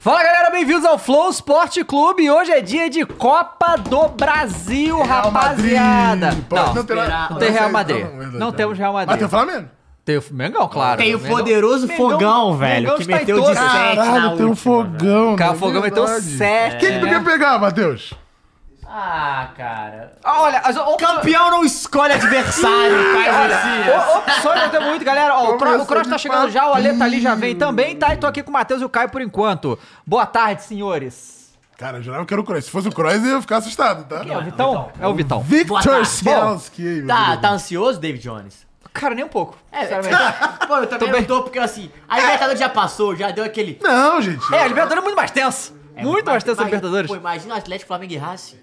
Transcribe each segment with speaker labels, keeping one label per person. Speaker 1: Fala galera, bem-vindos ao Flow Sport Clube e hoje é dia de Copa do Brasil,
Speaker 2: Real Madrid.
Speaker 1: rapaziada.
Speaker 2: Pode
Speaker 1: Não,
Speaker 2: ter-
Speaker 1: não tem Real Madrid.
Speaker 2: não, verdade.
Speaker 1: Não temos Real
Speaker 2: Mas tem
Speaker 1: Madrid.
Speaker 2: o Flamengo.
Speaker 1: Tem o Mengão, claro. né?
Speaker 3: Tem o
Speaker 1: Mengão-
Speaker 3: poderoso
Speaker 1: Mengão-
Speaker 3: Fogão, velho,
Speaker 1: Mengão
Speaker 3: que
Speaker 1: está em
Speaker 3: meteu
Speaker 1: todas.
Speaker 3: 17 na
Speaker 2: Caralho, tem um
Speaker 3: última,
Speaker 2: fogão.
Speaker 1: Cara,
Speaker 2: né?
Speaker 1: o Fogão é meteu
Speaker 2: Verdade.
Speaker 1: 7.
Speaker 2: Quem que tu quer pegar, Matheus?
Speaker 3: Ah, cara.
Speaker 1: Olha, as op-
Speaker 3: Campeão não escolhe adversário, Caio Messias.
Speaker 1: o- opções vai ter muito, galera. Ó, o, Cro-
Speaker 2: Começou
Speaker 1: o Cross tá
Speaker 2: de
Speaker 1: chegando já, o Ale tá ali, já vem
Speaker 2: papinho.
Speaker 1: também, tá? E tô aqui com o Matheus e o Caio por enquanto. Boa tarde, senhores.
Speaker 2: Cara, eu jurava que era o Kroos. Se fosse o Kroos, eu ia ficar assustado, tá?
Speaker 1: É o Vitão? É o Vitão.
Speaker 3: Boa
Speaker 2: Victor
Speaker 3: tarde.
Speaker 2: Sielski.
Speaker 3: Tá, tá ansioso, David Jones?
Speaker 1: Cara, nem um pouco.
Speaker 3: É,
Speaker 1: sinceramente.
Speaker 3: pô, eu também
Speaker 1: bem.
Speaker 3: não tô, porque assim, a Libertadores já passou, já deu aquele...
Speaker 2: Não, gente.
Speaker 1: É, a Libertadores é muito mais tenso. muito mais tenso a
Speaker 3: imagina-
Speaker 1: Libertadores.
Speaker 3: Pô, imagina o Atlético, Flamengo e Racing.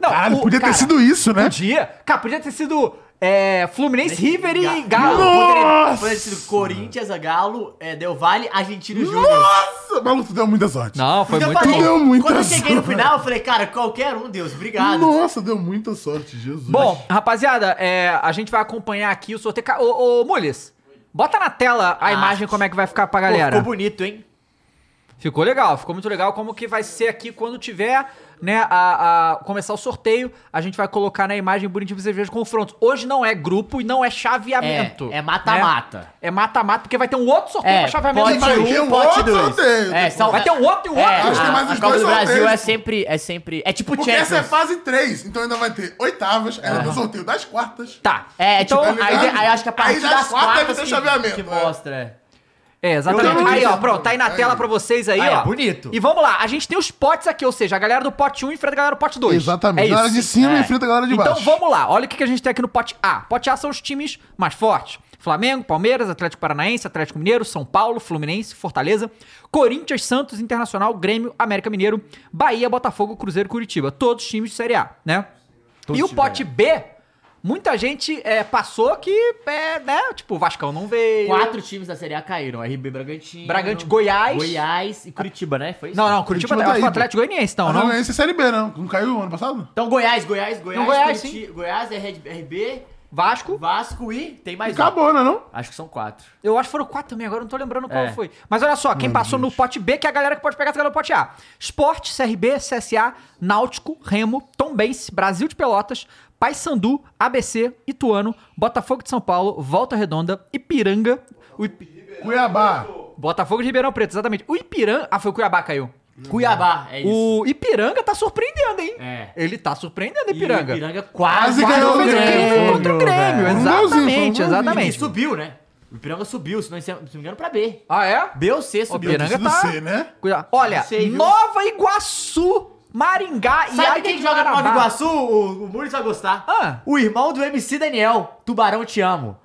Speaker 1: Não,
Speaker 2: Caralho,
Speaker 1: o-
Speaker 2: podia ter
Speaker 1: cara,
Speaker 2: sido isso, né?
Speaker 1: Podia. Cara, podia ter sido é, Fluminense, River e Galo.
Speaker 2: Nossa!
Speaker 3: Poderia ter sido Corinthians, a Galo, é, Del Valle, Argentino e Júnior.
Speaker 2: Nossa! Maluco, tu deu muita sorte.
Speaker 1: Não, foi
Speaker 3: Eu
Speaker 1: muito
Speaker 3: falei,
Speaker 1: bom.
Speaker 2: deu muita
Speaker 3: Quando eu cheguei no
Speaker 2: sorte.
Speaker 3: final, eu falei, cara, qualquer um, Deus, obrigado.
Speaker 2: Nossa, deu muita sorte, Jesus.
Speaker 1: Bom, rapaziada, é, a gente vai acompanhar aqui o sorteio. Ca- Ô, ô Mules, bota na tela a
Speaker 3: Ah.
Speaker 1: imagem como é que vai ficar pra
Speaker 3: Pô,
Speaker 1: galera.
Speaker 3: ficou bonito, hein?
Speaker 1: Ficou legal, ficou muito legal. Como que vai ser aqui quando tiver, né, a, a- começar o sorteio, a gente vai colocar na imagem bonitinho pra vocês verem os confrontos. Hoje não é grupo e não é chaveamento.
Speaker 3: É, é mata-mata.
Speaker 1: né? É mata-mata, porque vai ter um outro sorteio
Speaker 3: É,
Speaker 1: pra chaveamento.
Speaker 3: pode
Speaker 1: depois.
Speaker 2: vai ter
Speaker 3: ser
Speaker 2: um
Speaker 3: um, pode
Speaker 2: outro tipo,
Speaker 3: dois.
Speaker 2: sorteio,
Speaker 3: É,
Speaker 2: depois.
Speaker 3: são-
Speaker 1: Vai ter um outro e um
Speaker 3: É,
Speaker 1: outro.
Speaker 2: Acho que tem mais
Speaker 3: a
Speaker 2: uns
Speaker 3: Copa
Speaker 2: dois
Speaker 3: do Brasil
Speaker 2: sorteios.
Speaker 3: é sempre, é sempre, é tipo
Speaker 2: Porque essa é
Speaker 3: Champions.
Speaker 2: fase 3, então ainda vai ter oitavas,
Speaker 1: É.
Speaker 2: ainda tem sorteio das quartas.
Speaker 1: Tá.
Speaker 3: É,
Speaker 1: então,
Speaker 3: tipo, aí,
Speaker 2: ligado?
Speaker 3: aí acho que a partir
Speaker 2: Aí das
Speaker 3: das
Speaker 2: quartas
Speaker 3: quartas
Speaker 2: deve ter
Speaker 3: que,
Speaker 2: chaveamento,
Speaker 3: que
Speaker 2: né?
Speaker 3: mostra. é.
Speaker 1: É,
Speaker 2: Eu não
Speaker 1: exatamente. Aí,
Speaker 2: entendo.
Speaker 1: ó, pronto, tá aí na
Speaker 2: Então, Aí. Ah,
Speaker 1: tela pra vocês aí,
Speaker 3: Aí,
Speaker 1: ó.
Speaker 3: é bonito.
Speaker 1: E vamos lá, a gente tem os potes aqui, ou seja, a galera do pote 1 enfrenta a galera do pote 2.
Speaker 2: Exatamente.
Speaker 1: É
Speaker 2: galera
Speaker 1: isso.
Speaker 2: de cima
Speaker 3: É.
Speaker 2: enfrenta a galera de baixo.
Speaker 1: Então vamos lá, olha o que que a gente tem aqui no pote A. Pote A são os times mais fortes. Flamengo, Palmeiras, Atlético Paranaense, Atlético Mineiro, São Paulo, Fluminense, Fortaleza, Corinthians, Santos, Internacional, Grêmio, América Mineiro, Bahia, Botafogo, Cruzeiro, Curitiba. Todos times de Série A, né? e o
Speaker 3: times
Speaker 1: pote B, muita gente é, passou que, é, né, tipo, o Vascão não veio.
Speaker 3: Quatro times da Série A caíram. RB Bragantino.
Speaker 1: Bragantino, Goiás.
Speaker 3: Goiás e Curitiba, né? Foi isso?
Speaker 1: Não, não, Curitiba,
Speaker 2: Curitiba tá
Speaker 1: acho que o
Speaker 2: aí,
Speaker 1: Atlético Goianiense, então,
Speaker 2: Ah,
Speaker 1: não?
Speaker 2: não, esse é Série B, não. Não caiu ano passado?
Speaker 3: Então Goiás, Goiás, Goiás.
Speaker 1: Não, Goiás,
Speaker 3: Curiti- Goiás, RB, RB,
Speaker 1: Vasco,
Speaker 3: Vasco e tem mais um.
Speaker 2: Acabou, né, não?
Speaker 3: Acho que são quatro.
Speaker 1: eu acho que foram quatro também, agora eu não tô lembrando qual
Speaker 3: É.
Speaker 1: foi. Mas olha só, quem passou no pote B, que é a galera que pode pegar essa galera no pote A. Sport, CRB, CSA, Náutico, Remo, Tombense, Brasil de Pelotas, Paysandu, ABC, Ituano, Botafogo de São Paulo, Volta Redonda, Ipiranga, o Ipi-
Speaker 2: Cuiabá.
Speaker 1: Botafogo de Ribeirão Preto, exatamente. O Ipiranga... Ah, foi o Cuiabá que caiu.
Speaker 3: Cuiabá, é isso.
Speaker 1: O Ipiranga tá surpreendendo, hein?
Speaker 3: É.
Speaker 1: Ele tá surpreendendo,
Speaker 3: E
Speaker 1: Ipiranga.
Speaker 3: Ipiranga é quase,
Speaker 2: Quase ganhou
Speaker 3: ganhou
Speaker 2: o
Speaker 3: o
Speaker 1: Fez
Speaker 2: Grêmio,
Speaker 1: incrível contra o Grêmio,
Speaker 2: velho.
Speaker 1: exatamente,
Speaker 2: Foi um golzinho, foi um golzinho.
Speaker 3: E
Speaker 1: exatamente.
Speaker 3: subiu, né? O Ipiranga subiu, se não, se não me engano, pra B.
Speaker 1: Ah, é?
Speaker 3: B ou C subiu.
Speaker 1: Ipiranga
Speaker 2: Preciso
Speaker 1: tá-
Speaker 2: ser, né?
Speaker 1: Cuidado. Olha,
Speaker 3: Não sei, viu?
Speaker 1: Nova Iguaçu, Maringá e
Speaker 3: Sabe
Speaker 1: Águia
Speaker 3: quem
Speaker 1: de
Speaker 3: joga no Nova
Speaker 1: Marabá.
Speaker 3: Iguaçu? O, o Muris vai gostar.
Speaker 1: Ah.
Speaker 3: O irmão do MC Daniel, Tubarão Te Amo.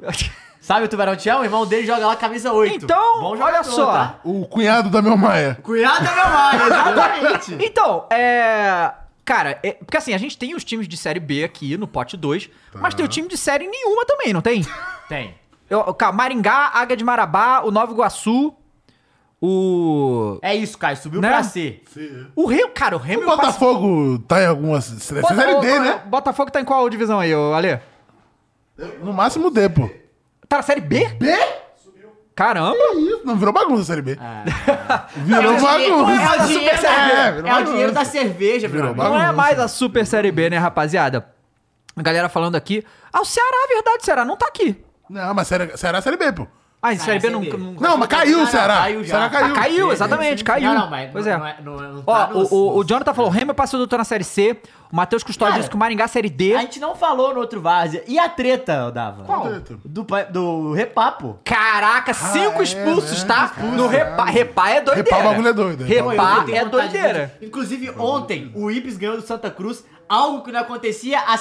Speaker 3: Sabe o Tubarão Te Amo? O irmão dele joga lá camisa 8.
Speaker 1: Então, olha só.
Speaker 2: O cunhado da Mel Maia.
Speaker 3: tá? Cuidado, meu mano, exatamente.
Speaker 1: Então, é... Cara, é- porque assim, a gente tem os times de Série B aqui no pote 2,
Speaker 2: Tá.
Speaker 1: mas tem o time de Série nenhuma também, não tem?
Speaker 3: Tem.
Speaker 1: Eu, cara, Maringá, Águia de Marabá, o Nova Iguaçu, o...
Speaker 3: É isso, Caio, subiu
Speaker 1: Né?
Speaker 3: pra C.
Speaker 2: é.
Speaker 1: O Remo, cara, o Remo...
Speaker 2: O
Speaker 1: e Passo-
Speaker 2: Botafogo tá em alguma. Série
Speaker 1: Bota-
Speaker 2: D,
Speaker 1: o-
Speaker 2: né?
Speaker 1: Botafogo tá em qual divisão aí, ô Ale?
Speaker 2: No máximo D, pô.
Speaker 1: Tá na Série B?
Speaker 2: B?
Speaker 1: Caramba!
Speaker 2: Ih, Não virou bagunça a Série B.
Speaker 3: É o
Speaker 2: Virou
Speaker 3: dinheiro-
Speaker 2: bagunça.
Speaker 3: é o dinheiro da-
Speaker 2: É, virou
Speaker 3: é o dinheiro
Speaker 2: bagunça.
Speaker 3: da cerveja, meu
Speaker 2: Virou
Speaker 3: amigo.
Speaker 1: Não é
Speaker 2: Bagunça.
Speaker 1: mais a Super Série B, né, rapaziada? A galera falando aqui. Ah, o Ceará, a verdade, o Ceará não tá aqui.
Speaker 2: Não, mas Ceará Ceará é Série B, pô.
Speaker 1: Ah, a Série B não.
Speaker 3: Série B.
Speaker 1: não-
Speaker 2: Não, mas caiu o
Speaker 3: Não,
Speaker 2: Ceará.
Speaker 3: caiu
Speaker 2: O
Speaker 3: já.
Speaker 2: Ceará caiu.
Speaker 1: Caiu, exatamente, caiu.
Speaker 3: Não, não, mas
Speaker 1: pois
Speaker 3: não-
Speaker 1: é.
Speaker 3: não é- não- não
Speaker 1: Ó,
Speaker 3: tá
Speaker 1: o,
Speaker 3: nos-
Speaker 1: o, o
Speaker 3: nos-
Speaker 1: Jonathan falou: Remo e Passador tá na Série C. O Matheus Custódio
Speaker 3: Cara,
Speaker 1: disse que o Maringá é Série D.
Speaker 3: A gente não falou no outro Várzea. E a treta, Dava?
Speaker 2: Qual treta?
Speaker 3: Do, pa- do Repapo.
Speaker 1: Caraca, cinco
Speaker 2: é,
Speaker 1: expulsos,
Speaker 2: né?
Speaker 1: tá?
Speaker 2: Caralho.
Speaker 1: No repá. Repá é doideira.
Speaker 2: Repá, o bagulho é doido, é.
Speaker 3: Pô,
Speaker 1: Repá
Speaker 3: eu tenho
Speaker 1: é
Speaker 3: vontade
Speaker 1: doideira.
Speaker 3: muito. Inclusive, ontem, o Ibis ganhou do Santa Cruz, algo que não acontecia há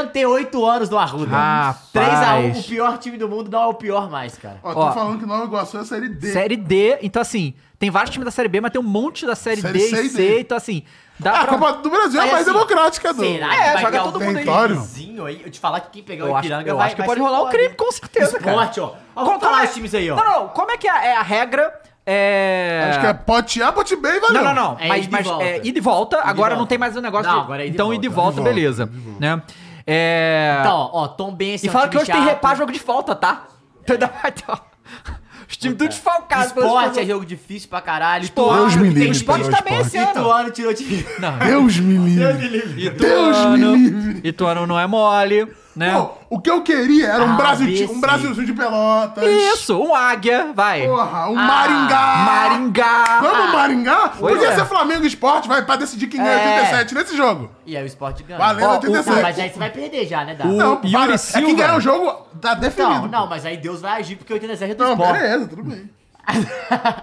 Speaker 3: 58 anos no Arruda.
Speaker 1: Rapaz.
Speaker 3: 3x1, o pior time do mundo não é o pior mais, cara.
Speaker 2: Ó,
Speaker 1: Ó.
Speaker 2: tô falando que Nova Iguaçu é Série D.
Speaker 1: Série D, então assim, tem vários times da Série B, mas tem um monte da Série,
Speaker 2: Série
Speaker 1: D
Speaker 2: C
Speaker 1: e
Speaker 2: e
Speaker 1: C,
Speaker 2: D.
Speaker 1: então assim, dá
Speaker 2: Ah, A
Speaker 1: pra.
Speaker 2: Copa do Brasil é
Speaker 3: Mas,
Speaker 2: mais
Speaker 3: assim,
Speaker 2: democrática, do.
Speaker 3: Será
Speaker 1: É,
Speaker 3: que vai
Speaker 1: joga
Speaker 3: ter
Speaker 1: todo
Speaker 3: algum
Speaker 2: mundo aí.
Speaker 3: crimezinho aí? Eu te falar que quem pegar
Speaker 1: Eu
Speaker 3: o
Speaker 1: acho,
Speaker 3: Ipiranga
Speaker 1: eu
Speaker 3: vai
Speaker 1: acho que
Speaker 3: vai
Speaker 1: pode
Speaker 3: ser
Speaker 1: rolar o
Speaker 3: foda.
Speaker 1: crime, com certeza, cara.
Speaker 3: Esporte, ó. ó
Speaker 1: Como-
Speaker 3: vamos falar
Speaker 1: como é-
Speaker 3: os times aí, ó.
Speaker 1: Não, não, como é que é, é a regra? É...
Speaker 2: Acho que é pote A, pote B e valeu.
Speaker 1: Não, não, não.
Speaker 3: É
Speaker 1: mas
Speaker 3: ida e
Speaker 1: mas
Speaker 3: volta.
Speaker 1: é, ida e volta, agora
Speaker 3: volta.
Speaker 1: não tem mais o negócio
Speaker 3: Não,
Speaker 1: de-
Speaker 3: agora é ida e
Speaker 1: Então
Speaker 3: volta.
Speaker 1: ida e volta,
Speaker 2: Ida e volta,
Speaker 1: beleza. Né? É...
Speaker 3: Então, ó, Tom Benz.
Speaker 1: e fala que hoje tem repar jogo de falta, tá? Então ainda vai ter... ó, Os times tudo desfalcados.
Speaker 3: Esporte é jogo difícil pra caralho.
Speaker 1: Esporte.
Speaker 3: Ituano
Speaker 1: Deus
Speaker 2: me
Speaker 3: tem
Speaker 2: livre,
Speaker 1: Esporte
Speaker 2: Ituano
Speaker 1: também esse
Speaker 2: Esporte.
Speaker 1: ano.
Speaker 3: Ituano tirou de...
Speaker 1: Não.
Speaker 2: Deus me
Speaker 3: Deus me
Speaker 2: livre.
Speaker 3: livre.
Speaker 2: Deus me livre.
Speaker 1: Ituano não é mole, né?
Speaker 2: Pô, o que eu queria era um,
Speaker 3: Ah,
Speaker 2: Brasil,
Speaker 3: desse.
Speaker 2: um Brasilzinho de pelotas.
Speaker 1: Isso, um águia, vai.
Speaker 2: Porra, um Maringá.
Speaker 1: Maringá.
Speaker 2: Vamos Maringá?
Speaker 1: Pois
Speaker 2: Podia
Speaker 1: é.
Speaker 2: ser Flamengo e Esporte, vai, pra decidir quem ganha
Speaker 3: É.
Speaker 2: 87 nesse jogo.
Speaker 3: E aí o esporte ganha.
Speaker 2: Valendo
Speaker 1: Ó, o-
Speaker 2: 87.
Speaker 3: Não, mas aí você vai perder já, né, Dá?
Speaker 1: O-
Speaker 2: Não,
Speaker 1: Yuri
Speaker 2: para. É
Speaker 1: Silva.
Speaker 2: quem ganhar o jogo tá definido.
Speaker 3: Não, não, mas aí Deus vai agir porque 87 é do
Speaker 2: Não,
Speaker 3: esporte.
Speaker 2: beleza, tudo bem.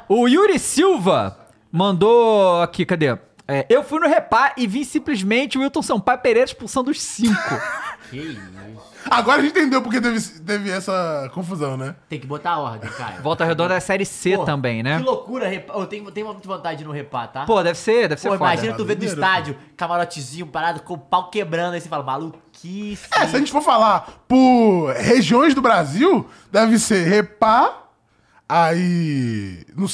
Speaker 1: O Yuri Silva mandou aqui, cadê? É, eu fui no repá e vi simplesmente o Wilton Sampaio Pereira expulsando os cinco.
Speaker 3: Que isso.
Speaker 2: Agora a gente entendeu porque teve, teve essa confusão, né?
Speaker 3: Tem que botar a ordem, cara.
Speaker 1: Volta Redonda é Série C
Speaker 3: Pô,
Speaker 1: também,
Speaker 3: Que
Speaker 1: né?
Speaker 3: loucura, repa... eu tenho, tenho muita vontade de não repar, tá?
Speaker 1: Pô, deve ser, deve ser
Speaker 3: Pô,
Speaker 1: foda.
Speaker 3: imagina tu ver do
Speaker 2: Maneiro,
Speaker 3: estádio, camarotezinho parado, com o pau quebrando, aí você fala, maluquice.
Speaker 2: É, se a gente for falar por regiões do Brasil, deve ser Repá, aí no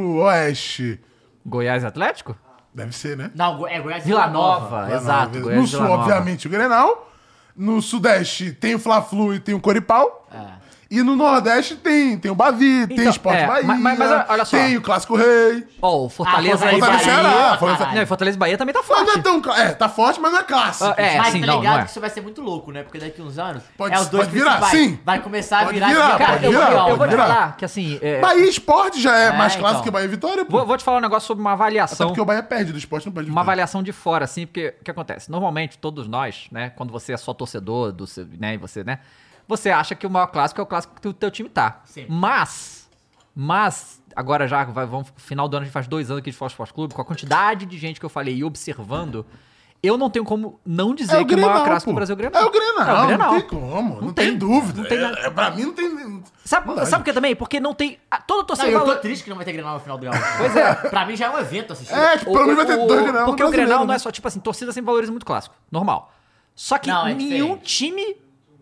Speaker 2: centro-oeste,
Speaker 1: Goiás Atlético?
Speaker 2: deve ser, né?
Speaker 3: Não, Go- é Goiás e
Speaker 1: Vila Nova,
Speaker 2: Lá na-
Speaker 1: exato. Goiás
Speaker 2: no
Speaker 1: e
Speaker 2: sul,
Speaker 1: Vila Nova.
Speaker 2: obviamente, o Grenal. No sudeste tem o Fla-Flu e tem o Coripau.
Speaker 3: É.
Speaker 2: E no nordeste tem, tem o Bavi, tem
Speaker 1: Então,
Speaker 2: Esporte
Speaker 1: é,
Speaker 2: Bahia,
Speaker 1: mas- mas- mas olha só.
Speaker 2: tem o Clássico Rei.
Speaker 1: Ó, o Fortaleza
Speaker 3: Ah,
Speaker 1: e
Speaker 2: Fortaleza
Speaker 1: Bahia.
Speaker 2: e Ceará,
Speaker 3: pra
Speaker 2: Fortaleza-
Speaker 3: caralho.
Speaker 1: Não, e Fortaleza e Bahia também tá
Speaker 2: Mas
Speaker 1: forte.
Speaker 2: não é tão... cla- É, tá forte, mas não é clássico.
Speaker 1: Ah, é.
Speaker 3: Mas
Speaker 1: sim,
Speaker 3: tá
Speaker 1: não,
Speaker 3: ligado
Speaker 1: não é.
Speaker 3: que isso vai ser muito louco, né? Porque daqui uns anos
Speaker 2: Pode-
Speaker 3: é os dois
Speaker 2: pode virar,
Speaker 3: principais.
Speaker 2: sim.
Speaker 3: Vai começar
Speaker 2: Pode
Speaker 3: a virar.
Speaker 2: virar,
Speaker 1: Cara,
Speaker 2: pode
Speaker 1: eu,
Speaker 2: virar,
Speaker 1: eu- eu vou
Speaker 2: pode
Speaker 1: te
Speaker 2: virar.
Speaker 1: falar que assim. é,
Speaker 2: Bahia e Esporte já é,
Speaker 3: É,
Speaker 2: mais clássico
Speaker 3: então.
Speaker 2: que Bahia e Vitória, pô.
Speaker 1: vou, vou te falar um negócio sobre uma
Speaker 2: Até
Speaker 1: avaliação.
Speaker 2: porque o Bahia perde do Esporte, não perde do
Speaker 1: Uma
Speaker 2: Vitória.
Speaker 1: avaliação de fora, assim, porque o que acontece? Normalmente, todos nós, né, quando você é só torcedor, do, seu- né, e você, né, você acha que o maior clássico é o clássico que o teu time tá.
Speaker 3: Sim.
Speaker 1: Mas, mas, agora já, vai, vamos, final do ano, a gente faz dois anos aqui de Fósforo Esporte Clube, com a quantidade de gente que eu falei e observando, eu não tenho como não dizer que o maior clássico
Speaker 2: pô.
Speaker 1: do Brasil é o Grenal.
Speaker 2: É o Grenal,
Speaker 1: É o Grenal.
Speaker 2: não tem como, não, tem,
Speaker 1: tem,
Speaker 2: dúvida.
Speaker 1: não tem
Speaker 2: É-
Speaker 1: nada.
Speaker 2: é, pra mim não tem...
Speaker 1: Sabe,
Speaker 2: Não dá,
Speaker 1: sabe o que também? Porque não tem... a- Toda
Speaker 3: Não,
Speaker 1: torcida...
Speaker 3: eu tô
Speaker 1: valor-
Speaker 3: triste que não vai ter Grenal no final do Galo.
Speaker 1: Pois é.
Speaker 3: pra mim já é um evento assistir.
Speaker 2: É, tipo, pelo menos vai ter
Speaker 1: O-
Speaker 2: dois Grenal
Speaker 1: Porque o
Speaker 2: brasileiro,
Speaker 1: Grenal
Speaker 2: né?
Speaker 1: não é só, tipo assim, torcida sempre valoriza muito clássico. Normal. Só que
Speaker 3: Não, é
Speaker 1: nenhum
Speaker 3: diferente.
Speaker 1: time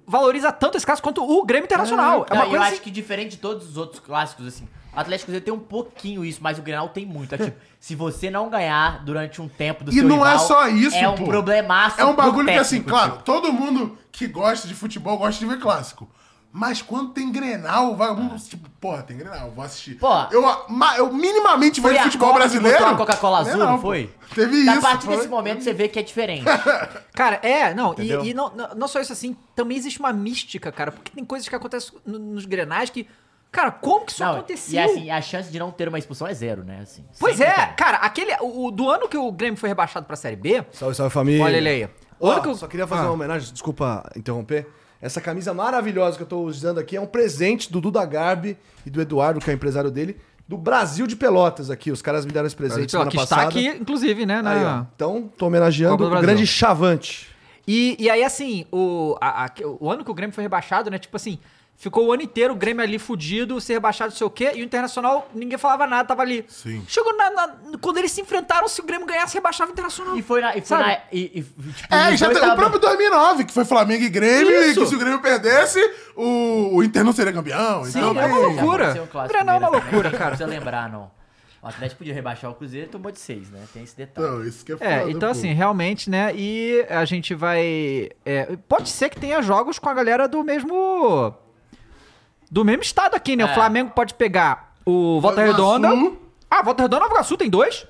Speaker 1: valoriza tanto esse clássico quanto o Grêmio Internacional. É,
Speaker 3: Não,
Speaker 1: uma
Speaker 3: eu
Speaker 1: coisa assim.
Speaker 3: acho que diferente de todos os outros clássicos, assim, o Atlético Cruzeiro tem um pouquinho isso, mas o Grenal tem muito. É tipo, se você não ganhar durante um tempo do
Speaker 2: E
Speaker 3: seu
Speaker 2: não é
Speaker 3: rival,
Speaker 2: só isso,
Speaker 3: é um
Speaker 2: pô.
Speaker 3: problemaço
Speaker 2: É um
Speaker 3: pro
Speaker 2: bagulho que,
Speaker 3: técnico,
Speaker 2: assim,
Speaker 3: tipo.
Speaker 2: claro, todo mundo que gosta de futebol gosta de ver clássico. Mas quando tem Grenal, vai um,
Speaker 3: Ah.
Speaker 2: tipo, porra, tem Grenal, vou assistir.
Speaker 3: Porra.
Speaker 2: eu, ma- eu minimamente
Speaker 3: Foi
Speaker 2: vejo
Speaker 3: a
Speaker 2: futebol
Speaker 3: Copa que
Speaker 2: brasileiro.
Speaker 3: botou a Coca-Cola azul,
Speaker 2: Grenal,
Speaker 3: não
Speaker 2: pô.
Speaker 3: foi?
Speaker 2: Teve
Speaker 3: A
Speaker 2: isso.
Speaker 3: partir
Speaker 2: foi.
Speaker 3: desse momento você vê que é diferente.
Speaker 1: Cara, é, não, e-
Speaker 3: Entendeu?
Speaker 1: e, não, não, não só isso assim, também existe uma mística, cara, porque tem coisas que acontecem no- nos grenais que. Cara, como que isso
Speaker 3: Não,
Speaker 1: aconteceu?
Speaker 3: E assim, a chance de não ter uma expulsão é zero, né? Assim,
Speaker 1: pois
Speaker 3: sempre
Speaker 1: é,
Speaker 3: tem.
Speaker 1: cara, aquele. O, o- do ano que o Grêmio foi rebaixado pra Série B,
Speaker 4: Salve, salve família.
Speaker 1: Olha ele aí.
Speaker 4: Ó,
Speaker 1: Olha que eu-
Speaker 4: Só queria fazer
Speaker 1: Ah.
Speaker 4: uma homenagem, desculpa interromper. Essa camisa maravilhosa que eu tô usando aqui é um presente do Duda Garbi e do Eduardo, que é o empresário dele, do Brasil de Pelotas aqui. Os caras me deram esse presente
Speaker 1: ó,
Speaker 4: semana
Speaker 1: que está
Speaker 4: passada.
Speaker 1: aqui, inclusive, né?
Speaker 4: Aí,
Speaker 1: na-
Speaker 4: ó. Então, tô
Speaker 1: Copa
Speaker 4: homenageando
Speaker 1: do
Speaker 4: o
Speaker 1: Brasil.
Speaker 4: grande Chavante.
Speaker 1: E, e aí, assim, o, a- a- o ano que o Grêmio foi rebaixado, né? Tipo assim, ficou o ano inteiro o Grêmio ali fudido, ser rebaixado, não sei o quê, e o Internacional, ninguém falava nada, tava ali.
Speaker 2: Sim.
Speaker 1: Chegou na, na- Quando eles se enfrentaram, se o Grêmio ganhasse, rebaixava o Internacional.
Speaker 3: E foi na. E foi
Speaker 1: Sabe?
Speaker 3: na e, e, tipo,
Speaker 2: É,
Speaker 3: os
Speaker 2: já
Speaker 3: dois
Speaker 2: tem, o
Speaker 3: tava-
Speaker 2: próprio 2009, que foi Flamengo e Grêmio,
Speaker 1: Isso.
Speaker 2: e que se o Grêmio perdesse, o, o Inter não seria campeão.
Speaker 1: Sim,
Speaker 2: então,
Speaker 1: é uma
Speaker 2: bem,
Speaker 1: loucura.
Speaker 3: Aconteceu um clássico
Speaker 1: Grenal é uma
Speaker 3: mineiro também,
Speaker 1: loucura,
Speaker 3: não
Speaker 1: cara.
Speaker 3: precisa lembrar, não. O Atlético podia rebaixar o Cruzeiro e tomou de seis, né? Tem esse detalhe.
Speaker 2: Então, isso que é foda.
Speaker 1: É, então
Speaker 2: pô.
Speaker 1: assim, realmente, né? E a gente vai. é, pode ser que tenha jogos com a galera do mesmo. Do mesmo estado aqui, né? O
Speaker 3: É.
Speaker 1: Flamengo pode pegar o Volta
Speaker 2: Nova
Speaker 1: Redonda.
Speaker 2: Iguaçu.
Speaker 1: Ah, Volta Redonda e Nova Iguaçu tem dois.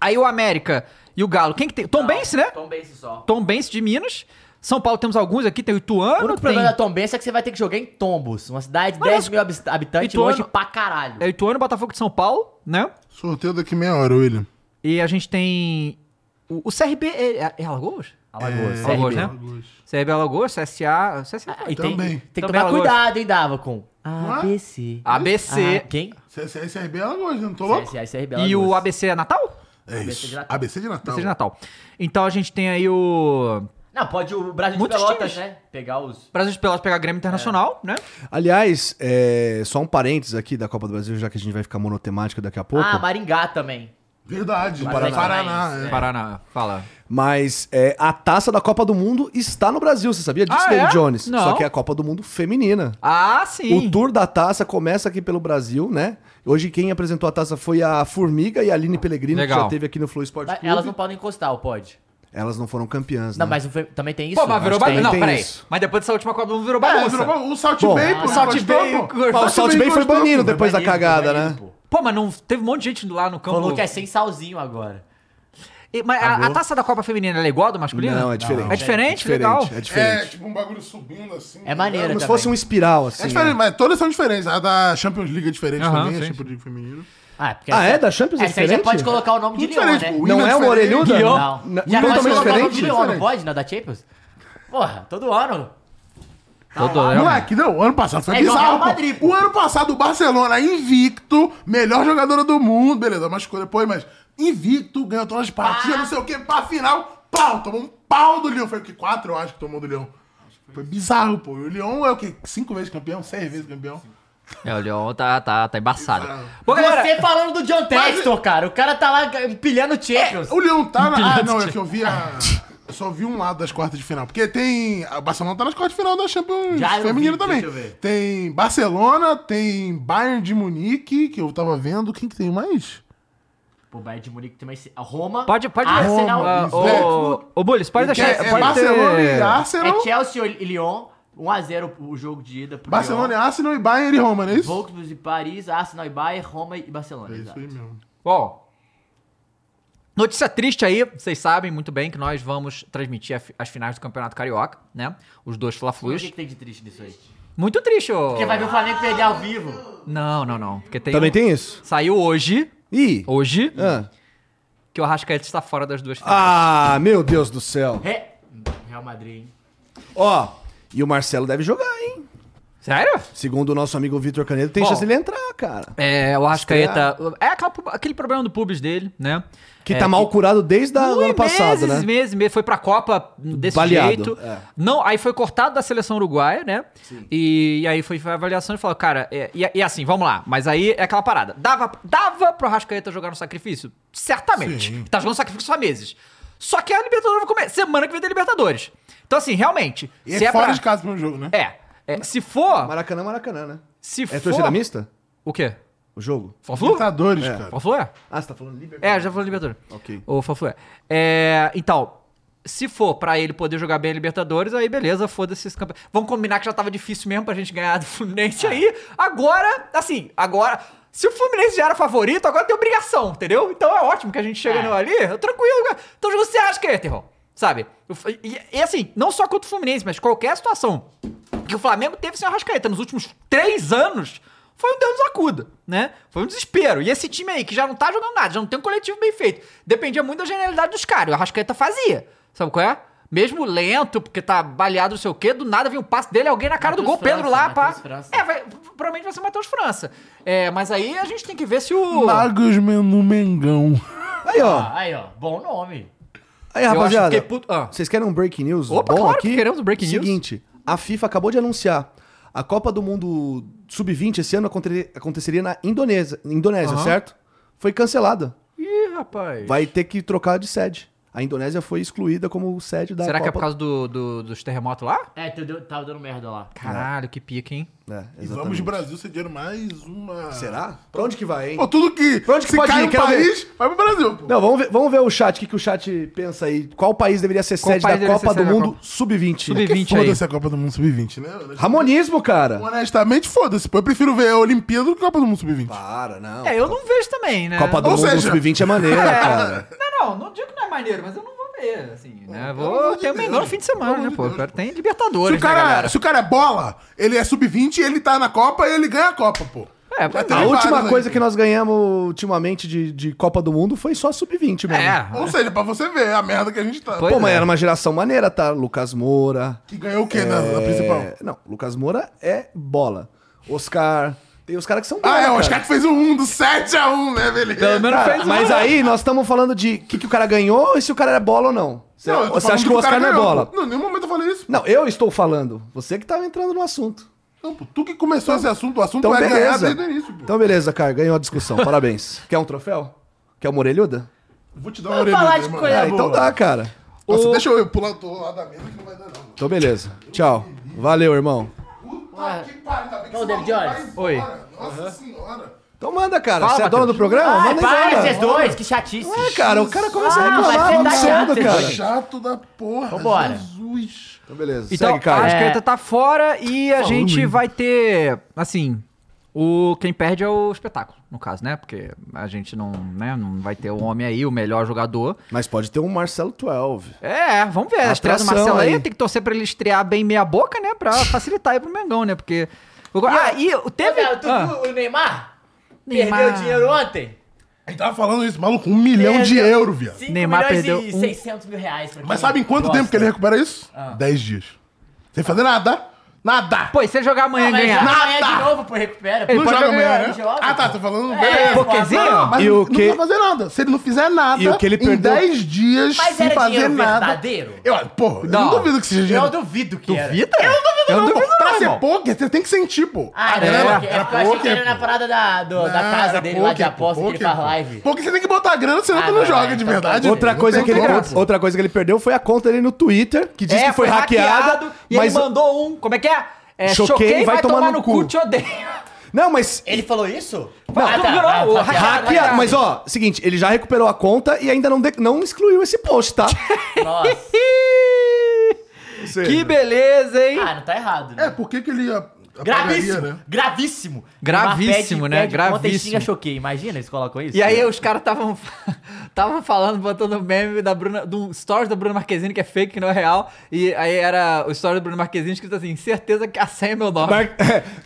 Speaker 1: Aí o América e o Galo. Quem que tem? Tom Bense, né?
Speaker 3: Tom Bense só.
Speaker 1: Tom Bense de Minas. São Paulo temos alguns aqui, tem o
Speaker 3: O
Speaker 1: Ituano,
Speaker 3: único
Speaker 1: tem...
Speaker 3: problema da Tom Bense é que você vai ter que jogar em Tombos, uma cidade de
Speaker 1: Mas
Speaker 3: 10
Speaker 1: eu-
Speaker 3: mil habit- habitantes,
Speaker 1: Ituano-
Speaker 3: longe pra caralho.
Speaker 1: é Ituano, Botafogo de São Paulo, né?
Speaker 2: Sorteio daqui meia hora, William.
Speaker 1: E a gente tem... O, o CRB é, é, é Alagoas?
Speaker 2: É,
Speaker 3: Alagoas, CRB.
Speaker 1: Alagoas, né? CRB Alagoas, CSA... CSA
Speaker 3: É, E tem,
Speaker 2: Também.
Speaker 3: tem que
Speaker 1: Também
Speaker 3: tomar
Speaker 1: Alagoas.
Speaker 3: cuidado, hein, Dava, com
Speaker 2: Ah.
Speaker 3: ABC.
Speaker 1: ABC.
Speaker 3: Ah, quem?
Speaker 2: CSRB é Alagoas, não tô louco?
Speaker 3: CSA e CRB
Speaker 1: e o
Speaker 3: Alagoas.
Speaker 1: ABC é Natal?
Speaker 2: É
Speaker 3: ABC
Speaker 2: isso.
Speaker 3: de Natal.
Speaker 2: ABC de Natal.
Speaker 1: ABC de Natal. Então a gente tem aí o...
Speaker 3: Não, pode o Brasil de
Speaker 1: Muitos
Speaker 3: Pelotas,
Speaker 1: times.
Speaker 3: né? Pegar os...
Speaker 1: Brasil de Pelotas pegar Grêmio Internacional, né?
Speaker 4: Aliás, é, só um parênteses aqui da Copa do Brasil, já que a gente vai ficar monotemático daqui a pouco.
Speaker 3: Ah, Maringá também.
Speaker 2: Verdade,
Speaker 3: Paraná.
Speaker 2: Paraná. Paraná é.
Speaker 3: É.
Speaker 1: Paraná, fala.
Speaker 4: Mas é, a taça da Copa do Mundo está no Brasil, você sabia disso,
Speaker 1: Ah,
Speaker 4: David
Speaker 1: é?
Speaker 4: Jones?
Speaker 1: Não.
Speaker 4: Só que é a Copa do Mundo feminina.
Speaker 1: Ah, sim.
Speaker 4: O tour da taça começa aqui pelo Brasil, né? Hoje quem apresentou a taça foi a Formiga e a Aline Pellegrino,
Speaker 1: Legal.
Speaker 4: que já teve aqui no Flow Sport
Speaker 3: Mas
Speaker 4: Clube.
Speaker 3: Elas não podem encostar, ou pode?
Speaker 4: Elas não foram campeãs,
Speaker 3: Não,
Speaker 4: né?
Speaker 3: mas não foi- também tem isso?
Speaker 1: Pô, mas virou
Speaker 4: Acho que
Speaker 1: bagunça.
Speaker 4: tem-
Speaker 1: Não,
Speaker 4: tem
Speaker 1: peraí.
Speaker 4: isso.
Speaker 1: Mas depois dessa última Copa do Mundo virou
Speaker 2: É,
Speaker 1: bagunça.
Speaker 2: virou o Salt
Speaker 4: Bom,
Speaker 2: Bay,
Speaker 1: o
Speaker 2: pô.
Speaker 1: Salt
Speaker 2: encostou,
Speaker 1: Bay-
Speaker 2: pô.
Speaker 1: o
Speaker 4: Mas o Salt Bay foi
Speaker 2: encostou,
Speaker 4: banido
Speaker 2: pô.
Speaker 4: depois da
Speaker 3: Banido,
Speaker 4: cagada,
Speaker 3: banido,
Speaker 4: né?
Speaker 3: é pô.
Speaker 1: Pô, mas não teve um monte de gente lá no campo. assim.
Speaker 3: Falou que é sem salzinho agora.
Speaker 1: E- mas a, a taça da Copa Feminina ela é igual a do masculino?
Speaker 4: Não, é diferente.
Speaker 1: É diferente? Legal.
Speaker 4: É
Speaker 2: É,
Speaker 4: diferente.
Speaker 2: tipo um bagulho subindo assim.
Speaker 3: É maneiro.
Speaker 4: Como se
Speaker 3: também.
Speaker 4: fosse um espiral, assim.
Speaker 2: É diferente,
Speaker 4: né?
Speaker 2: mas todas são diferentes. A da Champions League é diferente
Speaker 1: Aham,
Speaker 2: também,
Speaker 1: sim,
Speaker 2: a Champions League feminino.
Speaker 3: Ah, porque
Speaker 4: Ah,
Speaker 3: essa-
Speaker 4: é? Da Champions é
Speaker 3: Essa aí já
Speaker 4: diferente?
Speaker 3: pode colocar o nome de
Speaker 2: Tudo
Speaker 3: Leon, né?
Speaker 2: diferente, pô.
Speaker 4: Não é uma
Speaker 2: Women é
Speaker 4: orelhuda?
Speaker 2: diferente.
Speaker 3: Não.
Speaker 4: Na-
Speaker 3: Já pode
Speaker 4: Totalmente
Speaker 3: colocar o nome de
Speaker 4: diferente?
Speaker 2: diferente.
Speaker 3: Leon, não pode? Na da Champions? Porra, todo ano.
Speaker 1: Todo
Speaker 4: É,
Speaker 3: lá.
Speaker 1: ano.
Speaker 2: Moleque, não, o ano passado foi
Speaker 3: É igual
Speaker 2: bizarro.
Speaker 3: Real Madrid,
Speaker 2: pô.
Speaker 3: pô.
Speaker 2: O ano passado, o Barcelona, invicto, melhor jogadora do mundo, beleza, machucou depois, mas invicto, ganhou todas as partidas,
Speaker 3: Pá.
Speaker 2: não sei o quê, pra final, pau, tomou um pau do Leão. Foi o que? Quatro, eu acho que tomou do Leão. Foi bizarro, pô. E o Leão é o quê? Cinco vezes campeão? Seis vezes campeão?
Speaker 1: É, o Leon tá, tá, tá embaçado.
Speaker 2: Exato.
Speaker 1: Bom, galera,
Speaker 3: Você falando do John Textor, cara. O cara tá lá pilhando
Speaker 4: É,
Speaker 3: Champions.
Speaker 2: O Leão tá na... Ah, não, é que eu vi a... Eu só vi um lado das quartas de final. Porque tem... A Barcelona tá nas quartas de final da Champions
Speaker 3: Já eu vi,
Speaker 2: Feminino também.
Speaker 3: deixa eu ver.
Speaker 2: Tem Barcelona, tem Bayern de Munique, que eu tava vendo. Quem que tem mais?
Speaker 3: Pô, o Bayern de Munique tem mais... a Roma.
Speaker 1: pode, pode ler.
Speaker 3: Arsenal.
Speaker 1: Ah,
Speaker 2: isso, né?
Speaker 1: Ô, ô, Bulis, pode deixar.
Speaker 2: é, é
Speaker 1: pode ter-
Speaker 2: Barcelona e Arsenal.
Speaker 3: É Chelsea e Lyon. 1x0 o jogo de ida pro
Speaker 2: Barcelona e
Speaker 3: Lyon.
Speaker 2: Arsenal e Bayern e Roma, não é isso?
Speaker 3: Wolfsburg e Paris, Arsenal e Bayern, Roma e Barcelona.
Speaker 2: É isso
Speaker 3: exato.
Speaker 2: aí mesmo.
Speaker 1: Bom, notícia triste aí, vocês sabem muito bem que nós vamos transmitir a fi- as finais do Campeonato Carioca, né? Os dois
Speaker 3: Mas O que,
Speaker 1: Fla-Flus.
Speaker 3: que tem de triste nisso aí?
Speaker 1: Muito triste, ô.
Speaker 3: Porque vai ver o Flamengo perder ao vivo.
Speaker 1: Não, não, não. Porque tem
Speaker 4: Também
Speaker 1: um-
Speaker 4: tem isso.
Speaker 1: Saiu hoje,
Speaker 4: Ih!
Speaker 1: hoje,
Speaker 4: Ah.
Speaker 1: que o Arrascaeta está fora das duas finais.
Speaker 4: Ah, meu Deus do céu.
Speaker 3: Re- Real Madrid, hein?
Speaker 4: Ó, e o Marcelo deve jogar, hein?
Speaker 1: Sério?
Speaker 4: Segundo o nosso amigo Vitor Canedo, tem
Speaker 1: Bom.
Speaker 4: chance dele entrar, cara.
Speaker 1: É, o Arrascaeta... É aquela pu- aquele problema do pubis dele, né?
Speaker 4: Que
Speaker 1: É,
Speaker 4: tá mal curado desde o
Speaker 1: Ui,
Speaker 4: ano passado,
Speaker 1: meses,
Speaker 4: né?
Speaker 1: meses, meses. Foi pra Copa desse
Speaker 4: Baleado,
Speaker 1: jeito.
Speaker 4: é.
Speaker 1: Não, aí foi cortado da seleção uruguaia, né? E, e aí foi a avaliação e falou, cara, é- e, e assim, vamos lá. Mas aí é aquela parada. Dava, dava pro Rascaeta jogar no sacrifício? Certamente.
Speaker 2: Sim.
Speaker 1: Tá jogando sacrifício há meses. Só que a Libertadores vai começar. Semana que vem tem Libertadores. Então, assim, realmente.
Speaker 2: E é fora
Speaker 1: pra-
Speaker 2: de casa pro jogo, né?
Speaker 1: É. é, se for.
Speaker 4: Maracanã, Maracanã, né?
Speaker 1: Se
Speaker 4: É
Speaker 1: for.
Speaker 4: torcida mista? Tá,
Speaker 1: O quê?
Speaker 4: O jogo?
Speaker 1: Fla-Flu?
Speaker 2: Libertadores, cara.
Speaker 1: Fla-Flu é?
Speaker 4: Ah, você tá falando Libertadores.
Speaker 1: É, já falou Libertadores.
Speaker 4: Ok.
Speaker 1: O Faflé. É, então, se for pra ele poder jogar bem a Libertadores, aí beleza, foda-se esse campeonato. Vamos combinar que já tava difícil mesmo pra gente ganhar do Fluminense aí. Agora, assim, agora. Se o Fluminense já era favorito, agora tem obrigação, entendeu? Então é ótimo que a gente chega
Speaker 3: É.
Speaker 1: no ali, tranquilo. cara. Então jogando você acha que é, Eterron, sabe? E, e- e assim, não só contra o Fluminense, mas qualquer situação que o Flamengo teve sem o Arrascaeta nos últimos três anos foi um Deus nos acuda, né? Foi um desespero. E esse time aí, que já não tá jogando nada, já não tem um coletivo bem feito, dependia muito da genialidade dos caras. E O Arrascaeta fazia. Sabe qual é? Mesmo lento, porque tá baleado não sei o quê, do nada vem um passe dele, alguém na cara do gol,
Speaker 3: Matheus
Speaker 1: Pedro lá,
Speaker 3: França,
Speaker 1: pá.
Speaker 3: Matheus França.
Speaker 1: É, vai- provavelmente vai ser o Matheus França. É, mas aí a gente tem que ver se o.
Speaker 2: Magos Menu Mengão.
Speaker 4: Aí, ó.
Speaker 3: Ah, aí, ó. Bom nome.
Speaker 4: Aí,
Speaker 1: Eu acho
Speaker 4: rapaziada.
Speaker 1: que puto- ah.
Speaker 4: Vocês querem um break news
Speaker 1: Opa,
Speaker 4: bom
Speaker 1: claro
Speaker 4: aqui?
Speaker 1: que queremos um break news.
Speaker 4: Seguinte, a FIFA acabou de anunciar. A Copa do Mundo Sub-20 esse ano aconte- aconteceria na Indonésia, Indonésia
Speaker 1: Aham.
Speaker 4: certo? Foi cancelada.
Speaker 1: Ih, rapaz.
Speaker 4: Vai ter que trocar de sede. A Indonésia foi excluída como sede da
Speaker 1: Será que é por
Speaker 4: Copa.
Speaker 1: causa do, do- dos terremotos lá?
Speaker 3: É, tu deu- tava dando merda lá.
Speaker 1: Caralho, que pica, hein?
Speaker 4: É,
Speaker 2: E
Speaker 4: exatamente.
Speaker 2: vamos, Brasil, cedendo mais uma...
Speaker 4: Será? Pra onde que vai, hein?
Speaker 2: Pô, tudo que...
Speaker 4: Pra onde que
Speaker 2: se
Speaker 4: pode
Speaker 2: cai
Speaker 4: ir?
Speaker 2: um
Speaker 4: Quero ver.
Speaker 2: país, vai pro Brasil, pô.
Speaker 4: Não, vamos ver, vamos ver o chat, o que, que o chat pensa aí. Qual país deveria ser
Speaker 1: Qual
Speaker 4: sede
Speaker 1: país
Speaker 4: da
Speaker 1: deveria ser
Speaker 4: Copa do
Speaker 1: sede da
Speaker 4: Mundo
Speaker 1: Copa?
Speaker 4: Sub-20? né?
Speaker 1: Sub-20 aí.
Speaker 2: Foda-se a Copa do Mundo Sub-20, né?
Speaker 4: Ramonismo, cara.
Speaker 2: Honestamente, foda-se. pô. Eu prefiro ver a Olimpíada do que a Copa do Mundo Sub-20.
Speaker 4: Para, não.
Speaker 1: É, eu não vejo também, né?
Speaker 4: Copa do
Speaker 2: Ou
Speaker 4: Mundo
Speaker 2: seja-
Speaker 4: Sub-20 é maneira, cara.
Speaker 1: Não, não, não digo que não é maneiro, mas eu não vou ver, assim, né?
Speaker 2: pelo amor
Speaker 1: Vou
Speaker 2: de
Speaker 1: ter o
Speaker 2: Deus,
Speaker 1: melhor fim de semana,
Speaker 2: pelo
Speaker 1: né,
Speaker 2: amor de
Speaker 1: pô?
Speaker 2: Deus,
Speaker 1: Cara,
Speaker 2: pô.
Speaker 1: tem
Speaker 2: Se o,
Speaker 1: Libertadores, né,
Speaker 2: cara,
Speaker 1: galera?
Speaker 2: se o cara é bola, ele é sub-20, ele tá na Copa e ele ganha a Copa, pô. Tá né?
Speaker 1: É, pô,
Speaker 2: Vai ter Tem
Speaker 4: A
Speaker 2: vários
Speaker 4: última
Speaker 2: aí.
Speaker 4: coisa que nós ganhamos ultimamente de, de Copa do Mundo foi só Sub-20 mesmo.
Speaker 1: é.
Speaker 2: Ou seja, pra você ver a merda que a gente tá.
Speaker 1: Pois é.
Speaker 4: Pô, mas era uma geração maneira, tá? Lucas Moura.
Speaker 2: Que ganhou o quê na, na
Speaker 4: é,
Speaker 2: principal?
Speaker 4: Não, Lucas Moura é bola. Oscar. Tem os caras que são bola,
Speaker 2: Ah, é, o
Speaker 4: cara.
Speaker 2: Oscar que fez o 1 do 7x1, né, beleza?
Speaker 1: Pelo menos
Speaker 4: Cara,
Speaker 1: fez uma-
Speaker 4: mas aí nós estamos falando de o que, que o cara ganhou e se o cara era bola ou não. Você,
Speaker 2: Não, eu tô
Speaker 4: você
Speaker 2: falando
Speaker 4: acha que o
Speaker 2: cara
Speaker 4: Oscar não é
Speaker 2: ganhou,
Speaker 4: bola?
Speaker 2: pô. Não, em nenhum momento eu falei isso.
Speaker 4: Não, eu estou falando. Você que tá entrando no assunto.
Speaker 2: Não, pô, tu que começou esse assunto, o assunto
Speaker 4: Então,
Speaker 2: é ganhar
Speaker 4: beleza.
Speaker 2: desde o início, pô.
Speaker 4: Então, beleza, cara. Ganhou a discussão. Parabéns. Quer um troféu? Quer uma orelhuda?
Speaker 2: Vou te dar uma
Speaker 3: Vamos falar de
Speaker 2: orelha, mano.
Speaker 3: coisa
Speaker 4: Ah,
Speaker 3: boa.
Speaker 4: então dá, cara.
Speaker 2: Nossa,
Speaker 1: O-
Speaker 2: deixa eu pular do outro lado da mesa que não vai dar, não.
Speaker 4: Então, beleza. Tchau. Valeu, irmão.
Speaker 2: Puta
Speaker 3: Ué.
Speaker 2: que pariu, tá bem que
Speaker 3: Ô,
Speaker 2: esse
Speaker 3: David
Speaker 2: maluco
Speaker 3: Jones.
Speaker 2: vai embora. Nossa senhora.
Speaker 4: Então, Então manda, cara.
Speaker 1: Fala,
Speaker 4: Você é dono
Speaker 1: Matheus.
Speaker 4: do programa?
Speaker 3: Ai,
Speaker 4: manda aí,
Speaker 3: para,
Speaker 4: cara.
Speaker 3: vocês dois, que chatice.
Speaker 4: É, cara, o cara começa a
Speaker 3: Ah, mas
Speaker 4: reclamar
Speaker 3: você
Speaker 4: do
Speaker 3: tá chato,
Speaker 4: cedo, cara.
Speaker 3: gente.
Speaker 2: Chato da porra.
Speaker 3: Vambora.
Speaker 2: Jesus.
Speaker 4: Então, beleza.
Speaker 1: Então,
Speaker 4: Segue, cara.
Speaker 1: a
Speaker 3: É.
Speaker 1: Ascreta tá fora e a gente vai ter, assim, o quem perde é o espetáculo, no caso, né? Porque a gente não, né, não vai ter o homem aí, o melhor jogador.
Speaker 4: Mas pode ter um Marcelo 12.
Speaker 1: É, vamos ver. A estreia do
Speaker 4: Atração
Speaker 1: Marcelo aí,
Speaker 4: aí.
Speaker 1: tem que torcer pra ele estrear bem meia boca, né? Pra facilitar aí pro Mengão, né? Porque... Ah, e teve...
Speaker 3: Ô, Léo, tu
Speaker 1: Ah.
Speaker 3: viu o Neymar?
Speaker 1: Neymar.
Speaker 3: Perdeu dinheiro ontem?
Speaker 2: A gente tava falando isso, maluco, um milhão de
Speaker 3: Perdeu.
Speaker 2: euro, viado.
Speaker 3: Cinco
Speaker 1: Neymar
Speaker 3: milhões
Speaker 1: perdeu
Speaker 3: e
Speaker 1: um-
Speaker 3: 600 mil reais. pra
Speaker 2: Mas
Speaker 3: quem
Speaker 2: sabe em quanto
Speaker 3: gosta.
Speaker 2: tempo que ele recupera isso?
Speaker 3: Ah.
Speaker 2: Dez dias. Sem fazer nada. Nada.
Speaker 1: Pô, e se ele jogar amanhã
Speaker 3: Não,
Speaker 1: e
Speaker 3: mas
Speaker 1: ganhar?
Speaker 3: joga amanhã
Speaker 2: Nada.
Speaker 3: de novo, pô, recupera.
Speaker 1: Ele
Speaker 2: não
Speaker 1: pode
Speaker 2: joga
Speaker 1: jogar,
Speaker 2: amanhã, né?
Speaker 3: ele joga,
Speaker 2: ah, tá,
Speaker 3: pô.
Speaker 2: tá falando.
Speaker 3: É,
Speaker 2: beleza.
Speaker 3: pô,
Speaker 1: Pokézinho?
Speaker 2: Não, mas
Speaker 4: E o
Speaker 2: não
Speaker 4: que-
Speaker 2: precisa fazer nada. Se ele não fizer nada,
Speaker 4: E o que ele
Speaker 2: em
Speaker 4: perdeu-
Speaker 2: 10 dias,
Speaker 3: Mas
Speaker 2: sem
Speaker 3: era
Speaker 2: fazer
Speaker 3: dinheiro
Speaker 2: nada.
Speaker 3: verdadeiro?
Speaker 2: Eu, porra, eu não
Speaker 1: Não.
Speaker 2: duvido que seja
Speaker 3: Eu
Speaker 2: dinheiro.
Speaker 3: duvido que era.
Speaker 1: Duvida? Eu
Speaker 2: Não,
Speaker 1: não duvido
Speaker 2: pô, pra
Speaker 1: não,
Speaker 2: ser
Speaker 1: irmão.
Speaker 2: poker, você tem que sentir, pô.
Speaker 3: Ah,
Speaker 2: A
Speaker 3: não,
Speaker 2: grana-
Speaker 3: é porque- é porque eu achei que
Speaker 2: poker,
Speaker 3: ele era na
Speaker 2: pô.
Speaker 3: parada da, do- da
Speaker 2: Não,
Speaker 3: casa
Speaker 2: era
Speaker 3: dele lá de
Speaker 2: poker, pô,
Speaker 3: aposta que ele
Speaker 2: poker,
Speaker 3: faz
Speaker 2: pô.
Speaker 3: live.
Speaker 2: Porque você tem que botar a grana, senão
Speaker 3: Ah,
Speaker 2: tu não
Speaker 3: vai,
Speaker 2: joga
Speaker 3: vai,
Speaker 2: de
Speaker 3: então
Speaker 2: verdade.
Speaker 3: tá bom.
Speaker 4: Outra
Speaker 2: Não
Speaker 4: coisa,
Speaker 2: tem
Speaker 4: que ele,
Speaker 2: como, pô.
Speaker 4: outra coisa que ele perdeu foi a conta dele no Twitter, que diz
Speaker 1: É,
Speaker 4: que foi, hackeada.
Speaker 1: e
Speaker 4: mas
Speaker 1: ele mandou um... Como é que é? É,
Speaker 4: Choquei, vai tomar no cu.
Speaker 1: te odeio.
Speaker 4: Não, mas.
Speaker 3: Ele falou isso? Ah, tá,
Speaker 1: Não, tu virou
Speaker 3: vai,
Speaker 1: o
Speaker 3: vai,
Speaker 1: hacker.
Speaker 3: vai, vai,
Speaker 4: Hackeada.
Speaker 1: hackeado.
Speaker 4: Mas ó, seguinte, ele já recuperou a conta e ainda não, de- não excluiu esse post, tá?
Speaker 3: vai. Nossa.
Speaker 1: que beleza, hein?
Speaker 3: Ah, não tá errado, né?
Speaker 2: É, por que que ele a- apagaria,
Speaker 3: Gravíssimo,
Speaker 2: né?
Speaker 3: gravíssimo.
Speaker 1: Gravíssimo,
Speaker 3: Neymar
Speaker 1: né?
Speaker 3: pede- pede conta e
Speaker 1: Gravíssimo.
Speaker 3: xinga choquei. Imagina, eles colocam isso. é-
Speaker 1: E aí os caras estavam estavam falando, botando meme da Bruna, do stories da Bruna Marquezine que é fake, que não é real. E aí era o story da Bruna Marquezine escrito assim, certeza que a senha é meu nome.
Speaker 4: Mar...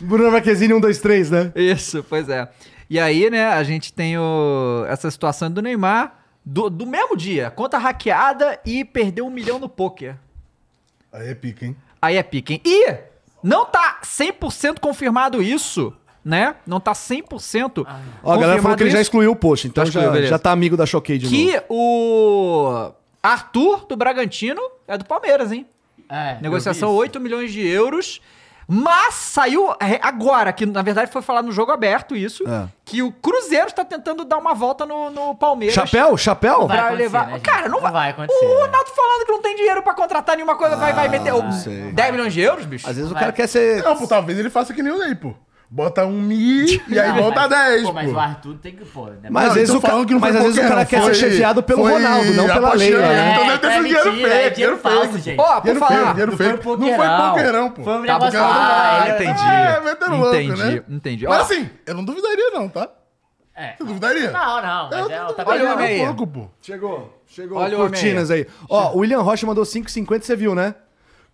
Speaker 4: Bruno Marquezine 123, né?
Speaker 1: Isso, pois é. E aí, né, a gente tem o, essa situação do Neymar do, do mesmo dia. Conta hackeada e perdeu um milhão no poker.
Speaker 2: Aí é pica, hein?
Speaker 1: Aí é pique, hein? E não tá 100% confirmado isso, né? Não tá 100%
Speaker 4: Ó, a galera falou
Speaker 1: confirmado
Speaker 4: que ele já
Speaker 1: isso.
Speaker 4: excluiu o post, então
Speaker 1: Já excluiu,
Speaker 4: já,
Speaker 1: beleza.
Speaker 4: já tá amigo da Choquei de novo.
Speaker 1: que o Arthur do Bragantino é do Palmeiras, hein?
Speaker 3: É,
Speaker 1: Negociação
Speaker 3: eu vi isso.
Speaker 1: 8 milhões de euros. Mas saiu é, agora, que na verdade foi falar no jogo aberto isso,
Speaker 4: É.
Speaker 1: que o Cruzeiro está tentando dar uma volta no, no Palmeiras.
Speaker 4: Chapéu? Chapéu?
Speaker 3: Vai
Speaker 1: Pra
Speaker 3: acontecer,
Speaker 1: levar.
Speaker 3: né, gente?
Speaker 1: Cara, não,
Speaker 3: Não
Speaker 1: vai.
Speaker 3: vai acontecer,
Speaker 1: O
Speaker 3: né?
Speaker 1: Ronaldo falando que não tem dinheiro pra contratar nenhuma coisa, vai, vai meter o-
Speaker 4: sei.
Speaker 1: 10 milhões de euros, bicho?
Speaker 4: Às vezes o
Speaker 3: Vai.
Speaker 4: cara quer ser.
Speaker 2: Não, pô, talvez ele faça que nem o Ney, pô. Bota um mi e aí
Speaker 3: Não,
Speaker 2: volta
Speaker 3: mas-
Speaker 2: 10,
Speaker 3: Pô,
Speaker 2: pô.
Speaker 3: mas o Arthur tem que, pô... Né?
Speaker 4: Mas
Speaker 2: Não,
Speaker 4: às vezes,
Speaker 2: então
Speaker 4: o, ca-
Speaker 2: falando que não foi
Speaker 4: mas às vezes o
Speaker 2: qualquer,
Speaker 4: cara
Speaker 2: não,
Speaker 4: quer
Speaker 2: foi-
Speaker 4: ser chefiado pelo
Speaker 2: foi
Speaker 4: Ronaldo, não pela lei,
Speaker 2: apaixonado.
Speaker 4: né?
Speaker 2: então deve ter sido dinheiro
Speaker 3: é mentira,
Speaker 2: fake,
Speaker 3: é dinheiro
Speaker 2: dinheiro
Speaker 3: falso,
Speaker 2: fake.
Speaker 3: gente.
Speaker 1: é, Ó, por
Speaker 2: Dinheiro
Speaker 1: falar.
Speaker 2: feio, dinheiro
Speaker 3: Não foi
Speaker 2: feio.
Speaker 3: um
Speaker 2: Não foi
Speaker 3: pokerão.
Speaker 2: pokerão, pô.
Speaker 3: Foi um
Speaker 1: Tá
Speaker 3: negócio...
Speaker 1: bom. Ah,
Speaker 3: ele-
Speaker 1: entendi.
Speaker 2: É, meteu louco,
Speaker 1: Entendi,
Speaker 2: né?
Speaker 1: entendi.
Speaker 2: Mas
Speaker 1: Ó.
Speaker 2: assim, eu não duvidaria não, tá?
Speaker 3: É.
Speaker 2: Você duvidaria?
Speaker 3: Não, não, mas é, tá
Speaker 1: Olha o
Speaker 3: melhor.
Speaker 1: homem aí.
Speaker 2: um pouco, pô.
Speaker 4: Chegou, chegou.
Speaker 1: Olha o homem
Speaker 4: Cortinas aí. Ó, o William Rocha mandou 5,50, você viu, né?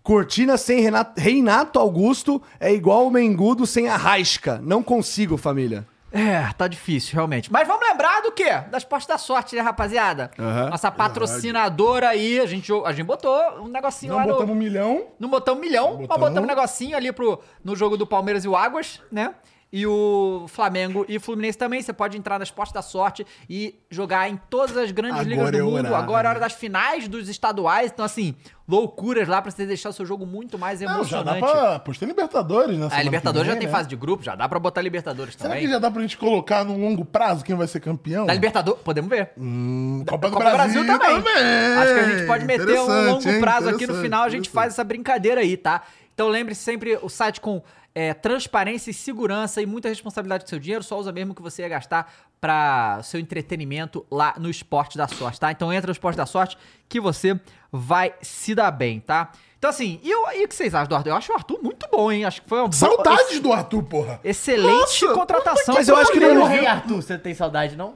Speaker 4: Cortina sem Renato, Reinato Augusto é igual o Mengudo sem a Rasca. Não consigo, família.
Speaker 1: É, tá difícil, realmente. Mas vamos lembrar do quê? Das postas da sorte, né, rapaziada? Nossa patrocinadora aí, a gente, a gente botou um negocinho
Speaker 2: Não
Speaker 1: lá
Speaker 2: botamos
Speaker 1: no.
Speaker 2: um milhão.
Speaker 1: Não botamos milhão, mas
Speaker 2: Botamos.
Speaker 1: botamos um negocinho ali pro, no jogo do Palmeiras e o Águas, né? E o Flamengo e Fluminense também. Você pode entrar nas postas da sorte e jogar em todas as grandes
Speaker 2: Agora
Speaker 1: ligas do
Speaker 2: é
Speaker 1: mundo.
Speaker 2: horário.
Speaker 1: Agora é hora das finais dos estaduais. Então, assim, loucuras lá pra você deixar o seu jogo muito mais
Speaker 2: Não, Ah, já dá
Speaker 1: emocionante.
Speaker 2: pra... Pois tem Libertadores, né?
Speaker 1: A
Speaker 2: semana
Speaker 1: Libertadores
Speaker 2: que
Speaker 1: já
Speaker 2: vem,
Speaker 1: tem
Speaker 2: né?
Speaker 1: fase de grupo, já dá pra botar Libertadores
Speaker 2: Será
Speaker 1: também.
Speaker 2: que já dá pra gente colocar num longo prazo quem vai ser campeão?
Speaker 1: Da Libertadores, podemos ver.
Speaker 2: Hum, Copa do
Speaker 1: Copa do
Speaker 2: Brasil, também.
Speaker 1: Acho que a gente pode meter um
Speaker 2: Interessante,
Speaker 1: longo
Speaker 2: hein?
Speaker 1: prazo aqui no
Speaker 2: Interessante,
Speaker 1: final, a gente
Speaker 2: interessante.
Speaker 1: faz essa brincadeira aí, tá? Então lembre-se sempre o site com é, transparência e segurança e muita responsabilidade com seu dinheiro, só usa mesmo o que você ia gastar para seu entretenimento lá no Esporte da Sorte, tá? Então entra no Esporte da Sorte que você vai se dar bem, tá? Então assim, e, o- e o que vocês acham do Arthur? Eu acho o Arthur muito bom, hein? Acho que foi uma boa-
Speaker 2: Saudades do Arthur, porra.
Speaker 1: ex- excelente contratação.
Speaker 4: mas eu acho que
Speaker 3: Ele
Speaker 4: não-
Speaker 3: morreu, Arthur. Você tem saudade, não?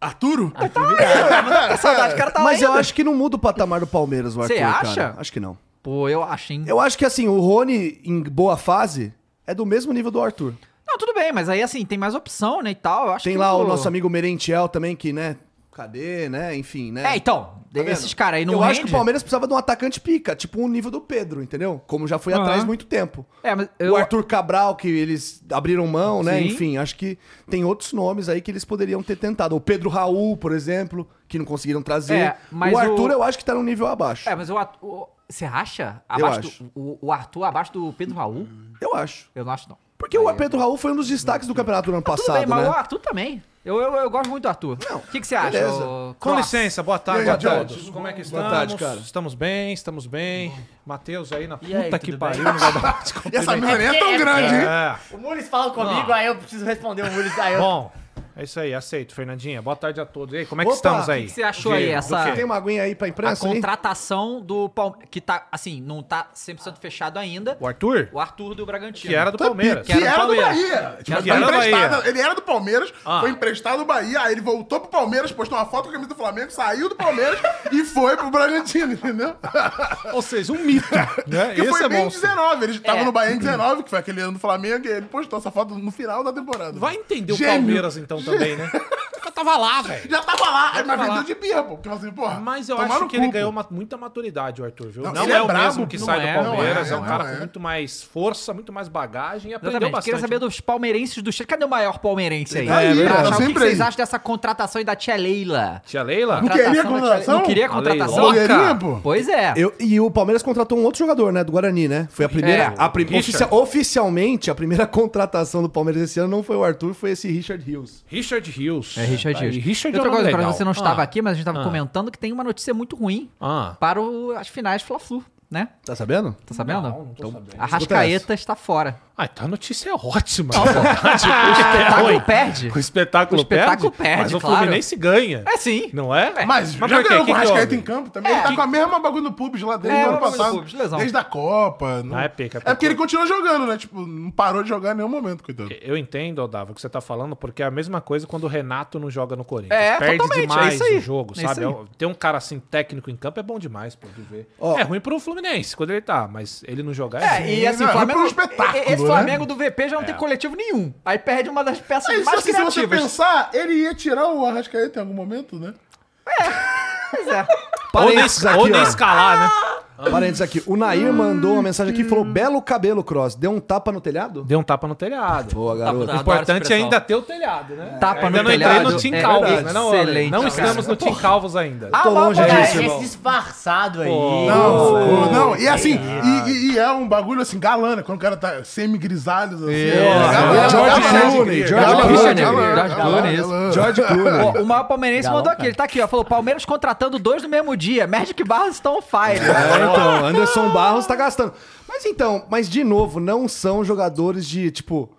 Speaker 2: Arturo? é.
Speaker 1: tá saudade, o cara tá lá
Speaker 4: Mas eu
Speaker 1: ainda.
Speaker 4: acho que não muda o patamar do Palmeiras, o Arthur,
Speaker 1: Você acha?
Speaker 4: cara. Acho que não.
Speaker 1: Pô, eu acho, hein?
Speaker 4: Eu acho que, assim, o Rony, em boa fase, é do mesmo nível do Arthur.
Speaker 1: Não, tudo bem, mas aí assim, tem mais opção, né, e tal. Eu acho
Speaker 4: Tem
Speaker 1: que
Speaker 4: lá o nosso amigo Merentiel também, que, né? Cadê, né? Enfim, né?
Speaker 1: É, então,
Speaker 4: Tá
Speaker 1: esses
Speaker 4: vendo?
Speaker 1: caras aí não
Speaker 4: Eu acho que
Speaker 1: rende.
Speaker 4: o Palmeiras precisava de um atacante pica, tipo um nível do Pedro, entendeu? Como já foi
Speaker 1: Aham.
Speaker 4: atrás muito tempo.
Speaker 1: É, mas eu-
Speaker 4: O Arthur Cabral, que eles abriram mão, né?
Speaker 1: Sim.
Speaker 4: Enfim, acho que tem outros nomes aí que eles poderiam ter tentado. O Pedro Raul, por exemplo, que não conseguiram trazer.
Speaker 1: É, mas
Speaker 4: o Arthur,
Speaker 1: o-
Speaker 4: eu acho que tá num nível abaixo.
Speaker 1: É, mas o Arthur- o- Você acha?
Speaker 4: Eu
Speaker 1: Abaixo do-
Speaker 4: acho.
Speaker 1: o, o Arthur abaixo do Pedro Raul?
Speaker 4: Eu acho.
Speaker 1: Eu não acho, não.
Speaker 4: Porque o Pedro Raul foi um dos destaques do campeonato do ano
Speaker 1: é Tudo
Speaker 4: passado,
Speaker 1: bem, mas
Speaker 4: né?
Speaker 1: o Arthur também. Eu, eu, eu gosto muito do Arthur. O que, que você acha?
Speaker 4: beleza.
Speaker 1: ô,
Speaker 5: Com
Speaker 1: Cross?
Speaker 5: licença, boa tarde
Speaker 2: E aí,
Speaker 5: a todos.
Speaker 2: Jorge?
Speaker 5: Como é que
Speaker 4: Boa
Speaker 5: estamos?
Speaker 4: tarde, cara.
Speaker 5: Estamos bem, estamos bem. Matheus aí na
Speaker 3: E aí,
Speaker 5: puta que
Speaker 3: tudo
Speaker 5: pariu,
Speaker 3: bem?
Speaker 5: não vai dar pra te
Speaker 2: E essa
Speaker 5: cumprimentar.
Speaker 2: mesa nem é tão
Speaker 3: É,
Speaker 2: grande, hein?
Speaker 5: É.
Speaker 3: O Mules fala comigo, aí eu preciso responder o Mules. Aí eu...
Speaker 5: Bom, É isso aí, aceito, Fernandinha. Boa tarde a todos. E aí, como é que
Speaker 4: Opa,
Speaker 5: estamos aí?
Speaker 4: o
Speaker 1: que que você achou aí,
Speaker 5: Do
Speaker 1: essa-
Speaker 5: quê?
Speaker 4: Você tem uma aguinha aí pra
Speaker 1: A
Speaker 4: imprensa aí?
Speaker 1: contratação do Palmeiras, que tá, assim, não tá 100% fechado ainda,
Speaker 5: O Arthur?
Speaker 1: o Arthur do Bragantino.
Speaker 5: Que era do Palmeiras.
Speaker 2: Que
Speaker 1: era do
Speaker 2: era do
Speaker 1: Palmeiras.
Speaker 2: Bahia. Tipo, foi
Speaker 5: era do Bahia.
Speaker 2: emprestado- Ele era do Palmeiras,
Speaker 5: Ah.
Speaker 2: foi emprestado do Bahia, aí ele voltou pro Palmeiras, postou uma foto com a camisa do Flamengo, saiu do Palmeiras e foi pro Bragantino, entendeu?
Speaker 5: Ou seja, um mito. né?
Speaker 2: Que
Speaker 5: Esse
Speaker 2: foi
Speaker 5: é
Speaker 2: bem em
Speaker 5: monstro.
Speaker 2: 19. Ele estava
Speaker 1: É.
Speaker 2: no Bahia em 19, que foi aquele ano do Flamengo, e ele postou essa foto no final da temporada.
Speaker 5: Vai entender
Speaker 2: Gênio.
Speaker 5: o Palmeiras então também, né? Eu tava lá, velho.
Speaker 2: Já tava lá, aí, mas
Speaker 5: tava lá.
Speaker 2: vendeu de birra, pô. Porque falou assim, porra.
Speaker 5: Mas eu
Speaker 2: tomar
Speaker 5: acho
Speaker 2: no
Speaker 5: que ele
Speaker 2: cu,
Speaker 5: ganhou
Speaker 2: pô.
Speaker 5: uma- muita maturidade, o Arthur, viu?
Speaker 2: Não,
Speaker 5: Não,
Speaker 2: ele
Speaker 5: é,
Speaker 2: é
Speaker 5: o
Speaker 2: brabo,
Speaker 5: mesmo que
Speaker 1: não
Speaker 5: sai
Speaker 1: é,
Speaker 5: do
Speaker 1: não
Speaker 5: Palmeiras,
Speaker 2: é,
Speaker 5: é, um
Speaker 2: não
Speaker 5: cara
Speaker 2: é.
Speaker 5: com muito mais força, muito mais bagagem e aprendeu
Speaker 1: Exatamente. Queria
Speaker 5: bastante. né?
Speaker 4: né?
Speaker 1: saber dos palmeirenses do Chile. Cadê o maior palmeirense aí?
Speaker 2: Tá aí,
Speaker 1: Pra
Speaker 4: é
Speaker 1: achar
Speaker 2: cara,
Speaker 1: o que que,
Speaker 2: sempre
Speaker 1: vocês
Speaker 2: aí.
Speaker 1: acham dessa contratação e da tia Leila?
Speaker 5: Tia Leila?
Speaker 2: Não queria
Speaker 1: Contratação da tia Leila.
Speaker 2: contratação?
Speaker 1: Não queria a
Speaker 5: Olha aí,
Speaker 1: contratação?
Speaker 2: Blogueirinha, pô.
Speaker 1: Pois é.
Speaker 4: Eu- e o Palmeiras contratou um outro jogador, né? Do Guarani, né? Foi a primeira.
Speaker 1: É,
Speaker 4: a prim-
Speaker 5: Richard.
Speaker 4: ofici- oficialmente, a primeira contratação do Palmeiras esse ano não foi o Arthur, foi esse Richard Hills.
Speaker 5: Richard Hughes.
Speaker 1: É Richard
Speaker 5: Tá aí.
Speaker 1: Dias.
Speaker 5: Richard
Speaker 1: E Outra
Speaker 5: é um nome
Speaker 1: coisa, para
Speaker 5: legal.
Speaker 1: você não estava
Speaker 5: Ah,
Speaker 1: aqui, mas a gente estava
Speaker 5: Ah.
Speaker 1: comentando que tem uma notícia muito ruim
Speaker 5: Ah.
Speaker 1: para o- as finais Fla-Flu, né?
Speaker 4: Tá sabendo?
Speaker 1: Tá sabendo?
Speaker 5: Não, não tô sabendo.
Speaker 1: a Rascaeta está fora.
Speaker 5: Ah, então a notícia é ótima. na
Speaker 1: Ah,
Speaker 5: verdade. o espetáculo
Speaker 1: Taco Tá perde.
Speaker 5: O espetáculo,
Speaker 1: O espetáculo
Speaker 5: perde,
Speaker 1: perde,
Speaker 5: mas o
Speaker 1: claro.
Speaker 5: Fluminense ganha.
Speaker 1: É sim.
Speaker 5: Não é?
Speaker 2: Mas, já
Speaker 5: por quê?
Speaker 2: ganhou
Speaker 5: Que
Speaker 2: com o
Speaker 5: que
Speaker 2: Rascaeta
Speaker 5: houve? É,
Speaker 2: em campo também. Ele tá com a mesma bagulho no pubs lá desde
Speaker 1: É,
Speaker 2: o ano
Speaker 1: o bagulho do
Speaker 2: passado.
Speaker 1: pubs, lesão.
Speaker 2: Desde a Copa. não-
Speaker 5: Ah, é pica, é pica.
Speaker 2: É porque ele continuou jogando, né? Tipo, não parou de jogar em nenhum momento, coitado.
Speaker 5: Eu entendo, Aldava, o que você tá falando, porque é a mesma coisa quando o Renato não joga no Corinthians.
Speaker 1: É,
Speaker 5: Perde
Speaker 1: totalmente, é
Speaker 5: demais
Speaker 1: isso aí.
Speaker 5: o jogo,
Speaker 1: É isso
Speaker 5: sabe?
Speaker 1: aí.
Speaker 5: É o- Ter um cara assim técnico em campo é bom demais, pô, de ver.
Speaker 4: Ó.
Speaker 5: É ruim pro Fluminense quando ele tá, mas ele não jogar é,
Speaker 1: É,
Speaker 5: ruim.
Speaker 1: e assim,
Speaker 2: não,
Speaker 1: o Flamengo.
Speaker 2: foi um espetáculo,
Speaker 1: e- e- Esse
Speaker 2: né?
Speaker 1: Flamengo do VP já não
Speaker 5: É.
Speaker 1: tem coletivo nenhum. Aí perde uma das peças
Speaker 2: Mas
Speaker 1: mais
Speaker 2: assim, se você
Speaker 1: criativas.
Speaker 2: pensar, ele ia tirar o Arrascaeta em algum momento, né?
Speaker 1: Pois é.
Speaker 5: Ou nem,
Speaker 4: Parênteses aqui,
Speaker 5: ou nem
Speaker 4: ó.
Speaker 5: escalar, né?
Speaker 4: Parênteses aqui. O Nair mandou uma mensagem aqui e falou: belo cabelo, Cross. Deu um tapa no telhado?
Speaker 5: Deu um tapa no telhado.
Speaker 4: Boa, garoto.
Speaker 5: O
Speaker 1: Adoro
Speaker 5: importante é
Speaker 1: expressão.
Speaker 5: ainda ter o telhado, né?
Speaker 1: Tapa
Speaker 5: ainda
Speaker 1: Ah, no
Speaker 5: não
Speaker 1: telhado,
Speaker 5: entrei no Tim
Speaker 1: é
Speaker 5: Calvos,
Speaker 1: verdade.
Speaker 5: né? Não, Ale?
Speaker 1: Excelente,
Speaker 5: não
Speaker 1: cara.
Speaker 5: estamos no Tim Calvos ainda.
Speaker 1: Ah,
Speaker 4: Tô
Speaker 1: mas
Speaker 4: longe
Speaker 1: pô,
Speaker 3: Cara,
Speaker 4: disso.
Speaker 1: é-
Speaker 4: irmão.
Speaker 3: esse disfarçado aí.
Speaker 2: Não, pô, não. E assim, e, e- e é um bagulho assim, galana, quando o cara tá semi-grisalhos assim.
Speaker 1: Isso.
Speaker 2: Galã, galã,
Speaker 4: George Clooney,
Speaker 2: galã,
Speaker 4: George
Speaker 2: galã, galã,
Speaker 4: Clooney,
Speaker 1: George
Speaker 2: galã,
Speaker 1: Clooney,
Speaker 2: galã.
Speaker 4: George Clooney.
Speaker 1: Ó, o maior palmeirense mandou aqui, ele tá aqui, ó. Falou: Palmeiras contratando dois no mesmo dia. Magic Barras estão on fire.
Speaker 4: É, então, Anderson Barros tá gastando. Mas então, mas de novo, não são jogadores de, tipo,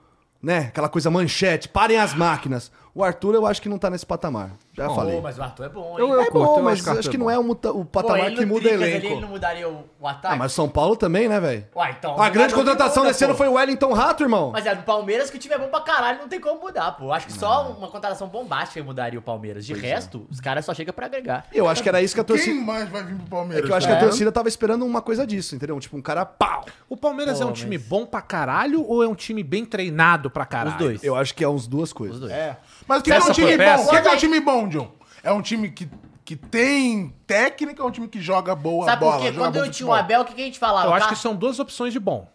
Speaker 4: né, aquela coisa manchete, parem as máquinas. O Arthur eu acho que não tá nesse patamar. Já falei.
Speaker 3: Pô, mas o Arthur é bom,
Speaker 1: Eu- eu-
Speaker 4: é
Speaker 1: curto,
Speaker 4: bom, mas
Speaker 1: acho
Speaker 4: acho
Speaker 1: que o Arthur
Speaker 4: que,
Speaker 1: é
Speaker 4: não é o, muta- o patamar que muda elenco.
Speaker 3: ele não mudaria o, o ataque?
Speaker 4: Ah, mas São Paulo também, né, velho?
Speaker 3: Ué, então,
Speaker 4: A grande
Speaker 3: jogador que
Speaker 4: contratação
Speaker 3: muda,
Speaker 4: desse ano
Speaker 3: pô.
Speaker 4: foi o Wellington Rato, irmão.
Speaker 3: Mas é do Palmeiras que o time é bom pra caralho, não tem como mudar, pô. Acho que só uma contratação bombástica mudaria o Palmeiras. De
Speaker 2: é.
Speaker 3: resto, os caras só chegam pra agregar.
Speaker 4: Eu acho que era isso que a
Speaker 2: Quem
Speaker 4: torcida.
Speaker 2: mais vai vir pro
Speaker 4: É
Speaker 2: Palmeiras?
Speaker 4: que eu acho que a torcida tava esperando uma coisa disso, entendeu? Tipo, um cara pau.
Speaker 5: O Palmeiras é um time bom pra caralho ou é um time bem treinado pra caralho?
Speaker 3: Os dois.
Speaker 4: Eu acho que é uns duas coisas.
Speaker 3: dois.
Speaker 2: Mas o que, que é um
Speaker 5: Peça
Speaker 2: time
Speaker 5: por
Speaker 2: bom?
Speaker 5: peça.
Speaker 2: O que, que é um time bom, John? É um time que, que tem técnica, é um time que joga boa
Speaker 3: Sabe
Speaker 2: bola.
Speaker 3: por quê?
Speaker 2: joga
Speaker 3: Quando
Speaker 2: bom
Speaker 3: eu tinha o
Speaker 2: futebol.
Speaker 3: Abel, o que, que a gente falava?
Speaker 5: Eu acho
Speaker 3: Tá-
Speaker 5: que são duas opções de bom.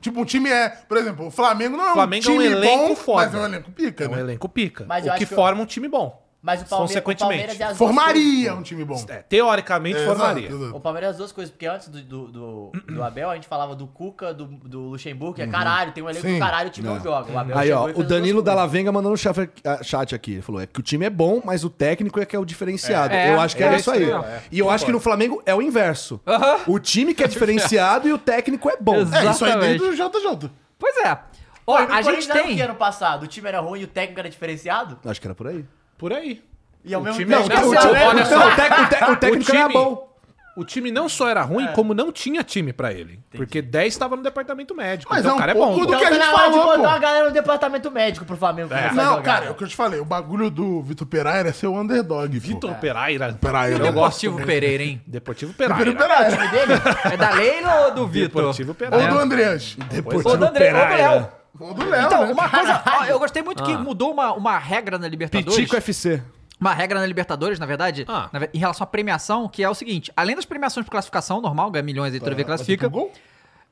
Speaker 2: Tipo, um time é... Por exemplo, o Flamengo não é
Speaker 5: Flamengo é
Speaker 2: um
Speaker 5: um
Speaker 2: time
Speaker 5: elenco
Speaker 2: bom,
Speaker 5: foda.
Speaker 2: mas é um elenco pica,
Speaker 5: É um
Speaker 2: né?
Speaker 5: elenco pica.
Speaker 3: Mas eu
Speaker 5: o que
Speaker 3: acho que eu-
Speaker 5: forma um time bom.
Speaker 3: Mas o Palmeiras, o
Speaker 5: Consequentemente.
Speaker 3: Palmeiras é as duas
Speaker 2: Formaria um time bom.
Speaker 5: É, teoricamente
Speaker 2: É,
Speaker 5: formaria.
Speaker 2: exato,
Speaker 3: coisas.
Speaker 2: exato.
Speaker 3: O Palmeiras é as duas coisas, porque antes do, do, do, do Abel, a gente falava do Cuca, do, do Luxemburgo, que é caralho, tem um elenco
Speaker 2: Uhum. Sim. É.
Speaker 3: do caralho, o time não, joga. O Abel
Speaker 4: Aí,
Speaker 3: chegou
Speaker 4: ó,
Speaker 3: e
Speaker 4: o
Speaker 3: fez as
Speaker 4: Danilo
Speaker 3: duas
Speaker 4: da
Speaker 3: coisas.
Speaker 4: Lavenga mandando um chaf- ah, chat aqui. Ele falou: é que o time é bom, mas o técnico é que é o diferenciado.
Speaker 1: É,
Speaker 4: eu acho que
Speaker 1: é
Speaker 4: é,
Speaker 1: isso
Speaker 4: isso aí.
Speaker 1: mesmo,
Speaker 4: E eu acho que no Flamengo é o inverso. O time que é diferenciado e o técnico é bom.
Speaker 1: Exato.
Speaker 2: É, isso aí
Speaker 1: Exatamente.
Speaker 2: desde o JJ.
Speaker 1: Pois é. Ó,
Speaker 3: Pô,
Speaker 1: a
Speaker 3: o Corinthians
Speaker 1: gente
Speaker 3: era o que
Speaker 1: tem.
Speaker 3: ano passado? O time era ruim e o técnico era diferenciado?
Speaker 4: Acho que era por aí.
Speaker 5: Por aí.
Speaker 3: E ao mesmo
Speaker 5: time
Speaker 4: Não, o,
Speaker 5: Não, o
Speaker 3: tempo.
Speaker 5: te-
Speaker 3: esse
Speaker 5: o
Speaker 3: ano
Speaker 5: time-
Speaker 3: é-
Speaker 5: olha só.
Speaker 4: técnico, o te- o técnico
Speaker 5: O time-
Speaker 4: era bom.
Speaker 5: O time não só era ruim, como não tinha time pra ele. Porque 10 estava no departamento médico.
Speaker 2: Mas
Speaker 5: então
Speaker 2: é um
Speaker 5: o cara é
Speaker 2: pouco
Speaker 5: bom.
Speaker 2: do
Speaker 5: então.
Speaker 2: que a
Speaker 3: Então tá
Speaker 2: gente
Speaker 3: na hora de
Speaker 2: falou,
Speaker 3: botar
Speaker 2: pô.
Speaker 3: a galera no departamento médico pro Flamengo. começar a
Speaker 2: Não,
Speaker 3: jogar.
Speaker 2: cara, é o que eu te falei. O bagulho do Vitor Pereira é ser o underdog, pô.
Speaker 5: Vitor Pereira.
Speaker 2: É.
Speaker 3: um
Speaker 2: Pereira.
Speaker 5: Eu gosto.
Speaker 1: Deportivo Pereira, hein?
Speaker 5: Deportivo
Speaker 2: Vitor
Speaker 5: Pereira.
Speaker 2: Pereira.
Speaker 3: dele?
Speaker 1: É da Leila ou do Vitor?
Speaker 5: Deportivo
Speaker 2: Ou do
Speaker 5: Pereira.
Speaker 2: Andreas.
Speaker 1: Ou do André, ou do Léo.
Speaker 2: Ou do Léo,
Speaker 1: Então,
Speaker 2: né?
Speaker 1: uma coisa. ó, Eu gostei muito que mudou uma, uma regra na Libertadores.
Speaker 4: Pitico é FC.
Speaker 1: Uma regra na Libertadores, na verdade,
Speaker 5: Ah.
Speaker 1: na ve- em relação à premiação, que é o seguinte: além das premiações por classificação, normal, ganha milhões aí toda vez que classifica.
Speaker 2: gol?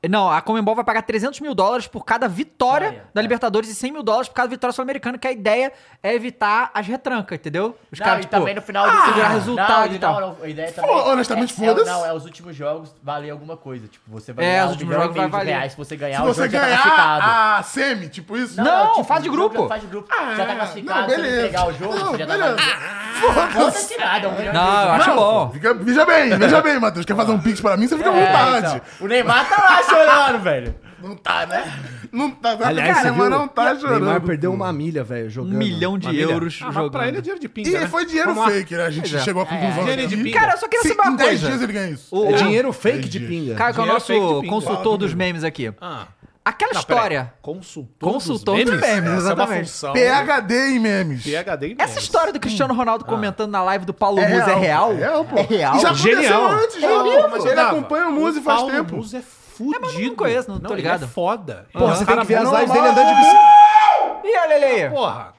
Speaker 1: Não, a Comembol vai pagar 300 mil dólares por cada vitória
Speaker 3: Olha,
Speaker 1: da Libertadores e 100 mil dólares por cada vitória sul-americana, que a ideia é evitar as retrancas, entendeu? Os
Speaker 3: Não,
Speaker 1: caras,
Speaker 3: e
Speaker 1: tipo,
Speaker 3: também no final do
Speaker 1: segurar resultado então." e tal.
Speaker 3: Não, não, a ideia
Speaker 2: Fo-
Speaker 3: também,
Speaker 2: honestamente,
Speaker 3: é-
Speaker 2: foda-se.
Speaker 3: É, não, é os últimos jogos valer alguma coisa. Tipo, você vai
Speaker 1: É,
Speaker 3: ganhar
Speaker 1: os
Speaker 3: um
Speaker 1: últimos
Speaker 3: milhão e
Speaker 1: jogos
Speaker 3: meio
Speaker 1: vai
Speaker 3: de
Speaker 1: valer.
Speaker 3: reais. Se você ganhar,
Speaker 2: Se
Speaker 3: o
Speaker 2: você
Speaker 3: jogo já tá
Speaker 2: ganhar
Speaker 3: classificado.
Speaker 2: a semi, tipo isso?
Speaker 1: Não,
Speaker 3: é o
Speaker 1: faz de
Speaker 3: o jogo
Speaker 1: grupo.
Speaker 3: já Faz de grupo. já tá classificado,
Speaker 2: não,
Speaker 3: se ele
Speaker 2: beleza.
Speaker 3: pegar o jogo,
Speaker 2: Não,
Speaker 3: você já tá
Speaker 2: beleza.
Speaker 3: valendo. Foda-se nada, é um milhão e meio
Speaker 1: Não,
Speaker 3: de
Speaker 1: eu acho
Speaker 2: Não,
Speaker 1: bom.
Speaker 2: Fica, veja bem, veja bem, Matheus. Quer fazer um pix pra mim? Você fica à
Speaker 3: É,
Speaker 2: vontade.
Speaker 3: então. O Neymar tá lá chorando, velho.
Speaker 2: Não tá, né? Não tá.
Speaker 4: Aliás,
Speaker 2: cara,
Speaker 4: você viu?
Speaker 2: mas não tá chorando.
Speaker 4: Neymar perdeu uma milha, velho,
Speaker 1: Um
Speaker 4: jogando.
Speaker 1: milhão de
Speaker 4: Uma milha.
Speaker 1: euros
Speaker 5: Ah, mas
Speaker 1: jogando.
Speaker 5: pra ele é dinheiro de pinga,
Speaker 2: E
Speaker 5: né?
Speaker 2: foi dinheiro
Speaker 5: Vamos lá.
Speaker 2: fake, né? A gente
Speaker 5: Pois é.
Speaker 2: chegou à conclusão.
Speaker 5: dinheiro de
Speaker 2: aqui.
Speaker 5: pinga.
Speaker 1: Cara, eu só queria
Speaker 2: Se-
Speaker 1: saber uma
Speaker 2: em 10 dias
Speaker 1: coisa.
Speaker 2: ele ganha isso.
Speaker 1: O-
Speaker 4: É dinheiro fake
Speaker 2: Dez
Speaker 4: de
Speaker 2: dias.
Speaker 4: pinga.
Speaker 1: Caio, que é o
Speaker 5: Dinheiro fake de
Speaker 1: nosso
Speaker 5: pinga.
Speaker 2: Fala
Speaker 1: consultor dos
Speaker 2: comigo.
Speaker 1: memes aqui.
Speaker 5: Ah.
Speaker 1: Aquela
Speaker 5: Não, peraí.
Speaker 1: história.
Speaker 5: Consultor,
Speaker 1: Consultor
Speaker 5: dos
Speaker 1: dos
Speaker 5: memes?
Speaker 1: memes,
Speaker 5: Essa é uma
Speaker 1: exatamente.
Speaker 5: função.
Speaker 2: PHD em memes.
Speaker 5: PHD em memes.
Speaker 1: Essa história do Cristiano Ronaldo
Speaker 5: Ah.
Speaker 1: comentando na live do Paulo
Speaker 2: É
Speaker 1: Musa é real?
Speaker 2: real, é real, pô.
Speaker 1: É real?
Speaker 2: E já aconteceu
Speaker 5: Genial. É
Speaker 2: antes, já, pô, mas ele acompanha o Muzi faz
Speaker 5: Paulo
Speaker 2: tempo.
Speaker 5: Muzi é fudido.
Speaker 1: É mas eu não conheço, não tô
Speaker 5: ele
Speaker 1: ligado.
Speaker 5: é foda.
Speaker 4: Pô, você tem
Speaker 5: Cara,
Speaker 4: que ver as
Speaker 5: não,
Speaker 4: lives
Speaker 5: mas-
Speaker 4: dele andando de bicicleta.
Speaker 1: Ih, olha ele aí.
Speaker 5: Porra.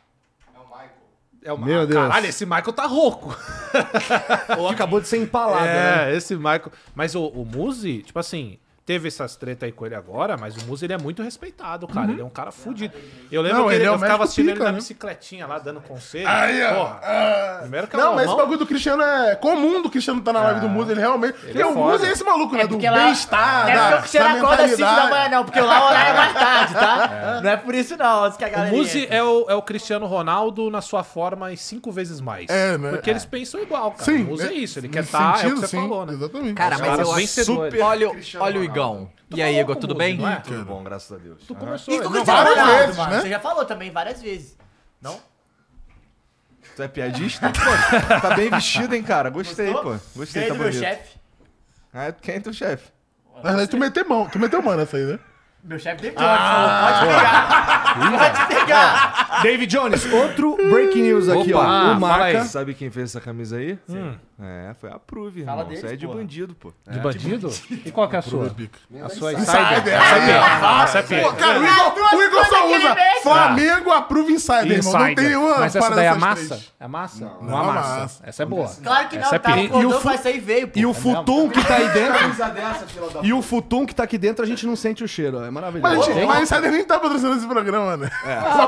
Speaker 5: É o Michael.
Speaker 4: Meu Deus.
Speaker 5: Caralho, esse Michael tá rouco.
Speaker 4: Ou acabou de ser empalado, né?
Speaker 5: É, esse Michael. Mas o, o Muzi, tipo assim, teve essas treta aí com ele agora, mas o Muzi ele é muito respeitado, cara.
Speaker 1: Uhum.
Speaker 5: Ele é um cara fudido. Eu lembro
Speaker 2: Não,
Speaker 5: que
Speaker 2: ele
Speaker 5: ele,
Speaker 2: é
Speaker 5: eu
Speaker 2: o
Speaker 5: ficava
Speaker 2: médico
Speaker 5: assistindo ele
Speaker 2: pica,
Speaker 5: na
Speaker 2: né?
Speaker 5: bicicletinha lá, dando conselho.
Speaker 2: Aí, ó.
Speaker 5: Porra.
Speaker 2: Ah.
Speaker 5: Primeiro que é
Speaker 2: Não, mas esse
Speaker 5: mão.
Speaker 2: bagulho do Cristiano é comum do Cristiano tá na live do Muzi, ele realmente. Porque
Speaker 5: é
Speaker 2: o
Speaker 5: foda.
Speaker 2: Muzi é esse maluco, né? do
Speaker 3: porque lá-
Speaker 2: bem-estar.
Speaker 3: Não é porque
Speaker 2: da-
Speaker 3: o Cristiano
Speaker 2: da
Speaker 3: acorda às 5 da
Speaker 2: mentalidade.
Speaker 3: manhã, não, porque lá o horário é mais tarde, tá? Não é por isso, não. Isso que a
Speaker 5: O
Speaker 3: galera.
Speaker 5: Muzi é o, é o Cristiano Ronaldo na sua forma e cinco vezes mais.
Speaker 2: É, né?
Speaker 5: Porque eles pensam igual, cara.
Speaker 2: Sim.
Speaker 5: o Muzi é isso, ele
Speaker 2: nesse
Speaker 5: quer estar, é o que
Speaker 2: sentido,
Speaker 5: você
Speaker 2: sim,
Speaker 5: falou, né?
Speaker 2: Exatamente.
Speaker 1: Cara,
Speaker 5: Os
Speaker 1: mas
Speaker 5: caras
Speaker 1: eu acho
Speaker 5: vencedores.
Speaker 1: Olha, o- olha o Igão.
Speaker 5: Tá
Speaker 1: E aí, Igor, tudo bem?
Speaker 5: Não é?
Speaker 6: Tudo bom, graças a Deus.
Speaker 5: Tu
Speaker 6: Ah,
Speaker 5: começou.
Speaker 3: E com o
Speaker 5: não,
Speaker 3: Cristiano
Speaker 2: várias
Speaker 3: Ronaldo,
Speaker 2: vezes,
Speaker 3: mano.
Speaker 2: né?
Speaker 3: Você já falou também várias vezes. Não?
Speaker 6: Tu é piadista? Pô, tá bem vestido, hein, cara? Gostei,
Speaker 3: Gostou? é
Speaker 6: pô. Gostei,
Speaker 3: Ganhei
Speaker 6: tá
Speaker 3: do meu
Speaker 6: bonito.
Speaker 3: chefe.
Speaker 6: Ah, é- quem é teu chefe?
Speaker 2: Na verdade, tu meteu mão, tu meteu mão nessa aí, né?
Speaker 3: Meu chefe teve ódio, falou, pode pegar. Pode pegar.
Speaker 4: David Jones, outro breaking news aqui,
Speaker 5: Opa,
Speaker 4: ó.
Speaker 5: fala
Speaker 4: O Marca.
Speaker 5: aí.
Speaker 6: Sabe quem fez essa camisa aí? É, foi a Prove,
Speaker 3: Fala
Speaker 6: irmão.
Speaker 3: deles,
Speaker 6: Isso aí é de
Speaker 3: porra.
Speaker 6: bandido, pô.
Speaker 5: De bandido? E qual que é a sua? A sua
Speaker 2: Insider.
Speaker 5: insider. Essa é
Speaker 2: Pô,
Speaker 5: pica.
Speaker 2: cara, o Igor, o Igor só usa
Speaker 3: mesmo.
Speaker 2: Flamengo approva insider, irmão. Não tem uma
Speaker 5: Mas essa
Speaker 2: parada
Speaker 5: daí é
Speaker 2: dessas
Speaker 5: massa?
Speaker 2: três.
Speaker 5: É massa? Não,
Speaker 2: não
Speaker 5: é
Speaker 2: é
Speaker 5: massa.
Speaker 2: massa.
Speaker 5: Essa é boa.
Speaker 3: Claro que não,
Speaker 5: Essa é
Speaker 3: tá?
Speaker 5: pica.
Speaker 4: E o
Speaker 3: Acordou,
Speaker 4: fu-
Speaker 3: vai sair e veio, pô.
Speaker 4: E o
Speaker 3: É
Speaker 4: futum que tá aí dentro.
Speaker 6: Camisa dessa, fila da
Speaker 4: E o futum que tá aqui dentro, a gente não sente o cheiro. ó. É
Speaker 2: Mas,
Speaker 4: maravilhoso.
Speaker 2: gente, mas insider nem tá patrocinando esse programa, né? Só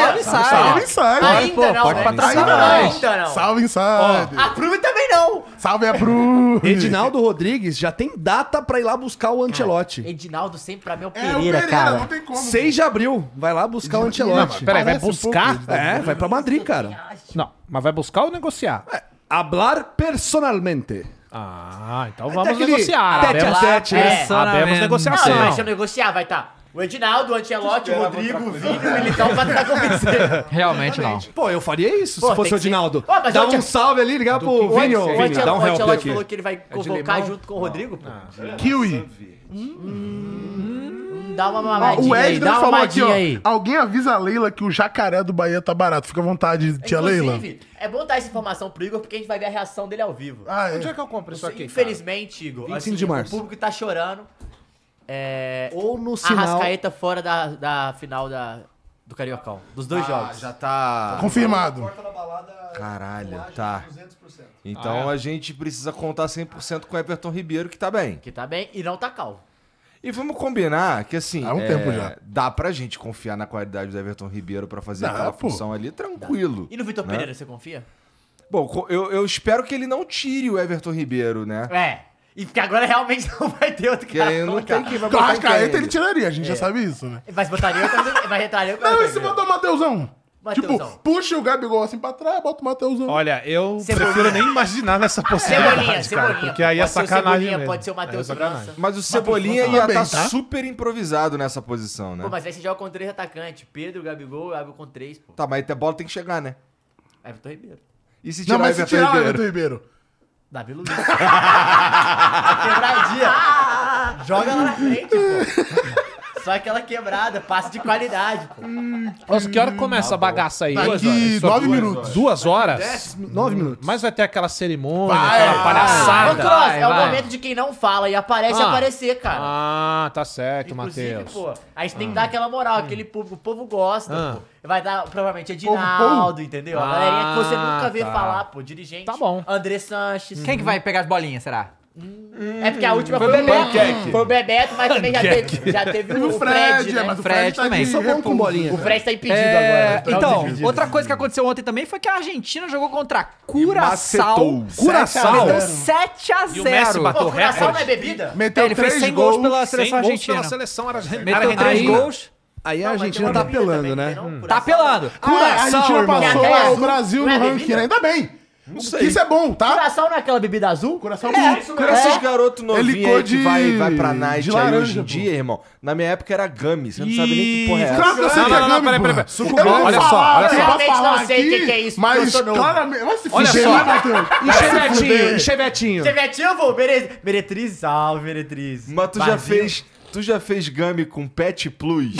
Speaker 1: Tá Salve,
Speaker 2: Salve,
Speaker 1: sai.
Speaker 2: insider.
Speaker 3: Ainda não,
Speaker 1: pode
Speaker 3: né?
Speaker 1: patrocinar
Speaker 3: Ainda
Speaker 2: nós.
Speaker 3: Ainda não.
Speaker 2: Salve, insider.
Speaker 3: A Prove também não.
Speaker 2: Salve a Bru.
Speaker 4: Edinaldo Rodrigues já tem data pra ir lá buscar o
Speaker 3: Ah.
Speaker 4: Antelote.
Speaker 3: Edinaldo sempre pra mim é o
Speaker 2: É o
Speaker 3: Pereira,
Speaker 2: Pereira,
Speaker 3: cara.
Speaker 2: não tem como.
Speaker 4: 6 de abril, vai lá buscar
Speaker 3: tá
Speaker 4: o Antelote.
Speaker 5: Peraí, vai
Speaker 2: Parece um
Speaker 5: buscar?
Speaker 2: pouco
Speaker 3: né,
Speaker 4: É, vai pra Madrid, cara. É,
Speaker 5: Não, mas vai buscar ou negociar?
Speaker 4: Hablar personalmente.
Speaker 5: Ah, então
Speaker 4: Até
Speaker 5: vamos
Speaker 4: aquele
Speaker 5: negociar.
Speaker 4: tete a
Speaker 5: Abemos,
Speaker 4: tete,
Speaker 3: né?
Speaker 5: é, abemos
Speaker 1: Personalmente.
Speaker 3: Não,
Speaker 5: negociação.
Speaker 3: mas deixa eu negociar, vai tá. O Edinaldo, o Antelote, o Rodrigo, o Vini, o Militão tá pra tentar convencer.
Speaker 1: Realmente não.
Speaker 4: Pô, eu faria isso
Speaker 3: Pô,
Speaker 4: se fosse
Speaker 3: tem
Speaker 4: o
Speaker 3: que ser-
Speaker 4: Edinaldo.
Speaker 3: Pô, mas
Speaker 4: Dá
Speaker 3: o Ante-
Speaker 4: um salve ali, ligar pro
Speaker 3: O Ante-
Speaker 4: Vini,
Speaker 3: o
Speaker 4: ô,
Speaker 3: Ante-
Speaker 4: Vini, dá um
Speaker 3: o
Speaker 4: help
Speaker 3: Antelote
Speaker 4: aqui.
Speaker 3: falou que ele vai convocar
Speaker 5: limão?
Speaker 3: junto com o Rodrigo. pô.
Speaker 4: Ah.
Speaker 2: Kiwi.
Speaker 3: Dá uma
Speaker 2: Ó,
Speaker 3: mamadinha
Speaker 2: Ah, o
Speaker 3: aí,
Speaker 2: Edna
Speaker 3: dá uma
Speaker 2: falou aqui,
Speaker 3: mamadinha
Speaker 2: ó.
Speaker 3: aí.
Speaker 2: Alguém avisa a Leila que o jacaré do Bahia tá barato. Fica à vontade, tia Leila.
Speaker 3: Inclusive, é bom dar essa informação pro Igor, porque a gente vai ver a reação dele ao vivo.
Speaker 2: Ah,
Speaker 5: Onde é
Speaker 2: é.
Speaker 5: que eu compro isso aqui?
Speaker 3: Infelizmente, Igor,
Speaker 4: 25
Speaker 3: assim,
Speaker 4: de março.
Speaker 3: o público tá chorando. É,
Speaker 4: Ou no sinal...
Speaker 3: Arrascaeta fora da, da final da, do Cariocão, dos dois
Speaker 6: Ah,
Speaker 3: jogos.
Speaker 6: já tá.
Speaker 2: Confirmado.
Speaker 6: Caralho, tá.
Speaker 2: é
Speaker 6: Então a gente precisa contar 100% com o Everton Ribeiro, que tá bem.
Speaker 3: Que tá bem e não tá calmo.
Speaker 6: E vamos combinar que assim.
Speaker 2: Há um tempo já.
Speaker 6: Dá pra gente confiar na qualidade do Everton Ribeiro pra fazer
Speaker 2: Dá,
Speaker 6: aquela
Speaker 2: pô.
Speaker 6: função ali tranquilo.
Speaker 3: E no Vitor
Speaker 6: né?
Speaker 3: Pereira, você confia?
Speaker 6: Bom, co- eu, eu espero que ele não tire o Everton Ribeiro, né?
Speaker 3: É. E porque agora realmente não vai ter outro
Speaker 6: Porque
Speaker 3: cara.
Speaker 6: aí
Speaker 3: pra
Speaker 6: não tem
Speaker 3: colocar.
Speaker 6: quem vai
Speaker 2: Com o
Speaker 6: botar em
Speaker 2: Arrascaeta
Speaker 6: quem.
Speaker 2: ele tiraria, a gente já sabe isso, né?
Speaker 3: Mas botaria outro. Mas entraria outro.
Speaker 2: Não, e se botar o Mateusão?
Speaker 3: Mateusão.
Speaker 2: Tipo, puxa o Gabigol assim pra trás, bota o Mateusão.
Speaker 5: Olha, eu
Speaker 3: Cebolinha.
Speaker 5: prefiro nem imaginar nessa possibilidade,
Speaker 3: Cebolinha,
Speaker 5: cara,
Speaker 3: Cebolinha.
Speaker 5: porque aí é
Speaker 3: Pode ser o
Speaker 5: sacanagem
Speaker 3: Cebolinha,
Speaker 5: mesmo.
Speaker 3: pode ser o Matheus
Speaker 5: Aí é sacanagem.
Speaker 3: França.
Speaker 6: Mas o Cebolinha ia
Speaker 2: também,
Speaker 6: estar
Speaker 2: tá?
Speaker 6: super improvisado nessa posição, né?
Speaker 3: Pô, mas aí você joga com três atacantes. Pedro, Gabigol, Gabigol com três, pô.
Speaker 6: Tá, mas a bola tem que chegar, né?
Speaker 3: É Vitor Ribeiro.
Speaker 6: E se tirar
Speaker 2: Não, mas
Speaker 6: o
Speaker 2: se
Speaker 6: Everton
Speaker 2: tirar o
Speaker 6: Ribeiro?
Speaker 2: Everton Ribeiro.
Speaker 3: Davi Luiz. Quebradinha. Joga lá na frente, pô. Só aquela quebrada, passe de qualidade, pô.
Speaker 5: Nossa, que
Speaker 3: Hum,
Speaker 5: hora que
Speaker 3: tá
Speaker 5: começa a bagaça aí? Duas
Speaker 2: Daqui
Speaker 5: horas? Só
Speaker 2: nove
Speaker 5: duas-
Speaker 2: minutos.
Speaker 5: Duas horas?
Speaker 4: 9 minutos.
Speaker 5: Mas vai ter aquela cerimônia,
Speaker 2: Vai.
Speaker 5: aquela
Speaker 3: Ô,
Speaker 5: palhaçada.
Speaker 3: Cross,
Speaker 1: Vai,
Speaker 3: é o
Speaker 1: vai.
Speaker 3: momento de quem não fala e aparece
Speaker 5: Ah.
Speaker 3: aparecer, cara.
Speaker 5: Ah, tá certo,
Speaker 3: Inclusive,
Speaker 5: Matheus.
Speaker 3: pô, a gente tem que dar aquela moral, aquele público, o povo gosta,
Speaker 5: Ah.
Speaker 3: pô. Vai dar, provavelmente, Edinaldo, entendeu? A galerinha que você
Speaker 5: Ah,
Speaker 3: nunca vê
Speaker 5: tá.
Speaker 3: falar, pô, dirigente.
Speaker 5: Tá bom.
Speaker 3: André Sanches.
Speaker 1: Quem que vai pegar as bolinhas, será?
Speaker 3: É porque a última foi o Bebeto. Foi o Bebeto, mas também já teve, já teve
Speaker 2: Teve
Speaker 3: o, Fred, né?
Speaker 2: mas o
Speaker 1: Fred
Speaker 2: Fred, tá
Speaker 1: também.
Speaker 2: também.
Speaker 1: Sou
Speaker 4: bom com bolinha.
Speaker 3: O Fred tá impedido
Speaker 1: É,
Speaker 3: agora.
Speaker 1: então,
Speaker 3: Tá impedido.
Speaker 1: outra coisa que aconteceu ontem também foi que a Argentina jogou contra Curaçao.
Speaker 6: macetou.
Speaker 5: Curaçao?
Speaker 1: Meteu 7 a 0
Speaker 5: E o Messi bateu
Speaker 3: Pô, o coração
Speaker 5: recorde.
Speaker 3: não é bebida?
Speaker 1: É,
Speaker 2: Meteu
Speaker 1: ele fez
Speaker 2: três
Speaker 1: 100 gols,
Speaker 2: gols.
Speaker 1: pela
Speaker 5: Sem
Speaker 1: seleção
Speaker 5: gols pela
Speaker 1: argentina.
Speaker 5: seleção era
Speaker 1: Meteu
Speaker 5: era-
Speaker 1: 3 gols,
Speaker 4: Aí a
Speaker 3: Não, mas
Speaker 4: Argentina
Speaker 3: tem
Speaker 4: tá
Speaker 3: uma bebida
Speaker 4: apelando,
Speaker 3: também,
Speaker 4: né?
Speaker 3: tem não?
Speaker 1: tá
Speaker 3: Curaçao.
Speaker 1: apelando.
Speaker 2: Cura- a
Speaker 4: Curaçao,
Speaker 2: Argentina
Speaker 4: irmão.
Speaker 2: passou
Speaker 3: Não é
Speaker 2: o
Speaker 3: azul,
Speaker 2: Brasil
Speaker 3: não é
Speaker 2: no
Speaker 3: bebida?
Speaker 2: ranking, né? ainda bem.
Speaker 6: Não
Speaker 2: Que
Speaker 6: sei.
Speaker 2: isso é bom, tá?
Speaker 3: Curaçal não é aquela bebida azul?
Speaker 2: Coração
Speaker 6: É, pra esses garotos
Speaker 2: É
Speaker 6: novinhos
Speaker 2: licor
Speaker 6: aí que
Speaker 2: de-
Speaker 6: vai, vai pra
Speaker 2: de
Speaker 6: night aí
Speaker 2: laranja,
Speaker 6: hoje em
Speaker 2: pô.
Speaker 6: dia, irmão. Na minha época era gummy, você não sabe nem que porra é
Speaker 2: Claro que
Speaker 6: essa.
Speaker 2: eu sei
Speaker 5: Não,
Speaker 2: que
Speaker 5: não,
Speaker 2: é
Speaker 5: não,
Speaker 2: gummy, porra.
Speaker 5: peraí, peraí, peraí.
Speaker 2: Eu
Speaker 5: Suco
Speaker 2: não
Speaker 5: bom,
Speaker 2: vou
Speaker 5: olha só,
Speaker 2: falar,
Speaker 5: olha
Speaker 2: eu
Speaker 5: só.
Speaker 2: vou
Speaker 3: Realmente
Speaker 2: falar
Speaker 3: não sei o
Speaker 2: aqui,
Speaker 3: que que é isso, porque eu
Speaker 2: Mas
Speaker 3: sou novo.
Speaker 2: claramente... Vai se
Speaker 5: Olha
Speaker 2: fuder,
Speaker 5: só.
Speaker 2: né, Matheus?
Speaker 4: E
Speaker 2: Vai se
Speaker 4: chevetinho,
Speaker 2: fuder.
Speaker 4: e chevetinho.
Speaker 3: Você é ativo? Mere... Meretriz, salve, Meretriz.
Speaker 6: Mas tu já fez. Tu já fez gummy com pet plus?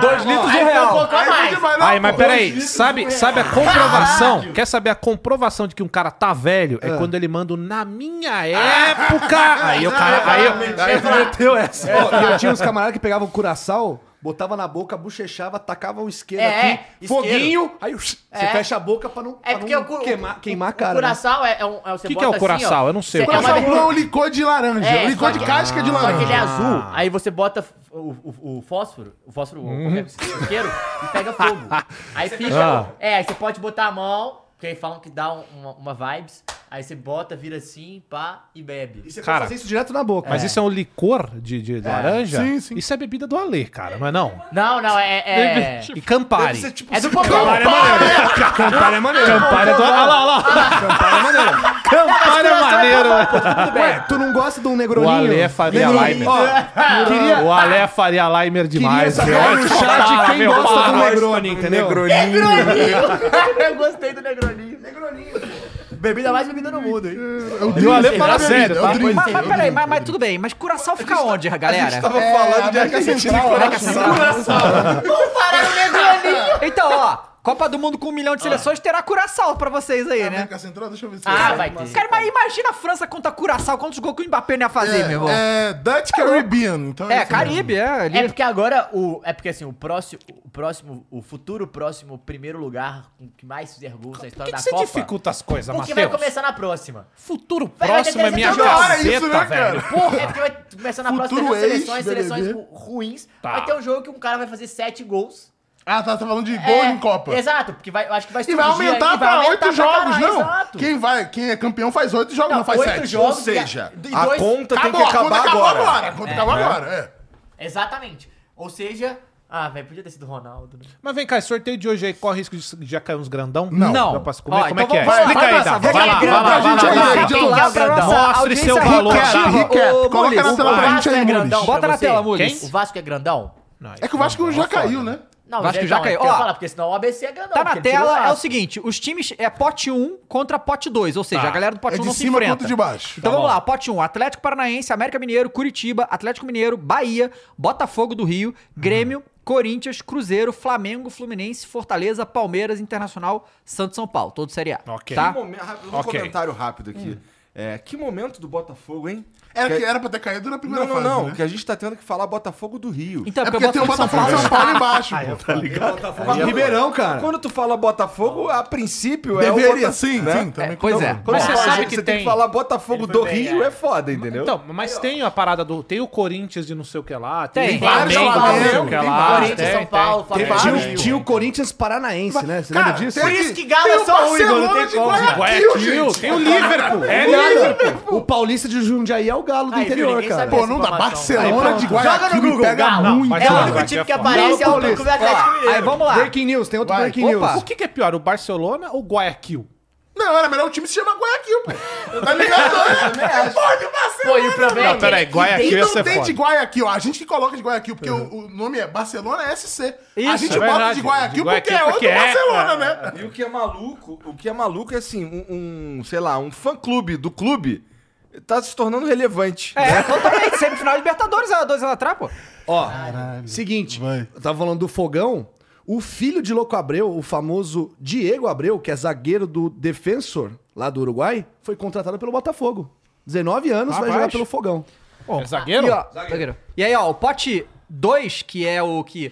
Speaker 1: Dois litros de
Speaker 3: Aí foi um
Speaker 1: real.
Speaker 3: pouco a mais.
Speaker 5: Aí, mas peraí, sabe, sabe a comprovação? Quer saber a comprovação de que um cara tá velho? É quando ele manda um na minha época. Aí o cara. Aí, eu- aí eu meteu essa.
Speaker 4: Ó, e eu tinha uns camaradas que pegavam curaçal, botava na boca, bochechava, tacava o isqueiro
Speaker 3: É,
Speaker 4: aqui,
Speaker 3: é,
Speaker 4: foguinho, aí ush, você
Speaker 3: É.
Speaker 4: fecha a boca pra não,
Speaker 3: É
Speaker 4: pra
Speaker 3: porque
Speaker 4: não
Speaker 3: o cu-
Speaker 4: queimar, queimar a cara.
Speaker 3: O
Speaker 4: né?
Speaker 3: curaçal é, é um. É, o
Speaker 5: Que que é o curaçal? Eu não sei o
Speaker 2: Coração
Speaker 5: curaçal.
Speaker 2: bom é um licor de laranja.
Speaker 3: É,
Speaker 2: um licor
Speaker 3: só
Speaker 2: de
Speaker 3: que-
Speaker 2: casca de
Speaker 3: Só que ele é
Speaker 2: laranja.
Speaker 3: azul, aí você bota f- o, o- o fósforo, o fósforo, o
Speaker 5: Uhum.
Speaker 3: qualquer isqueiro, e pega fogo. Aí fica.
Speaker 5: Ah.
Speaker 3: É, aí você pode botar a mão, que aí falam que dá um- uma, uma vibes. Aí você bota, vira assim, pá, e bebe.
Speaker 4: E você
Speaker 5: Cara,
Speaker 4: pode fazer isso direto na boca.
Speaker 5: Mas isso é um licor de, de laranja?
Speaker 2: Sim, sim.
Speaker 5: Isso é bebida do Alê, cara, não é não?
Speaker 3: Não, não, é. É,
Speaker 5: E Campari.
Speaker 6: Deve ser tipo
Speaker 3: é do
Speaker 4: Campari é
Speaker 3: Pokémon.
Speaker 4: maneiro. Campari é maneiro. Campari é do... Olha lá, olha lá. Campari é maneiro.
Speaker 5: Campari é maneiro.
Speaker 3: é
Speaker 4: Ué, tu não gosta de um
Speaker 5: O
Speaker 4: negroninho?
Speaker 5: Alê faria
Speaker 4: Negroninho.
Speaker 5: Limer.
Speaker 4: Ó, queria...
Speaker 5: é. O Alé faria Limer
Speaker 4: Queria
Speaker 5: demais.
Speaker 4: saber no chat quem gosta do Negroni, entendeu?
Speaker 6: Negroni.
Speaker 3: Eu gostei do Negroninho. Bebida mais bebida no mundo, hein?
Speaker 2: É o
Speaker 5: E o
Speaker 2: drink.
Speaker 5: Ale fala sério, tá?
Speaker 1: Mas, mas peraí, mas, mas tudo bem. Mas curaçal fica onde,
Speaker 6: A gente
Speaker 1: galera?
Speaker 6: tava falando de
Speaker 2: América
Speaker 6: Argentina
Speaker 2: Central,
Speaker 6: e
Speaker 3: Vamos parar no Negroninho!
Speaker 1: Então, ó, Copa do Mundo com um milhão de seleções terá curaçal pra vocês aí, né?
Speaker 2: América Central, deixa eu ver se
Speaker 3: Ah,
Speaker 2: eu-
Speaker 3: vai ter.
Speaker 1: Cara, mas imagina a França contra Curaçao, quantos gols que o Mbappé não ia fazer, meu irmão? É,
Speaker 2: É, é Dutch Caribbean. Então isso aí.
Speaker 1: Caribe, é ali.
Speaker 3: É porque agora o. É porque assim, o próximo. O próximo. O futuro próximo primeiro lugar com que mais fizer gols na
Speaker 5: Por
Speaker 3: história
Speaker 5: que, que
Speaker 3: da
Speaker 5: você
Speaker 3: Copa.
Speaker 5: dificulta as
Speaker 1: Tá
Speaker 5: coisas,
Speaker 3: porque vai
Speaker 5: Matheus?
Speaker 3: começar na próxima.
Speaker 5: Futuro
Speaker 3: Vai- vai
Speaker 5: próximo é
Speaker 3: ter
Speaker 5: minha
Speaker 3: seleção toda hora
Speaker 5: caceta,
Speaker 2: isso, né, cara?
Speaker 5: velho. Porra.
Speaker 3: É porque vai começar na
Speaker 2: Futuro
Speaker 3: próxima tem seleções,
Speaker 2: ex-BBB.
Speaker 3: seleções ru- ruins.
Speaker 5: Tá.
Speaker 3: Vai ter um jogo que um cara vai fazer sete gols.
Speaker 2: Ah, tá, tá falando de gol
Speaker 3: É,
Speaker 2: em Copa.
Speaker 3: Exato, porque vai, eu acho que vai
Speaker 2: E vai
Speaker 3: surgir aí,
Speaker 2: aumentar
Speaker 3: e vai
Speaker 2: pra
Speaker 3: aumentar
Speaker 2: oito jogos,
Speaker 3: caralho,
Speaker 2: não?
Speaker 3: Exato.
Speaker 2: Quem, vai, quem é campeão faz oito jogos, não, faz
Speaker 3: oito
Speaker 1: é,
Speaker 2: sete.
Speaker 3: jogos.
Speaker 6: Ou seja,
Speaker 3: E- e
Speaker 6: a
Speaker 3: dois-
Speaker 6: conta tem que
Speaker 2: Acabou, quando
Speaker 6: acabar
Speaker 2: acabou
Speaker 6: agora.
Speaker 2: agora. Quando acabou agora, é.
Speaker 3: Exatamente. Ou seja. Ah, velho, podia ter sido Ronaldo. né?
Speaker 5: Mas vem cá, esse sorteio de hoje aí corre risco de já cair uns grandão?
Speaker 2: Não.
Speaker 5: Dá
Speaker 1: Não.
Speaker 5: pra se comer?
Speaker 1: Ó,
Speaker 5: Como é
Speaker 1: então
Speaker 5: que é?
Speaker 1: vamos lá,
Speaker 5: Explica aí,
Speaker 1: vamos
Speaker 5: Dá.
Speaker 1: passar,
Speaker 5: Vai lá, vai lá, vai lá,
Speaker 2: gente
Speaker 5: vai lá.
Speaker 2: aí,
Speaker 5: vai
Speaker 2: John.
Speaker 5: lá.
Speaker 1: Recapitular pra
Speaker 3: grandão.
Speaker 1: nossa
Speaker 5: Mostre
Speaker 1: audiência
Speaker 5: seu valor,
Speaker 1: rica.
Speaker 5: Tá, Ricardo.
Speaker 1: Ô,
Speaker 2: Riqueto, coloca
Speaker 1: Mules,
Speaker 2: na tela
Speaker 1: o
Speaker 2: pra gente
Speaker 3: Vasco
Speaker 2: aí,
Speaker 3: é
Speaker 2: Mules.
Speaker 3: grandão.
Speaker 1: Bota
Speaker 3: pra
Speaker 1: na
Speaker 3: você?
Speaker 1: tela, Mules.
Speaker 3: O Vasco é grandão?
Speaker 5: Não, isso
Speaker 2: É que o Vasco
Speaker 5: não,
Speaker 2: já
Speaker 5: não, foda.
Speaker 2: caiu, né?
Speaker 3: Não,
Speaker 1: Vasco
Speaker 3: já,
Speaker 1: já
Speaker 3: não,
Speaker 1: caiu.
Speaker 3: Eu quero
Speaker 1: Ó.
Speaker 3: falar, porque senão o ABC é grandão.
Speaker 1: Tá na
Speaker 3: porque ele tirou o
Speaker 1: tela, é o
Speaker 3: Vasco.
Speaker 1: seguinte, os times é pote 1 contra pote 2, ou seja,
Speaker 5: Tá.
Speaker 1: a galera do pote
Speaker 2: É
Speaker 1: 1
Speaker 2: de
Speaker 1: não se
Speaker 2: cima
Speaker 1: enfrenta.
Speaker 2: quanto de baixo.
Speaker 1: Então
Speaker 5: Tá
Speaker 1: vamos
Speaker 5: bom.
Speaker 1: lá, pote 1, Atlético Paranaense, América Mineiro, Curitiba, Atlético Mineiro, Bahia, Botafogo do Rio, Grêmio, Corinthians, Cruzeiro, Flamengo, Fluminense, Fortaleza, Palmeiras, Internacional, Santos, São Paulo, todo Série A.
Speaker 5: Ok. É
Speaker 1: Tá?
Speaker 6: Um, momen- rápido- um
Speaker 5: Ok.
Speaker 6: comentário rápido aqui. É, que momento do Botafogo, hein?
Speaker 2: Era,
Speaker 6: É, Que-
Speaker 2: que era pra ter caído na primeira
Speaker 6: Não, não,
Speaker 2: fase,
Speaker 6: não.
Speaker 2: né?
Speaker 6: Que a gente tá tendo que falar Botafogo do Rio.
Speaker 1: Então,
Speaker 2: É porque tem o Botafogo de São Paulo embaixo, pô.
Speaker 6: é
Speaker 4: Ribeirão, cara.
Speaker 6: Quando tu fala Botafogo, a princípio é o
Speaker 2: Deveria,
Speaker 6: Botafogo,
Speaker 2: sim,
Speaker 6: né?
Speaker 2: sim. Também
Speaker 1: Pois
Speaker 2: concordo.
Speaker 1: é.
Speaker 6: Quando
Speaker 5: Mas você
Speaker 6: você, fala
Speaker 5: sabe
Speaker 6: que
Speaker 5: que
Speaker 6: você tem que
Speaker 5: tem-
Speaker 6: falar Botafogo do
Speaker 3: bem,
Speaker 6: Rio,
Speaker 3: é.
Speaker 6: é foda, entendeu?
Speaker 5: Então, mas tem a parada do. Tem o Corinthians de não sei o que lá.
Speaker 1: Tem
Speaker 2: vários
Speaker 5: Flamengo,
Speaker 2: Flamengo,
Speaker 5: não sei o que
Speaker 2: tem
Speaker 5: lá,
Speaker 3: Corinthians,
Speaker 5: tem,
Speaker 3: São
Speaker 5: tem.
Speaker 3: Paulo,
Speaker 5: Tem
Speaker 3: Flamengo.
Speaker 5: vários.
Speaker 4: Tinha, o- tinha o Corinthians Paranaense, né? Você lembra
Speaker 2: Cara,
Speaker 4: disso?
Speaker 2: tem
Speaker 3: isso
Speaker 2: aqui-
Speaker 3: que Galo
Speaker 2: tem o
Speaker 3: é só ruim,
Speaker 2: Barcelona
Speaker 3: não tem
Speaker 2: de
Speaker 3: como.
Speaker 2: Guayaquil,
Speaker 5: Guayaquil,
Speaker 2: gente.
Speaker 5: tem o Liverpool. É,
Speaker 4: Cara,
Speaker 5: Liverpool.
Speaker 4: o Paulista de Jundiaí é o Galo do
Speaker 3: Aí,
Speaker 4: interior,
Speaker 3: ninguém
Speaker 4: cara.
Speaker 3: sabia.
Speaker 2: Pô, não dá.
Speaker 3: Informação.
Speaker 2: Barcelona
Speaker 4: Aí,
Speaker 2: de
Speaker 4: pronto.
Speaker 2: Guayaquil
Speaker 3: Joga no Google,
Speaker 2: pega
Speaker 3: Galo.
Speaker 2: muito.
Speaker 5: mas
Speaker 3: É o
Speaker 5: não,
Speaker 3: único
Speaker 5: vai
Speaker 3: time
Speaker 5: ter
Speaker 3: que
Speaker 5: foda.
Speaker 3: aparece, é o
Speaker 4: Paulista.
Speaker 3: do Clube Atlético
Speaker 1: Ó, aí
Speaker 3: Mineiro.
Speaker 1: vamos lá.
Speaker 4: Breaking News, tem outro
Speaker 2: Vai.
Speaker 4: Breaking
Speaker 1: Opa.
Speaker 5: O
Speaker 4: News.
Speaker 5: que, que é pior, o Barcelona ou o Guayaquil?
Speaker 2: Não, era melhor o time se chamar Guayaquil, pô. Tá ligado? É porra de
Speaker 3: Pô, e
Speaker 2: Barcelona.
Speaker 3: o problema
Speaker 5: Não, peraí,
Speaker 3: que-
Speaker 5: Guayaquil
Speaker 2: E
Speaker 5: ia
Speaker 2: não
Speaker 5: ser
Speaker 2: tem de
Speaker 5: é foda.
Speaker 2: Guayaquil. A gente que coloca de Guayaquil, porque o, o nome é Barcelona SC. a
Speaker 1: Isso,
Speaker 2: gente
Speaker 5: é
Speaker 2: bota
Speaker 5: verdade.
Speaker 2: de Guayaquil,
Speaker 5: De Guayaquil
Speaker 2: porque é outro
Speaker 5: porque é,
Speaker 2: Barcelona,
Speaker 5: é.
Speaker 2: né?
Speaker 6: E o que é maluco, o que é maluco é assim, um, um, sei lá, um fã clube do clube tá se tornando relevante.
Speaker 1: É,
Speaker 5: né?
Speaker 1: totalmente. Semifinal de Libertadores há dois anos atrás, pô.
Speaker 4: Ó, seguinte,
Speaker 2: Vai.
Speaker 4: eu tava falando do fogão. O filho de Louco Abreu, o famoso Diego Abreu, que é zagueiro do Defensor, lá do Uruguai, foi contratado pelo Botafogo. 19 anos, vai
Speaker 5: Rapaz.
Speaker 4: jogar pelo fogão.
Speaker 5: é zagueiro?
Speaker 1: E, ó, zagueiro. E aí, ó, o pote 2, que é o que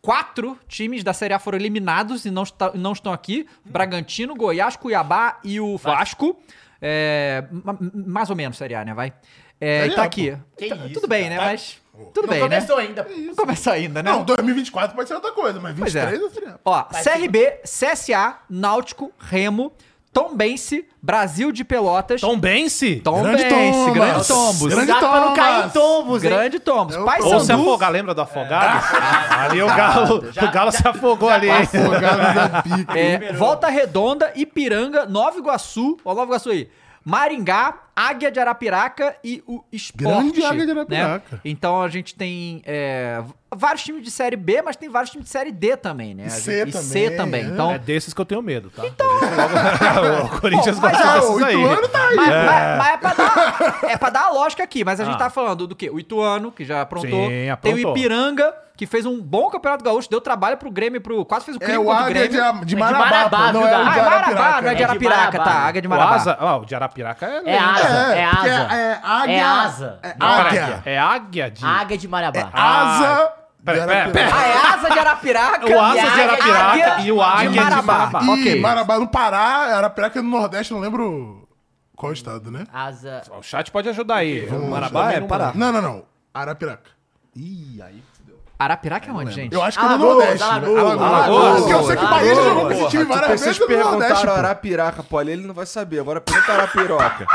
Speaker 1: quatro times da Série A foram eliminados e não, está- não estão aqui: Bragantino, Goiás, Cuiabá e o Vasco. É, ma- mais ou menos Série A, né? Vai. É, e tá aqui.
Speaker 3: Que
Speaker 1: Tá-
Speaker 3: isso,
Speaker 1: tudo bem, né? Mas. Tudo
Speaker 3: Não
Speaker 1: bem, né?
Speaker 3: começou ainda.
Speaker 1: Não começou ainda, né?
Speaker 2: Não, 2024 pode ser outra coisa, mas
Speaker 1: Pois é.
Speaker 2: 23 é.
Speaker 1: Ó, CRB, CSA, Náutico, Remo, Tombense, Brasil de Pelotas.
Speaker 5: Tom Bense?
Speaker 1: Tombense,
Speaker 2: Tombas.
Speaker 1: grande Tombos.
Speaker 2: Grande
Speaker 3: Cuidado pra não
Speaker 2: Tombas.
Speaker 3: cair em tombos, hein?
Speaker 1: Grande Tombos.
Speaker 5: Ou se
Speaker 1: Paysandu,
Speaker 5: afogar, lembra do afogado? ali o Galo, o Galo se afogou ali. hein?
Speaker 2: Afogado da pica.
Speaker 1: é, Volta Redonda, Ipiranga, Nova Iguaçu. Ó, Nova Iguaçu aí. Maringá, Águia de Arapiraca e o Sport.
Speaker 2: Grande Águia de
Speaker 1: né?
Speaker 2: Arapiraca.
Speaker 1: Então a gente tem é, vários times de Série B, mas tem vários times de Série D também, né? A
Speaker 2: E
Speaker 1: gente-
Speaker 2: C
Speaker 1: e
Speaker 2: também,
Speaker 1: C também.
Speaker 2: né?
Speaker 1: Então,
Speaker 5: É desses que eu tenho medo, tá? Então... o Corinthians
Speaker 1: Bom, mas
Speaker 5: gosta
Speaker 1: é,
Speaker 5: desses
Speaker 2: o
Speaker 5: aí.
Speaker 2: Ituano tá aí.
Speaker 1: Mas, mas- mas é, pra dar, é pra dar a lógica aqui, mas a gente
Speaker 5: Ah.
Speaker 1: tá falando do quê? O Ituano, que já aprontou.
Speaker 5: Sim,
Speaker 1: Tem o
Speaker 5: aprontou.
Speaker 1: Ipiranga, que fez um bom campeonato gaúcho, deu trabalho pro Grêmio, pro, quase fez o crime
Speaker 2: É o
Speaker 1: contra o
Speaker 2: Águia
Speaker 1: Grêmio.
Speaker 2: de, de
Speaker 3: de
Speaker 2: Marabá,
Speaker 3: Marabá,
Speaker 2: pô, não
Speaker 3: viu,
Speaker 2: é o
Speaker 1: Ah,
Speaker 2: de
Speaker 1: é Marabá,
Speaker 2: Arapiraca.
Speaker 1: não é
Speaker 2: né?
Speaker 1: de
Speaker 3: É de
Speaker 1: Arapiraca,
Speaker 3: Marabá.
Speaker 1: tá? Águia de
Speaker 5: O
Speaker 1: Marabá.
Speaker 5: Asa, ó, o de Arapiraca é...
Speaker 3: É asa, é
Speaker 2: porque
Speaker 3: asa.
Speaker 2: É, é águia.
Speaker 3: É asa.
Speaker 2: É
Speaker 5: Não, peraí,
Speaker 2: águia.
Speaker 5: É águia de...
Speaker 3: Águia de Marabá.
Speaker 2: Asa.
Speaker 5: Pera,
Speaker 2: de
Speaker 5: pera,
Speaker 2: Arapiraca.
Speaker 5: pera.
Speaker 1: Ah, é Asa de Arapiraca.
Speaker 5: O Asa
Speaker 1: e
Speaker 5: de
Speaker 1: Águia-
Speaker 5: Arapiraca e o Águia de Marabá.
Speaker 2: Ih,
Speaker 1: Ok.
Speaker 2: Marabá no Pará, Arapiraca no Nordeste, não lembro qual estado, né?
Speaker 3: Asa.
Speaker 5: O chat pode ajudar aí.
Speaker 4: Marabá é Pará.
Speaker 2: Não, não, não. Arapiraca.
Speaker 4: Ih, aí fudeu.
Speaker 1: Arapiraca é onde, gente?
Speaker 2: Eu acho que é no
Speaker 3: Alagoas,
Speaker 2: Nordeste. né?
Speaker 3: Alagoas,
Speaker 5: Alagoas.
Speaker 2: Porque eu sei que o Bahia já jogou com esse time várias
Speaker 6: Tipo,
Speaker 2: vezes
Speaker 6: vocês
Speaker 2: no Nordeste.
Speaker 6: perguntaram
Speaker 2: pô.
Speaker 6: Arapiraca pra ele, ele não vai saber. Agora pergunta Arapiroca.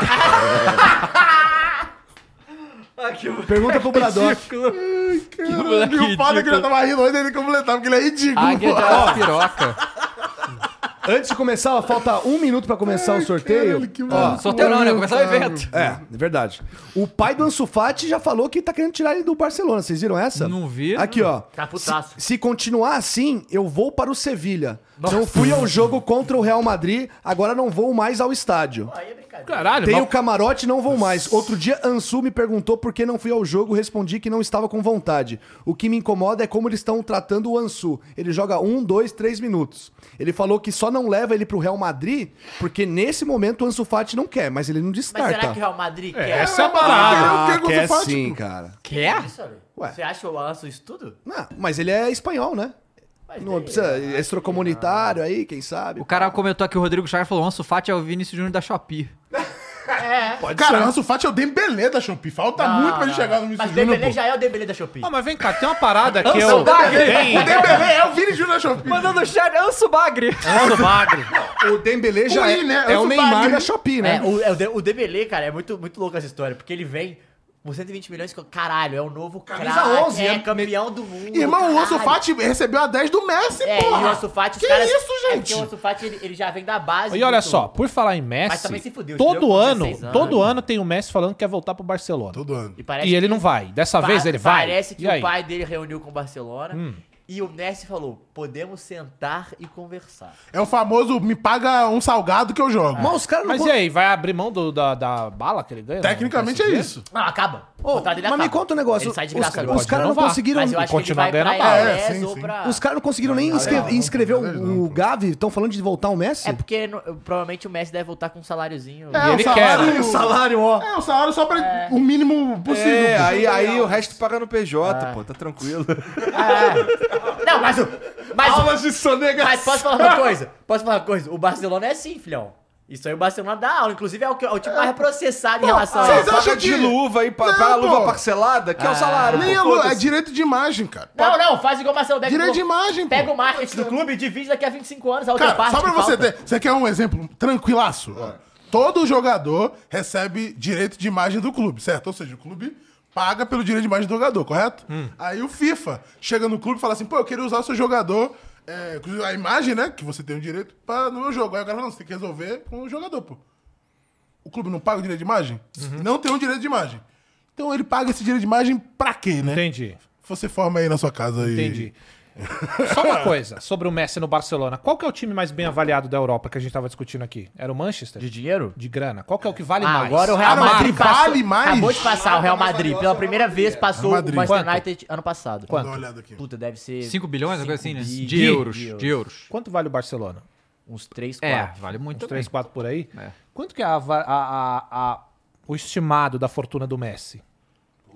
Speaker 4: Pergunta pro Bradock.
Speaker 2: E o padre que ele tava rindo antes ele completar, porque ele é ridículo.
Speaker 1: Águia de
Speaker 2: pô.
Speaker 1: Arapiraca.
Speaker 4: Antes de começar, ó, falta um minuto pra começar o sorteio.
Speaker 2: Caralho, que
Speaker 4: Ó,
Speaker 2: maluco.
Speaker 1: Sorteio não, né? Começar o evento.
Speaker 4: é, é verdade. O pai do Ansu Fati já falou que tá querendo tirar ele do Barcelona. Vocês viram essa?
Speaker 1: Não vi. né?
Speaker 4: Aqui, ó.
Speaker 3: Tá putaço.
Speaker 4: Se, se continuar assim, eu vou para o Sevilha. Não fui ao jogo contra o Real Madrid, agora não vou mais ao estádio.
Speaker 3: Aí é brincadeira.
Speaker 5: Caralho,
Speaker 4: Tem
Speaker 5: mas-
Speaker 4: o camarote, não vou mais. Outro dia, Ansu me perguntou por que não fui ao jogo, respondi que não estava com vontade. O que me incomoda é como eles estão tratando o Ansu. Ele joga um, dois, três minutos. Ele falou que só não leva ele pro Real Madrid, porque nesse momento o Ansu Fati não quer, mas ele não
Speaker 3: Mas será
Speaker 4: descarta.
Speaker 3: que o Real Madrid
Speaker 5: É,
Speaker 3: quer?
Speaker 5: essa é a parada.
Speaker 4: Ah,
Speaker 2: Ah, que
Speaker 4: quer
Speaker 2: Ansu Fati,
Speaker 4: sim,
Speaker 2: pô.
Speaker 4: cara.
Speaker 1: Quer?
Speaker 3: Isso, olha.
Speaker 4: Ué.
Speaker 3: Você acha que eu lanço isso tudo?
Speaker 4: Não, mas ele é espanhol, né?
Speaker 3: Mas
Speaker 4: Não
Speaker 3: daí-
Speaker 4: precisa, é extracomunitário aí, quem sabe.
Speaker 1: O cara comentou aqui, o Rodrigo Chagas falou, Anso Fati é o Vinícius Júnior da Shopee.
Speaker 4: pode
Speaker 2: Cara, Ansu Fati é o Dembele da Shopee. Falta
Speaker 3: Não,
Speaker 2: muito pra gente
Speaker 3: Ah, não,
Speaker 2: chegar
Speaker 3: não.
Speaker 2: no Vinícius
Speaker 3: Mas
Speaker 2: Júnior, pô.
Speaker 3: Dembele já é o Dembele da Shopee.
Speaker 5: Ah, mas vem cá, tem uma parada que
Speaker 1: Anso
Speaker 5: eu...
Speaker 1: Bagre.
Speaker 5: Tem...
Speaker 2: O Dembele é o Vini Júnior da Shopee.
Speaker 1: Mandando o chat, Anso Bagre.
Speaker 5: Anso Bagre.
Speaker 4: O Dembele já
Speaker 2: Ui,
Speaker 4: é,
Speaker 2: né?
Speaker 4: é
Speaker 2: Eu
Speaker 4: o
Speaker 2: sou
Speaker 4: Neymar
Speaker 2: bagre.
Speaker 4: da Shopee, né?
Speaker 3: É, o, é, o De- o Dembele, cara, é muito, muito louco essa história, porque ele vem por 120 milhões, que eu- caralho, é o novo
Speaker 4: Camisa
Speaker 3: craque,
Speaker 4: 11,
Speaker 3: é
Speaker 4: é-
Speaker 3: campeão do mundo.
Speaker 2: Irmão, o Ansu
Speaker 3: caralho.
Speaker 2: Fati recebeu a 10 do Messi,
Speaker 3: É,
Speaker 2: porra.
Speaker 3: e o Ansu Fati, os
Speaker 2: Que
Speaker 3: caras...
Speaker 2: isso,
Speaker 3: é
Speaker 2: gente?
Speaker 3: porque o Ansu Fati, ele, ele já vem da base.
Speaker 5: E olha
Speaker 3: do-
Speaker 5: só, por falar em
Speaker 3: Mas também
Speaker 5: Messi,
Speaker 3: se fudeu,
Speaker 5: todo
Speaker 3: estreou com
Speaker 5: ano,
Speaker 3: 16 anos.
Speaker 5: todo ano tem o Messi falando que quer voltar pro Barcelona.
Speaker 2: Todo ano.
Speaker 3: E, parece
Speaker 5: E ele
Speaker 3: que-
Speaker 5: não vai. Dessa
Speaker 3: pa-
Speaker 5: vez ele vai.
Speaker 3: Parece que
Speaker 5: E
Speaker 3: o
Speaker 5: aí?
Speaker 3: pai dele reuniu com o Barcelona e o Messi falou, podemos sentar e conversar.
Speaker 2: É o famoso me paga um salgado que eu jogo.
Speaker 4: Mas os caras não
Speaker 5: Mas e aí, vai abrir mão do- da, da bala que ele ganha?
Speaker 2: Tecnicamente é
Speaker 5: No PSG?
Speaker 2: isso.
Speaker 3: Não, acaba. O
Speaker 4: Ô,
Speaker 3: contrato dele
Speaker 4: mas me
Speaker 3: acaba.
Speaker 4: conta um negócio.
Speaker 3: Ele sai de
Speaker 4: os
Speaker 3: graça agora.
Speaker 4: os caras não
Speaker 5: Pode renovar.
Speaker 4: conseguiram.
Speaker 3: Mas eu acho que ele
Speaker 5: continuar
Speaker 3: vai pra
Speaker 5: ganhando a
Speaker 2: bala. É,
Speaker 3: Alavés
Speaker 2: sim,
Speaker 3: ou
Speaker 2: sim.
Speaker 3: pra...
Speaker 4: Os caras não conseguiram nem inscre-
Speaker 2: não,
Speaker 4: inscrever
Speaker 2: não,
Speaker 4: o- o Gavi. Estão falando de voltar o Messi?
Speaker 3: É porque no- provavelmente o Messi deve voltar com um saláriozinho.
Speaker 2: É,
Speaker 5: ele
Speaker 2: o salário,
Speaker 5: quer.
Speaker 2: o salário.
Speaker 4: ó.
Speaker 2: É, o salário só pra o mínimo possível.
Speaker 6: É,
Speaker 2: pô.
Speaker 6: aí, aí o resto paga no
Speaker 2: Ah.
Speaker 6: PJ, pô, tá tranquilo.
Speaker 3: Não, mas o. Mas,
Speaker 6: Aulas de
Speaker 3: mas
Speaker 6: sonegação.
Speaker 3: posso falar uma coisa? Posso falar uma coisa? O Barcelona é assim, filhão. Isso aí o Barcelona dá aula. Inclusive é o, que- é o time mais processado em relação a
Speaker 2: vocês
Speaker 3: isso.
Speaker 2: acham
Speaker 6: Ah, Paga
Speaker 2: que-
Speaker 6: de luva aí, pa-
Speaker 2: Não,
Speaker 6: paga a
Speaker 2: pô.
Speaker 6: luva parcelada, que é o salário.
Speaker 2: Nem
Speaker 6: pô,
Speaker 2: é, lu- é
Speaker 6: foda-se.
Speaker 2: direito de imagem, cara.
Speaker 3: Não, não, faz igual o Marcelo Beck.
Speaker 2: Direito de
Speaker 3: falou.
Speaker 2: imagem, pô.
Speaker 3: Pega o marketing do clube é e divide daqui a 25 anos a outra
Speaker 2: Cara,
Speaker 3: parte.
Speaker 2: só pra
Speaker 3: que
Speaker 2: você
Speaker 3: falta.
Speaker 2: ter. Você quer um exemplo tranquilaço? Ó, Todo jogador recebe direito de imagem do clube, certo? Ou seja, o clube paga pelo direito de imagem do jogador, correto? Aí o FIFA chega no clube e fala assim: pô, eu queria usar o seu jogador, é, a imagem, né? Que você tem o direito pra, no meu jogo. Aí o cara fala: não, você tem que resolver com o jogador, pô. O clube não paga o direito de imagem? Não tem um direito de imagem. Então ele paga esse direito de imagem pra quê, né?
Speaker 5: Entendi,
Speaker 2: Você forma aí na sua casa aí.
Speaker 5: entendi. Só uma coisa sobre o Messi no Barcelona. Qual que é o time mais bem avaliado da Europa que a gente tava discutindo aqui? Era o Manchester?
Speaker 3: De dinheiro?
Speaker 5: De grana. Qual que é o que vale
Speaker 3: Ah,
Speaker 5: mais?
Speaker 3: agora o Real
Speaker 2: Ah, não,
Speaker 3: Madrid
Speaker 2: mas
Speaker 3: passou-
Speaker 2: vale mais?
Speaker 3: Acabou de passar o Real Madrid.
Speaker 4: valiosa
Speaker 3: Pela
Speaker 4: é o
Speaker 3: primeira
Speaker 4: Real Madrid.
Speaker 3: vez passou
Speaker 2: Real Madrid.
Speaker 3: o Manchester
Speaker 5: Quanto?
Speaker 3: United ano passado.
Speaker 2: Dá uma olhada aqui.
Speaker 3: Puta, deve ser.
Speaker 1: 5 bilhões, alguma coisa assim, né?
Speaker 3: bi-
Speaker 1: De euros, de euros.
Speaker 5: Quanto vale o Barcelona?
Speaker 3: Uns 3, 4.
Speaker 1: É, vale muito
Speaker 5: Uns
Speaker 1: também.
Speaker 5: 3, 4 por aí?
Speaker 1: É.
Speaker 5: Quanto que é a va- a- a- a- o estimado da fortuna do Messi?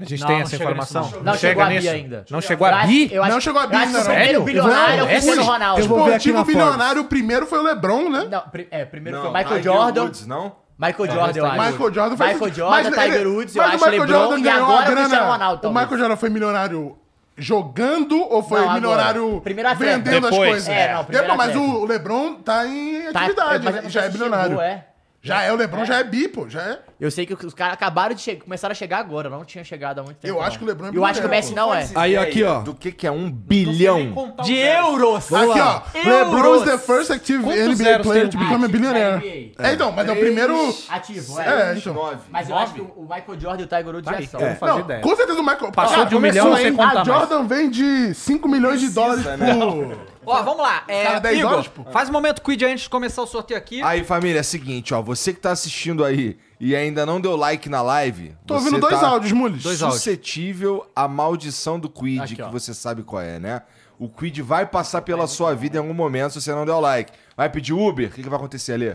Speaker 5: A gente
Speaker 1: Não,
Speaker 5: tem
Speaker 1: não
Speaker 5: essa
Speaker 1: chega
Speaker 5: informação?
Speaker 1: nisso, não.
Speaker 3: Não chegou a bi
Speaker 5: nisso?
Speaker 3: ainda.
Speaker 5: Não chegou a bi?
Speaker 3: Eu acho-
Speaker 2: Não chegou a bi
Speaker 3: eu acho que
Speaker 2: ainda,
Speaker 3: o primeiro
Speaker 5: não.
Speaker 3: bilionário é o
Speaker 5: Sério?
Speaker 3: Cristiano
Speaker 5: Esse-
Speaker 3: Ronaldo.
Speaker 4: eu vou- ver aqui
Speaker 2: Esportivo
Speaker 4: na Forbes.
Speaker 2: bilionário, o primeiro foi o Lebron, né?
Speaker 3: Não, pri- é, primeiro
Speaker 6: Não,
Speaker 3: foi Michael
Speaker 6: Tiger
Speaker 3: Jordan.
Speaker 6: Woods, não?
Speaker 3: Michael
Speaker 5: É,
Speaker 3: Jordan, eu acho.
Speaker 2: Michael Jordan
Speaker 3: Michael
Speaker 2: sentido.
Speaker 3: Jordan,
Speaker 2: Mas,
Speaker 3: Tiger
Speaker 2: é,
Speaker 3: Woods, eu
Speaker 2: mas o
Speaker 3: acho,
Speaker 2: Michael
Speaker 3: LeBron
Speaker 2: Jordan
Speaker 3: e
Speaker 2: ganhou a
Speaker 3: agora é o
Speaker 2: grana.
Speaker 3: Cristiano Ronaldo,
Speaker 2: O
Speaker 3: talvez.
Speaker 2: Michael Jordan foi milionário jogando ou foi
Speaker 3: Não,
Speaker 2: no
Speaker 3: agora.
Speaker 2: horário
Speaker 3: Primeiro atleta.
Speaker 2: vendendo as
Speaker 5: Depois.
Speaker 2: coisas?
Speaker 3: É, não, primeiro
Speaker 2: Depois, mas
Speaker 3: atleta.
Speaker 2: o LeBron tá em
Speaker 3: Tá,
Speaker 2: atividade,
Speaker 3: mas
Speaker 2: já é
Speaker 3: chegou,
Speaker 2: bilionário.
Speaker 3: é.
Speaker 2: Já é, o LeBron já é bi, pô, já é.
Speaker 3: Eu sei que os caras acabaram de chegar, começaram a chegar agora, não tinha chegado há muito tempo.
Speaker 2: Eu acho
Speaker 3: não.
Speaker 2: que o LeBron é
Speaker 3: Eu acho que o
Speaker 2: primeiro,
Speaker 3: Messi
Speaker 2: pô.
Speaker 3: não é.
Speaker 4: Aí, aqui, ó.
Speaker 6: Do que que é um bilhão?
Speaker 5: Tá um
Speaker 1: De euros!
Speaker 2: Aqui, ó.
Speaker 1: Euros.
Speaker 2: LeBron is the first active
Speaker 5: Quantos
Speaker 2: NBA
Speaker 5: zeros
Speaker 2: player
Speaker 5: tem?
Speaker 2: to become a
Speaker 3: Ativo da
Speaker 2: billionaire.
Speaker 3: NBA.
Speaker 2: É, então, mas é o primeiro.
Speaker 3: Ativo, é.
Speaker 2: É, então.
Speaker 6: Nove.
Speaker 3: Mas eu acho que o Michael Jordan e o Tiger Woods já são.
Speaker 5: É.
Speaker 2: Não,
Speaker 5: ideia.
Speaker 2: com certeza o Michael. Ah,
Speaker 5: Passou de um
Speaker 2: começou,
Speaker 5: milhão, não
Speaker 2: hein?
Speaker 5: sei contar
Speaker 2: A Jordan vem de 5 milhões de dólares
Speaker 6: Precisa, né?
Speaker 2: por.
Speaker 1: Ó, vamos lá. É,
Speaker 2: Cara, 10
Speaker 1: Igor,
Speaker 2: horas, pô.
Speaker 1: faz um momento quid antes de começar o sorteio aqui.
Speaker 6: Aí, família, é o seguinte, ó. Você que tá assistindo aí e ainda não deu like na live.
Speaker 2: Tô
Speaker 6: você
Speaker 2: ouvindo dois
Speaker 6: tá
Speaker 2: áudios, Mules.
Speaker 1: Dois áudios.
Speaker 6: Suscetível à maldição do Quid,
Speaker 3: Aqui,
Speaker 6: que
Speaker 3: ó.
Speaker 6: você sabe qual é, né? O Quid vai passar pela sua vida em algum momento se você não der o like. Vai pedir Uber? O que, que vai acontecer ali?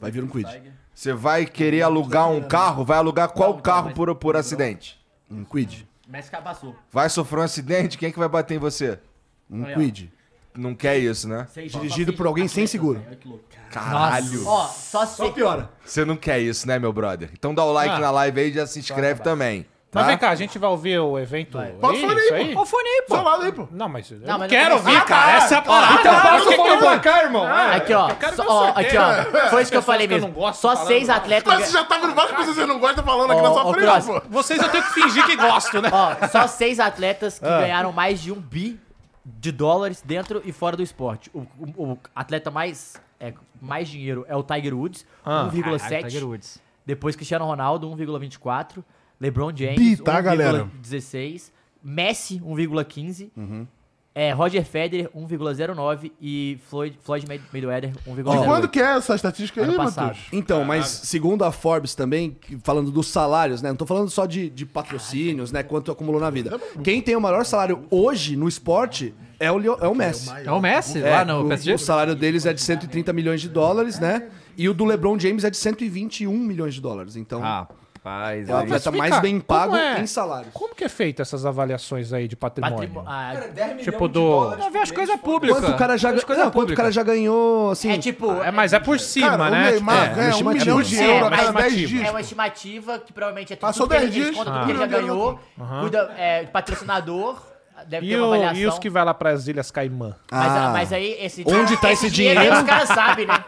Speaker 4: Vai vir um quid.
Speaker 6: Você vai querer alugar um carro? Vai alugar qual carro por, por acidente?
Speaker 4: Um quid.
Speaker 3: Messi que passou.
Speaker 6: Vai sofrer um acidente? Quem é que vai bater em você?
Speaker 4: Um
Speaker 3: Aí, ó.
Speaker 4: quid.
Speaker 6: Não quer isso, né?
Speaker 4: Dirigido por alguém sem seguro.
Speaker 6: Caralho.
Speaker 3: Ó, só se...
Speaker 4: piora.
Speaker 6: Você não quer isso, né, meu brother? Então dá o like
Speaker 5: Ah.
Speaker 6: na live aí e já se inscreve também.
Speaker 5: Mas
Speaker 6: tá?
Speaker 5: vem cá, a gente vai ouvir o evento. aí,
Speaker 2: Pode falar aí,
Speaker 5: isso
Speaker 2: pô.
Speaker 5: aí?
Speaker 1: Ô, fone aí, pô.
Speaker 2: Seu lado aí, pô.
Speaker 5: Não, mas eu não,
Speaker 3: Não, mas
Speaker 5: quero
Speaker 3: eu quero-
Speaker 5: ouvir, cara. Essa é a parada.
Speaker 1: então passa
Speaker 5: o que, que eu vou...
Speaker 6: cá,
Speaker 2: é.
Speaker 6: irmão.
Speaker 3: Aqui, ó.
Speaker 5: eu quero
Speaker 3: só-
Speaker 5: ver o
Speaker 3: ó,
Speaker 5: sorteio.
Speaker 3: aqui, ó. Foi isso que eu
Speaker 5: Pessoas
Speaker 3: falei
Speaker 5: que eu
Speaker 3: mesmo.
Speaker 5: não gosto
Speaker 3: só
Speaker 5: falando.
Speaker 3: seis atletas.
Speaker 2: Mas você já tá com várias pessoas que você não gosta falando aqui
Speaker 3: Ó,
Speaker 2: na
Speaker 3: ó,
Speaker 2: sua frente,
Speaker 3: Cross.
Speaker 2: pô.
Speaker 5: Vocês eu tenho que fingir que gosto, né?
Speaker 3: Ó, só seis atletas
Speaker 2: Ah.
Speaker 3: que ganharam mais de um bi de dólares dentro e fora do esporte. O, o- o atleta mais, é, mais dinheiro é o Tiger Woods,
Speaker 1: Caralho,
Speaker 5: Ah,
Speaker 1: Tiger
Speaker 3: 1,7.
Speaker 1: Woods.
Speaker 3: Depois Cristiano Ronaldo, 1,24. LeBron James,
Speaker 2: Bi, tá, galera? Uhum.
Speaker 3: 1,16. Messi, 1,15. É, Roger Federer, 1,09. E Floyd, Floyd May- Mayweather, 1,09.
Speaker 2: E quando que é essa estatística aí,
Speaker 3: Ano passado.
Speaker 2: Matheus?
Speaker 4: Então, mas segundo a Forbes também, que- falando dos salários, né? Não tô falando só de, de patrocínios, né? Quanto acumulou na vida. Quem tem o maior salário hoje no esporte é o, Leo- é o Messi.
Speaker 1: É o Messi
Speaker 4: É,
Speaker 1: lá no
Speaker 4: o,
Speaker 1: PSG?
Speaker 4: o salário deles é de 130 milhões de dólares, né? E o do LeBron James é de 121 milhões de dólares. Então,
Speaker 1: Rapaz,
Speaker 4: é o atleta
Speaker 5: Mas,
Speaker 4: mais
Speaker 5: cara,
Speaker 4: bem pago
Speaker 5: como é?
Speaker 4: em salários.
Speaker 5: Como que é feito essas avaliações aí de patrimônio?
Speaker 3: Patrimo- ah,
Speaker 5: Tipo do...
Speaker 1: Não, vê as coisas públicas.
Speaker 4: Quanto o cara já,
Speaker 1: As
Speaker 4: ga-
Speaker 1: coisas
Speaker 4: não, quanto o cara
Speaker 1: públicas.
Speaker 4: já ganhou, assim...
Speaker 3: é tipo.
Speaker 5: É, mas é por cima,
Speaker 2: Cara,
Speaker 5: né?
Speaker 2: o Neymar
Speaker 4: é,
Speaker 2: ganha um
Speaker 4: estimativa.
Speaker 2: milhão de
Speaker 4: Sim,
Speaker 2: euros a
Speaker 3: mas
Speaker 2: cada 10
Speaker 5: estimativa.
Speaker 2: dias.
Speaker 3: É uma estimativa que provavelmente é tudo
Speaker 2: Passou
Speaker 3: que ele,
Speaker 2: 10 dias,
Speaker 3: ele conta tudo que ele já
Speaker 2: ah.
Speaker 3: ganhou. Cuida, é, patrocinador, deve
Speaker 5: E,
Speaker 3: ter uma
Speaker 5: o-
Speaker 3: avaliação.
Speaker 5: e os que vai lá pras Ilhas Caimã?
Speaker 3: Mas,
Speaker 4: Ah.
Speaker 3: mas é aí esse
Speaker 4: Onde tá esse
Speaker 3: aí
Speaker 4: dinheiro?
Speaker 3: Os caras sabem, né?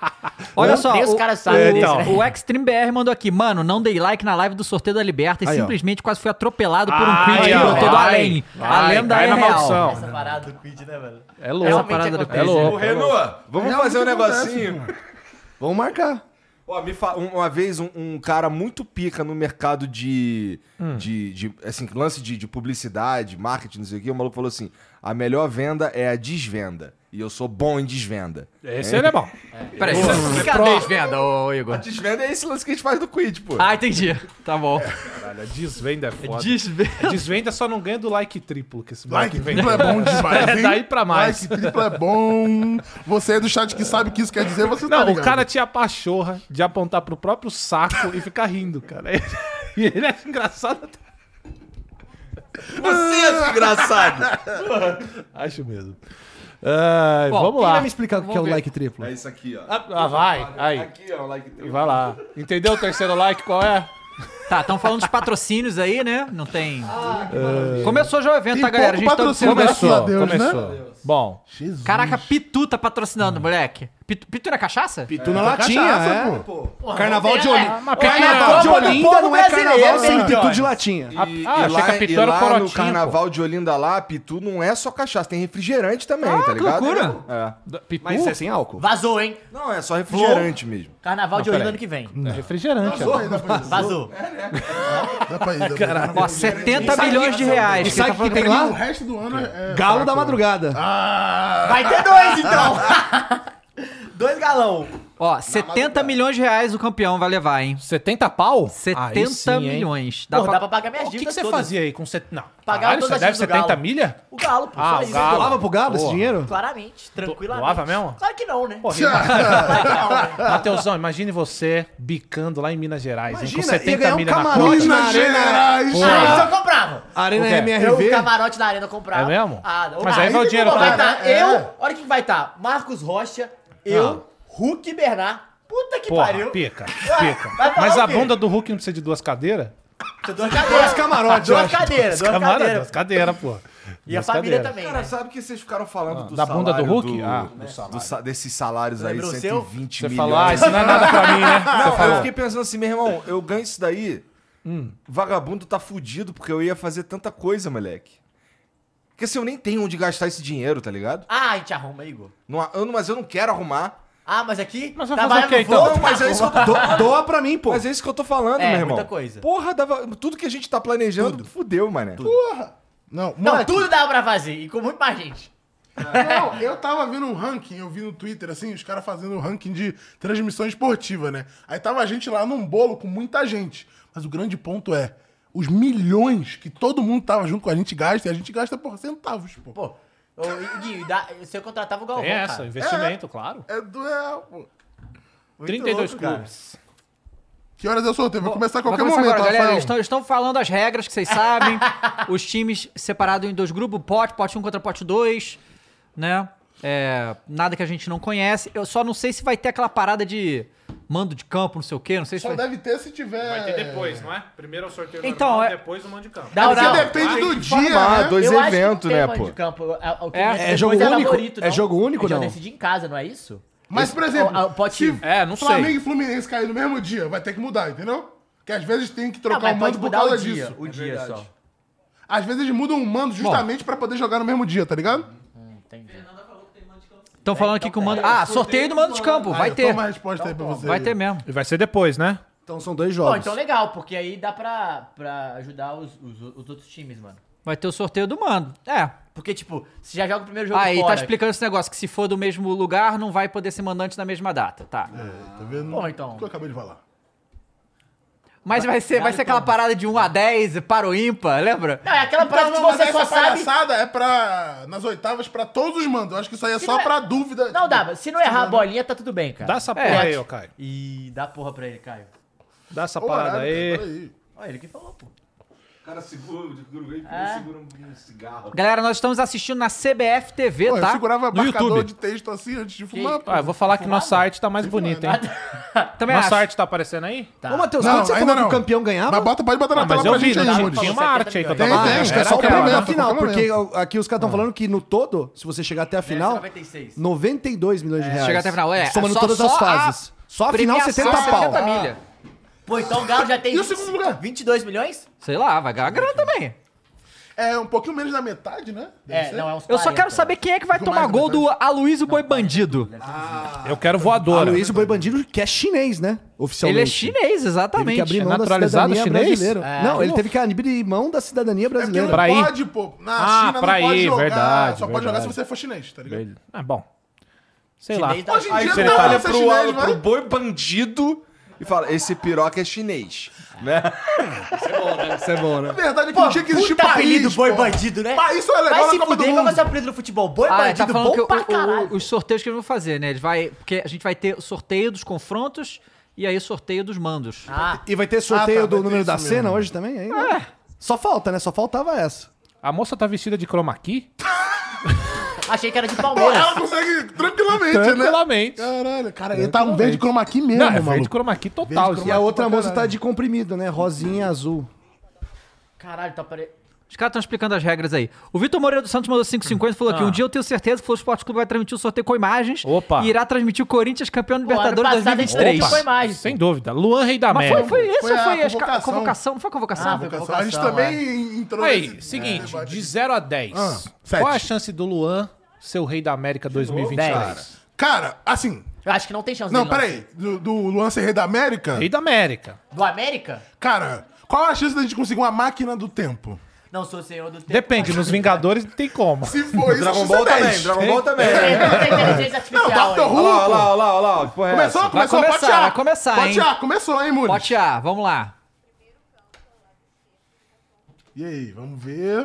Speaker 1: Olha
Speaker 3: Nem
Speaker 1: só,
Speaker 3: os
Speaker 1: o,
Speaker 3: caras
Speaker 1: o,
Speaker 3: sabem
Speaker 5: então.
Speaker 3: disso, né?
Speaker 1: o Extreme BR mandou aqui, mano, não dei like na live do sorteio da Liberta e
Speaker 4: Aí, ó.
Speaker 1: simplesmente quase fui atropelado por um
Speaker 5: Ai,
Speaker 1: quid que
Speaker 5: ó,
Speaker 1: brotou do
Speaker 5: vai,
Speaker 1: além. a
Speaker 5: vai,
Speaker 1: lenda
Speaker 5: cai
Speaker 1: é
Speaker 5: na
Speaker 1: real.
Speaker 5: maldição.
Speaker 3: Essa parada do Quid, né, velho?
Speaker 5: É louco.
Speaker 1: Essa parada do
Speaker 3: acontece,
Speaker 5: É louco.
Speaker 6: Ô, Renan, vamos fazer um negocinho.
Speaker 4: Vamos marcar.
Speaker 6: Ó, me fa- um- Uma vez um, um cara muito pica no mercado de.
Speaker 5: Hum.
Speaker 6: de, de, assim, lance de, de publicidade, marketing, não sei o quê. O maluco falou assim: a melhor venda é a desvenda. E eu sou bom em desvenda.
Speaker 5: Esse ele é bom.
Speaker 1: Peraí, explica a desvenda, ô Igor.
Speaker 6: A desvenda é esse lance que a gente faz do quid, pô.
Speaker 1: Ah, entendi. Tá bom.
Speaker 5: Caralho, desvenda é foda.
Speaker 1: Desvenda.
Speaker 5: Desvenda só não ganha do like triplo que esse
Speaker 2: Like
Speaker 5: moleque
Speaker 2: triplo é bom demais.
Speaker 5: É,
Speaker 2: hein?
Speaker 5: daí pra mais.
Speaker 2: Like triplo é bom. Você é do chat que sabe o que isso quer dizer, você tá
Speaker 5: Não, o
Speaker 2: ligado.
Speaker 5: cara tinha a pachorra de apontar pro próprio saco e ficar rindo, cara. E ele acha engraçado até.
Speaker 6: Você é desgraçado.
Speaker 5: Acho mesmo. Ai,
Speaker 1: Bom,
Speaker 5: vamos
Speaker 1: quem
Speaker 5: lá.
Speaker 4: Vai me explicar o que é o
Speaker 1: ver.
Speaker 4: like triplo.
Speaker 6: É isso aqui, ó.
Speaker 5: Ah, vai. Aí,
Speaker 6: Aqui, ó, like
Speaker 5: vai lá. Entendeu o terceiro like? Qual é?
Speaker 1: Tá, estão falando dos patrocínios aí, né? Não tem. Começou já o evento,
Speaker 2: Tem
Speaker 1: tá, galera? A gente
Speaker 2: pouco
Speaker 1: tá
Speaker 2: patrocínio,
Speaker 1: Começou.
Speaker 2: Graças a Deus, né?
Speaker 5: começou. Bom,
Speaker 1: Caraca, Pitu tá patrocinando, moleque. Pitu, Pitu era cachaça?
Speaker 4: Pitu na latinha,
Speaker 2: cachaça,
Speaker 4: é.
Speaker 2: pô.
Speaker 4: Carnaval de
Speaker 3: Olímpia.
Speaker 4: Olinda.
Speaker 5: uma
Speaker 4: Carnaval de Olinda não é carnaval sem pitu de latinha.
Speaker 6: E,
Speaker 5: Ah,
Speaker 6: e
Speaker 5: achei que
Speaker 6: lá,
Speaker 5: a Pitu
Speaker 6: e
Speaker 5: era
Speaker 6: lá
Speaker 5: corotinha,
Speaker 6: no
Speaker 5: pô.
Speaker 6: carnaval de Olinda lá, a Pitu não é só cachaça, tem refrigerante também,
Speaker 5: Ah,
Speaker 6: tá
Speaker 1: que
Speaker 6: ligado?
Speaker 1: loucura.
Speaker 6: É.
Speaker 5: Pitu?
Speaker 4: Mas isso é sem álcool.
Speaker 3: Vazou, hein?
Speaker 6: Não, é só refrigerante mesmo.
Speaker 3: Carnaval de
Speaker 5: peraí.
Speaker 3: Olinda ano que vem.
Speaker 5: É refrigerante. ó.
Speaker 3: Vazou.
Speaker 2: Dá pra ir, dá pra ir.
Speaker 1: Ó, 70 milhões de reais.
Speaker 2: tá
Speaker 1: tá
Speaker 4: Sabe o que tem lá?
Speaker 2: O resto do ano é...
Speaker 4: Galo da madrugada.
Speaker 2: Ah.
Speaker 3: Vai ter dois, então. dois galão.
Speaker 1: Ó, 70 milhões de reais o campeão vai levar, hein?
Speaker 5: 70 pau?
Speaker 1: 70
Speaker 5: Aí sim, hein?
Speaker 1: milhões.
Speaker 3: Dá,
Speaker 1: Dá pra...
Speaker 3: pra pagar minhas
Speaker 5: O que, que
Speaker 3: dívidas
Speaker 5: você
Speaker 3: todas.
Speaker 5: fazia aí com 70? Não.
Speaker 3: Pagava
Speaker 5: Caralho,
Speaker 3: todas
Speaker 5: você
Speaker 3: as
Speaker 5: deve
Speaker 3: dívidas do
Speaker 5: 70
Speaker 3: Galo.
Speaker 5: milha?
Speaker 3: O galo, pô.
Speaker 5: Ah,
Speaker 3: só
Speaker 5: o
Speaker 3: isso.
Speaker 5: Galo.
Speaker 4: Doava pro Galo esse dinheiro?
Speaker 3: Claramente, tranquilamente.
Speaker 5: doava mesmo?
Speaker 3: Claro que não, né?
Speaker 5: Porra,
Speaker 3: Ah,
Speaker 5: Mateusão, imagine você bicando lá em Minas Gerais, hein? Com
Speaker 4: Imagina, ia
Speaker 5: 70
Speaker 4: ganhar um
Speaker 5: milha na
Speaker 4: camarote.
Speaker 5: conta.
Speaker 4: na
Speaker 2: Minas
Speaker 4: arena.
Speaker 2: Gerais.
Speaker 3: Ah, isso eu comprava.
Speaker 4: Arena
Speaker 5: O quê?
Speaker 3: Eu, o
Speaker 4: MRV.
Speaker 3: camarote da arena eu comprava.
Speaker 5: É mesmo?
Speaker 3: Ah, não.
Speaker 5: Mas aí vai o dinheiro
Speaker 3: Vai
Speaker 5: todo.
Speaker 3: estar
Speaker 2: É.
Speaker 3: eu, olha quem vai estar. Marcos Rocha, eu, Hulk e Bernard. Puta que
Speaker 5: Ah. Porra,
Speaker 3: pariu.
Speaker 5: pica,
Speaker 3: Vai
Speaker 5: pica.
Speaker 3: falar
Speaker 5: Mas
Speaker 3: o
Speaker 5: a
Speaker 3: quê?
Speaker 5: bunda do Hulk não precisa de duas cadeiras?
Speaker 3: Duas cadeiras.
Speaker 4: camarotes, eu
Speaker 3: Duas
Speaker 4: acho.
Speaker 3: cadeiras, É, duas
Speaker 5: Camarada,
Speaker 3: cadeiras.
Speaker 5: duas cadeiras, pô.
Speaker 3: E a família
Speaker 5: cadeiras.
Speaker 3: também,
Speaker 6: Cara,
Speaker 3: né?
Speaker 6: sabe o que vocês ficaram falando do
Speaker 5: da bunda
Speaker 6: salário
Speaker 5: do Hulk?
Speaker 6: do-
Speaker 5: Ah,
Speaker 6: do sa- desses salários aí,
Speaker 3: Lembra o seu?
Speaker 6: 120
Speaker 5: Você
Speaker 6: milhões.
Speaker 5: falou, ah, isso não é nada pra mim, né?
Speaker 6: Não, eu fiquei pensando assim, meu irmão, eu ganho isso daí, vagabundo tá fudido, porque eu ia fazer tanta coisa, moleque. Porque assim, eu nem tenho onde gastar esse dinheiro, tá ligado?
Speaker 3: Ah, a gente arruma, Igor.
Speaker 6: Não, há- eu não- mas eu não quero arrumar.
Speaker 3: Ah, mas aqui...
Speaker 5: Mas vai
Speaker 3: trabalha
Speaker 5: fazer o quê,
Speaker 3: no
Speaker 5: então?
Speaker 3: Volta,
Speaker 6: Não, mas é isso que eu tô,
Speaker 4: Do- doa pra mim, pô.
Speaker 6: mas é isso que eu tô falando,
Speaker 3: É,
Speaker 6: meu irmão.
Speaker 3: muita coisa.
Speaker 6: Porra, dava, tudo que a gente tá planejando, fudeu, mané.
Speaker 2: Porra! Não,
Speaker 3: Não,
Speaker 2: moleque,
Speaker 3: tudo dava pra fazer. E com muito mais gente.
Speaker 2: Não, eu tava vendo um ranking, eu vi no Twitter, assim, os caras fazendo um ranking de transmissão esportiva, né? Aí tava a gente lá num bolo com muita gente. Mas o grande ponto é, os milhões que todo mundo tava junto com a gente gasta, e a gente gasta por centavos, pô.
Speaker 3: Pô, ô, Guinho, dá- se eu contratava o Galvão,
Speaker 5: Tem essa,
Speaker 3: cara.
Speaker 5: investimento, claro.
Speaker 2: É duel, pô.
Speaker 3: Muito
Speaker 5: 32
Speaker 3: louco, cara.
Speaker 5: clubes.
Speaker 2: Que horas é o sorteio? Vai começar a
Speaker 1: Vai
Speaker 2: qualquer
Speaker 1: começar
Speaker 2: momento,
Speaker 1: agora, galera.
Speaker 2: Rafael.
Speaker 1: Eles estão, eles estão falando as regras que vocês sabem. os times separados em dois grupos, pote, pote 1 contra pote 2, né? É, nada que a gente não conhece. Eu só não sei se vai ter aquela parada de mando de campo, não sei o quê. Não sei se
Speaker 2: Só
Speaker 1: vai...
Speaker 2: deve ter se tiver...
Speaker 7: Vai ter depois, não é? Primeiro é o sorteio
Speaker 1: Então,
Speaker 7: normal,
Speaker 1: é-
Speaker 7: depois o mando de campo.
Speaker 3: Não,
Speaker 2: Porque
Speaker 3: não.
Speaker 2: depende do dia,
Speaker 6: Ah,
Speaker 2: né?
Speaker 6: dois
Speaker 3: Eu acho que não
Speaker 6: eventos,
Speaker 3: tem
Speaker 6: né,
Speaker 3: mano
Speaker 6: pô?
Speaker 3: de campo. A- a- o que
Speaker 1: É,
Speaker 3: mais-
Speaker 1: é
Speaker 3: depois
Speaker 4: jogo único?
Speaker 3: favorito,
Speaker 4: É
Speaker 3: não.
Speaker 4: jogo único,
Speaker 3: Eu já
Speaker 4: não?
Speaker 3: decidi em casa, não é isso?
Speaker 2: Mas, por exemplo,
Speaker 3: Ah, pode
Speaker 2: se
Speaker 3: ir.
Speaker 5: É, não sei.
Speaker 2: Flamengo e Fluminense cair no mesmo dia, vai ter que mudar, entendeu? Porque às vezes tem que
Speaker 3: Não,
Speaker 2: trocar o
Speaker 3: mas
Speaker 2: mando
Speaker 3: pode
Speaker 2: por
Speaker 3: mudar o
Speaker 2: causa
Speaker 3: dia.
Speaker 2: disso.
Speaker 3: O dia só.
Speaker 2: Às vezes eles mudam o mando justamente pra poder jogar no mesmo dia, tá ligado?
Speaker 3: Entendi.
Speaker 1: Estão falando aqui que o mando. Ah, sorteio do mando de campo. Vai
Speaker 2: Toma
Speaker 1: ter.
Speaker 2: uma resposta aí pra
Speaker 3: Então,
Speaker 2: vocês.
Speaker 1: Vai ter mesmo.
Speaker 5: E vai ser depois, né?
Speaker 4: Então são dois
Speaker 3: Pô,
Speaker 4: jogos.
Speaker 3: então legal, porque aí dá pra, pra ajudar os, os, os outros times, mano.
Speaker 1: Vai ter o sorteio do mando. É.
Speaker 3: Porque, tipo, se já joga o primeiro jogo
Speaker 1: Aí
Speaker 3: fora...
Speaker 1: tá explicando esse negócio que se for do mesmo lugar, não vai poder ser mandante na mesma data. Tá.
Speaker 2: É, tá vendo?
Speaker 3: Bom, então.
Speaker 2: O que eu acabei de falar.
Speaker 1: Mas vai ser, vai ser aquela parada de 1 a 10 para o ímpar, lembra?
Speaker 3: Não, é aquela
Speaker 2: Então,
Speaker 3: parada
Speaker 2: não, mas
Speaker 3: que você só
Speaker 2: essa
Speaker 3: sabe...
Speaker 2: palhaçada é pra. nas oitavas pra todos os mandos. Eu acho que isso aí é
Speaker 3: Se
Speaker 2: só
Speaker 3: não é-
Speaker 2: pra dúvida.
Speaker 3: Não, dá, se não errar a bolinha, tá tudo bem, cara.
Speaker 5: Dá essa
Speaker 1: É.
Speaker 5: porra aí, ô Caio.
Speaker 3: E dá porra pra ele, Caio.
Speaker 5: Dá essa
Speaker 2: Ô,
Speaker 5: parada
Speaker 2: horário,
Speaker 5: aí.
Speaker 2: cara, peraí.
Speaker 3: Olha ele que falou, pô.
Speaker 6: cara segura, segura,
Speaker 3: É.
Speaker 6: segura um cigarro.
Speaker 1: Galera, nós estamos assistindo na CBF TV,
Speaker 2: Pô, eu
Speaker 1: tá?
Speaker 2: segurava
Speaker 5: No
Speaker 2: marcador
Speaker 5: YouTube.
Speaker 2: de texto assim antes de fumar. pô.
Speaker 5: Ah, eu vou falar que nossa arte tá mais bonita, hein?
Speaker 1: Também
Speaker 5: Nossa
Speaker 1: acho.
Speaker 5: arte tá aparecendo aí?
Speaker 3: Tá.
Speaker 4: Ô, Matheus,
Speaker 2: Não,
Speaker 4: quando você
Speaker 2: ainda
Speaker 4: falou que o
Speaker 2: não.
Speaker 4: campeão ganhava... Ah,
Speaker 2: Mas bota, pode botar na
Speaker 5: Ah,
Speaker 2: tela
Speaker 5: mas
Speaker 2: pra
Speaker 5: eu vi,
Speaker 2: gente
Speaker 5: né?
Speaker 2: aí,
Speaker 5: Tinha,
Speaker 2: Mude.
Speaker 3: Tá
Speaker 5: tinha uma arte aí que eu
Speaker 2: Tem,
Speaker 5: tava
Speaker 2: tem, acho que é
Speaker 5: Era
Speaker 2: só o É.
Speaker 5: aquela,
Speaker 2: primeiro.
Speaker 4: Na
Speaker 5: né?
Speaker 4: final,
Speaker 2: complemento.
Speaker 4: porque o- aqui os caras estão falando que no todo, se você chegar até a final,
Speaker 3: 96.
Speaker 4: 92 milhões de reais.
Speaker 1: chegar até a final, é,
Speaker 4: Somando
Speaker 1: só-
Speaker 4: todas
Speaker 1: só
Speaker 4: as
Speaker 1: a
Speaker 4: fases. Só a final,
Speaker 1: Premiação,
Speaker 4: 70 pau.
Speaker 1: 70 milha.
Speaker 3: Pô, então o Galo já tem
Speaker 2: E o segundo lugar?
Speaker 3: 22 milhões?
Speaker 1: Sei lá, vai ganhar grana também.
Speaker 2: É um pouquinho menos da metade, né? Deve
Speaker 3: É,
Speaker 2: ser.
Speaker 3: não, é uns
Speaker 1: Eu só quero
Speaker 3: 40.
Speaker 1: saber quem é que vai
Speaker 2: Ficou
Speaker 1: tomar
Speaker 2: mais
Speaker 1: gol do Aloysio Boi Bandido.
Speaker 5: Eu quero voadora.
Speaker 4: Aloysio Ah, Boi Bandido, que é chinês, né? Oficialmente.
Speaker 1: Ele é chinês,
Speaker 4: Teve que
Speaker 1: exatamente.
Speaker 4: abrir mão da
Speaker 5: naturalizado
Speaker 4: cidadania
Speaker 5: chinês?
Speaker 4: brasileira.
Speaker 3: É.
Speaker 4: Não, ele teve que abrir mão da cidadania
Speaker 2: É porque não
Speaker 4: brasileira.
Speaker 5: Pra ir?
Speaker 2: pode, pô. Na
Speaker 5: Ah,
Speaker 2: China
Speaker 5: pra
Speaker 2: não pode
Speaker 5: ir,
Speaker 2: jogar.
Speaker 5: verdade,
Speaker 2: só pode jogar se
Speaker 5: verdade.
Speaker 2: você for chinês, tá ligado?
Speaker 5: Ele- Ah, bom. Sei lá.
Speaker 3: Chinês dá-
Speaker 2: Hoje em
Speaker 6: Aí
Speaker 2: dia
Speaker 5: se
Speaker 6: você
Speaker 5: ele
Speaker 2: não,
Speaker 5: tá-
Speaker 6: olha
Speaker 2: olha
Speaker 6: pro,
Speaker 2: chinês, vai.
Speaker 6: pro boi bandido e fala, esse piroca é chinês, né?
Speaker 4: Isso é bom, né?
Speaker 2: A verdade é que
Speaker 3: Pô,
Speaker 2: não tinha que existir
Speaker 3: puta apelido,
Speaker 2: país,
Speaker 3: boi
Speaker 2: pô.
Speaker 3: bandido, né?
Speaker 2: País só é legal
Speaker 3: Vai
Speaker 2: na
Speaker 3: se
Speaker 2: Copa do
Speaker 3: fuder, qual vai
Speaker 2: Mundo.
Speaker 3: ser o apelido no futebol? Boi
Speaker 1: Ah,
Speaker 3: bandido,
Speaker 1: tá falando
Speaker 3: bom
Speaker 1: que o-
Speaker 3: pra
Speaker 1: o-
Speaker 3: caralho.
Speaker 1: os sorteios que eles vão fazer, né? Eles vai, porque a gente vai ter o sorteio dos confrontos e aí o sorteio dos mandos.
Speaker 3: Ah,
Speaker 4: E vai ter sorteio
Speaker 2: Ah, tá,
Speaker 4: do
Speaker 2: vai ter
Speaker 4: número
Speaker 2: isso
Speaker 4: da
Speaker 2: mesmo.
Speaker 4: cena hoje também? Aí, né? Só falta, né? Só faltava essa.
Speaker 5: A moça tá vestida de chroma key?
Speaker 3: achei que era de
Speaker 2: Pô, ela
Speaker 3: Palmeiras.
Speaker 2: consegue tranquilamente, né?
Speaker 5: Tranquilamente.
Speaker 2: Caralho, cara,
Speaker 4: É,
Speaker 2: ele tá um verde chroma aqui mesmo,
Speaker 5: Não, é verde
Speaker 2: maluco.
Speaker 5: chroma key total. assim.
Speaker 2: Verde
Speaker 4: E a
Speaker 5: isso.
Speaker 3: É
Speaker 2: chroma-
Speaker 4: outra
Speaker 2: pra
Speaker 4: moça
Speaker 2: caralho.
Speaker 4: tá de comprimido, né? Rosinha azul.
Speaker 3: Caralho, tá pare...
Speaker 1: Os caras estão explicando as regras aí. O Vitor Moreira dos Santos mandou 5,50 e falou aqui: um dia eu tenho certeza que o Flow Esporte Clube vai transmitir o sorteio com imagens
Speaker 5: Ah. Opa.
Speaker 1: e irá transmitir o Corinthians campeão
Speaker 3: Pô, ano
Speaker 1: Libertadores
Speaker 3: passado a gente não
Speaker 1: 2023.
Speaker 3: trocou
Speaker 1: Mas
Speaker 3: imagem.
Speaker 5: Sem dúvida. Luan Rei da América.
Speaker 1: foi, foi isso
Speaker 2: Foi
Speaker 1: ou
Speaker 2: a
Speaker 1: foi a esca-
Speaker 2: convocação.
Speaker 1: convocação? Não foi a convocação?
Speaker 3: Ah, foi
Speaker 2: Convocação. A gente
Speaker 3: Convocação,
Speaker 2: também É, entrou
Speaker 5: Aí,
Speaker 2: nesse
Speaker 5: seguinte,
Speaker 2: debate.
Speaker 5: de 0 a 10,
Speaker 2: Ah, sete.
Speaker 5: qual a chance do Luan ser o Rei da América 2023?
Speaker 2: Cara, assim,
Speaker 3: Eu acho que não tem chance
Speaker 2: não,
Speaker 3: dele,
Speaker 2: peraí, do, do Luan ser rei da América,
Speaker 5: Rei da América.
Speaker 3: Do América?
Speaker 2: cara, qual a chance da gente conseguir uma máquina do tempo?
Speaker 3: Não sou senhor do tempo.
Speaker 5: Depende, nos Vingadores não tem como.
Speaker 2: Se for isso, É.
Speaker 6: Dragon
Speaker 2: a
Speaker 6: Ball
Speaker 2: chance é
Speaker 6: também,
Speaker 2: 10.
Speaker 6: Dragon Ball também.
Speaker 3: Ele não tem inteligência
Speaker 2: Não, tá
Speaker 3: artificial
Speaker 2: Doctor
Speaker 3: aí.
Speaker 2: Who,
Speaker 6: Olha lá, olha
Speaker 2: pô.
Speaker 6: lá, olha lá, olha lá. que porra é
Speaker 2: Começou,
Speaker 6: essa?
Speaker 2: começou,
Speaker 1: começar,
Speaker 2: pode
Speaker 1: vai começar,
Speaker 2: pode
Speaker 1: hein?
Speaker 2: tirar, começou, hein, Muri?
Speaker 1: Pote A, vamos lá.
Speaker 2: E aí, vamos ver.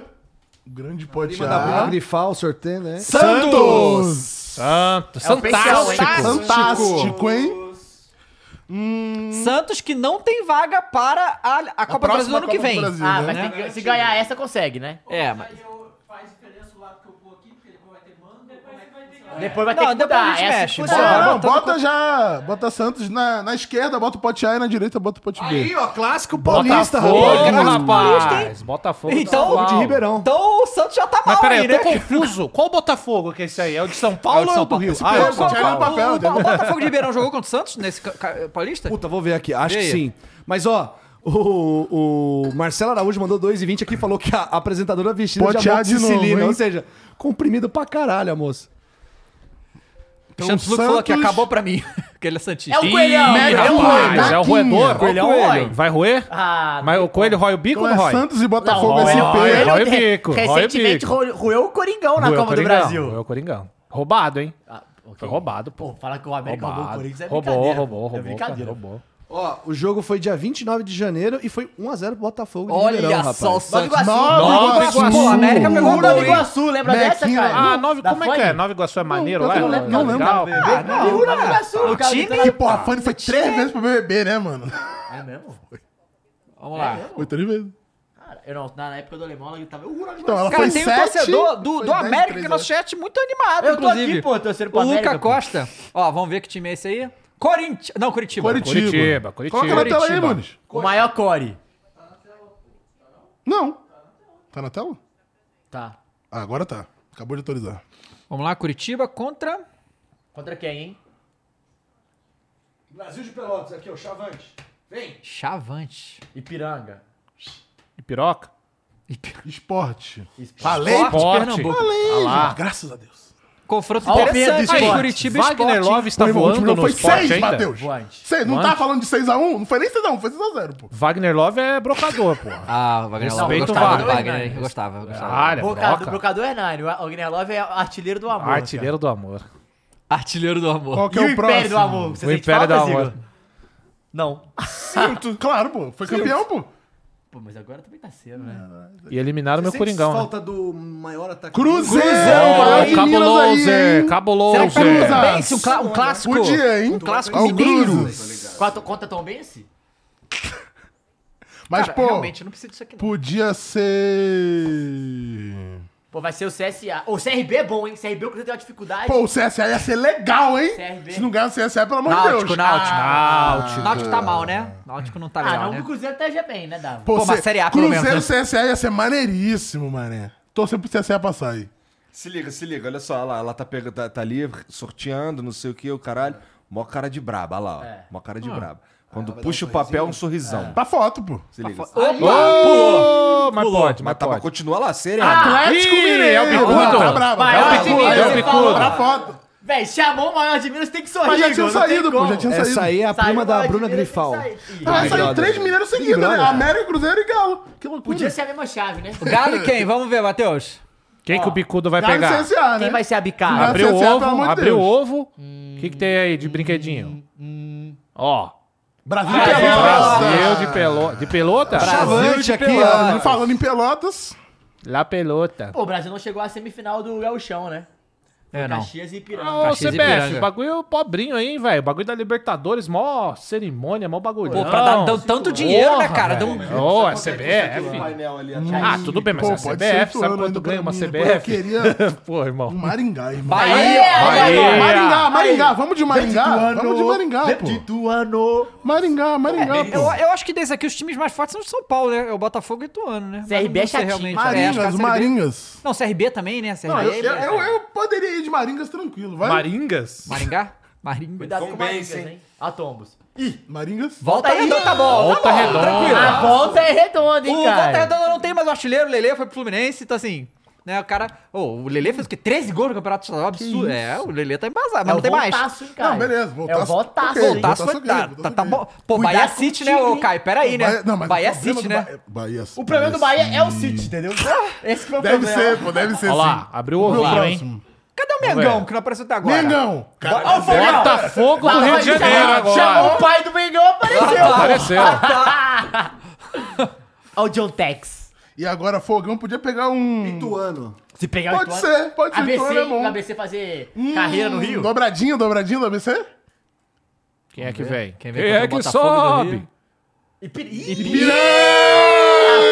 Speaker 2: O grande pote
Speaker 4: Da Bruna
Speaker 2: A.
Speaker 4: Ah. Grifal, sorteio, né?
Speaker 2: Santos!
Speaker 5: Santo,
Speaker 3: É o pensão, hein?
Speaker 5: fantástico.
Speaker 2: Fantástico, hein?
Speaker 1: Santos que não tem vaga para a, a Copa do Brasil
Speaker 2: próxima
Speaker 1: do ano que
Speaker 2: Copa do
Speaker 1: vem.
Speaker 2: Brasil,
Speaker 3: Ah,
Speaker 2: né?
Speaker 3: mas tem que- se ganhar essa, consegue, né?
Speaker 1: É, mas.
Speaker 8: faz diferença o lado que eu pôr aqui, porque ele vai ter mando. Depois você vai ter que
Speaker 3: Depois vai ter
Speaker 1: Não,
Speaker 3: que
Speaker 1: depois a
Speaker 3: mudar.
Speaker 1: gente
Speaker 3: É
Speaker 1: mexe,
Speaker 3: assim que
Speaker 1: bora.
Speaker 3: funciona.
Speaker 2: Não,
Speaker 1: Ah,
Speaker 2: não, bota já. Bota Santos na, na esquerda, bota o pote A e na direita bota o pote B.
Speaker 6: ó, clássico
Speaker 4: Paulista,
Speaker 5: Botafogo,
Speaker 4: rapaz.
Speaker 5: rapaz. Botafogo. de
Speaker 1: Então-
Speaker 5: São Paulo.
Speaker 4: de Ribeirão.
Speaker 1: Então o Santos já tá mal
Speaker 5: Mas peraí,
Speaker 1: aí,
Speaker 5: eu
Speaker 1: né?
Speaker 5: tô confuso. Qual Botafogo que é esse aí? É o de São Paulo ou é o do Rio? Ah,
Speaker 2: pega-
Speaker 5: é
Speaker 1: Qual-
Speaker 5: o de São
Speaker 1: qual-
Speaker 2: Tinha no
Speaker 1: qual-
Speaker 2: papel,
Speaker 1: o- o
Speaker 2: entendeu?
Speaker 1: Botafogo de Ribeirão jogou contra o Santos nesse ca- ca- Paulista?
Speaker 4: Puta, vou ver aqui. Acho
Speaker 1: E
Speaker 4: que
Speaker 1: aí?
Speaker 4: sim. Mas ó, o, o Marcelo Araújo mandou 2,20 aqui e falou que a apresentadora vestida
Speaker 2: Pode
Speaker 4: de
Speaker 2: ar
Speaker 4: amor
Speaker 2: de novo,
Speaker 4: sicilina.
Speaker 2: hein?
Speaker 4: Ou seja, comprimido pra caralho, a moça.
Speaker 1: O Santos Luke falou que acabou pra mim, que ele é Santista.
Speaker 3: É o Coelhão.
Speaker 5: Ih,
Speaker 3: É o
Speaker 5: rapaz,
Speaker 3: Coelhão.
Speaker 5: é o roedor.
Speaker 3: Coelhão rói.
Speaker 5: Vai roer?
Speaker 3: Ah,
Speaker 5: Mas o coelho rói o bico
Speaker 2: Então
Speaker 5: ou não
Speaker 2: é
Speaker 5: rói?
Speaker 2: Santos e
Speaker 3: não,
Speaker 2: Botafogo
Speaker 5: Roy,
Speaker 2: SP.
Speaker 5: Roy, Roy o
Speaker 3: re-
Speaker 5: bico, Roy o
Speaker 3: Recentemente
Speaker 5: bico.
Speaker 3: ro- roeu o Coringão na
Speaker 5: Roeu o
Speaker 3: Copa do
Speaker 5: Coringão,
Speaker 3: Brasil.
Speaker 5: roeu o Coringão. Roubado, hein?
Speaker 3: Ah, ok.
Speaker 5: Foi roubado, pô.
Speaker 3: Pô, falar que o América roubou o
Speaker 5: Roubado.
Speaker 3: Corinthians é
Speaker 5: Roubou,
Speaker 3: brincadeira.
Speaker 5: roubou, roubou.
Speaker 3: É brincadeira.
Speaker 5: cara, roubou.
Speaker 4: Ó, o jogo foi dia 29 de janeiro e foi 1x0 pro Botafogo. de
Speaker 1: Olha
Speaker 4: Ribeirão,
Speaker 1: só o
Speaker 4: rapaz.
Speaker 1: Santos.
Speaker 3: Iguaçu.
Speaker 5: Nova
Speaker 1: Nova Iguaçu.
Speaker 5: Iguaçu.
Speaker 1: Pô, a América pegou um
Speaker 3: Nova
Speaker 1: gol, hein?
Speaker 3: Iguaçu, lembra dessa,
Speaker 2: Mequinha.
Speaker 3: cara?
Speaker 5: Ah, Nova,
Speaker 3: Da
Speaker 5: como é que
Speaker 3: Fanny?
Speaker 5: é? Nova Iguaçu é maneiro
Speaker 2: eu
Speaker 5: lá?
Speaker 2: não
Speaker 5: é
Speaker 2: lembro, não lembro.
Speaker 5: legal?
Speaker 1: Ah, não,
Speaker 3: Viu, Nova Iguaçu,
Speaker 1: O
Speaker 3: cara,
Speaker 1: time-
Speaker 3: tá
Speaker 2: Que
Speaker 3: lá-
Speaker 2: porra, a Fanny foi três vezes pro BBB, né, mano?
Speaker 3: É mesmo?
Speaker 1: Vamos lá.
Speaker 2: Foi três vezes.
Speaker 3: Cara, eu não, na época do alemão ela gritava, "Uh, Nova
Speaker 2: Então,
Speaker 3: Iguaçu".
Speaker 2: ela
Speaker 1: Cara,
Speaker 2: foi
Speaker 1: tem um
Speaker 2: sete,
Speaker 1: torcedor do,
Speaker 2: foi
Speaker 1: do
Speaker 2: dez,
Speaker 1: América
Speaker 2: três
Speaker 1: no nosso
Speaker 2: vezes.
Speaker 1: chat muito animado,
Speaker 3: Eu tô
Speaker 1: inclusive. tipo,
Speaker 3: aqui, pô, torcendo pro
Speaker 1: O
Speaker 3: América.
Speaker 1: Luca
Speaker 3: pô.
Speaker 1: Costa. Ó, vamos ver que time é esse aí. Corinthians. Não, Curitiba.
Speaker 2: Coritiba.
Speaker 5: Curitiba, Curitiba.
Speaker 2: Coloca na tela aí,
Speaker 1: Curitiba.
Speaker 2: Nunes.
Speaker 3: O maior core.
Speaker 2: Não. Tá na tela?
Speaker 3: Tá.
Speaker 2: Ah, agora tá. Acabou de autorizar.
Speaker 1: Vamos lá, Curitiba contra.
Speaker 3: Contra quem, hein?
Speaker 4: Brasil de Pelotas, aqui, ó, Chavante.
Speaker 1: Chavante.
Speaker 3: Ipiranga.
Speaker 5: E piroca?
Speaker 2: Esporte.
Speaker 3: Esporte.
Speaker 2: Falei?
Speaker 5: Esporte.
Speaker 1: Pernambuco.
Speaker 2: Falei,
Speaker 5: Ah lá.
Speaker 2: gente. Graças a Deus.
Speaker 1: Confronto
Speaker 3: Ó, o medo,
Speaker 1: interessante.
Speaker 3: esporte.
Speaker 1: Curitiba e
Speaker 5: Wagner
Speaker 1: Sport.
Speaker 5: Love está
Speaker 2: Meu irmão, o
Speaker 5: voando
Speaker 2: último
Speaker 5: no
Speaker 2: foi
Speaker 5: esporte
Speaker 2: 6,
Speaker 5: ainda.
Speaker 2: Matheus.
Speaker 3: Voante.
Speaker 2: Seis, não
Speaker 5: Voante.
Speaker 2: tá falando de 6x1? Não foi nem 6x1, foi 6x0, pô.
Speaker 5: Wagner Love é brocador, pô.
Speaker 1: Ah, Wagner Love. Eu
Speaker 5: Respeito
Speaker 1: gostava do
Speaker 5: Wagner.
Speaker 1: Wagner. Eu gostava, eu gostava.
Speaker 5: Olha,
Speaker 3: Brocador,
Speaker 5: É broca.
Speaker 3: brocador Hernani. O Wagner Love é artilheiro do amor. cara.
Speaker 5: Artilheiro do amor.
Speaker 1: Artilheiro do amor.
Speaker 2: Qual que
Speaker 3: E
Speaker 2: é
Speaker 3: o
Speaker 2: o próximo?
Speaker 3: Império do Amor. Você
Speaker 5: O
Speaker 3: sente
Speaker 5: Império
Speaker 3: falta,
Speaker 5: da Amor.
Speaker 3: Zico? Não. Ah,
Speaker 2: Cinto. Claro, pô. Foi campeão, pô.
Speaker 3: Pô, mas agora também tá cedo, né?
Speaker 5: E eliminaram meu Coringão, né?
Speaker 4: falta do maior ataque.
Speaker 2: Cruzeiro, maior de
Speaker 5: Oh,
Speaker 2: Minas aí, hein?
Speaker 5: Cabuloso,
Speaker 1: Será
Speaker 3: tá
Speaker 5: cabuloso.
Speaker 1: que pega o
Speaker 2: Cruzeiro.
Speaker 1: Tombense? Um, cla- um clássico.
Speaker 2: Podia, hein?
Speaker 1: Um clássico
Speaker 2: Olha o
Speaker 1: mineiro.
Speaker 2: Cruzeiro.
Speaker 3: Quanto, conta assim? Tom Bense?
Speaker 2: Mas,
Speaker 1: Cara,
Speaker 2: pô,
Speaker 1: realmente, eu não preciso disso aqui não.
Speaker 2: podia ser...
Speaker 3: Pô, vai ser o CSA. O CRB é bom, hein? CRB o Cruzeiro tem uma dificuldade.
Speaker 2: Pô, o CSA ia ser legal, hein?
Speaker 3: CRB.
Speaker 2: Se não ganhar é o CSA, pelo amor de
Speaker 1: Náutico,
Speaker 2: Deus.
Speaker 1: Náutico.
Speaker 5: Náutico.
Speaker 1: Náutico tá mal, né? Náutico não tá
Speaker 3: ah,
Speaker 1: legal,
Speaker 3: não, o
Speaker 1: né?
Speaker 3: Cruzeiro tá já bem, né, Dava?
Speaker 1: Pô, mas
Speaker 2: C-
Speaker 1: Série A, pelo
Speaker 2: Cruzeiro
Speaker 1: menos,
Speaker 2: CSA ia ser maneiríssimo, mané. Torcer pro CSA passar aí.
Speaker 6: Se liga, se liga, olha só, olha lá, ela tá, pega, tá, tá ali sorteando, não sei o que, o caralho. Mó cara de braba, olha lá, ó.
Speaker 1: É.
Speaker 6: Mó cara
Speaker 1: Ah.
Speaker 6: de braba.
Speaker 2: Ah,
Speaker 6: Quando puxa o papel, um sorrisão.
Speaker 2: Pra Tá foto, pô.
Speaker 6: Se liga.
Speaker 1: Opa!
Speaker 5: Pulou. Mas pode, mas
Speaker 6: Mas tá, mas
Speaker 5: pode.
Speaker 6: continua lá, sereno.
Speaker 1: Ah,
Speaker 3: Tá Ah,
Speaker 2: Atlético
Speaker 5: Ih,
Speaker 2: Mineiro.
Speaker 5: é o bicudo.
Speaker 2: Tá brabo.
Speaker 3: Vai,
Speaker 2: tá
Speaker 3: vai,
Speaker 2: brabo.
Speaker 3: vai,
Speaker 2: Aí,
Speaker 3: vai,
Speaker 2: ó,
Speaker 3: vai,
Speaker 2: Pra
Speaker 3: vai.
Speaker 2: foto.
Speaker 3: Véi, chamou o maior de Minas, tem que sorrir.
Speaker 2: Mas já tinham
Speaker 3: igual, não tem
Speaker 2: saído, pô.
Speaker 3: como.
Speaker 2: Já tinham
Speaker 4: Essa
Speaker 2: saído.
Speaker 4: aí é a
Speaker 3: Saiu né?
Speaker 4: prima
Speaker 3: o
Speaker 4: da
Speaker 3: maior de
Speaker 4: Bruna
Speaker 3: Minas, tem que
Speaker 4: Grifal.
Speaker 3: sair. Ih,
Speaker 2: Ah, saiu
Speaker 4: brother.
Speaker 2: três mineiros seguidos, né?
Speaker 4: brother.
Speaker 2: América, Cruzeiro e Galo. Que loucura.
Speaker 3: Podia ser a mesma chave, né?
Speaker 1: Galo e quem? Vamos ver, Matheus.
Speaker 5: Quem que o bicudo vai
Speaker 2: Galo e
Speaker 5: pegar?
Speaker 2: CSA, né?
Speaker 3: Quem vai ser a bicada?
Speaker 2: Abre-
Speaker 5: Abriu
Speaker 2: CSA,
Speaker 5: o
Speaker 2: pelo
Speaker 5: ovo,
Speaker 2: amor de
Speaker 5: abriu o
Speaker 2: Deus.
Speaker 5: ovo. O que que tem aí de brinquedinho? Ó.
Speaker 2: Brasil.
Speaker 5: Brasil de pelota. De pelota?
Speaker 4: Chavante aqui,
Speaker 2: Pelotas.
Speaker 4: ó.
Speaker 2: Tá, Falando em Pelotas.
Speaker 5: La pelota.
Speaker 3: Pô, o Brasil não chegou à semifinal do Gauchão, né?
Speaker 1: É, não.
Speaker 3: Caxias e Ipiranga.
Speaker 5: Ô,
Speaker 1: Caxias e
Speaker 5: CBF,
Speaker 1: Ipiranga.
Speaker 5: o bagulho pobrinho aí, hein, velho. O bagulho da Libertadores, mó cerimônia, mó bagulho.
Speaker 1: Pô, pra dar dão tanto dinheiro, né, cara? Dão-
Speaker 5: Ô, é CBF. Ah, tudo bem, mas
Speaker 2: Pô,
Speaker 5: é a
Speaker 2: pode ser
Speaker 5: CBF.
Speaker 2: esse
Speaker 5: Sabe
Speaker 2: ano ainda
Speaker 5: quanto ganha uma
Speaker 2: pra mim, pô, Eu
Speaker 5: CBF?
Speaker 2: queria
Speaker 5: Pô, irmão.
Speaker 2: um Maringá, irmão.
Speaker 1: Bahia!
Speaker 2: Maringá, Maringá, vamos de Maringá. Vamos de Maringá, pô.
Speaker 3: Ituano.
Speaker 2: Maringá, Maringá,
Speaker 1: Eu,
Speaker 2: pô.
Speaker 1: eu acho que desse aqui os times mais fortes são o São Paulo, né? É o Botafogo e o Ituano, né? Mas
Speaker 3: CRB
Speaker 1: não
Speaker 3: é
Speaker 1: sei é, acho que
Speaker 3: chatinho.
Speaker 1: a
Speaker 2: Maringas,
Speaker 1: CRB
Speaker 2: Maringas.
Speaker 1: Não, CRB também, né? CRB.
Speaker 2: Não, eu, eu,
Speaker 1: é-
Speaker 2: eu- eu poderia ir de Maringas tranquilo, vai.
Speaker 5: Maringas?
Speaker 1: Maringá? Maringa.
Speaker 3: Cuidado com o Maringas, hein? Atombos.
Speaker 2: Maringas?
Speaker 1: Volta
Speaker 3: Volta
Speaker 1: redonda,
Speaker 3: aí.
Speaker 1: tá bom.
Speaker 5: Volta
Speaker 1: tá bom,
Speaker 5: redonda.
Speaker 1: Tranquilo.
Speaker 3: A volta é redonda, hein,
Speaker 1: O Volta
Speaker 3: cara?
Speaker 1: Redonda não tem mais o artilheiro, o Lele foi pro Fluminense, então assim. Né, o cara. Ô, o Lele fez o quê? 13 gols no Campeonato Estadual? Absurdo. É, o Lele tá embasado, mas
Speaker 3: É o
Speaker 1: não tem mais.
Speaker 3: voltaço, hein, cara?
Speaker 2: Não, beleza,
Speaker 3: É o
Speaker 2: voltaço,
Speaker 3: voltaço,
Speaker 2: ok,
Speaker 3: hein?
Speaker 1: Voltaço foi.
Speaker 2: Voltaço
Speaker 1: Tá,
Speaker 2: ok,
Speaker 1: tá, tá
Speaker 2: Voltaço
Speaker 1: bom. Pô,
Speaker 3: Cuidado
Speaker 1: Bahia
Speaker 3: com o
Speaker 1: City,
Speaker 3: time,
Speaker 1: né, ô
Speaker 3: hein?
Speaker 1: Caio? Pera aí, né?
Speaker 2: Bahia- não, mas
Speaker 1: Bahia
Speaker 2: o problema
Speaker 1: City,
Speaker 2: do
Speaker 1: né?
Speaker 2: Bahia- é- Bahia,
Speaker 3: O problema do Bahia é o City, entendeu? Esse que foi o
Speaker 2: Deve
Speaker 3: problema.
Speaker 2: ser, pô, deve ser
Speaker 5: Olha
Speaker 2: sim.
Speaker 5: lá, abriu o
Speaker 2: Meu
Speaker 5: ovinho, hein?
Speaker 2: próximo.
Speaker 1: Cadê o
Speaker 5: Vamos
Speaker 1: Mengão
Speaker 5: ver.
Speaker 1: que não apareceu até agora?
Speaker 2: Mengão! Cara,
Speaker 3: Ó, o Fogão!
Speaker 5: Botafogo do tá Rio de Janeiro
Speaker 3: Chamou o
Speaker 5: agora.
Speaker 3: pai do Mengão, apareceu.
Speaker 5: Apareceu.
Speaker 3: Olha o John Tex.
Speaker 2: E agora Fogão podia pegar um.
Speaker 4: Ituano.
Speaker 3: Se pegar
Speaker 2: Pode
Speaker 3: o Ituano-
Speaker 2: ser, pode ser.
Speaker 3: ABC,
Speaker 2: Ituano é
Speaker 3: hein?
Speaker 2: bom.
Speaker 3: Pra ABC fazer
Speaker 2: Hum,
Speaker 3: carreira no Rio.
Speaker 2: Dobradinha, dobradinha do ABC?
Speaker 5: Quem é que vem?
Speaker 1: Quem
Speaker 5: Quem,
Speaker 1: vem
Speaker 5: é
Speaker 1: contra o
Speaker 5: que
Speaker 1: Botafogo do Rio?
Speaker 5: sobe?
Speaker 3: Ipiri.
Speaker 2: Piranga!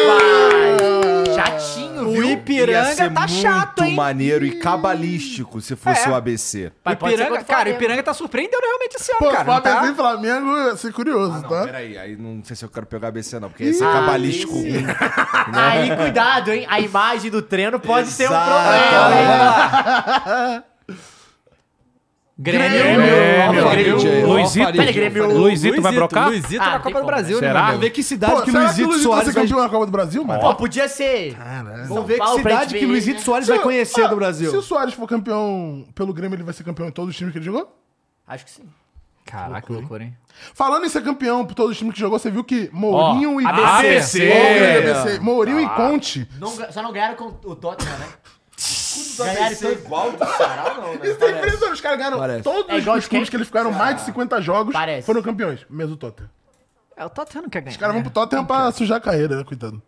Speaker 3: Rapaz. Chatinho,
Speaker 1: O
Speaker 3: viu?
Speaker 6: Ia
Speaker 1: Ipiranga
Speaker 6: ser
Speaker 1: tá
Speaker 6: muito
Speaker 1: chato, hein?
Speaker 6: maneiro e cabalístico se fosse
Speaker 1: É.
Speaker 6: o ABC.
Speaker 1: O
Speaker 3: Mas pode ser
Speaker 1: Ipiranga,
Speaker 3: contra o
Speaker 1: cara, o
Speaker 3: Flamengo.
Speaker 1: Ipiranga tá surpreendendo realmente esse ano,
Speaker 2: Pô,
Speaker 1: cara. não
Speaker 2: Flamengo
Speaker 1: tá?
Speaker 2: e Flamengo, assim, curioso,
Speaker 6: Ah, não,
Speaker 2: tá?
Speaker 6: peraí. Aí não sei se eu quero pegar ABC, não, porque ia ser
Speaker 1: Ah,
Speaker 6: cabalístico. um.
Speaker 3: Aí, cuidado, hein? A imagem do treino pode ser um
Speaker 6: Exato.
Speaker 3: problema, hein?
Speaker 1: Grêmio,
Speaker 5: Grêmio,
Speaker 1: Alfarinho,
Speaker 5: Grêmio, É, Luizito.
Speaker 1: Alfarinho.
Speaker 5: Peraí,
Speaker 3: Grêmio.
Speaker 1: Alfarinho.
Speaker 5: Luizito vai brocar?
Speaker 1: Luizito
Speaker 3: Ah,
Speaker 1: na
Speaker 3: tem
Speaker 1: Copa do
Speaker 3: como.
Speaker 1: Brasil,
Speaker 5: Será?
Speaker 1: né? meu
Speaker 4: Ver
Speaker 1: amigo?
Speaker 4: que cidade que Luizito Soares
Speaker 2: vai
Speaker 4: vai...
Speaker 2: ser campeão da Copa do Brasil, mano?
Speaker 3: Pô, podia ser.
Speaker 4: Vamos ver que
Speaker 3: Paulo pra gente
Speaker 4: cidade
Speaker 3: ver
Speaker 4: que
Speaker 3: ele,
Speaker 4: Luizito
Speaker 3: né?
Speaker 4: Soares
Speaker 2: Se-
Speaker 4: vai conhecer
Speaker 2: ah,
Speaker 4: do
Speaker 2: Se o
Speaker 4: Brasil.
Speaker 2: Soares for campeão pelo Grêmio, ele vai ser campeão em todos os times que ele jogou?
Speaker 3: Acho que sim.
Speaker 1: Caraca, que loucura, hein?
Speaker 2: Falando em ser campeão por todos os times que jogou, você viu que Mourinho e
Speaker 1: ABC.
Speaker 2: Mourinho, ABC. Mourinho
Speaker 3: Ah,
Speaker 2: e Conte.
Speaker 3: Não ga- só não ganharam com o Tottenham, né?
Speaker 6: Vai
Speaker 3: ganharam
Speaker 6: ser
Speaker 3: todo...
Speaker 6: igual do Ceará, não, né?
Speaker 2: Isso é impressionante. Os caras ganharam
Speaker 4: Parece.
Speaker 2: todos
Speaker 3: É igual
Speaker 2: os
Speaker 3: de
Speaker 2: clubes
Speaker 3: quem?
Speaker 2: que eles ficaram mais de 50 jogos
Speaker 3: Parece.
Speaker 2: foram campeões. Mesmo o Tottenham.
Speaker 1: É, o Tottenham não quer ganhar.
Speaker 2: Os caras vão
Speaker 3: É,
Speaker 2: pro Tottenham pra sujar a carreira, né? Cuidado.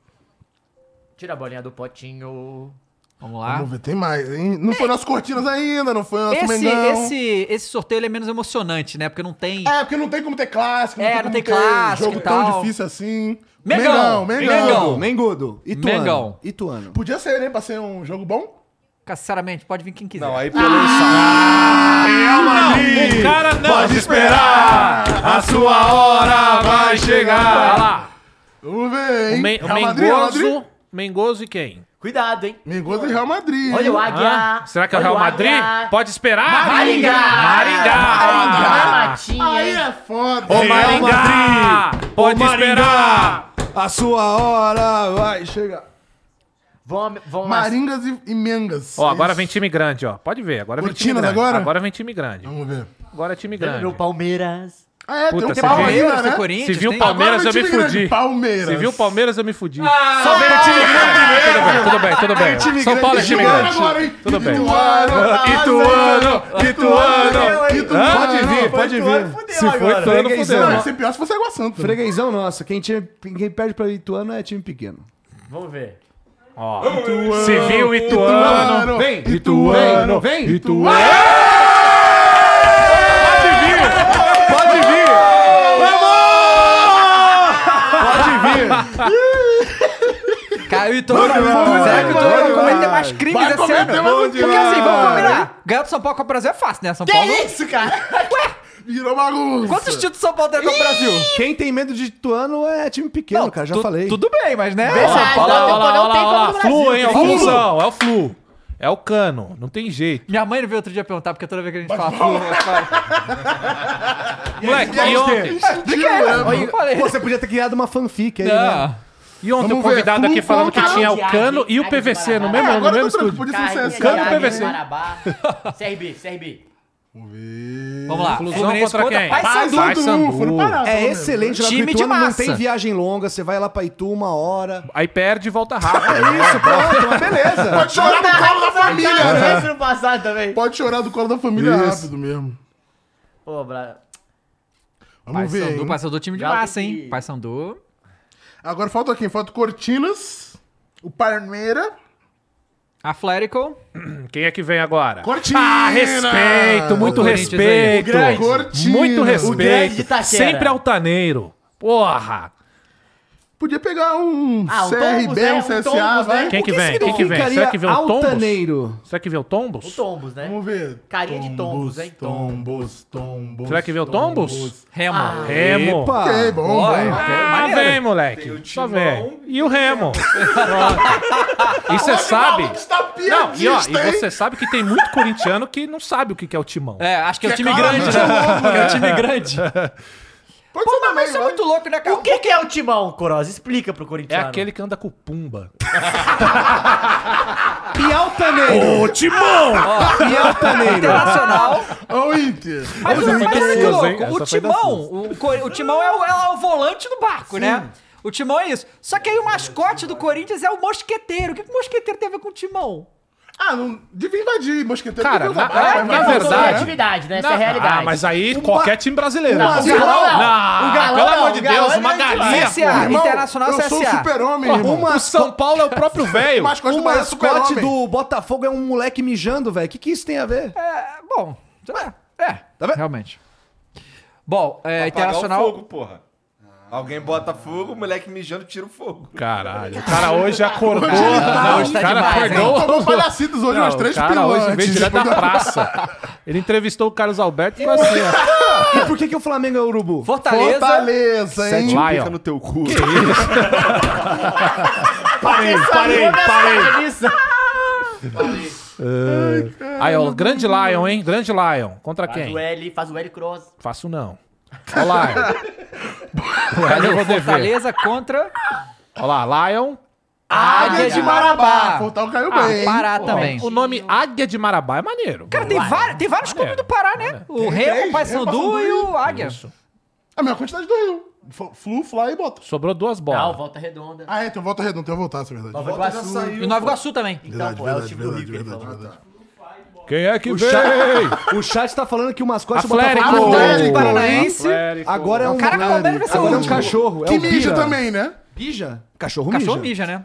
Speaker 3: Tira a bolinha do potinho.
Speaker 1: Vamos
Speaker 5: Tá?
Speaker 1: lá.
Speaker 2: Vamos ver, tem mais. hein? Não
Speaker 5: É.
Speaker 2: foi nosso Cortinas ainda, não foi nosso
Speaker 1: Esse,
Speaker 2: Mengão.
Speaker 1: esse, esse sorteio ele é menos emocionante, né? Porque não tem.
Speaker 2: É, porque não tem como ter clássico,
Speaker 1: É,
Speaker 2: tem
Speaker 1: não
Speaker 2: como
Speaker 1: tem clássico
Speaker 2: jogo
Speaker 1: e
Speaker 2: tão
Speaker 1: tal.
Speaker 2: difícil assim.
Speaker 1: Mengão,
Speaker 2: Mengão.
Speaker 1: Mengão.
Speaker 4: Mengudo. Ituano.
Speaker 1: Mengão.
Speaker 4: Ituano.
Speaker 2: Podia ser, né? Pra ser um jogo bom.
Speaker 1: Cara, Sinceramente, pode vir quem quiser.
Speaker 6: Não,
Speaker 3: Ah.
Speaker 6: aí pelo Ceará.
Speaker 5: O Ah, Um cara não. Pode esperar. A sua hora vai chegar. Olha lá.
Speaker 2: Vamos ver,
Speaker 5: O
Speaker 2: hein?
Speaker 5: Men- o
Speaker 2: Real Madrid, Real Madrid.
Speaker 5: Mengoso. Mengoso e quem?
Speaker 3: Cuidado, hein?
Speaker 2: Mengoso e Real Madrid.
Speaker 3: Olha
Speaker 2: hein?
Speaker 3: o Águia.
Speaker 5: Hã? Será que é o
Speaker 3: Olha
Speaker 5: Real Madrid?
Speaker 3: Águia.
Speaker 5: Pode esperar?
Speaker 3: Maringá.
Speaker 5: Maringá.
Speaker 3: Maringá.
Speaker 2: Aí
Speaker 3: Matinha.
Speaker 2: é foda.
Speaker 5: Ô, Maringá. Pode
Speaker 4: Ô, Maringá.
Speaker 5: esperar.
Speaker 4: A sua hora vai chegar.
Speaker 3: Vão, vão
Speaker 2: Maringas e, e Mengas.
Speaker 5: Ó, agora
Speaker 2: Isso.
Speaker 5: vem time grande, ó. Pode ver. Agora vem time
Speaker 2: Cortinas
Speaker 5: grande.
Speaker 2: agora?
Speaker 5: Agora vem time grande.
Speaker 2: Vamos ver.
Speaker 5: Agora é time grande.
Speaker 3: Meu Palmeiras.
Speaker 2: Ah, é,
Speaker 5: Puta,
Speaker 2: tem
Speaker 5: você
Speaker 2: um pau
Speaker 5: viu?
Speaker 2: ainda,
Speaker 1: Palmeiras,
Speaker 2: né?
Speaker 1: tem Corinthians.
Speaker 5: Se viu o
Speaker 1: tem-
Speaker 5: Palmeiras, eu
Speaker 2: Agora vem
Speaker 5: me
Speaker 2: time grande,
Speaker 5: fudi.
Speaker 2: Palmeiras.
Speaker 5: Se viu o Palmeiras, eu me fudi. Só vem o time grande. Tudo bem, tudo bem, tudo bem. São Paulo é time
Speaker 2: Ituano
Speaker 5: grande.
Speaker 2: agora, hein?
Speaker 5: Tudo bem.
Speaker 2: Ituano,
Speaker 5: Ituano, Ituano.
Speaker 2: Ituano.
Speaker 4: Pode vir, pode vir.
Speaker 5: Se for Ituano, fudeu.
Speaker 2: Não, ia ser pior é se fosse Água Santa.
Speaker 4: Freguesão nosso. Quem, time, quem perde pra Ituano é time pequeno.
Speaker 3: Vamos ver.
Speaker 5: Se viu Ituano.
Speaker 4: Vem,
Speaker 2: Ituano,
Speaker 4: vem, vem.
Speaker 5: Ah!
Speaker 2: Ituano.
Speaker 4: Pode vir! Vamos! Pode vir!
Speaker 1: Caiu e Toro.
Speaker 2: vai,
Speaker 1: Será que o Toro vai
Speaker 2: vai,
Speaker 1: cometer mais crimes
Speaker 2: Vai
Speaker 1: esse
Speaker 2: cometer
Speaker 1: ano?
Speaker 2: mais um
Speaker 1: Porque
Speaker 2: crime.
Speaker 1: assim, vamos combinar. Ganhar do São Paulo com o Brasil é fácil, né? São Paulo.
Speaker 3: isso, cara?
Speaker 2: Virou bagunça.
Speaker 1: Quantos títulos São Paulo tem com o Brasil?
Speaker 4: Quem tem medo de Ituano é time pequeno, cara, já
Speaker 1: tu-
Speaker 4: falei.
Speaker 1: Tudo bem, mas né?
Speaker 3: Verdade.
Speaker 5: Olha lá, olha lá, olha lá, olha
Speaker 3: Não
Speaker 5: lá.
Speaker 3: tem como no
Speaker 5: Flu, hein? É o
Speaker 2: Brasil. Flu.
Speaker 5: flusão, é o flu. É o cano, não tem jeito.
Speaker 1: Minha mãe não veio outro dia perguntar, porque toda vez que a gente fala assim, Flu, eu falo.
Speaker 5: Moleque, e ontem?
Speaker 2: né?
Speaker 1: Explica
Speaker 5: é?
Speaker 1: ela. Eu falei.
Speaker 4: Pô, você podia ter criado uma fanfic aí, né?
Speaker 1: Não.
Speaker 5: Tá. E ontem o
Speaker 2: Vamos ver,
Speaker 5: convidado
Speaker 2: flu
Speaker 5: aqui falando que
Speaker 3: contra-
Speaker 5: tinha o cano e o
Speaker 3: Ai,
Speaker 5: PVC no
Speaker 3: que
Speaker 5: mesmo,
Speaker 2: É,
Speaker 5: no
Speaker 2: agora
Speaker 5: mesmo
Speaker 2: eu tô tranquilo,
Speaker 5: estúdio.
Speaker 2: podia ser um CSK.
Speaker 5: Cano
Speaker 3: Carrinha,
Speaker 5: PVC.
Speaker 3: Marabá. CRB, CRB.
Speaker 2: Vamos ver.
Speaker 1: Vamos lá.
Speaker 5: Flusão
Speaker 1: Fluminense
Speaker 5: contra
Speaker 1: contra
Speaker 5: quem?
Speaker 1: Paysandu.
Speaker 5: Paysandu.
Speaker 2: Foi no Pará.
Speaker 4: É
Speaker 2: pelo
Speaker 4: excelente jogar
Speaker 1: Time
Speaker 4: com
Speaker 1: de
Speaker 4: Ituano, não
Speaker 1: massa.
Speaker 4: tem viagem longa, você vai lá pra Itu uma hora.
Speaker 5: Aí perde e volta rápido.
Speaker 4: Isso, pronto, mas beleza.
Speaker 2: menos. Pode chorar do colo da família, né?
Speaker 3: tá no passado também.
Speaker 2: Pode chorar do colo da família
Speaker 4: Isso.
Speaker 2: rápido mesmo.
Speaker 3: Pô, Bra...
Speaker 2: Vamos ver,
Speaker 1: Paysandu,
Speaker 2: hein?
Speaker 1: Paysandu, é um time de
Speaker 3: Já tem
Speaker 1: massa, hein?
Speaker 3: que-
Speaker 1: Paysandu.
Speaker 2: Agora falta quem? Falta o Cortinas, o Parmeira.
Speaker 1: Atlético.
Speaker 5: Quem é que vem agora?
Speaker 2: Cortinas!
Speaker 5: Ah, respeito, muito
Speaker 1: Corinthians aí.
Speaker 5: respeito.
Speaker 2: Cortinas.
Speaker 5: Muito
Speaker 3: O grande de
Speaker 5: respeito.
Speaker 3: Itaquera.
Speaker 5: Sempre altaneiro. Porra!
Speaker 2: Podia pegar um
Speaker 3: Ah, um Tombos,
Speaker 2: CRB,
Speaker 3: né?
Speaker 2: um
Speaker 3: Um
Speaker 2: CSA,
Speaker 3: Tombos, né?
Speaker 2: vai.
Speaker 5: Quem
Speaker 4: O
Speaker 5: que vem? Quem que vem?
Speaker 4: significaria
Speaker 5: Será que vem o Tombos?
Speaker 4: altaneiro?
Speaker 5: Será que vem o
Speaker 3: O
Speaker 5: Tombos?
Speaker 3: Tombos, né?
Speaker 2: Vamos ver.
Speaker 3: Carinha de tombos, hein?
Speaker 2: Tombos, tombos.
Speaker 5: Será que vem o Tombos? Ah,
Speaker 1: Remo.
Speaker 5: Remo.
Speaker 4: Epa!
Speaker 2: Ok, bom, bom.
Speaker 5: Ah, vem, moleque. Só vem. E o Remo. Pronto. E você sabe. Não, e, ó, e você sabe que tem muito corintiano que não sabe o que que é o timão.
Speaker 1: É, acho que é o time grande,
Speaker 2: claramente
Speaker 1: né? Que é o time grande.
Speaker 5: tá
Speaker 2: Pode ser
Speaker 1: Mas
Speaker 2: também,
Speaker 1: isso é
Speaker 2: vai.
Speaker 1: muito louco, né, cara?
Speaker 3: O que, que é o timão, Coroz? Explica pro
Speaker 5: É
Speaker 3: corintiano.
Speaker 5: aquele que anda com o Pumba.
Speaker 4: E altaneiro?
Speaker 5: Ô, Timão!
Speaker 4: E altaneiro?
Speaker 1: Internacional.
Speaker 2: Ó o Inter.
Speaker 1: Mas
Speaker 5: Essa foi
Speaker 1: olha que
Speaker 5: da Souza, hein?
Speaker 1: louco, O
Speaker 5: Essa foi da
Speaker 1: timão, o, Cor- o timão é o, é o volante do barco, né? O timão é isso. Só que aí o mascote do Corinthians é o mosqueteiro. O que, que o mosqueteiro tem a ver com o timão?
Speaker 2: Ah, não. Devia invadir, mosqueteiro.
Speaker 5: Cara,
Speaker 2: devia usar
Speaker 5: na-
Speaker 3: É
Speaker 2: barba, vai
Speaker 5: na- na
Speaker 2: usar,
Speaker 5: é verdade-
Speaker 2: né?
Speaker 3: atividade, né? Essa é a
Speaker 5: Não,
Speaker 3: realidade.
Speaker 5: Ah, mas aí qualquer time brasileiro.
Speaker 2: Não,
Speaker 3: O galão não.
Speaker 5: Não,
Speaker 3: O galão
Speaker 5: pelo
Speaker 3: não,
Speaker 5: amor de
Speaker 3: o galão
Speaker 5: Deus,
Speaker 3: é
Speaker 5: uma
Speaker 3: grande
Speaker 5: galinha.
Speaker 1: demais. CSA,
Speaker 2: Irmão,
Speaker 1: Internacional,
Speaker 2: Eu sou
Speaker 1: CSA.
Speaker 2: super-homem, irmão.
Speaker 4: Uma
Speaker 5: O São Paulo é o próprio velho.
Speaker 2: Mascote
Speaker 4: O
Speaker 2: do Bahia é
Speaker 4: mascote
Speaker 2: super-homem.
Speaker 4: do Botafogo é um moleque mijando, velho. O que, que isso tem a ver?
Speaker 1: É, bom, sei lá. É,
Speaker 4: vendo?
Speaker 1: realmente. Bom, é,
Speaker 6: Apagar o
Speaker 1: Internacional...
Speaker 6: fogo, porra. Alguém bota fogo, o moleque mijando tira o fogo.
Speaker 5: Caralho, o cara hoje acordou. não, o
Speaker 3: tá
Speaker 5: cara
Speaker 3: demais,
Speaker 5: acordou.
Speaker 2: Tomou palhacitos hoje,
Speaker 5: Não,
Speaker 2: umas três
Speaker 5: o cara hoje veio
Speaker 2: pilantes.
Speaker 5: direto da praça. Ele entrevistou o Carlos Alberto e falou assim, ó.
Speaker 4: E por que, que o Flamengo é urubu?
Speaker 1: Fortaleza.
Speaker 2: Fortaleza, hein?
Speaker 5: Vai,
Speaker 6: Pica
Speaker 5: ó.
Speaker 6: no teu cu.
Speaker 5: Parei, parei, parei. Aí, ó, grande Lion, hein? Grande Lion. Contra
Speaker 3: Faz
Speaker 5: quem?
Speaker 3: o L, faz o L cross.
Speaker 5: Faço não. Ó, Lion. O Lion eu vou dever.
Speaker 1: Fortaleza contra
Speaker 5: Ó lá, Lion.
Speaker 1: Águia de
Speaker 2: Ah,
Speaker 1: Marabá.
Speaker 2: Fortal caiu
Speaker 1: Ah,
Speaker 2: bem. hein?
Speaker 1: Pará também.
Speaker 5: O nome Águia de Marabá é maneiro.
Speaker 1: Cara, tem, vários, tem vários clubes do Pará, né? O Remo, o Paysandu e o Águia.
Speaker 2: A mesma quantidade do Rio. F- Flu, fly e bota.
Speaker 5: Sobrou duas
Speaker 3: Não,
Speaker 5: bolas.
Speaker 3: volta redonda.
Speaker 2: Ah, é, tem o Volta Redonda, tem o Voltar, essa é verdade.
Speaker 3: Nova Iguaçu.
Speaker 1: E o Nova Iguaçu também.
Speaker 3: Então, pô, é o time do Rio que ele
Speaker 2: verdade,
Speaker 3: falou.
Speaker 2: verdade.
Speaker 5: Quem é que
Speaker 4: O,
Speaker 5: veio?
Speaker 4: chat, o chat tá falando que o mascote
Speaker 5: Atlético.
Speaker 4: do Botafogo.
Speaker 1: Atlético Paranaense.
Speaker 4: Agora é um.
Speaker 1: Caraca, o Palmeiras vai ser
Speaker 4: agora é um
Speaker 1: último.
Speaker 4: cachorro. é
Speaker 2: Que
Speaker 4: o
Speaker 2: mija
Speaker 4: Pira.
Speaker 2: também, né?
Speaker 4: Pija? Cachorro,
Speaker 1: Cachorro
Speaker 4: mija.
Speaker 1: mija, né?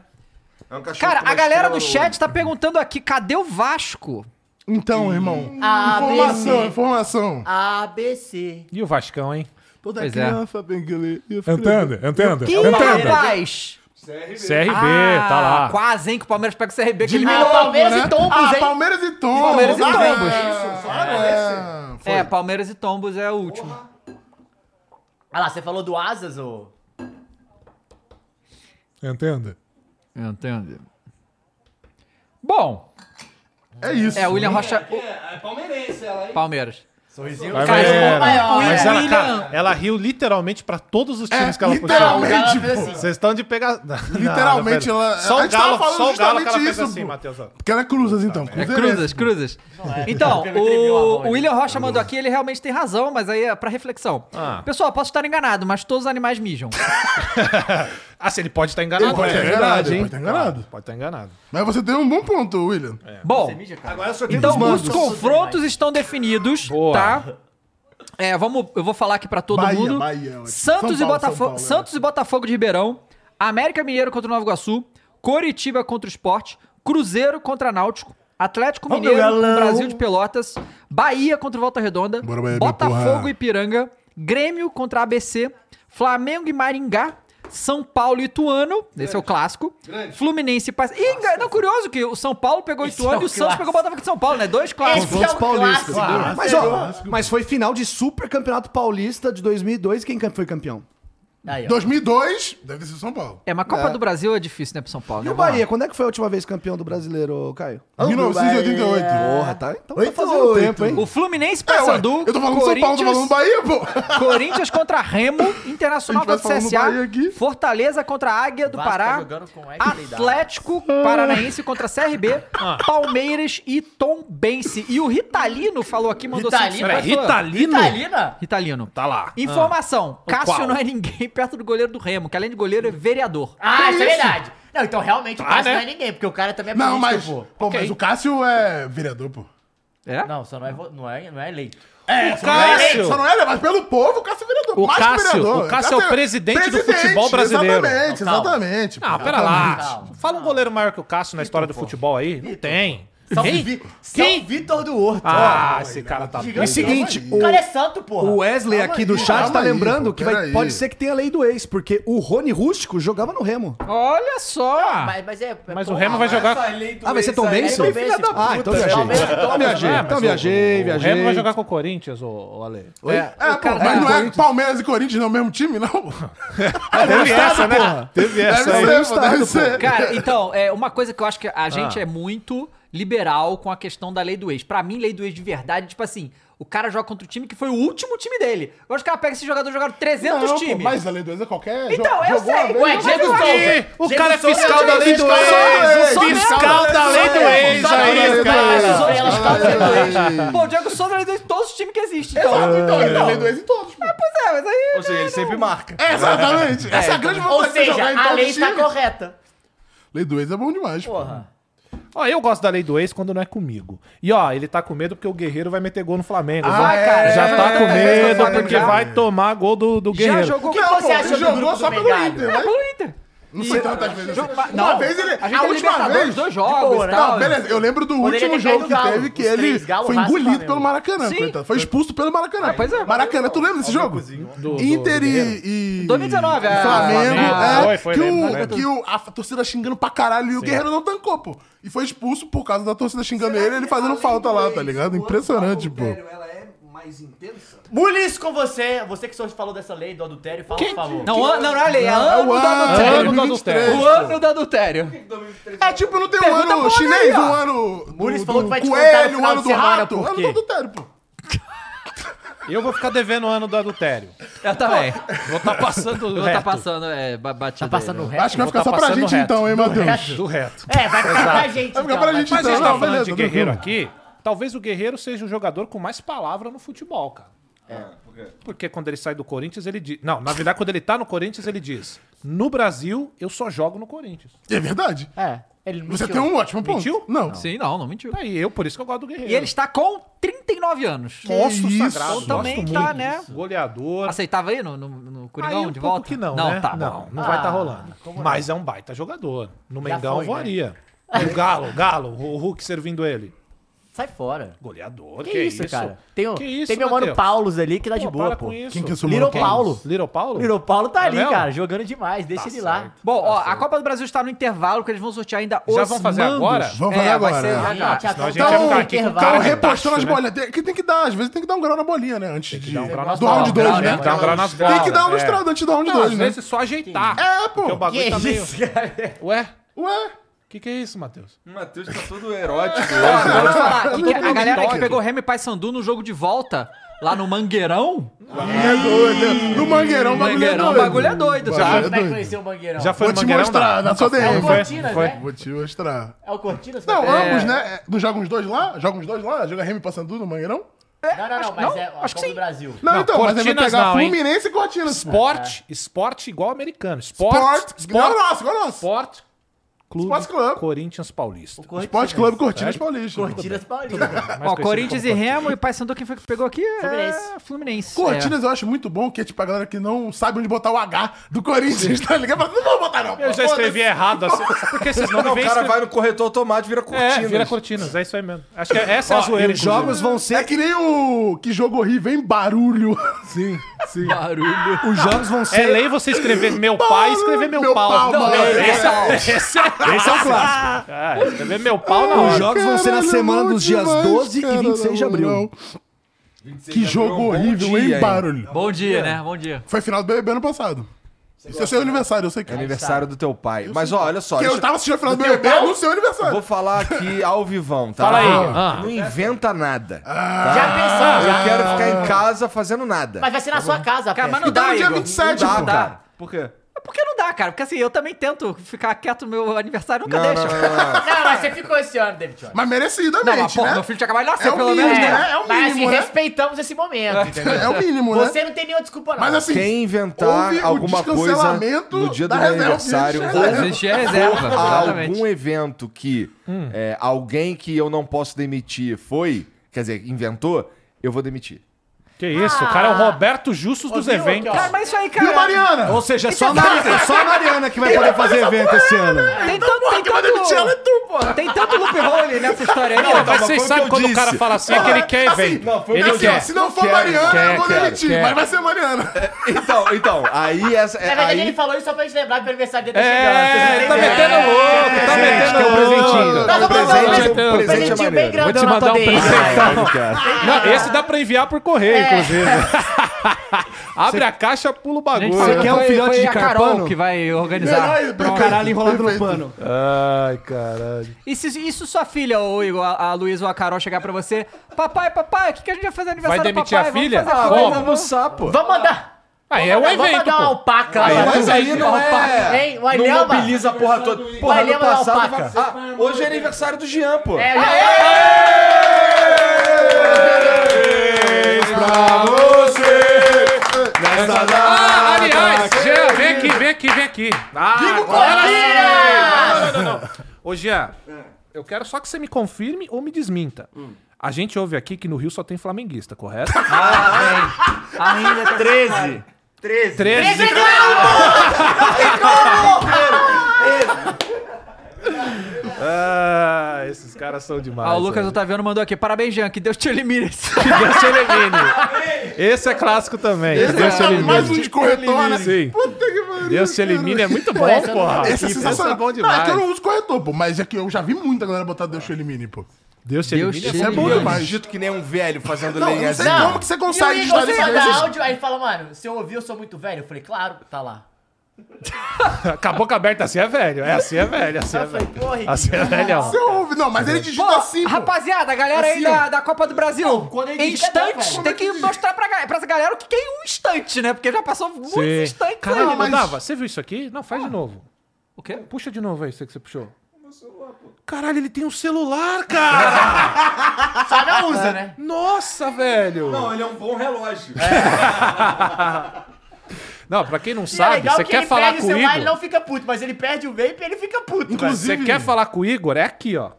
Speaker 6: É um cachorro
Speaker 1: Cara,
Speaker 6: com uma
Speaker 1: a galera do
Speaker 6: estrela
Speaker 1: chat tá perguntando aqui, cadê o Vasco?
Speaker 2: Então, irmão.
Speaker 3: Ah,
Speaker 2: informação,
Speaker 3: beleza.
Speaker 2: informação.
Speaker 3: ABC.
Speaker 5: E o Vascão, hein?
Speaker 2: Toda
Speaker 1: Pois é.
Speaker 2: criança tem que ler. e escrever.
Speaker 5: Entende, entende,
Speaker 1: Que rapaz!
Speaker 5: CRB,
Speaker 1: Ah,
Speaker 5: tá lá.
Speaker 1: Quase, hein, que o Palmeiras pega o CRB. Que ele
Speaker 3: Ah, Palmeiras
Speaker 2: Né?
Speaker 3: e Tombos,
Speaker 2: ah,
Speaker 3: hein?
Speaker 2: Palmeiras e Tombos.
Speaker 1: Palmeiras e
Speaker 2: Ah,
Speaker 1: Tombos.
Speaker 2: é. Ah, foi.
Speaker 1: É, Palmeiras e Tombos é o último.
Speaker 3: Ah lá, você falou do Asas, ô?
Speaker 1: É.
Speaker 5: Entende.
Speaker 1: Entende? Bom,
Speaker 2: É isso.
Speaker 1: é o William Rocha.
Speaker 8: É palmeirense ela, hein?
Speaker 1: Palmeiras.
Speaker 3: Sorrisinho.
Speaker 5: Vai,
Speaker 1: Cara,
Speaker 5: Vera.
Speaker 1: o maior,
Speaker 5: Mas
Speaker 1: né?
Speaker 5: ela, cara,
Speaker 1: William.
Speaker 5: ela riu literalmente pra todos os times que ela
Speaker 2: É, literalmente.
Speaker 5: puxou.
Speaker 3: Ela fez assim.
Speaker 5: Vocês estão de pegar. Não,
Speaker 2: Literalmente,
Speaker 5: não,
Speaker 2: ela-
Speaker 5: Só
Speaker 2: a
Speaker 5: o
Speaker 2: gente tava
Speaker 5: galo,
Speaker 2: falando
Speaker 5: só o galo que ela
Speaker 2: justamente
Speaker 5: fez
Speaker 2: isso,
Speaker 5: assim,
Speaker 2: pô.
Speaker 5: Matheus. ó.
Speaker 2: Porque ela é Cruzas, então.
Speaker 1: É cruzas,
Speaker 2: Cruzeirense.
Speaker 1: cruzas.
Speaker 8: é.
Speaker 1: Então, o, o William Rocha mandou aqui, ele realmente tem razão, mas aí é pra reflexão.
Speaker 5: Ah.
Speaker 1: Pessoal, posso estar enganado, mas todos os animais mijam.
Speaker 5: Ah, se ele pode estar enganado.
Speaker 2: Ele pode
Speaker 5: né?
Speaker 2: estar
Speaker 5: É
Speaker 2: enganado,
Speaker 5: verdade,
Speaker 2: ele
Speaker 5: hein?
Speaker 2: pode estar enganado.
Speaker 5: Ah, Pode estar enganado.
Speaker 2: Mas você tem um bom ponto, William.
Speaker 5: É.
Speaker 1: Bom,
Speaker 8: Agora só
Speaker 2: é
Speaker 8: tem
Speaker 1: então
Speaker 8: dos
Speaker 1: os
Speaker 8: mandos.
Speaker 1: confrontos estão definidos,
Speaker 5: Boa.
Speaker 1: tá? É, vamos, eu vou falar aqui pra todo
Speaker 2: Bahia,
Speaker 1: mundo.
Speaker 2: Bahia, ótimo. São
Speaker 1: Santos
Speaker 2: Paulo,
Speaker 1: e Botafogo,
Speaker 2: São Paulo, é.
Speaker 1: Santos e Botafogo de Ribeirão, América Mineiro contra o Nova Iguaçu, Coritiba contra o Sport, Cruzeiro contra Náutico, Atlético Mineiro contra o Brasil de Pelotas, Bahia contra o Volta Redonda,
Speaker 2: Bora, Bahia,
Speaker 1: Botafogo
Speaker 2: porra.
Speaker 1: e Piranga, Grêmio contra ABC, Flamengo e Maringá, São Paulo e Ituano, esse é o clássico. Fluminense e Pass... Ih, enga- não, curioso que o São Paulo pegou
Speaker 3: Esse
Speaker 1: Ituano
Speaker 3: é o
Speaker 1: e o Santos
Speaker 3: clássico.
Speaker 1: pegou o Botafogo de São Paulo, né? Dois clássicos.
Speaker 3: Esse é
Speaker 4: Confrontos
Speaker 3: o
Speaker 4: paulistas.
Speaker 3: clássico.
Speaker 4: Mas, ó, mas foi final de Super Campeonato Paulista de 2002. Quem cam- foi campeão?
Speaker 3: Aí, ó.
Speaker 2: 2002, deve ter sido São Paulo.
Speaker 1: É, mas Copa do Brasil é difícil, né, pro São Paulo,
Speaker 4: E
Speaker 1: né?
Speaker 4: o Bahia? Quando é que foi a última vez campeão do brasileiro, Caio?
Speaker 2: 1988.
Speaker 4: Porra, tá? Então tá
Speaker 2: Oito,
Speaker 4: fazendo
Speaker 2: oito.
Speaker 4: tempo, hein?
Speaker 1: O Fluminense
Speaker 2: É, ué,
Speaker 1: passando.
Speaker 2: eu tô falando do São Paulo, tô falando do Bahia, pô.
Speaker 1: Corinthians contra Remo, Internacional
Speaker 2: A gente vai
Speaker 1: contra
Speaker 2: falando
Speaker 1: CSA,
Speaker 2: Bahia aqui.
Speaker 1: Fortaleza contra Águia do
Speaker 3: Vasco tá
Speaker 1: Pará,
Speaker 3: jogando com Atlético.
Speaker 1: Atlético Paranaense contra CRB, Palmeiras e Tombense. E o Ritalino falou aqui, mandou
Speaker 3: Ritalino?
Speaker 1: cinco
Speaker 5: Peraí,
Speaker 1: reais, falou,
Speaker 3: tá
Speaker 5: Ritalino?
Speaker 3: Italina?
Speaker 1: Ritalino.
Speaker 5: Tá lá.
Speaker 1: Informação, Cássio
Speaker 5: qual?
Speaker 1: não é ninguém perto do goleiro do Remo, que além de goleiro é vereador.
Speaker 3: Ah, isso é verdade. Não, então realmente o Cássio
Speaker 5: né?
Speaker 3: não é ninguém, porque o cara também é
Speaker 2: Não, mas,
Speaker 3: político, pô.
Speaker 2: pô, mas o Cássio é vereador, pô.
Speaker 1: É?
Speaker 3: Não, só não é, vo- não é, não é eleito.
Speaker 5: O Cássio.
Speaker 2: Só não é, mas pelo povo, o Cássio é vereador.
Speaker 5: O
Speaker 2: mais
Speaker 5: Cássio-
Speaker 2: que vereador.
Speaker 5: o Cássio é o presidente do futebol brasileiro.
Speaker 2: Exatamente,
Speaker 3: Não, calma.
Speaker 2: exatamente. pô.
Speaker 5: Ah, pera lá.
Speaker 3: Calma.
Speaker 5: Fala um goleiro maior que o Cássio na história do futebol aí. Não tem.
Speaker 3: São,
Speaker 5: Quem?
Speaker 3: Vi-
Speaker 5: Quem?
Speaker 3: São Vitor do Horto.
Speaker 5: Ah, esse cara tá
Speaker 4: É o
Speaker 5: bem.
Speaker 4: seguinte,
Speaker 3: O
Speaker 4: o-
Speaker 3: cara é santo, porra.
Speaker 4: O Wesley
Speaker 2: Calma
Speaker 4: aqui
Speaker 2: aí,
Speaker 4: do chat tá
Speaker 2: calma aí,
Speaker 4: lembrando
Speaker 2: pô,
Speaker 4: que vai-
Speaker 2: peraí.
Speaker 4: pode ser que tenha lei do ex, porque o Rony Rústico jogava no Remo.
Speaker 1: Olha só!
Speaker 3: Mas, mas é, é
Speaker 5: Mas o
Speaker 3: porra,
Speaker 5: Remo vai
Speaker 3: mas-
Speaker 5: jogar.
Speaker 4: Ah, vai ser Tom Benson?
Speaker 3: Tom Benson, pô.
Speaker 4: Ah, então viajei.
Speaker 3: Talvez ele
Speaker 4: Então
Speaker 3: tome,
Speaker 4: viajei,
Speaker 5: né? Mas
Speaker 4: então
Speaker 5: o-
Speaker 4: viajei,
Speaker 5: O Remo vai
Speaker 4: viajei.
Speaker 5: jogar com o Corinthians, ô, ô Ale.
Speaker 2: É, pô, mas não é Palmeiras e Corinthians, não é o mesmo time, não?
Speaker 4: É
Speaker 2: É
Speaker 5: Teve essa, né? Teve essa aí. tá
Speaker 2: Deve ser, pô, deve ser.
Speaker 1: Cara, então, é, uma coisa que eu acho que a gente é muito liberal com a questão da lei do ex. Pra mim, lei do ex de verdade, tipo assim, o cara joga contra o time que foi o último time dele. Hoje o cara pega esse jogador jogaram 300
Speaker 2: Não, pô,
Speaker 1: times.
Speaker 2: mas a Lei 2 é qualquer.
Speaker 1: Então, eu sei.
Speaker 2: uma vez,
Speaker 1: Ué,
Speaker 3: é
Speaker 2: jogou
Speaker 1: Diego
Speaker 2: duas vezes.
Speaker 5: Ih, O cara é fiscal
Speaker 1: Souza,
Speaker 5: da lei
Speaker 1: Diego
Speaker 5: do
Speaker 1: Souza,
Speaker 5: ex.
Speaker 1: sou
Speaker 5: Fiscal
Speaker 1: mesmo.
Speaker 5: da lei do
Speaker 1: Sou
Speaker 5: ex
Speaker 1: mesmo.
Speaker 5: aí, cara.
Speaker 1: Sou mesmo.
Speaker 3: Ela
Speaker 1: Sou mesmo.
Speaker 2: tá
Speaker 1: Sou mesmo. Pô, o Diego Souza é lei do ex de todos os times que existem. Então,
Speaker 2: Exato, então, ele tem Lei 2 em todos, pô.
Speaker 1: pois é, mas aí...
Speaker 6: Ou seja, ele sempre marca.
Speaker 2: É, Exatamente. Essa é a grande
Speaker 3: então. Ou
Speaker 2: vontade de jogar em
Speaker 3: seja, a
Speaker 2: todos
Speaker 3: lei
Speaker 2: os
Speaker 3: tá
Speaker 2: times.
Speaker 3: correta.
Speaker 2: Lei 2 é bom demais, pô.
Speaker 3: Porra.
Speaker 5: Ó, eu gosto da lei do ex quando não é comigo. E ó, ele tá com medo porque o Guerreiro vai meter gol no Flamengo.
Speaker 2: Ah,
Speaker 5: vai,
Speaker 2: é,
Speaker 5: cara. Já
Speaker 2: é,
Speaker 5: tá
Speaker 2: é,
Speaker 5: com
Speaker 2: é,
Speaker 5: medo
Speaker 2: é, é,
Speaker 5: porque
Speaker 2: é.
Speaker 5: vai tomar gol do, do Guerreiro.
Speaker 1: Já jogou
Speaker 3: O que
Speaker 1: com
Speaker 3: você
Speaker 2: pô,
Speaker 3: acha
Speaker 2: ele
Speaker 3: do
Speaker 2: jogou
Speaker 3: grupo
Speaker 2: só
Speaker 3: do
Speaker 2: pelo
Speaker 3: Megalho?
Speaker 2: Inter,
Speaker 1: é,
Speaker 2: né?
Speaker 1: pelo Inter.
Speaker 2: Não foi tantas vezes assim. Uma
Speaker 1: Não,
Speaker 2: vez ele.
Speaker 1: a
Speaker 2: A,
Speaker 1: gente tem
Speaker 2: última
Speaker 1: Libertadores,
Speaker 2: vez.
Speaker 1: dois jogos
Speaker 3: boa,
Speaker 1: e
Speaker 3: né?
Speaker 1: tal.
Speaker 2: Não, beleza. Eu lembro do
Speaker 3: Poderia
Speaker 2: último
Speaker 3: ter caído
Speaker 2: jogo que
Speaker 3: o Galo,
Speaker 2: teve que
Speaker 3: os
Speaker 2: ele
Speaker 3: três, Galo,
Speaker 2: foi
Speaker 3: Vasco e
Speaker 2: engolido
Speaker 3: Flamengo.
Speaker 2: pelo Maracanã,
Speaker 1: Sim.
Speaker 2: coitado. Foi expulso pelo Maracanã.
Speaker 1: É, pois é. né?
Speaker 2: Maracanã, tu lembra desse jogo? Inter e- e.
Speaker 1: 2019, é.
Speaker 2: Flamengo.
Speaker 1: Ah,
Speaker 7: foi,
Speaker 2: é,
Speaker 7: foi,
Speaker 2: que o-
Speaker 7: lembro, lembro.
Speaker 2: que o- a torcida xingando pra caralho e o Guerreiro não tancou, pô. E foi expulso por causa da torcida xingando ele, ele fazendo falta lá, tá ligado? Impressionante, pô.
Speaker 9: Ela é mais intensa?
Speaker 3: Muliço com você, você que só falou dessa lei do adultério, fala, por favor.
Speaker 1: Não, an- não, não é lei, é
Speaker 2: É
Speaker 1: ano
Speaker 2: o
Speaker 1: do adultério.
Speaker 2: ano
Speaker 5: do
Speaker 2: 2023,
Speaker 5: adultério.
Speaker 1: O
Speaker 2: pô.
Speaker 1: ano do adultério.
Speaker 2: É tipo, não tem um
Speaker 1: Pergunta
Speaker 2: ano
Speaker 1: boa, né,
Speaker 2: chinês,
Speaker 1: ó.
Speaker 2: um ano.
Speaker 3: Muniz
Speaker 2: do-
Speaker 3: falou que
Speaker 2: do
Speaker 3: vai te contar no
Speaker 2: coelho, um
Speaker 3: final
Speaker 2: ano
Speaker 3: de
Speaker 2: do
Speaker 3: semana
Speaker 2: rato.
Speaker 3: por
Speaker 2: Ano
Speaker 3: quê.
Speaker 2: do adultério, pô.
Speaker 5: Eu vou ficar devendo o ano do adultério.
Speaker 1: Eu também. Vou estar passando. Vou estar
Speaker 5: Reto.
Speaker 1: passando, é, ba- batido.
Speaker 3: Tá passando reto?
Speaker 2: Acho que vai
Speaker 5: vou
Speaker 2: ficar
Speaker 5: tá
Speaker 2: só pra
Speaker 5: passando
Speaker 2: gente
Speaker 5: reto.
Speaker 2: então, hein, Matheus?
Speaker 5: Do reto.
Speaker 3: É, vai ficar pra gente.
Speaker 2: Vai ficar
Speaker 3: então,
Speaker 2: pra
Speaker 3: vai
Speaker 2: gente
Speaker 3: ficar-
Speaker 5: Mas a gente
Speaker 2: Não,
Speaker 5: tá falando
Speaker 2: beleza,
Speaker 5: de guerreiro
Speaker 2: tranquilo.
Speaker 5: aqui. Talvez o guerreiro seja o jogador com mais palavra no futebol, cara. Porque quando ele sai do Corinthians, ele diz. Não, na verdade, quando ele tá no Corinthians, ele diz: No Brasil, eu só jogo no Corinthians.
Speaker 2: É verdade.
Speaker 3: É, ele não
Speaker 2: Você tem
Speaker 3: tirou.
Speaker 2: um ótimo ponto.
Speaker 5: Mentiu?
Speaker 2: Não.
Speaker 1: Sim, não, não mentiu.
Speaker 5: Tá Aí eu, por isso que eu gosto do guerreiro.
Speaker 1: E ele está com 39 anos.
Speaker 5: Monstro
Speaker 2: isso?
Speaker 5: é um sagrado.
Speaker 1: Então também
Speaker 5: gosto
Speaker 1: tá,
Speaker 5: muito
Speaker 1: né?
Speaker 5: disso. Goleador.
Speaker 1: Aceitava aí no, no, no Coringão
Speaker 5: Assim, Aí um
Speaker 1: de
Speaker 5: pouco
Speaker 1: volta?
Speaker 5: que não,
Speaker 1: não
Speaker 5: né?
Speaker 1: tá
Speaker 5: não,
Speaker 1: bom.
Speaker 5: não vai estar rolando. Mas é um baita jogador. No
Speaker 3: Ah. Já
Speaker 5: Mengão,
Speaker 3: foi, né?
Speaker 5: voaria. O Galo, Galo, o Hulk servindo ele.
Speaker 3: Sai fora.
Speaker 5: Goleador,
Speaker 3: Que, isso, cara? Tem, um,
Speaker 5: Que isso,
Speaker 3: tem meu mano
Speaker 5: Matheus?
Speaker 3: Paulos ali que dá de
Speaker 5: Pô,
Speaker 3: boa,
Speaker 5: para
Speaker 3: pô.
Speaker 5: com isso.
Speaker 2: Quem que é esse
Speaker 3: Little
Speaker 2: mano?
Speaker 3: Paulo.
Speaker 5: Little Paulo?
Speaker 3: Little Paulo tá
Speaker 5: É
Speaker 3: ali,
Speaker 5: mesmo?
Speaker 3: cara, jogando demais. Deixa ele lá.
Speaker 1: Bom, ó, a Copa do Brasil está no intervalo, que eles vão sortear ainda os
Speaker 5: Já vão fazer
Speaker 1: mandos.
Speaker 5: agora?
Speaker 2: Vamos
Speaker 1: É, vai
Speaker 2: fazer agora.
Speaker 1: ser
Speaker 2: né?
Speaker 1: já, já.
Speaker 5: senão a gente
Speaker 2: Então,
Speaker 5: vai ficar aqui com
Speaker 3: intervalo.
Speaker 5: cara
Speaker 2: Então,
Speaker 5: de
Speaker 2: repostando as
Speaker 5: tacho, né?
Speaker 2: bolinhas. Tem, que tem que dar, às vezes tem que dar um grau na bolinha, né? Antes de.
Speaker 5: Dá um grau nas
Speaker 2: do
Speaker 5: bolas.
Speaker 2: round 2, né?
Speaker 5: Dá um grau- Dá um grau nas bolas.
Speaker 2: Tem que dar um
Speaker 5: é.
Speaker 2: lustrado antes do round
Speaker 5: Não, às
Speaker 2: 2, né?
Speaker 5: vezes só ajeitar.
Speaker 2: É,
Speaker 5: Porque o
Speaker 2: pô.
Speaker 5: bagulho tá meio... Ué?
Speaker 2: Ué.
Speaker 5: O que, que é isso, Matheus?
Speaker 6: O Matheus tá todo
Speaker 1: Ó,
Speaker 6: erótico. hoje.
Speaker 1: eu vou te falar, que- a
Speaker 2: Vitória.
Speaker 1: galera que pegou Remy Paysandu no jogo de volta, lá no Mangueirão,
Speaker 2: É doido. No Mangueirão, o bagulho é
Speaker 1: Mangueirão, o
Speaker 2: doido.
Speaker 1: bagulho é doido,
Speaker 2: Bagulho
Speaker 1: tá?
Speaker 2: é
Speaker 3: Como é que
Speaker 2: doido.
Speaker 3: conheceu o Mangueirão?
Speaker 5: Já foi
Speaker 2: Vou
Speaker 5: no
Speaker 2: te
Speaker 5: Mangueirão?
Speaker 2: mostrar
Speaker 5: não? um.
Speaker 2: na sua
Speaker 3: É o
Speaker 2: DM.
Speaker 3: Cortinas,
Speaker 5: foi.
Speaker 3: né?
Speaker 2: Vou te mostrar.
Speaker 3: É o Cortinas.
Speaker 2: Não,
Speaker 3: né?
Speaker 2: ambos, né? Não jogam os dois lá? Jogam os dois lá? Joga Remy Passandu no Mangueirão?
Speaker 3: Não, não, não, mas
Speaker 1: não,
Speaker 3: é a
Speaker 1: acho que
Speaker 3: Copa do
Speaker 1: sim.
Speaker 3: Brasil.
Speaker 2: Não,
Speaker 5: Não,
Speaker 2: então, mas aí vai
Speaker 5: Cortinas
Speaker 2: pegar
Speaker 5: não, hein?
Speaker 2: Fluminense e Cortinas. pô.
Speaker 5: Esporte, esporte igual americano. Esporte,
Speaker 2: Sport. Igual
Speaker 5: esporte,
Speaker 2: nosso, igual nosso.
Speaker 5: esporte, clube,
Speaker 2: Sport Club.
Speaker 5: Corinthians Paulista.
Speaker 3: Cortinas.
Speaker 2: Esporte Clube Cortinas Paulista.
Speaker 3: Cortinas Paulista.
Speaker 5: Mais
Speaker 1: Ó,
Speaker 5: conhecido
Speaker 1: Corinthians e
Speaker 5: como Cortinas.
Speaker 1: Remo e Paysandu, quem foi que pegou aqui? É
Speaker 3: Fluminense.
Speaker 1: Fluminense. é.
Speaker 2: Cortinas eu acho muito bom, que é tipo a galera que não sabe onde botar o H do Corinthians, tá ligado? Mas não vou botar não.
Speaker 5: Eu já escrevi errado assim. Porque vocês não me
Speaker 6: Não, o
Speaker 5: veem
Speaker 6: cara
Speaker 5: escrever-
Speaker 6: vai no corretor automático e vira cortinas.
Speaker 5: É, vira cortinas, é isso aí mesmo. Acho que essa é
Speaker 4: Ó,
Speaker 5: a zoeira.
Speaker 4: e os jogos vão
Speaker 2: É
Speaker 4: ser.
Speaker 2: que nem o que jogo horrível, hein? Barulho. Sim, sim.
Speaker 1: É. Barulho.
Speaker 4: Os jogos vão
Speaker 5: É
Speaker 4: ser.
Speaker 5: lei você escrever meu pai e escrever meu,
Speaker 2: Meu
Speaker 5: pau.
Speaker 2: pau,
Speaker 5: Não,
Speaker 2: mano.
Speaker 5: esse, é, esse, é,
Speaker 4: Esse é o clássico.
Speaker 5: ah, escrever meu pau na
Speaker 4: Os
Speaker 5: hora.
Speaker 4: jogos vão ser na
Speaker 2: Caralho,
Speaker 4: semana
Speaker 2: bom
Speaker 4: dos dias
Speaker 2: demais,
Speaker 4: 12 e
Speaker 2: cara,
Speaker 4: 26 de
Speaker 2: na
Speaker 4: abril.
Speaker 2: moral. Que
Speaker 6: um
Speaker 2: jogo horrível, hein? Barulho.
Speaker 1: Bom dia, né? Bom dia.
Speaker 2: Foi final do BBB ano passado. Esse é o seu aniversário, eu sei que.
Speaker 6: É aniversário do teu pai. Mas ó, olha só.
Speaker 2: Porque eu
Speaker 6: deixa-
Speaker 2: tava assistindo a final do BBB no seu
Speaker 6: eu Vou
Speaker 2: aniversário.
Speaker 6: falar aqui ao vivão, tá?
Speaker 5: Fala aí.
Speaker 6: Ah,
Speaker 5: Ah.
Speaker 6: Não inventa nada.
Speaker 3: Já pensou, já.
Speaker 6: Eu quero ficar em casa fazendo nada.
Speaker 3: Mas vai ser na sua casa,
Speaker 1: Cara, mas
Speaker 3: Pedro.
Speaker 1: não dá,
Speaker 2: Então no dia
Speaker 1: Igor.
Speaker 2: 27,
Speaker 1: não dá,
Speaker 2: pô.
Speaker 1: dá.
Speaker 6: Por quê?
Speaker 1: Por que não dá, cara? Porque assim, eu também tento ficar quieto no meu aniversário, nunca
Speaker 6: Não, não,
Speaker 1: deixa.
Speaker 6: não, não, não.
Speaker 3: Não, mas você ficou esse ano, David
Speaker 2: Mas
Speaker 3: Jones.
Speaker 1: Não, mas
Speaker 2: merecidamente,
Speaker 1: porra,
Speaker 2: né?
Speaker 1: meu filho tinha acabado de nascer,
Speaker 2: É o
Speaker 1: pelo
Speaker 2: mínimo,
Speaker 1: menos, né?
Speaker 2: né? É o
Speaker 3: Mas assim,
Speaker 2: mínimo, né?
Speaker 3: respeitamos esse momento, entendeu?
Speaker 2: É o mínimo, né?
Speaker 3: Você não tem nenhuma desculpa, não.
Speaker 2: Mas assim,
Speaker 6: Quem inventar
Speaker 2: houve o
Speaker 6: alguma coisa
Speaker 2: descancelamento
Speaker 6: no dia do
Speaker 2: da
Speaker 6: meu
Speaker 2: reserva,
Speaker 6: aniversário
Speaker 2: gente,
Speaker 6: ou
Speaker 2: é.
Speaker 1: Existe a reserva,
Speaker 6: a
Speaker 1: exatamente.
Speaker 6: algum evento que é, alguém que eu não posso demitir foi, quer dizer, inventou, eu vou demitir.
Speaker 5: Que isso, o cara é o Roberto Justus dos
Speaker 3: Ô, viu,
Speaker 5: eventos.
Speaker 3: aqui,
Speaker 1: Cara, mas isso aí,
Speaker 2: E o
Speaker 1: cara.
Speaker 2: Mariana?
Speaker 4: Ou seja, é só a Mariana, só a Mariana que vai poder fazer evento esse ano.
Speaker 1: Tem
Speaker 2: Então,
Speaker 1: tanto, tem
Speaker 2: é
Speaker 1: tanto, tem tanto loophole nessa né, história aí. ó.
Speaker 2: tá-
Speaker 5: Mas
Speaker 6: foi o
Speaker 5: vocês
Speaker 6: que
Speaker 5: sabem
Speaker 6: eu
Speaker 5: quando o
Speaker 6: disse.
Speaker 5: cara fala assim, é que ele quer
Speaker 2: Assim,
Speaker 5: evento.
Speaker 6: não, foi o
Speaker 5: ele
Speaker 2: É assim, ó,
Speaker 5: quer.
Speaker 2: se não for
Speaker 6: Quero,
Speaker 2: Mariana,
Speaker 6: quero,
Speaker 2: eu vou
Speaker 6: quero,
Speaker 2: demitir.
Speaker 5: quero.
Speaker 2: Mas vai ser Mariana.
Speaker 6: Então, então, aí essa.
Speaker 3: Na verdade, ele
Speaker 6: Aí,
Speaker 3: falou isso só pra gente lembrar que o aniversário dele tá chegando.
Speaker 5: É,
Speaker 3: vocês
Speaker 5: ele
Speaker 3: não
Speaker 5: tá
Speaker 3: entendem.
Speaker 5: metendo louco, tá
Speaker 6: acho que é um
Speaker 5: metendo louco.
Speaker 6: presentinho.
Speaker 3: Não,
Speaker 6: Um
Speaker 3: não, não,
Speaker 6: presente,
Speaker 5: não, não,
Speaker 6: é-
Speaker 5: não.
Speaker 6: um presente
Speaker 3: Presentinho bem
Speaker 6: amarelo.
Speaker 3: grandão
Speaker 5: Vou te
Speaker 3: na
Speaker 5: mandar
Speaker 3: tua
Speaker 5: um
Speaker 3: DM.
Speaker 5: presente.
Speaker 6: Ah, eu não quero.
Speaker 5: Não, esse dá pra enviar por correio, inclusive. Abre a caixa, pula o bagulho.
Speaker 4: Você
Speaker 1: Não,
Speaker 4: quer um
Speaker 1: foi-
Speaker 4: filhote
Speaker 1: foi
Speaker 4: de
Speaker 1: a Carol
Speaker 4: carpano?
Speaker 1: que vai organizar.
Speaker 2: Caralho,
Speaker 4: Pra um caralho enrolado no pano.
Speaker 5: Ai, caralho.
Speaker 1: E se, e se sua filha, ou Igor, a, a Luísa ou a Carol chegar pra você, papai, papai, o que, que a gente vai fazer
Speaker 5: Vai
Speaker 1: aniversário do
Speaker 5: demitir
Speaker 1: papai?
Speaker 5: a filha?
Speaker 1: Vamos fazer
Speaker 5: Ah,
Speaker 1: coisa,
Speaker 5: como?
Speaker 1: vamos-
Speaker 6: sapo.
Speaker 3: Vamos mandar.
Speaker 5: Aí é um
Speaker 3: Vamos
Speaker 5: evento,
Speaker 3: mandar uma
Speaker 5: pô.
Speaker 3: alpaca
Speaker 5: Aí
Speaker 3: lá.
Speaker 5: é
Speaker 6: Mas aí não é.
Speaker 3: Hein? Uma
Speaker 6: não
Speaker 3: lhama?
Speaker 6: mobiliza a porra toda. Porra,
Speaker 3: Uma
Speaker 6: ano
Speaker 3: lhama da
Speaker 6: passado.
Speaker 3: alpaca.
Speaker 6: Ah, hoje é aniversário do Jean, pô.
Speaker 3: É, já é.
Speaker 5: Ah, aliás, Jean, vem aqui, vem aqui, vem aqui. Ah, agora sim! Não, não, não, não. Ô, Jean,
Speaker 2: É.
Speaker 5: eu quero só que você me confirme ou me desminta.
Speaker 2: Hum.
Speaker 5: A gente ouve aqui que no Rio só tem flamenguista, correto?
Speaker 2: Ah,
Speaker 1: Ainda tá-
Speaker 5: 13. Ah, caras são demais.
Speaker 1: Ah, o Lucas
Speaker 5: velho.
Speaker 1: Otaviano mandou aqui. Parabéns, Jean, que Deus te elimine.
Speaker 5: Que Deus te elimine. Esse é clássico também.
Speaker 2: Esse
Speaker 5: Deus te
Speaker 2: é
Speaker 5: elimine.
Speaker 2: mais um de corretor, né?
Speaker 5: Sim.
Speaker 2: Puta que pariu.
Speaker 5: Deus te
Speaker 2: cara.
Speaker 5: elimine é muito bom,
Speaker 3: essa eu não
Speaker 5: porra.
Speaker 3: sabia.
Speaker 2: Esse é sensacional.
Speaker 5: é bom
Speaker 2: Não, é
Speaker 5: demais.
Speaker 2: que eu não uso corretor, pô, mas é que eu já vi muita galera botar Deus te elimine, pô.
Speaker 5: Deus te
Speaker 1: Deus
Speaker 5: elimine.
Speaker 1: te
Speaker 5: é
Speaker 2: Isso é bom
Speaker 1: elimine.
Speaker 6: Eu
Speaker 2: demais.
Speaker 6: digito que nem um velho fazendo
Speaker 2: Não, eu não sei
Speaker 6: lenhazinho.
Speaker 2: como que você consegue
Speaker 3: E o
Speaker 2: digitar
Speaker 3: Igor, você
Speaker 2: isso.
Speaker 3: manda
Speaker 2: aí.
Speaker 3: áudio, aí fala, mano, se eu ouvir, eu sou muito velho. Eu falei, claro, tá lá.
Speaker 5: Com a boca aberta assim é velho. É assim é velho. Assim é
Speaker 3: Eu falei,
Speaker 5: velho.
Speaker 3: porra, Igor.
Speaker 5: Assim é velhão.
Speaker 2: Você ouve, não, mas ele digita assim, pô.
Speaker 1: Rapaziada, a galera aí
Speaker 2: Assim,
Speaker 1: da, da Copa do Brasil,
Speaker 3: quando ele
Speaker 1: em
Speaker 3: diz, cadê,
Speaker 1: instantes,
Speaker 3: velho?
Speaker 1: tem que mostrar pra, ga- pra essa galera o que que é um instante, né? Porque já passou muitos
Speaker 5: Sim.
Speaker 1: instantes
Speaker 5: Caralho,
Speaker 1: aí. né?
Speaker 5: mas...
Speaker 2: mas-
Speaker 5: Dava, você viu isso aqui? Não, faz de novo.
Speaker 1: O quê?
Speaker 5: Puxa de novo aí, você que você puxou. Caralho, ele tem um celular, cara!
Speaker 3: Só não usa, né?
Speaker 5: Nossa, velho! É.
Speaker 6: Não, ele é um bom relógio.
Speaker 5: Não, pra quem não
Speaker 3: E
Speaker 5: sabe, você quer falar
Speaker 3: perde
Speaker 5: com o
Speaker 3: celular, ele
Speaker 5: Igor?
Speaker 3: não fica puto, mas ele perde o vape e ele fica puto.
Speaker 5: Você quer falar com o Igor? É aqui, ó.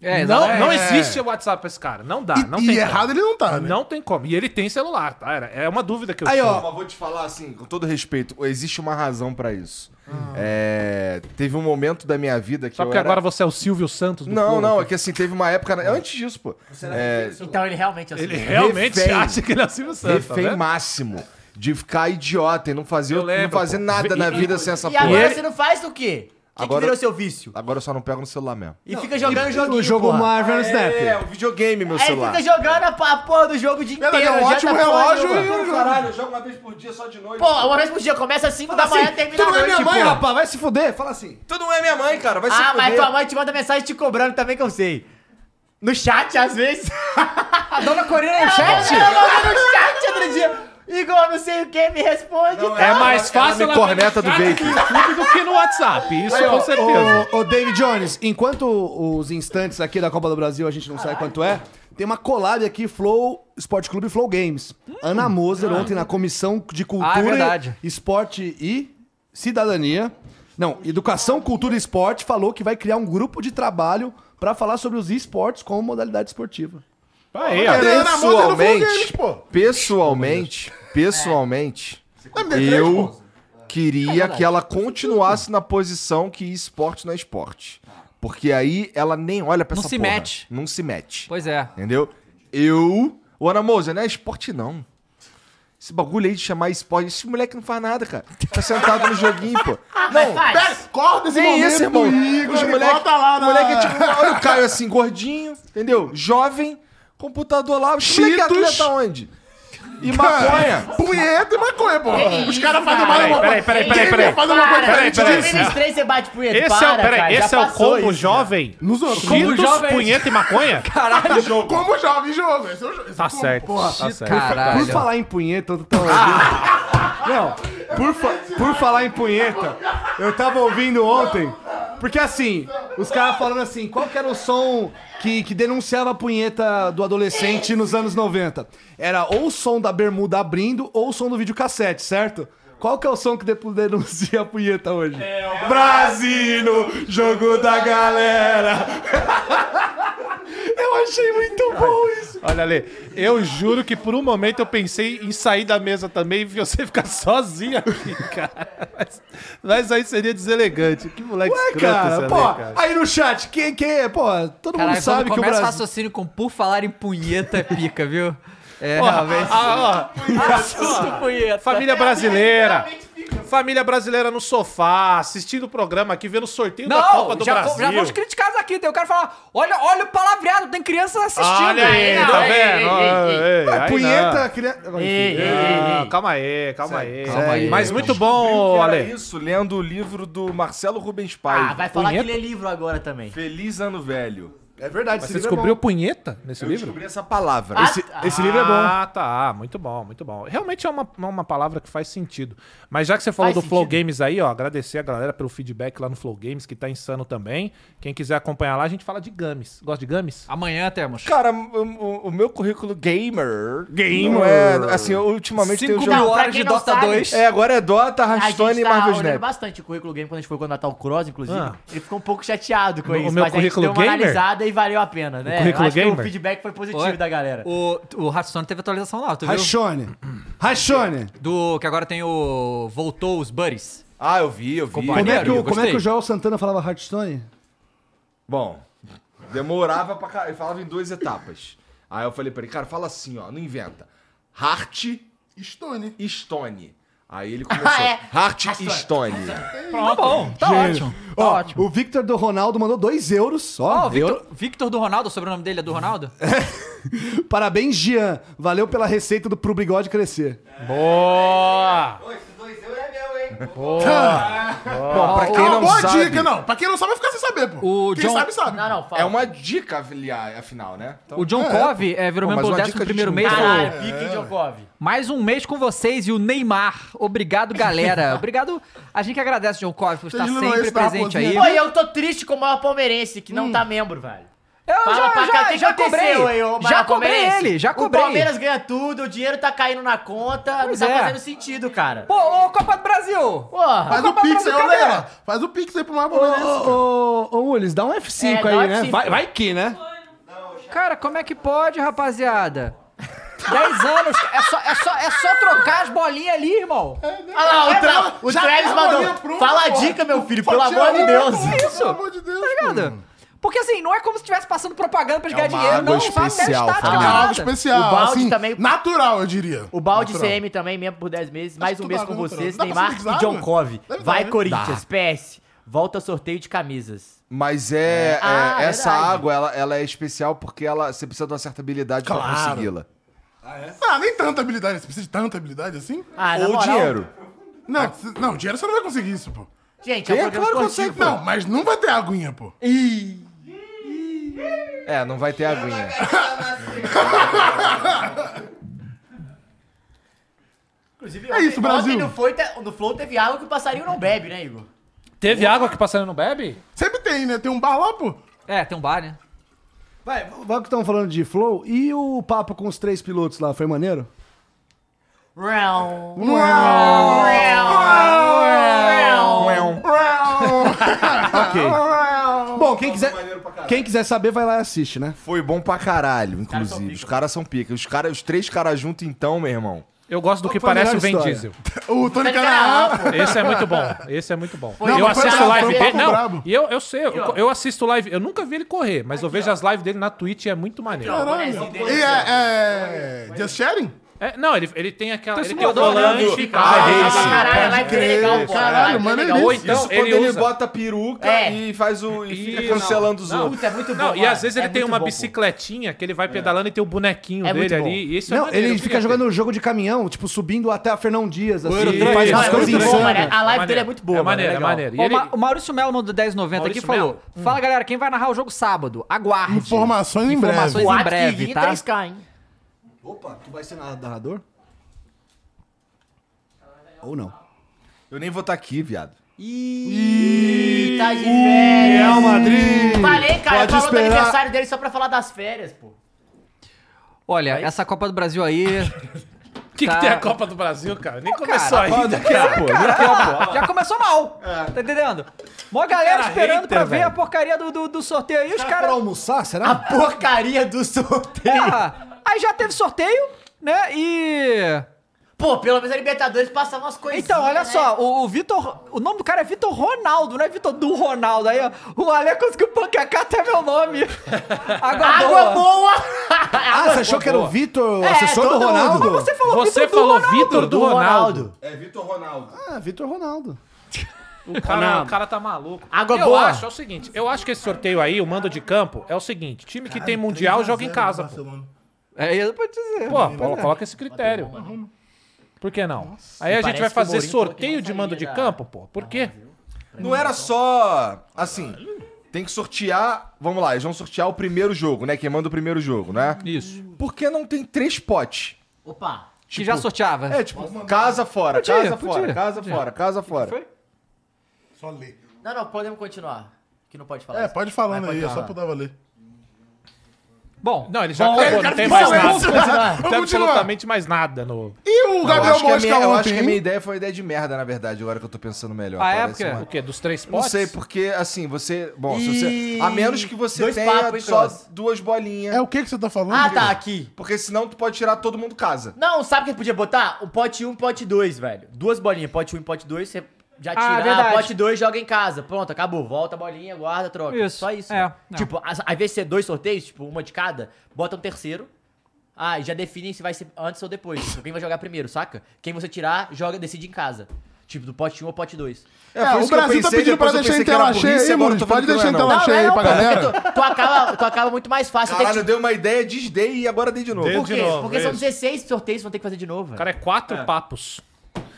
Speaker 1: É,
Speaker 5: Não,
Speaker 1: exatamente.
Speaker 5: não existe WhatsApp pra esse cara. Não dá, não
Speaker 2: E,
Speaker 5: tem
Speaker 2: e
Speaker 5: como.
Speaker 2: errado ele não tá, né?
Speaker 5: Não tem como. E ele tem celular, tá? Era- É uma dúvida que eu
Speaker 4: Aí,
Speaker 5: tinha.
Speaker 4: ó.
Speaker 6: Mas vou te falar assim, com todo respeito, existe uma razão pra isso. É, teve um momento da minha vida que
Speaker 5: Só
Speaker 6: eu
Speaker 5: porque
Speaker 6: era-
Speaker 5: Ah. agora você é o Silvio Santos do
Speaker 6: Não,
Speaker 5: Flow. né?
Speaker 6: não, é que assim, teve uma época... Antes disso, pô. É,
Speaker 3: Então ele realmente é assim.
Speaker 5: Ele realmente
Speaker 6: Refém.
Speaker 5: acha que ele é o Silvio Santos, tá
Speaker 6: refém
Speaker 5: vendo?
Speaker 6: máximo de ficar idiota e não fazer,
Speaker 5: Eu lembro,
Speaker 6: não fazer
Speaker 5: pô.
Speaker 6: nada
Speaker 5: E-
Speaker 6: na
Speaker 5: e-
Speaker 6: vida sem essa
Speaker 3: E agora
Speaker 6: porra.
Speaker 5: ele-
Speaker 3: você não faz o quê? O que,
Speaker 6: é assim. Agora-
Speaker 3: que virou seu vício?
Speaker 6: Agora eu só não pego no celular mesmo.
Speaker 3: E fica jogando joguinho,
Speaker 4: O jogo
Speaker 3: porra.
Speaker 4: Marvel Snap.
Speaker 6: É, o videogame, meu
Speaker 3: Aí
Speaker 6: celular.
Speaker 3: fica jogando a pa- porra do jogo o dia inteiro.
Speaker 2: Verdade, é um
Speaker 3: adianta
Speaker 2: ótimo
Speaker 1: tá
Speaker 3: porra
Speaker 2: relógio
Speaker 3: nenhuma.
Speaker 2: e um jogo.
Speaker 6: Caralho, eu jogo uma vez por dia só de noite.
Speaker 3: Pô, uma vez por dia, começa às 5 da manhã, termina à
Speaker 4: Tu não é
Speaker 3: noite,
Speaker 4: minha mãe,
Speaker 3: porra.
Speaker 4: rapaz, vai se fuder, fala assim.
Speaker 6: Tu não é minha mãe, cara. Vai se
Speaker 3: Ah, mas
Speaker 6: fuder.
Speaker 3: tua mãe te manda mensagem te cobrando também, que eu sei. No chat, às vezes.
Speaker 1: A dona Corina no
Speaker 3: Ela
Speaker 1: chat?
Speaker 3: mandou no chat outro dia. Igor, não sei o que, me responde.
Speaker 6: Não,
Speaker 5: É
Speaker 6: ela-
Speaker 5: mais
Speaker 6: ela
Speaker 5: fácil ela
Speaker 6: me
Speaker 5: Ah,
Speaker 6: corneta do
Speaker 5: ver no chat
Speaker 6: vape.
Speaker 5: do YouTube do que no WhatsApp. Isso
Speaker 4: Aí,
Speaker 5: com
Speaker 4: ó,
Speaker 5: certeza.
Speaker 4: Ô, ô, David Jones, enquanto os instantes aqui da Copa do Brasil a gente não sabe quanto é, tem uma collab aqui, Flow Esporte Clube e Flow Games. Ana Moser, ontem na Comissão de
Speaker 1: Ah, é
Speaker 4: Cultura,
Speaker 1: verdade.
Speaker 4: Esporte e Cidadania. Não, Educação, Cultura e Esporte falou que vai criar um grupo de trabalho pra falar sobre os esportes como modalidade esportiva.
Speaker 5: Aí, ó.
Speaker 2: Ele era na moda do Flamengo,
Speaker 6: Pessoalmente,
Speaker 2: pô.
Speaker 6: pessoalmente, pessoalmente,
Speaker 2: É.
Speaker 6: eu
Speaker 1: É
Speaker 6: queria que ela continuasse na posição que esporte não é esporte. Porque aí ela nem olha pra
Speaker 1: Não
Speaker 6: essa
Speaker 1: se
Speaker 6: porra.
Speaker 1: mete.
Speaker 6: Não se mete.
Speaker 1: Pois é.
Speaker 6: Entendeu? Eu. Ô, Ana Moza, não é esporte, não. Esse bagulho aí de chamar esporte. Esse moleque não faz nada, cara. Tá sentado no joguinho, pô.
Speaker 3: Tá,
Speaker 6: Não,
Speaker 2: Pera, corta esse
Speaker 6: nem
Speaker 2: momento,
Speaker 6: isso, irmão.
Speaker 2: Igor,
Speaker 6: Os
Speaker 2: e
Speaker 6: moleque,
Speaker 2: bota lá na...
Speaker 6: moleque é tipo, olha o Caio assim, gordinho, entendeu? Jovem, computador lá. Os moleque é
Speaker 2: Cheetos. Ah.
Speaker 6: atleta onde? E maconha.
Speaker 2: Punheta e maconha, pô. Os
Speaker 3: Que isso,
Speaker 2: caras fazem
Speaker 3: cara.
Speaker 2: uma...
Speaker 5: Peraí, peraí, peraí,
Speaker 2: Quem
Speaker 5: peraí.
Speaker 2: vai fazer uma coisa
Speaker 5: Peraí,
Speaker 2: diferente
Speaker 5: peraí.
Speaker 2: disso?
Speaker 3: Esse três, você bate punheta.
Speaker 5: Esse é,
Speaker 3: para,
Speaker 5: o- peraí,
Speaker 3: cara,
Speaker 5: esse
Speaker 3: já
Speaker 5: é o
Speaker 3: passou
Speaker 5: combo
Speaker 3: isso,
Speaker 5: jovem?
Speaker 2: Nos outros. Como,
Speaker 5: Cheetos,
Speaker 1: jovem.
Speaker 5: punheta e maconha?
Speaker 1: Caralho.
Speaker 2: como jovem jogo. Esse é o jogo. Esse é
Speaker 5: Tá
Speaker 2: o combo,
Speaker 5: certo,
Speaker 2: Porra.
Speaker 5: tá certo.
Speaker 4: Por
Speaker 1: Caralho.
Speaker 4: falar em punheta, eu tô
Speaker 5: Ah!
Speaker 4: Não, por, fa- por falar em punheta, eu tava ouvindo ontem, porque assim, os caras falando assim, qual que era o som que, que denunciava a punheta do adolescente nos anos 90? Era ou o som da bermuda abrindo ou o som do videocassete, certo? Qual que é o som que depois denuncia a punheta hoje? É o Brasino, jogo da galera. eu achei muito bom isso.
Speaker 5: Olha ali, eu juro que por um momento eu pensei em sair da mesa também e você ficar sozinho aqui, cara. Mas, mas aí seria deselegante. Que moleque
Speaker 4: Ué,
Speaker 5: escroto esse
Speaker 4: cara,
Speaker 5: Ale,
Speaker 4: pô,
Speaker 5: cara.
Speaker 4: aí no chat, quem, quem é? Pô, todo
Speaker 1: Caralho,
Speaker 4: mundo sabe
Speaker 1: quando
Speaker 4: que o
Speaker 1: começa o
Speaker 4: Brasil...
Speaker 1: raciocínio com por falar em punheta é pica, viu? É,
Speaker 5: Ó,
Speaker 1: realmente.
Speaker 5: ah, ó,
Speaker 1: Assunto punheta.
Speaker 5: família brasileira. Família brasileira no sofá, assistindo o programa aqui, vendo o sorteio da Copa
Speaker 1: Não,
Speaker 5: do
Speaker 1: já, fo-
Speaker 5: Brasil.
Speaker 1: já fomos criticados aqui. Tem o cara falar, olha, olha o palavreado, tem crianças assistindo.
Speaker 5: Olha aí,
Speaker 3: Não,
Speaker 5: tá
Speaker 3: ei,
Speaker 5: vendo?
Speaker 3: ei, ei,
Speaker 5: Ei,
Speaker 4: Ué,
Speaker 5: aí
Speaker 4: É punheta, queria... Agora,
Speaker 3: Ei,
Speaker 4: enfim.
Speaker 3: ei, ei,
Speaker 5: não. Ah,
Speaker 3: ei.
Speaker 5: Calma aí, calma aí.
Speaker 1: Calma aí.
Speaker 5: Mas muito
Speaker 6: Descobriu
Speaker 5: bom,
Speaker 6: que era
Speaker 5: Ale.
Speaker 6: isso lendo o livro do Marcelo Rubens Paiva.
Speaker 3: Ah, vai falar
Speaker 5: Punheta?
Speaker 3: que lê livro agora também.
Speaker 6: Feliz Ano Velho.
Speaker 4: É verdade,
Speaker 5: Mas
Speaker 4: esse
Speaker 5: você
Speaker 4: livro é
Speaker 5: descobriu punheta nesse
Speaker 6: Eu
Speaker 5: livro?
Speaker 6: descobri essa palavra.
Speaker 3: Ah,
Speaker 6: Esse-
Speaker 3: tá.
Speaker 4: bom. Esse livro é bom.
Speaker 5: Ah, tá. Muito bom, muito bom. Realmente é uma, uma palavra que faz sentido. Mas já que você falou
Speaker 3: Faz
Speaker 5: do Flow
Speaker 3: sentido.
Speaker 5: Games aí, ó, agradecer a galera pelo feedback lá no Flow Games, que tá insano também. Quem quiser acompanhar lá, a gente fala de games. Gosta de games?
Speaker 1: Amanhã temos.
Speaker 6: Cara, o, o- o meu currículo gamer.
Speaker 5: Gamer.
Speaker 6: Não é. Assim, eu ultimamente tenho
Speaker 1: Cinco
Speaker 6: jogado.
Speaker 1: mil
Speaker 3: Não, pra
Speaker 1: horas
Speaker 3: quem
Speaker 1: de
Speaker 3: não
Speaker 1: Dota
Speaker 3: sabe-
Speaker 1: 2.
Speaker 6: É, agora é Dota,
Speaker 3: A gente
Speaker 6: Hearthstone e
Speaker 3: tá
Speaker 6: Marvel
Speaker 3: olhando
Speaker 6: Snap.
Speaker 3: bastante o currículo game quando a gente foi contratar o Cross, inclusive.
Speaker 5: Ah.
Speaker 3: Ele ficou um pouco chateado com
Speaker 5: O
Speaker 3: isso,
Speaker 5: meu
Speaker 3: mas a gente
Speaker 5: currículo
Speaker 3: deu uma
Speaker 5: gamer?
Speaker 3: analisada e valeu a pena, né?
Speaker 5: currículo
Speaker 3: Acho que
Speaker 5: gamer?
Speaker 3: o feedback foi positivo
Speaker 1: Oi?
Speaker 3: da galera.
Speaker 1: O, o Rassone teve atualização lá, tu viu?
Speaker 4: Rachone. Rachone.
Speaker 1: Do que agora tem o. Voltou os Buddies.
Speaker 6: Ah, eu vi, eu vi.
Speaker 1: Como
Speaker 4: Como é, que
Speaker 1: Maneiro,
Speaker 4: o, como é que
Speaker 1: gostei.
Speaker 4: o Joel Santana falava Hearthstone?
Speaker 6: Bom. Demorava pra caralho. Ele falava em duas etapas. Aí eu falei pra ele, cara, fala assim, ó, não inventa. Hart
Speaker 2: Stone.
Speaker 6: e Stone. Aí ele começou. Hart e Stone.
Speaker 1: Tá bom, tá ótimo. Tá
Speaker 4: Ó,
Speaker 1: ótimo.
Speaker 4: o Victor do Ronaldo mandou 2 euros só.
Speaker 1: Ó, o Victor, Victor do Ronaldo, o sobrenome dele é do Ronaldo?
Speaker 4: Parabéns, Jean. Valeu pela receita do pro bigode crescer.
Speaker 5: Boa!
Speaker 8: Ô, esses dois euros é meu, hein?
Speaker 6: Bom, pra quem
Speaker 2: é uma
Speaker 6: não
Speaker 2: boa
Speaker 6: sabe,
Speaker 2: dica, não. Pra quem não sabe, vai ficar sem saber, pô.
Speaker 1: O
Speaker 2: quem
Speaker 1: John-
Speaker 2: sabe, sabe.
Speaker 3: Não, não, fala.
Speaker 6: é uma dica, afilia- afinal, né? Então,
Speaker 1: O John Cove é, virou membro
Speaker 6: Pô, mas
Speaker 1: pelo
Speaker 6: uma
Speaker 1: décimo
Speaker 6: dica
Speaker 1: primeiro
Speaker 6: a gente
Speaker 1: mês.
Speaker 6: não
Speaker 1: falou,
Speaker 3: Caralho, pique Djokovic.
Speaker 1: Mais um mês com vocês e o Neymar. Obrigado, galera. Obrigado. A gente que agradece, John Cove, por estar
Speaker 2: Vocês lembram
Speaker 1: sempre
Speaker 2: esse da
Speaker 1: presente aí.
Speaker 2: raposinha?
Speaker 3: Pô, e eu tô triste com o maior palmeirense, que não tá membro, velho.
Speaker 1: Eu
Speaker 3: Fala
Speaker 1: já,
Speaker 3: pra
Speaker 1: já,
Speaker 3: cá, o que
Speaker 1: já cobrei.
Speaker 3: aconteceu aí, ô
Speaker 1: já
Speaker 3: maior
Speaker 1: cobrei
Speaker 3: palmeirense?
Speaker 1: ele, já cobrei.
Speaker 3: O Palmeiras ganha tudo, o dinheiro tá caindo na conta,
Speaker 1: Pois
Speaker 3: não tá
Speaker 1: é.
Speaker 3: fazendo sentido, cara.
Speaker 1: Pô, ô, Copa do Brasil!
Speaker 3: Porra.
Speaker 2: Faz o
Speaker 1: Copa
Speaker 2: pix aí, ô
Speaker 1: Brasil,
Speaker 2: Leila. Faz o pix aí pro Marco
Speaker 4: Ô, ô, ô, ô, Mules, dá um F5
Speaker 3: É, dá
Speaker 4: aí,
Speaker 3: um
Speaker 4: né?
Speaker 3: F5.
Speaker 4: Vai, vai que, né?
Speaker 1: Cara, como é que pode, rapaziada? 10 anos, é só, é, só, é só trocar as bolinhas ali, irmão.
Speaker 3: Olha lá, o, Tra- o
Speaker 2: já
Speaker 3: Travis
Speaker 2: tá com a
Speaker 3: mandou.
Speaker 2: linha pronta,
Speaker 3: Fala a
Speaker 2: porra.
Speaker 3: dica, meu filho,
Speaker 2: Só
Speaker 3: pelo
Speaker 2: tira
Speaker 3: amor de
Speaker 2: uma,
Speaker 3: Deus.
Speaker 2: porra.
Speaker 1: Isso.
Speaker 2: é, Pelo amor de Deus,
Speaker 1: Tá ligado? Porque assim, não é como se estivesse passando propaganda pra eles ganhar
Speaker 6: uma
Speaker 1: dinheiro, não.
Speaker 6: água
Speaker 1: Só
Speaker 6: especial,
Speaker 1: testar,
Speaker 6: Fernando.
Speaker 2: É
Speaker 1: nada.
Speaker 2: algo especial,
Speaker 3: O balde
Speaker 2: assim,
Speaker 3: também-
Speaker 2: natural, eu diria.
Speaker 3: O balde
Speaker 2: Natural.
Speaker 3: CM também, membro por 10 meses. Mais
Speaker 2: que
Speaker 3: um
Speaker 2: tu
Speaker 3: mês
Speaker 2: dá,
Speaker 3: com
Speaker 2: não dá pra
Speaker 3: vocês.
Speaker 2: fazer
Speaker 3: Neymar
Speaker 2: design,
Speaker 3: e John
Speaker 2: né?
Speaker 3: Cove.
Speaker 2: Deve dar,
Speaker 3: Vai,
Speaker 2: né?
Speaker 3: Corinthians. PS. Volta sorteio de camisas.
Speaker 6: Mas é, é,
Speaker 3: Ah,
Speaker 6: essa
Speaker 3: verdade.
Speaker 6: água, ela, ela é especial porque ela, você precisa de uma certa habilidade pra
Speaker 2: Claro.
Speaker 6: consegui-la.
Speaker 2: Ah, nem tanta habilidade. Você precisa de tanta habilidade assim?
Speaker 3: Ah, na
Speaker 6: Ou
Speaker 3: moral-
Speaker 6: dinheiro.
Speaker 3: Ah.
Speaker 2: Não, cê- não, dinheiro você não vai conseguir isso, pô.
Speaker 3: Gente,
Speaker 6: É,
Speaker 3: é um programa
Speaker 6: claro que
Speaker 3: esportivo.
Speaker 6: consegue,
Speaker 2: Não, mas não vai ter aguinha, pô.
Speaker 6: É, não vai ter aguinha.
Speaker 3: Inclusive,
Speaker 2: É isso,
Speaker 3: ontem-
Speaker 2: Brasil.
Speaker 3: Ontem no, foi, te- no Flow teve água que o passarinho não bebe, né, Igor?
Speaker 5: Teve água que o passarinho não bebe?
Speaker 2: Sempre tem, né? Tem um bar lá, pô.
Speaker 1: É, tem um bar, né?
Speaker 4: Vai, vai que estão falando de flow. E o papo com os três pilotos lá, foi maneiro?
Speaker 3: Rão.
Speaker 4: Ah, Ok. Bom, quem quiser, quem quiser saber, vai lá e assiste, né?
Speaker 6: Foi bom pra caralho, inclusive. Os caras são pica. Os, cara, os três caras juntos, então, meu irmão.
Speaker 5: Eu gosto do que
Speaker 4: Foi a
Speaker 5: parece o
Speaker 4: melhor
Speaker 5: Vin
Speaker 4: história.
Speaker 5: Diesel.
Speaker 2: O Tony Canaan.
Speaker 3: Caralho,
Speaker 5: Esse é muito bom. Esse é muito bom.
Speaker 2: Não,
Speaker 5: eu
Speaker 2: mas foi
Speaker 5: assisto
Speaker 2: brabo, foi
Speaker 5: live
Speaker 2: um
Speaker 5: dele.
Speaker 2: papo
Speaker 5: Não,
Speaker 2: brabo.
Speaker 5: e eu, eu sei, eu, eu assisto live. Eu nunca vi ele correr, mas eu vejo as lives dele na Twitch e é muito maneiro.
Speaker 2: Caralho. E é, é... Just Sharing?
Speaker 5: É, não, ele, ele tem aquela. Ele tem o
Speaker 1: simulador, né?
Speaker 5: volante.
Speaker 1: Ele
Speaker 2: Ah,
Speaker 3: Caralho, vai ser é legal,
Speaker 2: Caralho,
Speaker 3: mano.
Speaker 2: mano, é
Speaker 5: Ou
Speaker 2: isso.
Speaker 5: então
Speaker 6: Isso
Speaker 5: ele
Speaker 6: quando ele
Speaker 5: usa-
Speaker 6: bota a peruca
Speaker 3: É.
Speaker 6: e faz o. e fica
Speaker 5: Isso.
Speaker 6: cancelando os outros.
Speaker 3: Puta, é muito bom.
Speaker 5: Não, e
Speaker 3: mano.
Speaker 5: às vezes ele
Speaker 3: É
Speaker 5: tem
Speaker 3: muito
Speaker 5: uma
Speaker 3: bom, pô.
Speaker 5: bicicletinha que ele vai pedalando e tem o bonequinho
Speaker 3: É muito
Speaker 5: dele
Speaker 3: bom.
Speaker 5: ali. e Isso é
Speaker 4: É. Não,
Speaker 5: maneiro,
Speaker 4: ele
Speaker 5: eu
Speaker 4: fica
Speaker 5: queria
Speaker 4: jogando
Speaker 5: ter.
Speaker 4: um jogo de caminhão, tipo, subindo até a Fernandinhas, assim.
Speaker 5: Euro
Speaker 4: Ele faz umas
Speaker 5: Truck. Não, é
Speaker 4: coisas
Speaker 5: muito
Speaker 3: bom,
Speaker 4: insanas.
Speaker 3: mano. A live dele é
Speaker 5: Maneiro.
Speaker 3: muito boa,
Speaker 5: É
Speaker 3: mano,
Speaker 5: maneiro,
Speaker 3: é
Speaker 5: é
Speaker 3: legal.
Speaker 5: maneiro. E
Speaker 1: Ó,
Speaker 5: ele-
Speaker 1: Ma- O Maurício Melo mandou 1090 aqui
Speaker 5: Maurício
Speaker 1: falou:
Speaker 5: Melo? Hum.
Speaker 1: Fala galera, quem vai narrar o jogo sábado? Aguarde.
Speaker 2: Informações em
Speaker 1: Informações
Speaker 2: breve.
Speaker 3: O
Speaker 1: em
Speaker 3: Atlas
Speaker 1: breve,
Speaker 3: vinha
Speaker 1: tá?
Speaker 3: 3K, hein?
Speaker 4: Opa, tu vai ser narrador? Ou não?
Speaker 6: Eu nem vou estar aqui, viado.
Speaker 3: Ih, tá de
Speaker 2: Uh,
Speaker 3: férias.
Speaker 4: Real Madrid!
Speaker 3: Falei, cara,
Speaker 4: Pode
Speaker 3: falou do
Speaker 4: esperar.
Speaker 3: aniversário dele só pra falar das férias, pô.
Speaker 1: Olha, essa Copa do Brasil aí.
Speaker 5: O que, que
Speaker 1: Tá.
Speaker 5: tem a Copa do Brasil, cara? Nem
Speaker 1: cara,
Speaker 5: começou ainda.
Speaker 1: já começou mal. Tá entendendo? Mó galera
Speaker 5: Cara,
Speaker 1: esperando
Speaker 5: hater,
Speaker 1: pra ver
Speaker 5: velho.
Speaker 1: a porcaria do, do, do sorteio aí, os
Speaker 4: Pra
Speaker 1: caras.
Speaker 4: almoçar, será?
Speaker 3: A porcaria do sorteio.
Speaker 1: Porra! Aí já teve sorteio, né? E.
Speaker 3: Pô, pelo menos a Libertadores passa umas coisinhas.
Speaker 1: Então, olha
Speaker 3: né?
Speaker 1: só, o, o Vitor. O nome do cara é Vitor Ronaldo, não é Vitor do Ronaldo. Aí ó, o Ale conseguiu pancacar até meu nome. Água,
Speaker 3: Água
Speaker 1: boa.
Speaker 3: boa!
Speaker 4: Ah, você achou que era o Vitor, o
Speaker 1: É,
Speaker 4: assessor do
Speaker 1: todo mundo.
Speaker 4: Ronaldo?
Speaker 1: Mas você falou
Speaker 5: Você
Speaker 1: Vitor do
Speaker 5: falou
Speaker 1: Ronaldo.
Speaker 5: Vitor do Ronaldo.
Speaker 6: É Vitor Ronaldo.
Speaker 4: Ah, Vitor Ronaldo.
Speaker 5: O cara, o cara tá maluco.
Speaker 3: Água
Speaker 5: eu
Speaker 3: boa.
Speaker 5: acho, é o seguinte, eu acho que esse sorteio aí, o mando de campo, é o seguinte, time que tem mundial joga em casa, pô.
Speaker 1: É, eu vou dizer.
Speaker 5: Pô, pô, coloca esse critério. Por que não? aí a gente
Speaker 3: parece
Speaker 5: vai
Speaker 3: que o Mourinho
Speaker 5: fazer
Speaker 3: falou que
Speaker 5: sorteio
Speaker 3: não
Speaker 5: de mando de
Speaker 3: sairia da-
Speaker 5: campo, pô. Por quê?
Speaker 6: Não era só. Assim, tem que sortear. Vamos lá, eles vão sortear o primeiro jogo, né? Quem manda o primeiro jogo, né?
Speaker 5: Isso.
Speaker 6: Por que não tem três potes?
Speaker 3: Opa!
Speaker 1: que já sorteava.
Speaker 6: É, tipo, casa fora,
Speaker 1: Podia,
Speaker 6: casa
Speaker 1: podia,
Speaker 6: fora, casa
Speaker 1: podia.
Speaker 6: fora, casa fora.
Speaker 1: foi?
Speaker 2: Só ler.
Speaker 3: Não, não, podemos continuar. Que não pode falar.
Speaker 2: É,
Speaker 3: isso.
Speaker 2: pode ir falando
Speaker 3: Vai,
Speaker 2: aí,
Speaker 3: pode
Speaker 2: eu só
Speaker 3: falar.
Speaker 2: puder valer.
Speaker 1: Bom,
Speaker 5: Não, ele já acabou, não tem
Speaker 3: é
Speaker 5: mais
Speaker 2: Vamos
Speaker 5: nada.
Speaker 2: continuar.
Speaker 5: Não tem
Speaker 2: Vamos continuar.
Speaker 5: absolutamente mais nada no...
Speaker 2: E o
Speaker 6: Eu
Speaker 2: Gabriel
Speaker 6: acho, que a
Speaker 2: Mosca
Speaker 6: minha, eu acho que é a minha
Speaker 2: ontem?
Speaker 6: ideia foi uma ideia de merda, na verdade, agora que eu tô pensando melhor.
Speaker 1: Ah, é?
Speaker 6: Parece
Speaker 1: Por quê?
Speaker 6: uma-
Speaker 5: O quê? Dos três
Speaker 6: Não
Speaker 5: potes?
Speaker 6: sei, porque assim, você. Bom, se você. A menos que você
Speaker 3: Dois
Speaker 6: tenha
Speaker 3: papos, hein,
Speaker 6: só
Speaker 3: Cross?
Speaker 6: duas bolinhas.
Speaker 2: É o que que você tá falando?
Speaker 3: Ah, tá,
Speaker 2: cara?
Speaker 3: aqui.
Speaker 6: Porque senão tu pode tirar todo mundo casa.
Speaker 3: Um Não, sabe o que ele podia botar? O pote 1 e pote 2, velho. Duas bolinhas, pote 1 e pote 2, você Já
Speaker 1: Ah,
Speaker 3: tira, ah,
Speaker 1: verdade.
Speaker 3: pote 2, joga em casa. Pronto, acabou. Volta a bolinha, guarda, troca.
Speaker 1: Isso.
Speaker 3: Só isso.
Speaker 1: É,
Speaker 3: mano.
Speaker 1: é.
Speaker 3: Tipo, às às vezes ser dois sorteios, tipo, uma de cada, bota um terceiro. Ah, e já definem se vai ser antes ou depois. Tipo, Quem vai jogar primeiro, saca? Quem você tirar, joga, decide em casa. Tipo, do pote 1 um ao pote 2.
Speaker 2: É, o Brasil tá pedindo pra deixar em tela cheia aí, Muris. Pode deixar em tela cheia aí pra galera.
Speaker 3: Tu, tu acaba, tu acaba muito mais fácil. tem que-
Speaker 6: Caralho, deu uma ideia, desdei e agora dei de novo.
Speaker 5: Dei
Speaker 3: Por
Speaker 5: de
Speaker 3: quê?
Speaker 5: novo,
Speaker 3: Porque são
Speaker 5: isso.
Speaker 3: 16 sorteios, vão ter que fazer de novo. velho.
Speaker 5: Cara, é quatro papos.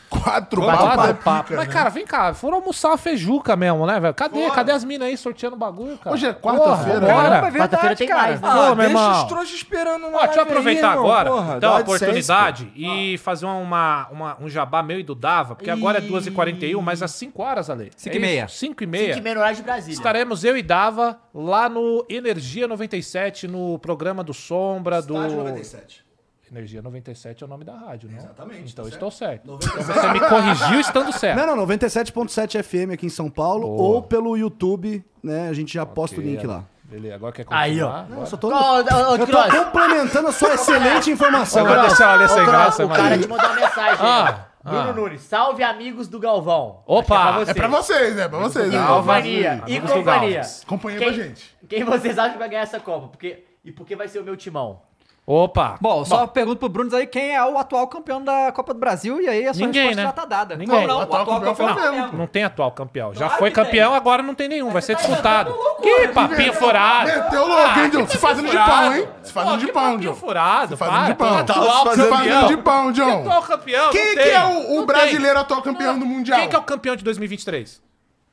Speaker 2: Quatro
Speaker 5: Quatro
Speaker 2: papas.
Speaker 5: papos. Mas, cara, vem cá, foram almoçar a feijuca mesmo, né, velho? Cadê? Cadê as minas aí sorteando bagulho, cara?
Speaker 2: Hoje é quarta-feira,
Speaker 5: Porra,
Speaker 2: né?
Speaker 5: É Cara,
Speaker 3: Quarta-feira tem mais, né?
Speaker 5: Pô, meu irmão.
Speaker 6: Ah, trouxas esperando
Speaker 5: Ó, deixa eu aproveitar agora, então, a oportunidade e fazer uma, uma- um jabá meu e do Dava, porque agora é 2h41, mas às 5 horas, Ale.
Speaker 1: Cinco e meia.
Speaker 5: 5 e
Speaker 3: Tem que
Speaker 5: meia.
Speaker 3: menos horário de Brasília.
Speaker 5: Estaremos eu e Dava lá no Energia 97, no programa do Sombra, do...
Speaker 4: Estádio 97.
Speaker 5: Energia 97 é o nome da rádio, não?
Speaker 4: Exatamente,
Speaker 5: Então
Speaker 4: tá
Speaker 5: eu estou certo. Então você me corrigiu estando certo.
Speaker 4: Não, não, 97.7 FM aqui em São Paulo ou pelo YouTube, né? A gente já posta o link lá.
Speaker 5: Beleza, agora quer continuar?
Speaker 3: Aí, ó.
Speaker 5: Agora-
Speaker 4: Só tô,
Speaker 3: Ô, ô, ô,
Speaker 4: eu tô
Speaker 3: Cross.
Speaker 4: complementando a sua excelente informação.
Speaker 5: Agora deixa ela ler
Speaker 3: Ô,
Speaker 5: sem
Speaker 3: Cross,
Speaker 5: graça,
Speaker 3: O cara
Speaker 5: mano.
Speaker 3: te mandou uma mensagem.
Speaker 5: Ah,
Speaker 3: ó. Bruno
Speaker 5: ah.
Speaker 3: Nunes, salve amigos do Galvão.
Speaker 5: Opa!
Speaker 2: É pra vocês, né? Pra vocês.
Speaker 3: E
Speaker 2: né?
Speaker 3: companhia. E
Speaker 5: Amigos do
Speaker 3: companhia.
Speaker 5: Galvão.
Speaker 2: Companhia
Speaker 3: Quem-
Speaker 2: pra gente.
Speaker 3: Quem vocês acham que vai ganhar essa Copa? Porque, e por que vai ser o meu timão?
Speaker 5: Opa!
Speaker 1: Bom, só pergunto pro Bruno aí quem é o atual campeão da Copa do Brasil e aí a sua
Speaker 5: Ninguém,
Speaker 1: resposta
Speaker 5: né?
Speaker 1: já tá dada. Não,
Speaker 5: Ninguém.
Speaker 1: não,
Speaker 5: O
Speaker 1: o
Speaker 2: atual
Speaker 1: atual campeão foi o
Speaker 2: campeão é o
Speaker 1: Flamengo.
Speaker 5: Não tem atual campeão. Já
Speaker 1: Claro
Speaker 5: foi
Speaker 1: que tem. tá
Speaker 5: campeão, agora não tem nenhum. Vai ser disputado. Que papinho furado.
Speaker 2: Meteu o louco, hein, John? Se fazendo de pau, hein? Se
Speaker 5: Pô,
Speaker 2: fazendo de
Speaker 5: que
Speaker 2: pau,
Speaker 5: papinho
Speaker 2: John.
Speaker 5: furado,
Speaker 2: Se fazendo
Speaker 5: para. tá
Speaker 2: de pau.
Speaker 5: Atual
Speaker 2: Se fazendo
Speaker 5: campeão.
Speaker 2: de pau, John.
Speaker 5: Atual campeão.
Speaker 2: Quem que
Speaker 5: não tem.
Speaker 2: é o, o
Speaker 5: Não
Speaker 2: brasileiro
Speaker 5: tem.
Speaker 2: atual campeão do Mundial?
Speaker 5: Quem que é o campeão de 2023?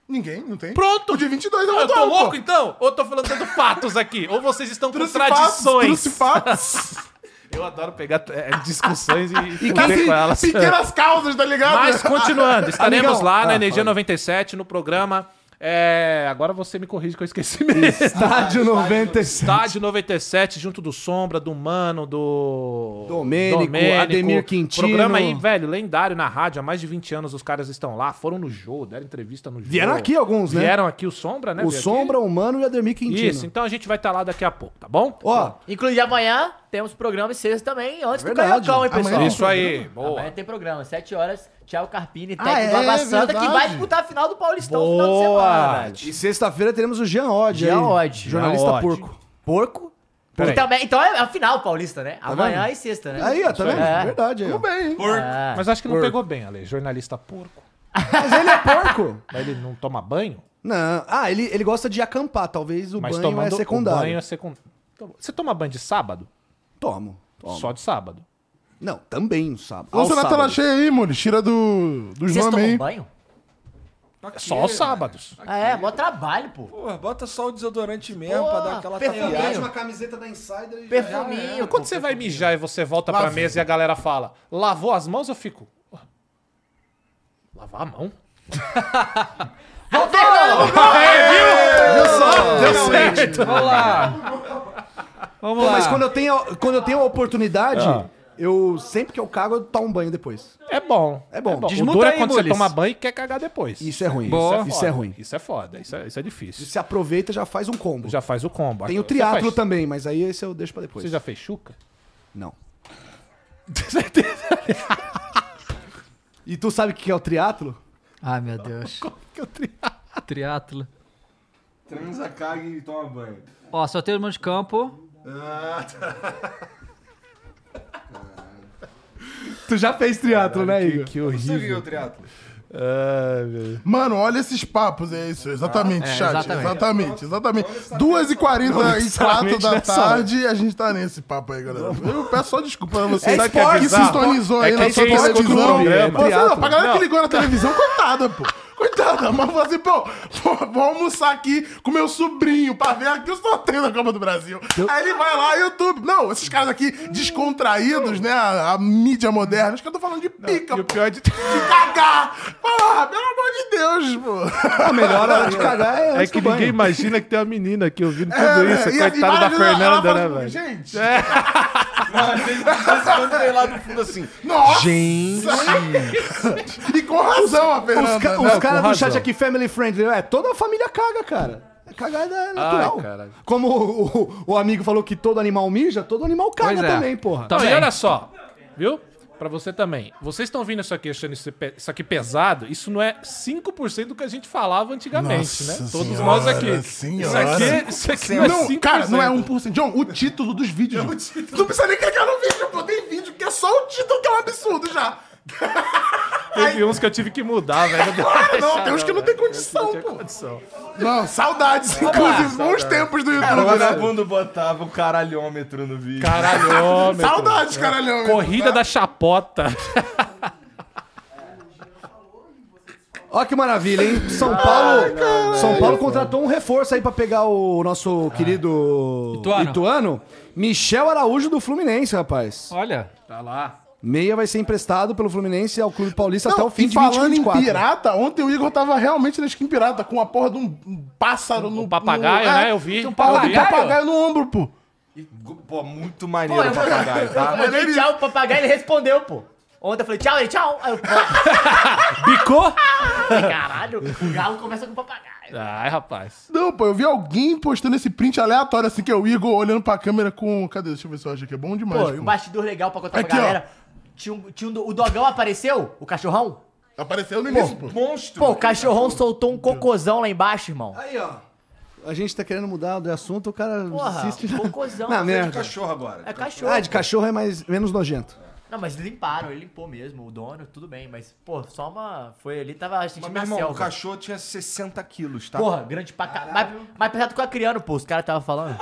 Speaker 2: Ninguém, não tem.
Speaker 5: Pronto.
Speaker 2: O de 22 é o
Speaker 5: Eu tô
Speaker 2: atual, pô.
Speaker 5: louco, então? Ou eu tô falando dando fatos aqui? Ou vocês estão com
Speaker 2: Trouxe fatos,
Speaker 5: tradições?
Speaker 2: Trouxe fatos.
Speaker 5: Eu adoro pegar é, discussões e, e
Speaker 2: Tá
Speaker 5: foder
Speaker 2: assim,
Speaker 5: com elas.
Speaker 2: Pequenas causas, tá ligado?
Speaker 5: Mas continuando, estaremos
Speaker 2: Amigão.
Speaker 5: lá
Speaker 4: Ah,
Speaker 5: na Energia 97, no programa. É, agora você me corrige que eu esqueci mesmo.
Speaker 4: Estádio 97.
Speaker 5: Estádio 97, junto do Sombra, do Mano, do.
Speaker 4: Domênico, Ademir Quintino.
Speaker 5: Programa aí, velho, lendário na rádio. Há mais de 20 anos os caras estão lá, foram no jogo, deram entrevista no jogo.
Speaker 4: Vieram aqui alguns, né?
Speaker 5: Vieram aqui o Sombra, né?
Speaker 4: O
Speaker 5: Veio aqui.
Speaker 4: Sombra, o Mano e o Ademir Quintino.
Speaker 5: Isso, então a gente vai estar lá daqui a pouco, tá bom?
Speaker 4: Ó,
Speaker 3: Inclusive amanhã temos programa e sexta também, antes do
Speaker 4: Verdade.
Speaker 3: Cariocão, hein, pessoal?
Speaker 2: Amanhã-
Speaker 5: É Isso aí, boa.
Speaker 4: Tá
Speaker 3: Amanhã tem programa, 7 horas, Thiago Carpini,
Speaker 2: Ah,
Speaker 3: técnico
Speaker 2: é,
Speaker 3: do Água Santa,
Speaker 2: verdade.
Speaker 3: que vai disputar a final do Paulistão no final de
Speaker 5: Boa.
Speaker 3: semana, velho.
Speaker 4: e sexta-feira teremos o Jean Odd.
Speaker 3: Jean
Speaker 4: aí,
Speaker 3: Odd.
Speaker 4: Jornalista
Speaker 5: Jean Odd.
Speaker 4: porco.
Speaker 3: Porco.
Speaker 5: Peraí. Tá
Speaker 3: E também- então é a final paulista, né? Amanhã
Speaker 4: vendo?
Speaker 3: e sexta, né?
Speaker 4: Aí, ó, tá vendo?
Speaker 3: É.
Speaker 4: Verdade aí. ó.
Speaker 3: Ah.
Speaker 5: Mas acho que não pegou bem, Ale. Jornalista porco.
Speaker 4: Mas ele é porco.
Speaker 5: Mas ele não toma banho?
Speaker 4: Não. Ah, ele, ele gosta de acampar. Talvez o
Speaker 5: Mas
Speaker 4: banho é
Speaker 5: tomando
Speaker 4: secundário.
Speaker 5: O banho é secundário. Você toma banho de sábado?
Speaker 4: Tomo. tomo.
Speaker 5: Só de sábado.
Speaker 4: Não, também no sábado.
Speaker 2: Lança
Speaker 4: Ao
Speaker 2: na tela
Speaker 4: sábado.
Speaker 2: cheia aí, Muri. Tira do, dos
Speaker 3: Vocês
Speaker 2: nomes
Speaker 3: tomam
Speaker 2: aí.
Speaker 3: banho?
Speaker 5: Só aos sábados.
Speaker 3: Ah, é, mó trabalho, pô.
Speaker 6: Tá Porra, bota só o desodorante mesmo
Speaker 3: Pô,
Speaker 6: pra dar aquela
Speaker 3: perfuminho.
Speaker 6: tapeada.
Speaker 4: uma camiseta da Insider e...
Speaker 3: Perfuminho.
Speaker 5: Quando você vai mijar e você volta pra mesa e a galera fala, lavou as mãos, eu fico. "Ué, Lavar a mão?
Speaker 3: Vamos, Fernando!
Speaker 5: Deu certo!
Speaker 1: Vamos lá. Vamos lá.
Speaker 4: Mas quando eu tenho, a- quando eu tenho a oportunidade, eu sempre que eu cago, eu tomo um banho depois.
Speaker 5: É bom.
Speaker 4: É bom.
Speaker 5: O
Speaker 1: Desmuta
Speaker 5: duro é
Speaker 1: aí,
Speaker 5: quando você
Speaker 1: Mules.
Speaker 5: toma banho e quer cagar depois.
Speaker 4: Isso é ruim.
Speaker 1: Boa.
Speaker 4: Isso, é,
Speaker 5: foda.
Speaker 4: ruim.
Speaker 5: Isso é foda. Isso é, isso é difícil.
Speaker 4: Se aproveita, já faz um combo.
Speaker 5: Já faz o combo.
Speaker 4: Tem o
Speaker 5: Você
Speaker 4: triatlo
Speaker 5: faz-
Speaker 4: também, mas aí esse eu deixo pra depois.
Speaker 5: Você já fez chuca?
Speaker 4: Não. e tu sabe o que é o triatlo?
Speaker 1: Ai, meu Deus. Triátula.
Speaker 6: Transa, caga e toma banho.
Speaker 1: Ó, sorteio do mão de campo.
Speaker 4: Tu já fez triatlo, né, Igor?
Speaker 6: Sabe o que é o triatlo?
Speaker 2: Mano, olha esses papos, é isso. Exatamente, chat.
Speaker 1: exatamente.
Speaker 2: Exatamente, exatamente. 2h44 da tarde, a gente tá nesse papo aí, galera. Eu peço só desculpa pra vocês
Speaker 4: É
Speaker 2: que,
Speaker 4: esporte,
Speaker 5: bizarro?
Speaker 2: sintonizou
Speaker 5: É
Speaker 2: aí
Speaker 5: que
Speaker 2: na
Speaker 5: a
Speaker 2: sua
Speaker 5: gente escuta o né?
Speaker 2: televisão. É, Você,
Speaker 5: programa.
Speaker 2: não, pra
Speaker 4: Teatro.
Speaker 2: galera que ligou na televisão, coitada, pô. Coitada, mas falou assim, pô, pô, vou almoçar aqui com meu sobrinho pra ver aqui o sorteio da Copa do Brasil. Aí ele vai lá, YouTube. Não, esses caras aqui descontraídos, né? A, a mídia moderna. Acho que eu tô falando de pica,
Speaker 5: E o
Speaker 2: pô.
Speaker 4: é
Speaker 5: pior de.
Speaker 2: De cagar! Porra, pelo amor de Deus, pô!
Speaker 4: A melhor hora de cagar é
Speaker 5: É
Speaker 4: antes
Speaker 5: que
Speaker 4: do banho. É,
Speaker 5: ninguém imagina que tem uma menina aqui ouvindo tudo isso.
Speaker 2: É, né? e- e
Speaker 5: Coitada da
Speaker 2: várias vezes ela
Speaker 5: Fernanda,
Speaker 2: fala
Speaker 5: né,
Speaker 2: assim,
Speaker 5: velho?
Speaker 2: Gente,
Speaker 6: Quando lá do fundo assim.
Speaker 2: nossa!
Speaker 6: Gente!
Speaker 2: E com razão a Fernanda.
Speaker 4: Os,
Speaker 2: né?
Speaker 4: ca- os caras do
Speaker 5: razão.
Speaker 4: chat aqui, family friendly, é, toda a família caga, cara. Cagar é natural.
Speaker 5: caralho.
Speaker 4: Como o, o- o amigo falou que todo animal mija, todo animal caga
Speaker 1: Pois é.
Speaker 5: Tá
Speaker 4: também, porra.
Speaker 5: Não,
Speaker 1: Também.
Speaker 5: e olha só, viu? Pra você também. Vocês estão ouvindo isso aqui achando isso, pe- isso aqui pesado? Isso não é 5% do que a gente falava antigamente,
Speaker 2: Nossa
Speaker 5: né? Todos
Speaker 2: Senhora,
Speaker 5: nós aqui.
Speaker 2: Senhora.
Speaker 5: Isso aqui, isso aqui não é
Speaker 2: Não,
Speaker 5: 5%.
Speaker 2: cara, não é 1%. John, o título dos vídeos. John. Tu não precisa nem clicar no vídeo, pô. Tem vídeo que é só o título que é um absurdo já.
Speaker 5: Teve uns que eu tive que mudar, velho.
Speaker 2: Claro, não. Tem uns que não tem
Speaker 5: né?
Speaker 2: condição, pô. Não, saudades, inclusive. Bons tempos do
Speaker 6: O
Speaker 2: YouTube, né?
Speaker 6: vagabundo botava o caralhômetro no vídeo.
Speaker 5: Caralho, homem. É.
Speaker 2: Saudades, caralhão.
Speaker 5: Corrida da chapota.
Speaker 4: Ó que maravilha, hein? São Paulo, São Paulo contratou um reforço aí pra pegar o nosso querido
Speaker 1: Ituano.
Speaker 4: Ituano. Michel Araújo do Fluminense, rapaz.
Speaker 1: Olha.
Speaker 5: Tá lá.
Speaker 4: Meia vai ser emprestado pelo Fluminense ao Clube Paulista Tá até
Speaker 2: Não,
Speaker 4: o fim
Speaker 2: e
Speaker 4: de
Speaker 2: falando
Speaker 4: 2024.
Speaker 2: em pirata, ontem o Igor tava realmente na skin pirata, com a porra de um um pássaro no...
Speaker 5: papagaio,
Speaker 2: no-
Speaker 5: né? Eu vi.
Speaker 2: Um papagaio,
Speaker 5: Eu vi.
Speaker 2: papagaio no ombro, pô.
Speaker 6: Pô, muito maneiro o papagaio,
Speaker 3: Eu
Speaker 6: tá?
Speaker 3: mandei tchau pro papagaio ele respondeu, pô. Ontem eu falei tchau, ele tchau. Aí eu, pô,
Speaker 5: Bicou?
Speaker 3: caralho, o galo conversa com o papagaio.
Speaker 5: Ai, rapaz.
Speaker 2: Não, pô, eu vi alguém postando esse print aleatório, assim, que é o Igor olhando pra câmera com... Cadê? Deixa eu ver se eu acho que é bom demais.
Speaker 3: Pô,
Speaker 2: pô.
Speaker 3: um bastidor legal pra contar
Speaker 2: Aqui,
Speaker 3: pra galera. Tinha um, tinha um do- o dogão apareceu? O cachorrão?
Speaker 2: Apareceu no início, pô.
Speaker 6: Um Monstro.
Speaker 3: Pô, o cachorrão soltou um cocôzão lá embaixo, irmão.
Speaker 4: Aí, ó. A gente tá querendo mudar de assunto, o cara
Speaker 3: Porra,
Speaker 4: insiste.
Speaker 3: um cocôzão.
Speaker 4: Na merda.
Speaker 6: cachorro agora. Tá.
Speaker 3: É cachorro.
Speaker 4: Ah, de cachorro é mais, menos nojento.
Speaker 3: Não, mas limparam, ele limpou mesmo, o dono, tudo bem. Mas, pô, só uma... Foi ali, tava sentindo na
Speaker 6: Mas, meu irmão, o
Speaker 3: selva.
Speaker 6: cachorro tinha 60 quilos, tá?
Speaker 3: Porra, grande pra caralho. Mais, mais pesado que o acriano, pô, os caras tava falando.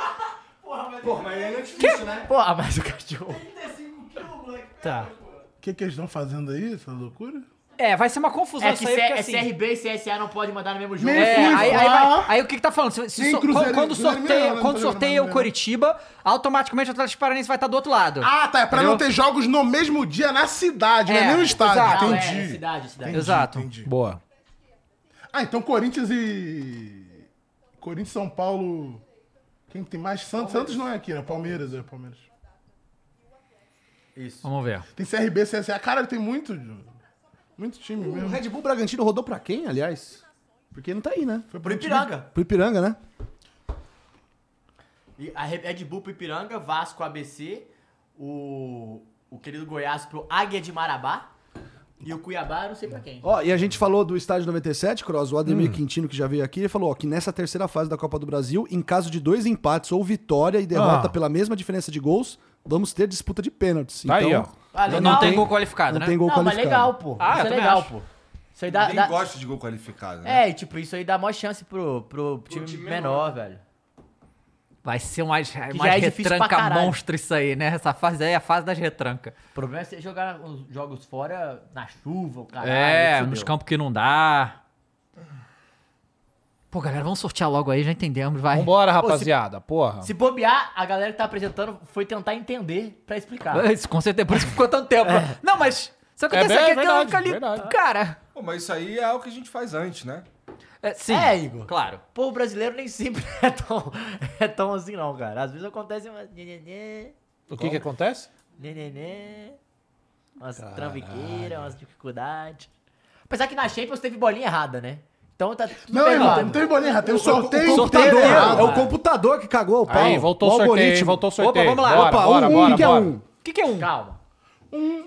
Speaker 3: Porra, mas ele é difícil, né? Porra, mas o cachorro...
Speaker 1: Tá.
Speaker 2: O que que eles estão fazendo aí, essa loucura?
Speaker 1: É, vai ser uma confusão
Speaker 3: É
Speaker 1: isso
Speaker 3: que
Speaker 1: aí,
Speaker 3: C-
Speaker 1: porque
Speaker 3: é
Speaker 1: assim...
Speaker 3: CRB e CSA não podem mandar no mesmo jogo.
Speaker 2: Meu
Speaker 1: É,
Speaker 2: Fui
Speaker 1: aí, aí
Speaker 2: lá.
Speaker 1: vai- aí o que que tá falando? Se- se
Speaker 2: Sim,
Speaker 1: so-
Speaker 2: Cruzeiro-
Speaker 1: quando- quando
Speaker 2: Cruzeiro
Speaker 1: sorteia,
Speaker 2: eliminado,
Speaker 1: quando
Speaker 2: né?
Speaker 1: sorteia o
Speaker 2: Eliminado.
Speaker 1: Coritiba, automaticamente o Atlético Paranaense vai estar do outro lado.
Speaker 2: Ah, tá. É pra
Speaker 1: Entendeu?
Speaker 2: não ter jogos no mesmo dia na cidade, não
Speaker 1: É,
Speaker 2: é nem no estádio.
Speaker 1: exato.
Speaker 3: Não,
Speaker 2: entendi.
Speaker 3: É, cidade, cidade.
Speaker 1: Exato.
Speaker 2: entendi.
Speaker 1: Boa.
Speaker 2: Ah, então Corinthians e. Corinthians São Paulo. Quem que tem mais? Santos. Santos não é aqui, né? Palmeiras, é Palmeiras.
Speaker 1: Vamos ver.
Speaker 2: Tem CRB, CSA. Caralho, tem muito. Ju. Muito time
Speaker 4: O
Speaker 2: mesmo.
Speaker 4: Red Bull Bragantino rodou pra quem, aliás? Porque não tá aí, né?
Speaker 2: Foi pro
Speaker 3: Pro Ipiranga.
Speaker 4: Pro Ipiranga, né?
Speaker 3: E a Re- Red Bull pro Ipiranga, Vasco, ABC, o, o querido Goiás pro Águia de Marabá e o Cuiabá, eu não sei pra quem.
Speaker 4: Ó, e a gente falou do estádio 97, Cross, o Ademir
Speaker 5: Hum.
Speaker 4: Quintino que já veio aqui, ele falou ó, que nessa terceira fase da Copa do Brasil, em caso de dois empates ou vitória e derrota
Speaker 5: Ah.
Speaker 4: pela mesma diferença de gols, vamos ter disputa de pênaltis.
Speaker 5: Tá
Speaker 2: Então,
Speaker 5: aí, ó.
Speaker 3: Ah,
Speaker 1: Não,
Speaker 3: legal.
Speaker 1: tem gol qualificado,
Speaker 4: não
Speaker 1: né?
Speaker 4: tem gol
Speaker 3: Não, mas
Speaker 4: qualificado.
Speaker 3: legal, pô.
Speaker 1: Ah,
Speaker 3: isso
Speaker 1: eu
Speaker 3: é
Speaker 1: também
Speaker 3: legal,
Speaker 1: acho.
Speaker 3: pô. Isso aí dá...
Speaker 6: Ninguém
Speaker 3: dá-
Speaker 6: gosta de gol qualificado, né?
Speaker 3: É, e, tipo, isso aí dá maior chance pro, pro time, menor, velho.
Speaker 1: Vai ser mais,
Speaker 3: já é
Speaker 1: mais
Speaker 3: difícil pra
Speaker 1: retranca
Speaker 3: caralho.
Speaker 1: monstro isso aí, né? Essa fase aí é a fase das retrancas.
Speaker 3: O problema é você jogar os jogos fora na chuva, o caralho.
Speaker 1: É,
Speaker 3: fudeu.
Speaker 1: nos campos que não dá. Pô, galera, vamos sortear logo aí, já entendemos, vai.
Speaker 5: Vambora, rapaziada. Porra.
Speaker 3: Se bobear, a galera que tá apresentando foi tentar entender pra explicar.
Speaker 1: Isso, com certeza, é por isso que ficou tanto tempo. Não, mas... Isso acontece
Speaker 5: bem-
Speaker 1: aqui,
Speaker 5: é
Speaker 1: aquela
Speaker 5: verdade,
Speaker 1: fica ali...
Speaker 5: verdade.
Speaker 1: Cara...
Speaker 6: Pô, mas isso aí é o que a gente faz antes, né?
Speaker 1: É, sim.
Speaker 3: É, Igor.
Speaker 1: Claro.
Speaker 3: O povo brasileiro nem sempre é tão, é tão assim, não, cara. Às vezes acontece umas. Nhenhenhê,
Speaker 5: O que que acontece?
Speaker 3: nhenhenhê, umas trambiqueiras, umas dificuldades. Apesar que na Champions teve bolinha errada, né? Então tá tudo
Speaker 2: Não, irmão,
Speaker 3: errado.
Speaker 2: não tem bolinha errada. Tem um
Speaker 4: É
Speaker 2: sorteio
Speaker 4: o
Speaker 2: inteiro
Speaker 4: computador,
Speaker 2: errado.
Speaker 4: é o computador que cagou o pau.
Speaker 5: Aí, voltou o sorteio,
Speaker 4: algoritmo.
Speaker 5: hein? voltou o sorteio.
Speaker 1: vamos lá.
Speaker 5: Bora,
Speaker 4: Opa,
Speaker 5: bora,
Speaker 4: um,
Speaker 5: bora,
Speaker 4: um que é
Speaker 5: bora.
Speaker 4: um.
Speaker 1: O que, que é um?
Speaker 3: Calma. É de
Speaker 2: Um.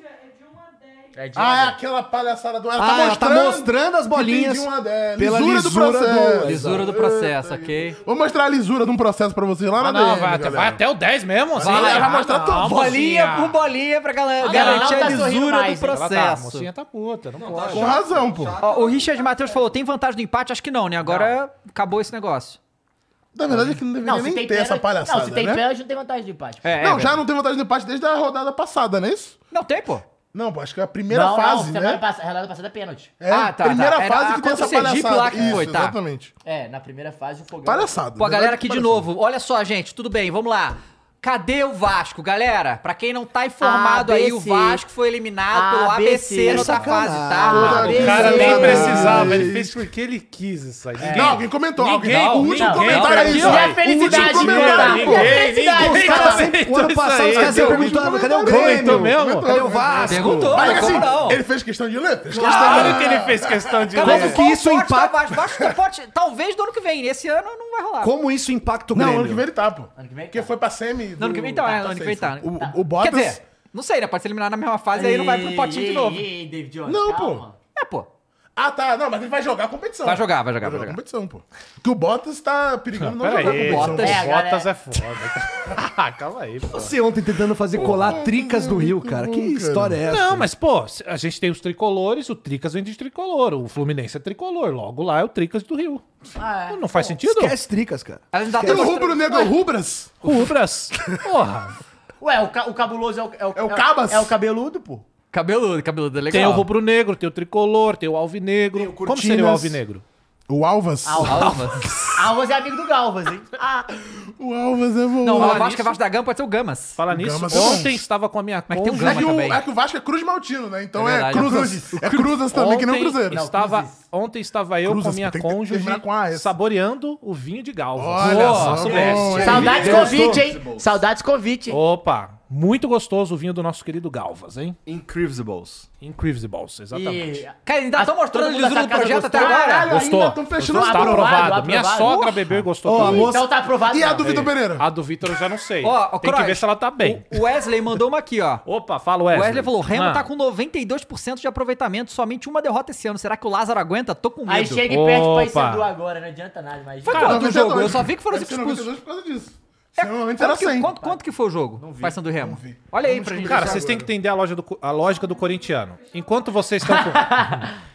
Speaker 2: Ah, é
Speaker 3: uma vez.
Speaker 2: aquela palhaçada do.
Speaker 4: Ah, ela tá mostrando as bolinhas
Speaker 2: Entendi uma dela.
Speaker 4: pela
Speaker 2: Lisura do
Speaker 4: lisura do-
Speaker 2: processo.
Speaker 1: Lisura do processo, ok?
Speaker 2: Vou mostrar a lisura de um processo pra vocês lá
Speaker 5: Ah,
Speaker 2: na
Speaker 5: não,
Speaker 2: DM,
Speaker 5: vai até,
Speaker 2: galera.
Speaker 5: vai até o 10 mesmo? assim?
Speaker 1: vai,
Speaker 5: Ah,
Speaker 1: vai mostrar
Speaker 5: não,
Speaker 1: tudo. Bolinha por
Speaker 5: mocinha.
Speaker 1: bolinha pra galera,
Speaker 3: Ah,
Speaker 1: garantir
Speaker 3: não,
Speaker 1: a
Speaker 3: tá sorrindo
Speaker 1: lisura
Speaker 3: mais,
Speaker 1: do
Speaker 3: hein?
Speaker 5: Ela tá, a
Speaker 1: processo.
Speaker 5: mocinha tá puta, não pode.
Speaker 2: Com razão, pô.
Speaker 1: Ó, o Richard Matheus falou, tem vantagem do empate? Acho que não, né? Agora acabou esse negócio.
Speaker 2: Na verdade é que não deveria
Speaker 3: Não, se
Speaker 2: nem
Speaker 3: tem
Speaker 2: ter essa
Speaker 3: pênalti.
Speaker 2: palhaçada,
Speaker 3: Não, se tem
Speaker 2: né?
Speaker 3: pênalti, não tem vantagem de empate.
Speaker 1: É,
Speaker 2: não,
Speaker 1: é,
Speaker 2: já
Speaker 1: velho.
Speaker 2: não tem vantagem de empate desde a rodada passada, não é isso?
Speaker 1: Não tem, pô.
Speaker 2: Não, pô, acho que é a primeira
Speaker 3: Não,
Speaker 2: fase,
Speaker 3: não, semana
Speaker 2: né?
Speaker 3: passada, a rodada passada é pênalti.
Speaker 2: É,
Speaker 1: Ah, tá,
Speaker 2: primeira
Speaker 1: tá. Era
Speaker 2: fase
Speaker 1: a
Speaker 2: que tem
Speaker 1: contra
Speaker 2: essa
Speaker 1: o Sergipe
Speaker 2: palhaçada.
Speaker 1: lá que
Speaker 2: Isso,
Speaker 1: foi, tá.
Speaker 2: exatamente.
Speaker 3: É, na primeira fase o fogão.
Speaker 2: Palhaçada.
Speaker 1: Pô, a galera
Speaker 2: verdade,
Speaker 1: aqui de
Speaker 2: palhaçada.
Speaker 1: novo. Olha só, gente, tudo bem, vamos lá. Cadê o Vasco, galera? Pra quem não tá informado aí, o
Speaker 3: ABC.
Speaker 1: Vasco foi eliminado pelo ABC
Speaker 3: ABC,
Speaker 1: na outra
Speaker 4: sacanagem.
Speaker 1: fase, tá?
Speaker 2: Puta
Speaker 5: O
Speaker 1: ABC.
Speaker 5: cara nem
Speaker 2: Caralho.
Speaker 5: precisava, ele fez porque ele quis isso aí.
Speaker 2: É. Não,
Speaker 1: É.
Speaker 2: alguém comentou.
Speaker 5: Ninguém,
Speaker 2: alguém, o último
Speaker 5: ninguém,
Speaker 2: comentário é
Speaker 5: ninguém.
Speaker 2: isso.
Speaker 3: E a
Speaker 2: ó.
Speaker 3: felicidade,
Speaker 5: é um
Speaker 2: o último comentário, é
Speaker 3: cara?
Speaker 2: pô.
Speaker 3: E a felicidade?
Speaker 4: Os caras sempre- o ano passado os caras
Speaker 5: Comentou
Speaker 4: sempre perguntavam, cadê o Grêmio?
Speaker 5: Comentou mesmo?
Speaker 4: Cadê o Vasco?
Speaker 1: Perguntou,
Speaker 2: Mas
Speaker 1: mas
Speaker 2: assim,
Speaker 1: como não?
Speaker 2: ele fez questão de letras.
Speaker 5: Claro que ele fez questão de
Speaker 1: Cara,
Speaker 5: ler.
Speaker 1: mas
Speaker 4: que
Speaker 1: qual
Speaker 4: isso
Speaker 1: o pote tá
Speaker 4: impacta-
Speaker 1: Vasco? Vasco tá pote- talvez do ano que vem. né? Esse ano não vai rolar.
Speaker 4: Como isso impacta o
Speaker 2: Não,
Speaker 4: Grêmio?
Speaker 2: ano que vem ele tá, pô.
Speaker 3: Ano que vem ele
Speaker 2: Porque
Speaker 3: tá.
Speaker 2: foi pra semi.
Speaker 1: Não, ano que vem tá, é, ano que vem tá.
Speaker 2: O, o Bottas...
Speaker 1: Quer dizer, Não sei, né? Pode ser eliminado na mesma fase e aí não vai pro potinho de novo.
Speaker 3: Ei, David Jones,
Speaker 2: Não,
Speaker 3: calma.
Speaker 2: pô.
Speaker 1: É, pô.
Speaker 2: Ah, tá. Não, mas ele vai jogar a competição.
Speaker 1: Vai jogar, vai jogar, vai
Speaker 2: Vai jogar a
Speaker 1: jogar.
Speaker 2: competição, pô. Que o Bottas tá perigando não jogar
Speaker 5: Peraí,
Speaker 2: a competição.
Speaker 1: Bottas.
Speaker 5: Bottas,
Speaker 3: É,
Speaker 5: é,
Speaker 3: a
Speaker 5: Bottas é foda. Calma aí, pô.
Speaker 4: Você ontem tentando fazer colar tricas do Rio, cara. Que história é essa?
Speaker 5: Não, mas, pô, se- a gente tem os tricolores, o Tricas vem de tricolor, o Fluminense é tricolor, logo lá é o Tricas do Rio.
Speaker 3: Ah, é.
Speaker 5: Não faz sentido?
Speaker 4: Esquece tricas, cara.
Speaker 1: Ela dá
Speaker 2: E o
Speaker 1: tá até-
Speaker 2: rubro negro é o Rubras?
Speaker 5: Rubras. Porra.
Speaker 3: Ué, o, ca- o cabuloso é o... É o,
Speaker 2: É o Cabas?
Speaker 3: É o cabeludo, pô.
Speaker 1: Cabeludo, cabeludo é legal.
Speaker 5: Tem um o rubro-negro, tem o tricolor, tem o alvinegro.
Speaker 4: Tem o
Speaker 5: Como seria o
Speaker 4: cortinas.
Speaker 5: alvinegro?
Speaker 2: Ah, O Alvas?
Speaker 1: Alvas.
Speaker 3: Alvas é amigo do Galvas, hein? Ah,
Speaker 2: O Alvas é bom.
Speaker 1: Não,
Speaker 5: Falar
Speaker 1: o Vasco
Speaker 5: nisso-
Speaker 1: é Vasco da Gama, pode ser o Gamas.
Speaker 5: Fala nisso,
Speaker 2: Gama também.
Speaker 5: ontem estava com a minha
Speaker 1: Mas tem um
Speaker 5: cônjuge.
Speaker 2: É que, o,
Speaker 1: também.
Speaker 2: é que o Vasco é Cruz Maltino, né? Então
Speaker 1: É
Speaker 2: é,
Speaker 1: verdade.
Speaker 2: Cruzas. É Cruzas também, que nem o Cruzeiro.
Speaker 5: Estava, ontem estava eu com a
Speaker 2: Cruzas,
Speaker 5: minha
Speaker 2: tem que
Speaker 5: cônjuge
Speaker 2: terminar com A, esse.
Speaker 5: saboreando o vinho de Galvas.
Speaker 2: Olha
Speaker 5: Pô,
Speaker 2: só,
Speaker 5: nosso
Speaker 2: bom,
Speaker 5: best.
Speaker 2: hein?
Speaker 3: saudades
Speaker 6: Gostou?
Speaker 3: convite, hein? Saudades convite, hein?
Speaker 5: Opa, muito gostoso o vinho do nosso querido Galvas, hein?
Speaker 6: Incredibles.
Speaker 5: Incredibles, exatamente.
Speaker 3: E-
Speaker 1: Cara, ainda
Speaker 3: Ah,
Speaker 1: estão
Speaker 3: todo
Speaker 1: mostrando
Speaker 3: mundo
Speaker 1: eles
Speaker 3: dessa
Speaker 1: no
Speaker 3: casa
Speaker 1: projeto até
Speaker 3: gostou.
Speaker 1: agora.
Speaker 2: Caralho,
Speaker 5: Gostou?
Speaker 2: ainda tão fechando
Speaker 5: Tá
Speaker 2: as
Speaker 5: aprovado.
Speaker 2: provas.
Speaker 3: aprovado,
Speaker 5: Minha
Speaker 3: aprovado.
Speaker 5: sogra bebeu e gostou.
Speaker 4: Ó, a
Speaker 5: também.
Speaker 4: moça-
Speaker 3: Então tá aprovado.
Speaker 2: E a
Speaker 3: não.
Speaker 2: do Vitor Pereira?
Speaker 5: A do Vitor eu já não sei.
Speaker 1: Ó, ó,
Speaker 5: Tem que
Speaker 1: Croix,
Speaker 5: ver se ela tá bem.
Speaker 1: O Wesley mandou uma aqui, ó.
Speaker 5: Opa, fala o
Speaker 1: O
Speaker 5: Wesley.
Speaker 1: Wesley falou: o Remo
Speaker 5: Ah.
Speaker 1: tá com 92% de aproveitamento, somente uma derrota esse ano. Será que o Lázaro aguenta? Tô com medo.
Speaker 3: Aí chega e perde
Speaker 5: Opa.
Speaker 3: pra Paysandu agora, não adianta nada mais.
Speaker 1: Foi
Speaker 5: Cara,
Speaker 1: quanto o
Speaker 2: 92.
Speaker 1: jogo? Eu só vi que foram
Speaker 2: Deve
Speaker 1: cinco
Speaker 2: ser
Speaker 1: expulsos.
Speaker 2: 92 por causa disso.
Speaker 1: É,
Speaker 2: Normalmente
Speaker 1: quanto
Speaker 2: era
Speaker 1: que-
Speaker 2: 100.
Speaker 1: Quanto, quanto que foi o jogo? Paysandu e Remo.
Speaker 2: vi.
Speaker 1: Olha aí pra gente.
Speaker 5: Cara,
Speaker 1: ver.
Speaker 5: vocês têm que entender a, loja do co- a lógica do corintiano. Enquanto vocês estão com...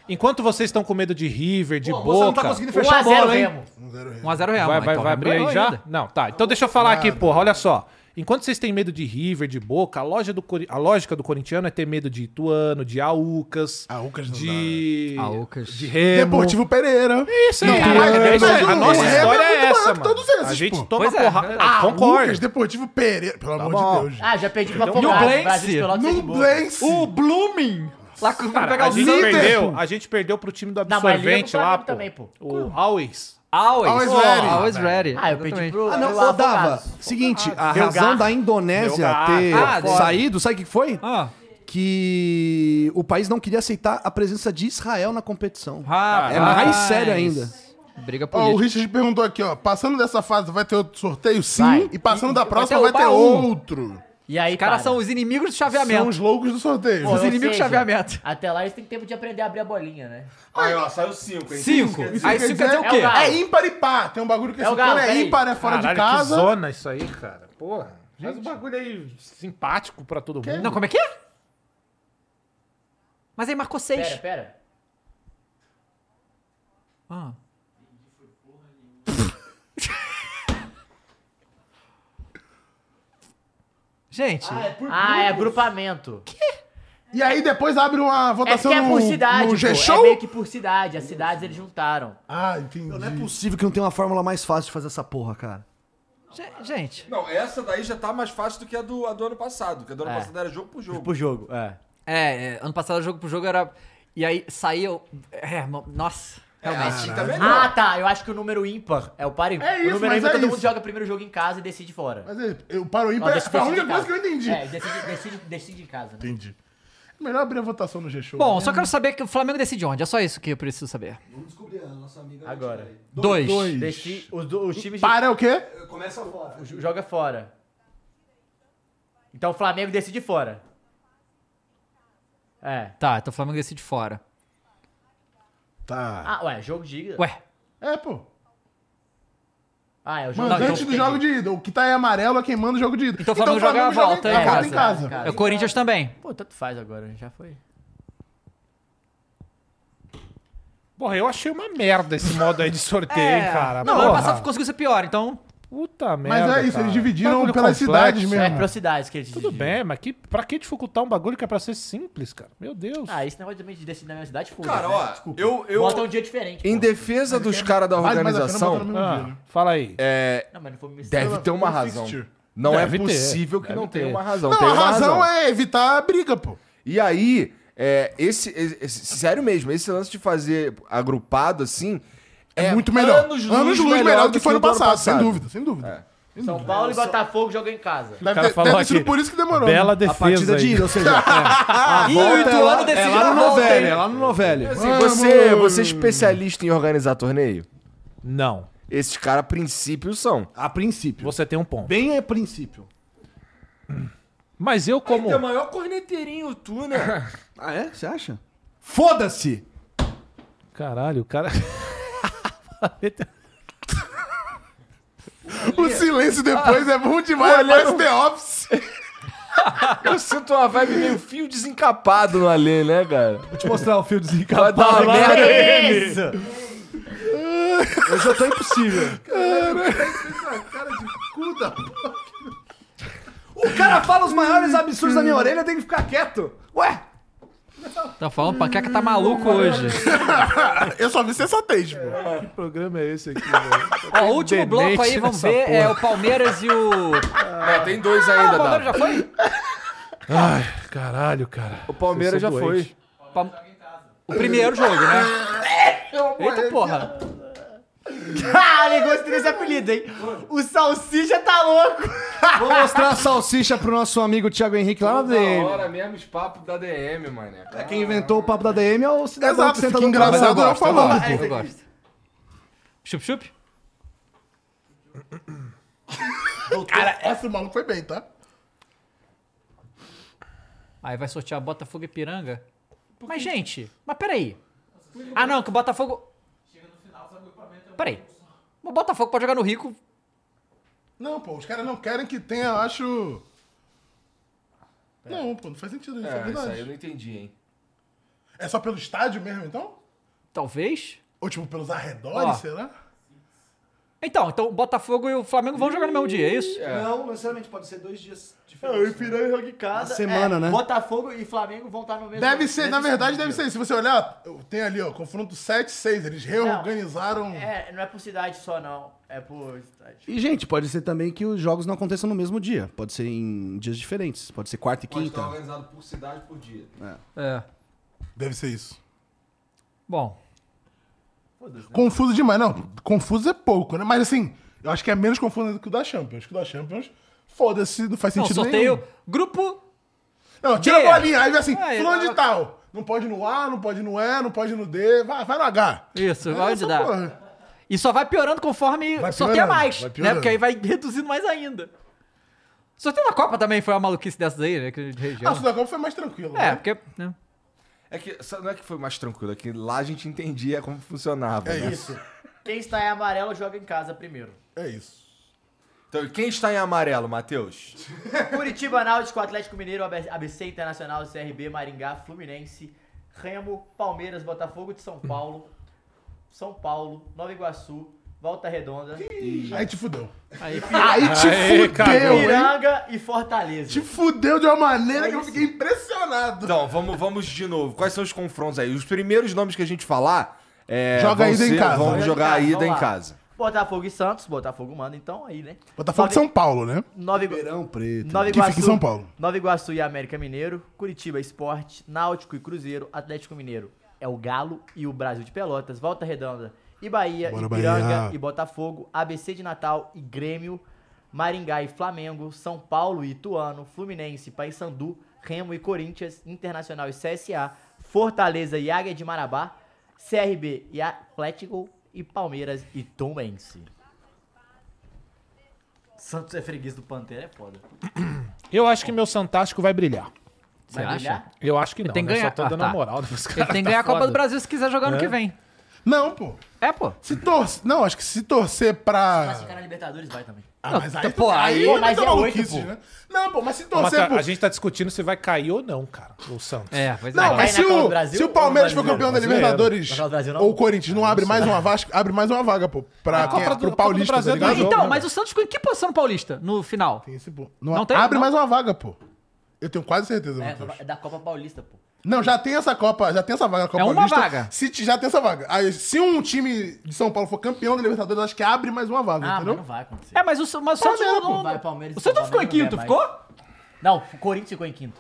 Speaker 5: Enquanto vocês estão com medo de River, de Boca...
Speaker 4: Você não tá conseguindo fechar a
Speaker 3: 1x0
Speaker 4: bola, hein?
Speaker 3: Remo.
Speaker 1: 1x0 Remo.
Speaker 5: Vai,
Speaker 1: mas
Speaker 5: vai,
Speaker 1: então
Speaker 5: vai
Speaker 1: o
Speaker 5: abrir
Speaker 1: Remo ganhou
Speaker 5: aí já?
Speaker 1: ainda.
Speaker 5: Não, tá. Então deixa eu falar aqui, porra. Olha só. Enquanto vocês têm medo de River, de Boca, a, loja do Cori- a lógica do corintiano é ter medo de Ituano, de Aucas,
Speaker 2: Ah, Aucas não
Speaker 5: de...
Speaker 1: dá, né? Aucas.
Speaker 5: de Remo.
Speaker 2: Deportivo Pereira.
Speaker 5: Isso aí,
Speaker 2: Não,
Speaker 5: cara,
Speaker 2: mas-
Speaker 5: é isso aí.
Speaker 2: mas
Speaker 5: A
Speaker 2: o
Speaker 5: nossa
Speaker 2: Remo é
Speaker 5: história é,
Speaker 2: muito maior
Speaker 5: essa,
Speaker 2: que
Speaker 5: mano.
Speaker 2: todos esses,
Speaker 5: a gente
Speaker 2: pô.
Speaker 5: toma
Speaker 1: Pois é,
Speaker 5: porrada.
Speaker 1: é
Speaker 5: Ah,
Speaker 2: Lucas,
Speaker 5: concordo.
Speaker 2: Deportivo Pereira. Pelo
Speaker 1: Tá
Speaker 5: bom.
Speaker 2: amor de Deus.
Speaker 3: Ah, já perdi pra
Speaker 1: o Blense?
Speaker 3: Fogado. Brasil Pelotas é de
Speaker 2: Não
Speaker 3: boa.
Speaker 2: Blancy.
Speaker 1: tá O Blooming! Lá que vai
Speaker 5: Cara,
Speaker 1: pegar
Speaker 5: a
Speaker 1: o
Speaker 5: gente
Speaker 1: Liverpool. tá
Speaker 5: perdeu, a gente perdeu pro time do
Speaker 3: Não, mas liga pro
Speaker 5: absorvente lá,
Speaker 3: Flamengo
Speaker 5: pô.
Speaker 3: também, pô.
Speaker 5: O Always.
Speaker 1: Always.
Speaker 2: Always
Speaker 1: Oh,
Speaker 2: ready.
Speaker 1: Always ready.
Speaker 3: Ah, eu perdi
Speaker 1: Exatamente.
Speaker 3: pro...
Speaker 4: Ah, não,
Speaker 3: pro
Speaker 4: ô Dava,
Speaker 3: Afogados.
Speaker 4: seguinte, a
Speaker 3: Meu
Speaker 4: razão
Speaker 3: gato.
Speaker 4: da Indonésia
Speaker 5: Meu gato.
Speaker 4: ter
Speaker 1: Ah, deve-
Speaker 4: saído, sabe o que foi?
Speaker 1: Ah,
Speaker 4: Que o país não queria aceitar a presença de Israel na competição.
Speaker 1: rapaz.
Speaker 4: É mais sério ainda.
Speaker 1: Briga
Speaker 2: Ó, o
Speaker 1: política.
Speaker 2: Richard perguntou aqui, ó. Passando dessa fase vai ter outro sorteio? Sim.
Speaker 3: Vai.
Speaker 2: E passando da próxima
Speaker 1: ter-
Speaker 2: vai
Speaker 1: vai
Speaker 2: ter
Speaker 1: ter um.
Speaker 2: outro.
Speaker 3: E aí,
Speaker 1: Os caras
Speaker 3: para.
Speaker 1: são os inimigos do
Speaker 2: São
Speaker 1: chaveamento.
Speaker 2: os loucos do sorteio.
Speaker 3: Pô,
Speaker 1: os é.
Speaker 3: ou
Speaker 1: inimigos
Speaker 3: seja,
Speaker 1: chaveamento.
Speaker 3: Até lá eles têm tempo de aprender a abrir a bolinha, né?
Speaker 6: Aí, ó, saiu cinco, hein?
Speaker 1: Cinco.
Speaker 2: Isso
Speaker 1: Aí
Speaker 2: quer
Speaker 1: cinco quer dizer
Speaker 2: dizer-
Speaker 1: o quê?
Speaker 3: É o Galo.
Speaker 2: É ímpar e pá. Tem um bagulho que
Speaker 3: É
Speaker 2: assim,
Speaker 3: o Galo,
Speaker 2: quando é
Speaker 3: peraí.
Speaker 2: ímpar é fora
Speaker 5: Caralho,
Speaker 2: de casa.
Speaker 5: que zona isso aí, cara. Porra. Faz um bagulho aí simpático pra todo mundo.
Speaker 1: Não, como é que é? Mas aí marcou seis.
Speaker 3: Pera, pera.
Speaker 1: Ah. Gente,
Speaker 3: Ah, é agrupamento.
Speaker 2: E aí depois abre uma
Speaker 3: É
Speaker 2: votação
Speaker 3: porque é por
Speaker 2: no,
Speaker 3: cidade,
Speaker 2: no
Speaker 3: pô. É
Speaker 2: G-Show?
Speaker 3: meio que por cidade. As cidades eles juntaram.
Speaker 2: Ah, entendi.
Speaker 4: Não é possível que não tenha uma fórmula mais fácil de fazer essa porra, cara.
Speaker 1: ge- gente,
Speaker 6: Não, essa daí já tá mais fácil do que a do, a do ano passado, que a do ano
Speaker 3: É.
Speaker 6: passado era jogo por Tipo jogo.
Speaker 3: Pro jogo, é.
Speaker 1: é, é, ano passado jogo pro jogo era. E aí saiu. É, mo- nossa.
Speaker 6: Realmente. Assim tá melhor.
Speaker 3: Ah, tá. Eu acho que o número ímpar é o par ímpar.
Speaker 2: É isso,
Speaker 3: o número
Speaker 2: mas
Speaker 3: ímpar
Speaker 2: é
Speaker 3: todo
Speaker 2: isso.
Speaker 3: mundo joga primeiro jogo em casa e decide fora.
Speaker 2: Mas é, eu paro
Speaker 3: Não,
Speaker 2: ímpar.
Speaker 3: decide-
Speaker 2: Foi a
Speaker 3: decide
Speaker 2: única
Speaker 3: em
Speaker 2: coisa
Speaker 3: casa.
Speaker 2: que eu entendi.
Speaker 3: É, decide, decide, decide em casa. Né?
Speaker 2: Entendi. É Melhor abrir a votação no G-Show.
Speaker 1: Bom, só quero saber que o Flamengo decide onde. É só isso que eu preciso saber.
Speaker 3: Agora.
Speaker 1: Dois.
Speaker 3: Deci, os, do- os times
Speaker 2: Para é o quê?
Speaker 9: Começa fora.
Speaker 3: jo- joga fora. Então o Flamengo decide fora. É.
Speaker 1: Tá, então o Flamengo decide fora.
Speaker 2: Tá.
Speaker 3: Ah, ué, jogo de ida.
Speaker 1: Ué,
Speaker 2: É, pô.
Speaker 3: Ah, é o jogo
Speaker 2: Mandante
Speaker 3: de
Speaker 2: antes
Speaker 3: ida.
Speaker 2: do jogo de ida. O que tá em amarelo é quem manda o jogo de ida.
Speaker 1: Então o Flamengo joga a volta em
Speaker 2: joga
Speaker 1: casa.
Speaker 2: em casa.
Speaker 3: Em casa.
Speaker 1: é o Corinthians também.
Speaker 3: Pô, tanto faz agora, já foi.
Speaker 5: Porra, eu achei uma merda esse modo aí de sorteio, hein, cara.
Speaker 1: É. Não,
Speaker 5: Porra.
Speaker 1: ano passado conseguiu ser pior, então.
Speaker 5: Puta merda.
Speaker 2: Mas é isso, eles
Speaker 5: cara.
Speaker 2: dividiram
Speaker 5: Bagulho
Speaker 2: pelas
Speaker 5: complexo.
Speaker 2: cidades
Speaker 3: É,
Speaker 2: mesmo.
Speaker 3: atrocidades que eles
Speaker 5: Tudo bem, mas que, pra que dificultar um bagulho que é pra ser simples, cara? Meu Deus.
Speaker 3: Ah, esse negócio também de decidir na minha cidade,
Speaker 2: Ah,
Speaker 3: foda
Speaker 6: Cara, ó, eu- eu-
Speaker 3: Bota um dia diferente.
Speaker 6: Em
Speaker 3: pô.
Speaker 6: defesa dos caras da
Speaker 2: Vale mais a pena botar no
Speaker 6: organização,
Speaker 2: mesmo
Speaker 5: Ah,
Speaker 2: dia, né?
Speaker 5: fala aí.
Speaker 6: é,
Speaker 3: Não, mas não foi me
Speaker 6: deve ter uma
Speaker 2: pelo
Speaker 6: razão.
Speaker 2: fixture.
Speaker 6: Não
Speaker 5: Deve
Speaker 6: é
Speaker 5: ter,
Speaker 6: possível que
Speaker 5: deve
Speaker 6: não tenha
Speaker 5: ter.
Speaker 6: uma razão. tem
Speaker 2: Não, a
Speaker 6: uma
Speaker 2: razão é evitar a briga, pô.
Speaker 6: E aí, é, esse, esse- esse- sério mesmo, esse lance de fazer agrupado assim
Speaker 2: É, muito melhor. Anos luz, melhor do que foi no
Speaker 6: o do ano
Speaker 2: passado, sem dúvida, sem dúvida.
Speaker 3: São Paulo e Botafogo jogam em casa.
Speaker 5: O
Speaker 2: Deve,
Speaker 5: cara
Speaker 2: ter,
Speaker 5: falou
Speaker 2: deve ter sido
Speaker 5: aqui,
Speaker 2: por isso que demorou. né?
Speaker 5: Bela
Speaker 4: A
Speaker 5: defesa
Speaker 4: partida de
Speaker 5: aí.
Speaker 4: ida, ou seja, é, a
Speaker 1: Ih,
Speaker 4: volta
Speaker 1: o Ituano decide
Speaker 4: é lá
Speaker 1: na
Speaker 4: no
Speaker 1: volta,
Speaker 4: Novelli,
Speaker 1: hein?
Speaker 4: é lá no Novelli.
Speaker 6: Assim, você, você é especialista em organizar torneio?
Speaker 5: Não,
Speaker 6: Esses caras, a princípio, são.
Speaker 4: A princípio.
Speaker 5: você tem um ponto.
Speaker 4: Bem a princípio.
Speaker 5: Mas eu como...
Speaker 6: Tem o maior corneteirinho tu, né?
Speaker 4: Ah, é? Você acha? Foda-se!
Speaker 5: Caralho, o cara...
Speaker 2: O silêncio depois é bom demais,
Speaker 6: Olha,
Speaker 2: parece
Speaker 6: eu-
Speaker 2: The Office.
Speaker 6: Eu sinto uma vibe meio fio desencapado no Alê, né, cara?
Speaker 4: Vou te mostrar o fio
Speaker 6: Vai
Speaker 4: desencapado.
Speaker 6: dar uma merda.
Speaker 4: Hoje eu tô impossível. O cara fala os maiores absurdos na minha orelha, eu tenho que ficar quieto. Ué,
Speaker 1: Tá falando, panqueca tá maluco hoje.
Speaker 2: Eu só vi sensatez, pô.
Speaker 5: que programa é esse aqui, velho?
Speaker 1: Ó, o último
Speaker 5: Demente
Speaker 1: bloco aí, vamos
Speaker 5: nessa
Speaker 1: ver,
Speaker 5: porra.
Speaker 1: é o Palmeiras e o. Ah,
Speaker 6: Não, tem dois ainda,
Speaker 1: o Palmeiras
Speaker 6: dá.
Speaker 1: já foi?
Speaker 5: Ai, caralho, cara.
Speaker 6: O Palmeiras já
Speaker 5: Vocês são
Speaker 6: foi.
Speaker 5: doentes.
Speaker 1: Palme- O primeiro jogo, né? Eita porra.
Speaker 3: Ah, eu gostei desse apelido, hein? O Salsicha tá louco.
Speaker 4: vou mostrar a salsicha pro nosso amigo Thiago Henrique lá na DM.
Speaker 6: mesmo os papos da DM, mané.
Speaker 4: Quem inventou o papo da DM é o cidadão
Speaker 2: Exato,
Speaker 4: que senta
Speaker 2: fica
Speaker 4: no carro.
Speaker 2: engraçado eu falando.
Speaker 6: É,
Speaker 1: Eu gosto. Chup-chup?
Speaker 2: Cara, essa maluco foi bem, tá?
Speaker 1: Aí vai sortear Botafogo e Piranga. Mas, gente, mas peraí. Ah, não, que o Botafogo. Peraí. O Botafogo pode jogar no Rico.
Speaker 2: Não, pô, os caras não querem que tenha, eu acho. Não, pô, não faz sentido, não é,
Speaker 6: isso
Speaker 2: verdade.
Speaker 6: aí eu não entendi, hein?
Speaker 2: É só pelo estádio mesmo, então?
Speaker 1: Talvez.
Speaker 2: Ou tipo, pelos arredores,
Speaker 1: Ó.
Speaker 2: será?
Speaker 1: Então, então o Botafogo e o Flamengo vão jogar no mesmo dia, é isso?
Speaker 4: Não, necessariamente, pode ser dois dias
Speaker 3: O Piranga joga em casa.
Speaker 4: Semana, né?
Speaker 3: é, Botafogo e Flamengo vão estar no mesmo...
Speaker 2: Deve ser, na
Speaker 3: nesse
Speaker 2: verdade,
Speaker 3: dia.
Speaker 2: deve ser. Se você olhar, tem ali, ó, confronto 7-6. Eles reorganizaram.
Speaker 3: É, não é por cidade só, não. É por cidade.
Speaker 4: E, gente, pode ser também que os jogos não aconteçam no mesmo dia. Pode ser em dias diferentes. Pode ser quarta e quinta.
Speaker 6: é organizado por cidade por dia.
Speaker 1: É.
Speaker 2: Deve ser isso.
Speaker 1: Bom.
Speaker 2: Confuso demais, não. Confuso é pouco, né? Mas assim, eu acho que é menos confuso do que o da Champions. Que o da Champions, foda-se, não faz
Speaker 1: Não,
Speaker 2: sentido
Speaker 1: sorteio.
Speaker 2: nenhum.
Speaker 1: Grupo
Speaker 2: Não, tira
Speaker 1: D.
Speaker 2: a bolinha, aí vai assim,
Speaker 1: Ah,
Speaker 2: fulano
Speaker 1: eu-
Speaker 2: de tal. Não pode no A, não pode no E, não pode no D, vai, vai no H.
Speaker 1: Isso, vai onde
Speaker 2: É Essa
Speaker 1: dá.
Speaker 2: porra.
Speaker 1: E só vai piorando conforme
Speaker 2: Vai
Speaker 1: sorteia
Speaker 2: piorando,
Speaker 1: mais,
Speaker 2: vai
Speaker 1: né?
Speaker 2: piorando.
Speaker 1: Porque aí vai reduzindo mais ainda. Sorteio na Copa também foi uma maluquice dessas aí, né? que De região.
Speaker 2: Ah, o Sudacop foi mais tranquilo.
Speaker 1: é,
Speaker 2: né?
Speaker 1: porque... né?
Speaker 6: É que, sa- não é que foi mais tranquilo, é que lá a gente entendia como funcionava.
Speaker 2: É
Speaker 6: né?
Speaker 2: isso.
Speaker 3: Quem está em amarelo joga em casa primeiro.
Speaker 2: É isso.
Speaker 6: Então, quem está em amarelo, Matheus?
Speaker 3: Curitiba, Náutico, Atlético Mineiro, AB- ABC Internacional, CRB, Maringá, Fluminense, Remo, Palmeiras, Botafogo de São Paulo, São Paulo, Nova Iguaçu, Volta Redonda,
Speaker 2: Aí te fudeu.
Speaker 1: Aí,
Speaker 2: Aí te fudeu, hein?
Speaker 3: Piranga e
Speaker 2: Te
Speaker 3: Fortaleza.
Speaker 2: fudeu de uma maneira que eu fiquei impressionado.
Speaker 6: Então, vamos, vamos de novo. Quais são os confrontos aí? Os primeiros nomes que a gente falar. É,
Speaker 2: Joga
Speaker 6: vão
Speaker 2: a ida em
Speaker 6: ser-
Speaker 2: casa.
Speaker 6: Vão
Speaker 2: Joga
Speaker 3: em
Speaker 6: jogar a
Speaker 3: casa,
Speaker 6: ida
Speaker 3: vamos
Speaker 6: em
Speaker 3: lá.
Speaker 6: casa.
Speaker 3: Botafogo e Santos, Botafogo manda então aí, né?
Speaker 2: Botafogo de São Paulo, né?
Speaker 3: Nova, Igua-
Speaker 4: Verão preto.
Speaker 3: Nova
Speaker 2: Que fica em
Speaker 3: Iguaçu,
Speaker 2: São Paulo.
Speaker 3: Nova Iguaçu e América Mineiro, Curitiba Esporte, Náutico e Cruzeiro, Atlético Mineiro é o Galo e o Brasil de Pelotas, Volta Redonda e Bahia,
Speaker 2: Bora,
Speaker 3: e Piranga
Speaker 2: Bahia.
Speaker 3: e Botafogo, ABC de Natal e Grêmio, Maringá e Flamengo, São Paulo e Ituano, Fluminense, Paysandu, Remo e Corinthians, Internacional e CSA, Fortaleza e Águia de Marabá, CRB e Atlético e Palmeiras e Tombense. Santos é freguês do Pantera, é foda.
Speaker 5: Eu acho que meu Santástico vai brilhar.
Speaker 1: Você
Speaker 3: Vai
Speaker 1: acha?
Speaker 3: brilhar?
Speaker 5: Eu acho que não,
Speaker 1: tem que
Speaker 5: né? Eu
Speaker 1: ganhar.
Speaker 5: só tô
Speaker 1: Ah,
Speaker 5: dando
Speaker 1: tá.
Speaker 5: a moral dos
Speaker 1: Ele
Speaker 5: caras.
Speaker 1: tem que ganhar a
Speaker 5: tá
Speaker 1: Copa do
Speaker 5: foda.
Speaker 1: Brasil se quiser jogar ano
Speaker 2: É.
Speaker 1: que vem.
Speaker 2: Não, pô.
Speaker 1: É, pô.
Speaker 2: Se torcer. Não, acho que se torcer pra.
Speaker 3: Classificar na é Libertadores vai também.
Speaker 2: Ah, mas aí.
Speaker 1: Pô, aí-
Speaker 2: é
Speaker 3: mas
Speaker 2: muita
Speaker 3: é oito,
Speaker 2: maluquice,
Speaker 3: pô.
Speaker 2: né? Não, é pô, mas se
Speaker 5: Mas
Speaker 2: torcer
Speaker 5: tá-
Speaker 2: pro.
Speaker 5: a gente tá discutindo se vai cair ou não, cara, o Santos.
Speaker 1: É, pois
Speaker 2: Não,
Speaker 1: é.
Speaker 2: mas
Speaker 3: Vai
Speaker 2: se
Speaker 3: na Copa do
Speaker 2: o,
Speaker 3: Brasil
Speaker 2: se o
Speaker 3: ou
Speaker 2: Palmeiras for
Speaker 3: brasileiro?
Speaker 2: campeão da
Speaker 5: Brasileiro.
Speaker 2: Libertadores
Speaker 3: Copa do Brasil não?
Speaker 2: ou o Corinthians não abre mais uma vaga, abre mais uma vaga, pô, pra quem,
Speaker 5: Copa do-
Speaker 2: pro
Speaker 5: a Copa do
Speaker 2: Paulista,
Speaker 5: Brasil
Speaker 2: tá
Speaker 5: é do
Speaker 2: ligado?
Speaker 5: jogo.
Speaker 1: Então,
Speaker 5: né?
Speaker 1: mas o Santos ficou em que posição no Paulista, no final?
Speaker 2: Tem esse, pô. Não,
Speaker 1: Não tem-
Speaker 2: abre
Speaker 1: não-
Speaker 2: mais uma vaga, pô. Eu tenho quase certeza,
Speaker 3: É,
Speaker 2: Matheus.
Speaker 3: é da Copa Paulista, pô.
Speaker 2: Não, já tem essa Copa, já tem essa vaga na Copa
Speaker 1: É uma
Speaker 2: Paulista.
Speaker 1: vaga.
Speaker 2: Se, ti- já tem essa vaga. Aí, se um time de São Paulo for campeão da Libertadores, acho que abre mais uma vaga,
Speaker 3: Ah, mas não
Speaker 2: entendeu?
Speaker 3: vai acontecer.
Speaker 1: É, mas o, mas o Santos
Speaker 2: Palmeiras,
Speaker 1: não...
Speaker 2: pô.
Speaker 3: Vai, Palmeiras,
Speaker 1: o Santos não é, ficou em
Speaker 3: Palmeiras
Speaker 1: quinto,
Speaker 3: não vai
Speaker 1: ficou?
Speaker 3: Não, o Corinthians ficou em quinto.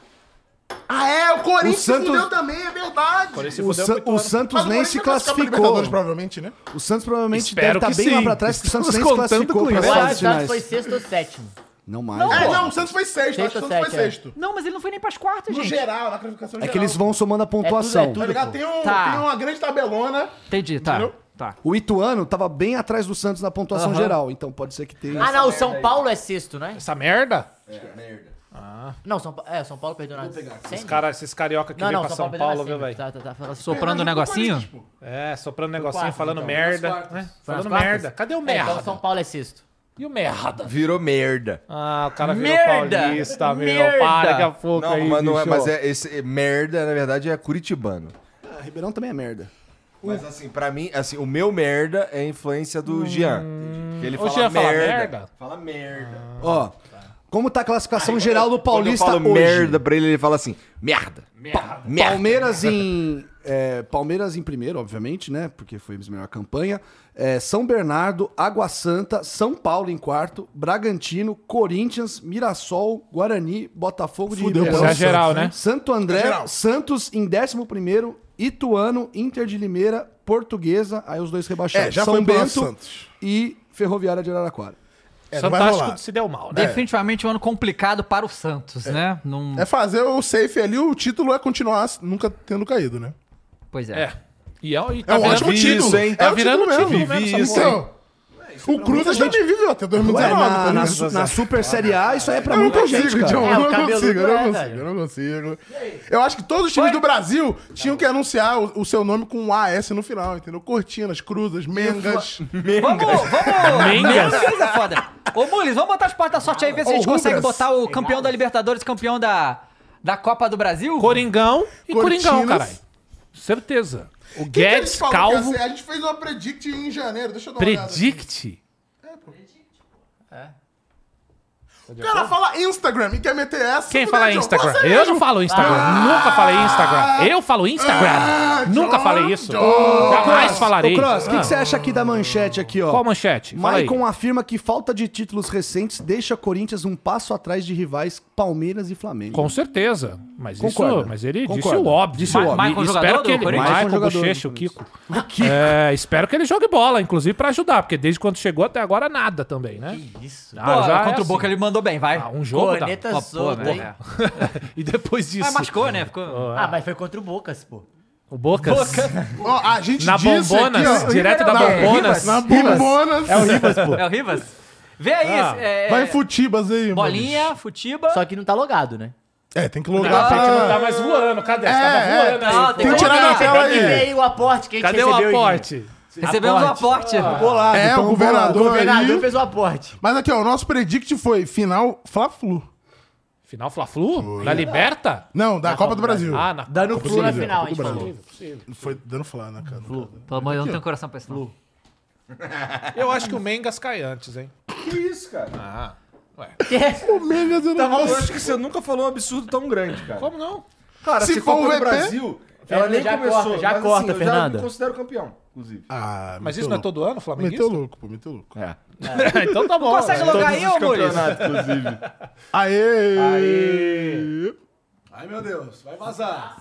Speaker 2: Ah, é, o Corinthians
Speaker 4: O Santos-
Speaker 2: fudeu também, é verdade.
Speaker 5: Por esse
Speaker 4: O,
Speaker 5: fudeu
Speaker 4: San-
Speaker 5: muito
Speaker 4: o
Speaker 5: ano.
Speaker 4: Santos
Speaker 2: Mas o
Speaker 4: nem
Speaker 2: Corinthians
Speaker 4: se
Speaker 2: vai ficar na Copa
Speaker 4: classificou.
Speaker 2: Libertadores, provavelmente, né?
Speaker 4: O Santos provavelmente deve
Speaker 5: Espero que
Speaker 4: estar bem lá
Speaker 5: sim.
Speaker 4: pra trás, porque o Santos nem
Speaker 5: Estamos
Speaker 4: se
Speaker 5: contando
Speaker 4: classificou
Speaker 5: com
Speaker 4: para as
Speaker 5: isso.
Speaker 3: Eu acho
Speaker 4: fases
Speaker 3: que o Santos
Speaker 4: finais.
Speaker 3: foi sexto ou sétimo.
Speaker 4: Não mais.
Speaker 1: Não,
Speaker 2: É,
Speaker 1: pô.
Speaker 2: não, o Santos foi sexto, acho que o
Speaker 3: Sexto
Speaker 2: Santos foi
Speaker 3: ou sétimo,
Speaker 2: sexto.
Speaker 1: Não, mas ele não foi nem pras quartas,
Speaker 2: No
Speaker 1: gente.
Speaker 2: geral, na classificação
Speaker 4: É
Speaker 2: geral.
Speaker 4: que eles vão somando a pontuação.
Speaker 3: tudo,
Speaker 2: Tá ligado? Tem, um,
Speaker 1: Tá.
Speaker 2: tem uma grande tabelona.
Speaker 1: Entendi, tá.
Speaker 2: Entendeu? É,
Speaker 1: Tá.
Speaker 4: O Ituano tava bem atrás do Santos na pontuação
Speaker 1: Aham.
Speaker 4: geral, então pode ser que tenha.
Speaker 3: Ah, não, o São Paulo é sexto, né?
Speaker 5: Essa merda?
Speaker 6: É, merda.
Speaker 3: Não, São, Pa- é, São Paulo perdeu na...
Speaker 5: Os cara, esses carioca que
Speaker 3: Não,
Speaker 5: vem
Speaker 3: não,
Speaker 5: pra
Speaker 3: São,
Speaker 5: São
Speaker 1: é
Speaker 3: perdeu na
Speaker 5: Paulo, viu,
Speaker 3: semi.
Speaker 5: velho?
Speaker 3: Tá, tá, tá. fala assim.
Speaker 1: Soprando um negocinho?
Speaker 5: É, soprando negocinho,
Speaker 3: quarto,
Speaker 5: falando
Speaker 3: então.
Speaker 5: merda. né?
Speaker 3: Foi nas
Speaker 5: Falando
Speaker 3: quartas?
Speaker 5: merda. Cadê o
Speaker 3: É, então
Speaker 5: merda?
Speaker 3: São Paulo é sexto.
Speaker 5: E o merda?
Speaker 6: Virou merda.
Speaker 5: Ah, o cara virou
Speaker 1: Merda!
Speaker 5: paulista, meu.
Speaker 1: Merda!
Speaker 5: Para daqui a pouco
Speaker 6: Não,
Speaker 5: aí,
Speaker 6: mas não é,
Speaker 5: bicho.
Speaker 6: mas é, esse, é- merda, na verdade, é curitibano.
Speaker 4: Ah, Ribeirão também é merda.
Speaker 6: Mas assim, pra mim, assim, o meu merda é a influência do Jean. Que ele
Speaker 5: O
Speaker 6: fala,
Speaker 5: Jean fala
Speaker 6: merda,
Speaker 5: merda?
Speaker 6: Fala merda.
Speaker 4: Ó, como tá a classificação geral do Ah. Paulista
Speaker 6: Quando eu falo
Speaker 4: hoje?
Speaker 6: merda pra ele, ele fala assim, merda. Pa- merda.
Speaker 4: Palmeiras em é, Palmeiras em primeiro, obviamente, né? Porque foi a melhor campanha. É, São Bernardo, Água Santa, São Paulo em quarto, Bragantino, Corinthians, Mirassol, Guarani, Botafogo de
Speaker 2: Fudeu,
Speaker 5: Essa é
Speaker 2: Paulo
Speaker 5: a geral,
Speaker 2: Santos,
Speaker 5: né?
Speaker 4: Santo André,
Speaker 2: É Geral.
Speaker 4: Santos em décimo primeiro, Ituano, Inter de Limeira, Portuguesa, aí os dois rebaixados.
Speaker 2: É, já
Speaker 4: São
Speaker 2: foi pro
Speaker 4: Bento
Speaker 2: Santos.
Speaker 4: e Ferroviária de Araraquara.
Speaker 2: É, não vai
Speaker 5: Fantástico
Speaker 2: rolar.
Speaker 5: se deu mal, né?
Speaker 1: Definitivamente um ano complicado para o Santos, né? Num...
Speaker 2: É fazer o safe ali, o título é continuar nunca tendo caído, né?
Speaker 1: Pois é.
Speaker 5: É. E, é- e
Speaker 2: É um
Speaker 5: virando-
Speaker 2: ótimo
Speaker 6: isso,
Speaker 2: título.
Speaker 6: hein?
Speaker 2: É
Speaker 5: Tá
Speaker 2: um
Speaker 5: virando
Speaker 2: título
Speaker 5: título
Speaker 2: mesmo.
Speaker 5: mesmo, essa
Speaker 2: Então, o Cruzas também vive até 2019.
Speaker 4: Ué, é na,
Speaker 2: tá
Speaker 4: na
Speaker 2: ligado?
Speaker 4: su- na Super Série A, isso aí é pra
Speaker 2: Eu não
Speaker 4: muita
Speaker 2: consigo,
Speaker 4: gente, cara.
Speaker 2: John.
Speaker 3: É,
Speaker 2: eu,
Speaker 3: o
Speaker 2: não
Speaker 3: cabeludo
Speaker 2: consigo, eu
Speaker 3: é,
Speaker 2: não consigo,
Speaker 3: velho.
Speaker 2: eu não consigo. Eu acho que todos os times do Brasil tinham que anunciar o, o seu nome com um AS no final, entendeu? Cortinas, Cruzas, Mengas.
Speaker 1: Vamos, vamos! Mengas é foda. Ô, Mules, vamos botar as portas da sorte aí, ver se a gente
Speaker 2: Ô,
Speaker 1: consegue
Speaker 2: Rubras.
Speaker 1: botar o campeão da Libertadores, campeão da, da Copa do Brasil.
Speaker 5: Coringão e
Speaker 2: Cortinas.
Speaker 5: Coringão, caralho. Certeza. O
Speaker 2: Que que eles
Speaker 5: Guedes,
Speaker 2: falam que
Speaker 5: Calvo,
Speaker 2: ia ser? A gente fez uma predict em janeiro, deixa eu dar uma
Speaker 5: Predict.
Speaker 2: olhada. O cara fala Instagram e quer meter essa. Ah,
Speaker 5: Quem
Speaker 2: né,
Speaker 5: fala
Speaker 2: John?
Speaker 5: Instagram?
Speaker 2: Você
Speaker 5: Eu
Speaker 2: mesmo.
Speaker 5: não falo Instagram. Nunca falei Instagram. Eu falo Instagram. Nunca
Speaker 2: ah, John,
Speaker 5: falei isso.
Speaker 2: John.
Speaker 5: Jamais falarei.
Speaker 4: Ô, Cross, o que,
Speaker 5: Ah.
Speaker 4: que você acha aqui da manchete aqui, ó?
Speaker 5: Qual a manchete? Fala aí.
Speaker 4: Maicon afirma que falta de títulos recentes deixa Corinthians um passo atrás de rivais Palmeiras e Flamengo.
Speaker 5: Com certeza. Mas
Speaker 4: Concorda.
Speaker 5: isso, mas ele disse
Speaker 4: Concorda.
Speaker 5: o óbvio.
Speaker 4: Disse o
Speaker 5: Ma-
Speaker 4: óbvio.
Speaker 5: Maicon,
Speaker 1: Espero
Speaker 5: jogador
Speaker 1: que
Speaker 5: que
Speaker 1: ele-
Speaker 5: ele,
Speaker 4: Maicon
Speaker 5: Maicon,
Speaker 4: jogador
Speaker 5: Bochecha,
Speaker 4: do
Speaker 5: o Kiko. É, espero que ele jogue bola, inclusive, pra ajudar, porque desde quando chegou até agora nada também, né?
Speaker 3: Isso.
Speaker 5: Ah,
Speaker 1: Pô,
Speaker 5: já é
Speaker 1: contra o
Speaker 5: assim.
Speaker 1: Boca ele mandou bem, vai.
Speaker 5: Ah, um jogo dá.
Speaker 3: Corneta
Speaker 1: Ó, pô,
Speaker 3: solta,
Speaker 1: velho.
Speaker 3: hein?
Speaker 5: E depois disso.
Speaker 1: Mas machucou, né? Ficou...
Speaker 3: Ah, mas foi contra o Bocas, pô.
Speaker 5: O Bocas.
Speaker 2: Ó, a gente
Speaker 5: Na
Speaker 2: disse
Speaker 5: Bombonas,
Speaker 2: aqui, ó,
Speaker 5: direto da
Speaker 2: na-
Speaker 5: Bombonas.
Speaker 2: Na Bombonas.
Speaker 1: É o Rivas? Vê aí.
Speaker 5: Ah,
Speaker 1: é,
Speaker 2: Vai futibas aí, mano.
Speaker 1: bolinha, futiba.
Speaker 3: Só que não tá logado, né?
Speaker 2: É, tem que logar
Speaker 5: A gente não tá
Speaker 2: pra...
Speaker 5: mais voando, cadê? Você
Speaker 2: É,
Speaker 5: tava voando aí.
Speaker 1: Não, tem
Speaker 2: Tem que
Speaker 1: que
Speaker 2: tirar
Speaker 1: jogar.
Speaker 2: da tela
Speaker 3: Tem que ver
Speaker 2: aí.
Speaker 3: aí o aporte que a gente
Speaker 5: Cadê é. o
Speaker 3: recebeu. Igor.
Speaker 5: aporte?
Speaker 1: Recebemos
Speaker 3: aporte.
Speaker 1: um aporte.
Speaker 4: Bolado,
Speaker 2: É,
Speaker 4: então,
Speaker 2: o governador
Speaker 3: O
Speaker 4: bolado.
Speaker 3: governador
Speaker 2: aí.
Speaker 3: fez o aporte.
Speaker 2: Mas aqui, ó, o nosso predict foi final Fla-Flu.
Speaker 5: Final Fla-Flu? Da Liberta?
Speaker 2: Não, da Copa do Brasil.
Speaker 5: Ah, na
Speaker 3: Dando
Speaker 2: Copa do
Speaker 3: flu na
Speaker 2: Brasil,
Speaker 3: final, a
Speaker 2: Copa
Speaker 3: gente
Speaker 2: do
Speaker 3: falou.
Speaker 2: Brasil. Foi dando Fla, né, cara?
Speaker 1: Pelo amor de Deus, não tenho coração pra isso, não.
Speaker 5: Eu acho que o Mengas cai antes, hein?
Speaker 6: Que isso, cara?
Speaker 2: O Mengas eu não
Speaker 6: Eu acho que você nunca falou um absurdo tão grande, cara.
Speaker 5: Como não?
Speaker 6: Cara,
Speaker 2: Se
Speaker 6: se
Speaker 2: for
Speaker 6: for
Speaker 2: o
Speaker 6: o
Speaker 2: VP,
Speaker 6: Brasil, ela nem
Speaker 3: já
Speaker 6: começou.
Speaker 3: corta, já
Speaker 6: mas, assim,
Speaker 3: corta,
Speaker 6: eu
Speaker 3: Fernanda.
Speaker 6: me considero campeão, inclusive.
Speaker 2: Ah,
Speaker 5: Mas
Speaker 2: meteu
Speaker 5: isso não é
Speaker 2: louco.
Speaker 5: todo ano,
Speaker 2: Meteu
Speaker 5: Flamenguista?
Speaker 2: louco, pô, meteu louco.
Speaker 6: É.
Speaker 5: então tá bom.
Speaker 1: Consegue logar aí, ô Mules?
Speaker 6: inclusive.
Speaker 2: Aê!
Speaker 4: Ai, meu Deus, vai vazar.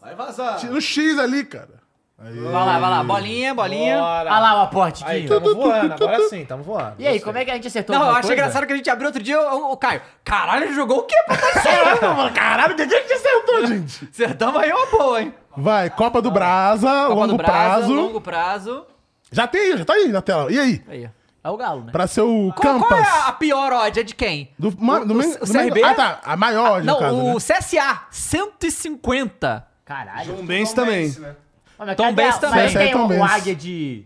Speaker 4: Vai vazar.
Speaker 2: Tira o X ali, cara.
Speaker 1: Vai lá, vai lá. Bolinha, bolinha.
Speaker 5: Bora.
Speaker 3: Ah lá o aporte,
Speaker 5: Aí,
Speaker 3: Guinho.
Speaker 5: tamo voando, agora sim, tamo voando.
Speaker 3: E aí, como é que a gente acertou
Speaker 1: Não, eu
Speaker 3: alguma
Speaker 1: achei
Speaker 3: coisa?
Speaker 1: engraçado que a gente abriu outro dia o, o Caio. Caralho, ele jogou o quê pra tá certo? Caralho, de que acertou, gente? Acertamos aí uma boa, hein?
Speaker 2: Vai, Copa do Brasa,
Speaker 1: Copa
Speaker 2: longo
Speaker 1: do Brasa,
Speaker 2: prazo.
Speaker 1: Longo prazo.
Speaker 2: Já tem aí, já tá aí na tela. E aí?
Speaker 1: Aí.
Speaker 3: É o Galo, né?
Speaker 2: Pra ser o
Speaker 1: Qual, qual
Speaker 2: Campas.
Speaker 1: é a pior odd? É de quem?
Speaker 2: Do, ma, do,
Speaker 1: o-
Speaker 2: Men-
Speaker 1: o
Speaker 2: do
Speaker 1: CRB?
Speaker 2: Men- Ah, tá. A maior,
Speaker 1: Não,
Speaker 2: no caso,
Speaker 1: o
Speaker 2: né?
Speaker 1: CSA, 150.
Speaker 3: Caralho.
Speaker 4: Benz também.
Speaker 3: Ah, mas
Speaker 1: Tom
Speaker 3: cadê
Speaker 1: Benz
Speaker 3: a-
Speaker 1: também.
Speaker 3: Mas
Speaker 2: Esse aí é
Speaker 3: tem
Speaker 2: Tom
Speaker 3: o
Speaker 2: Benz.
Speaker 3: Águia de...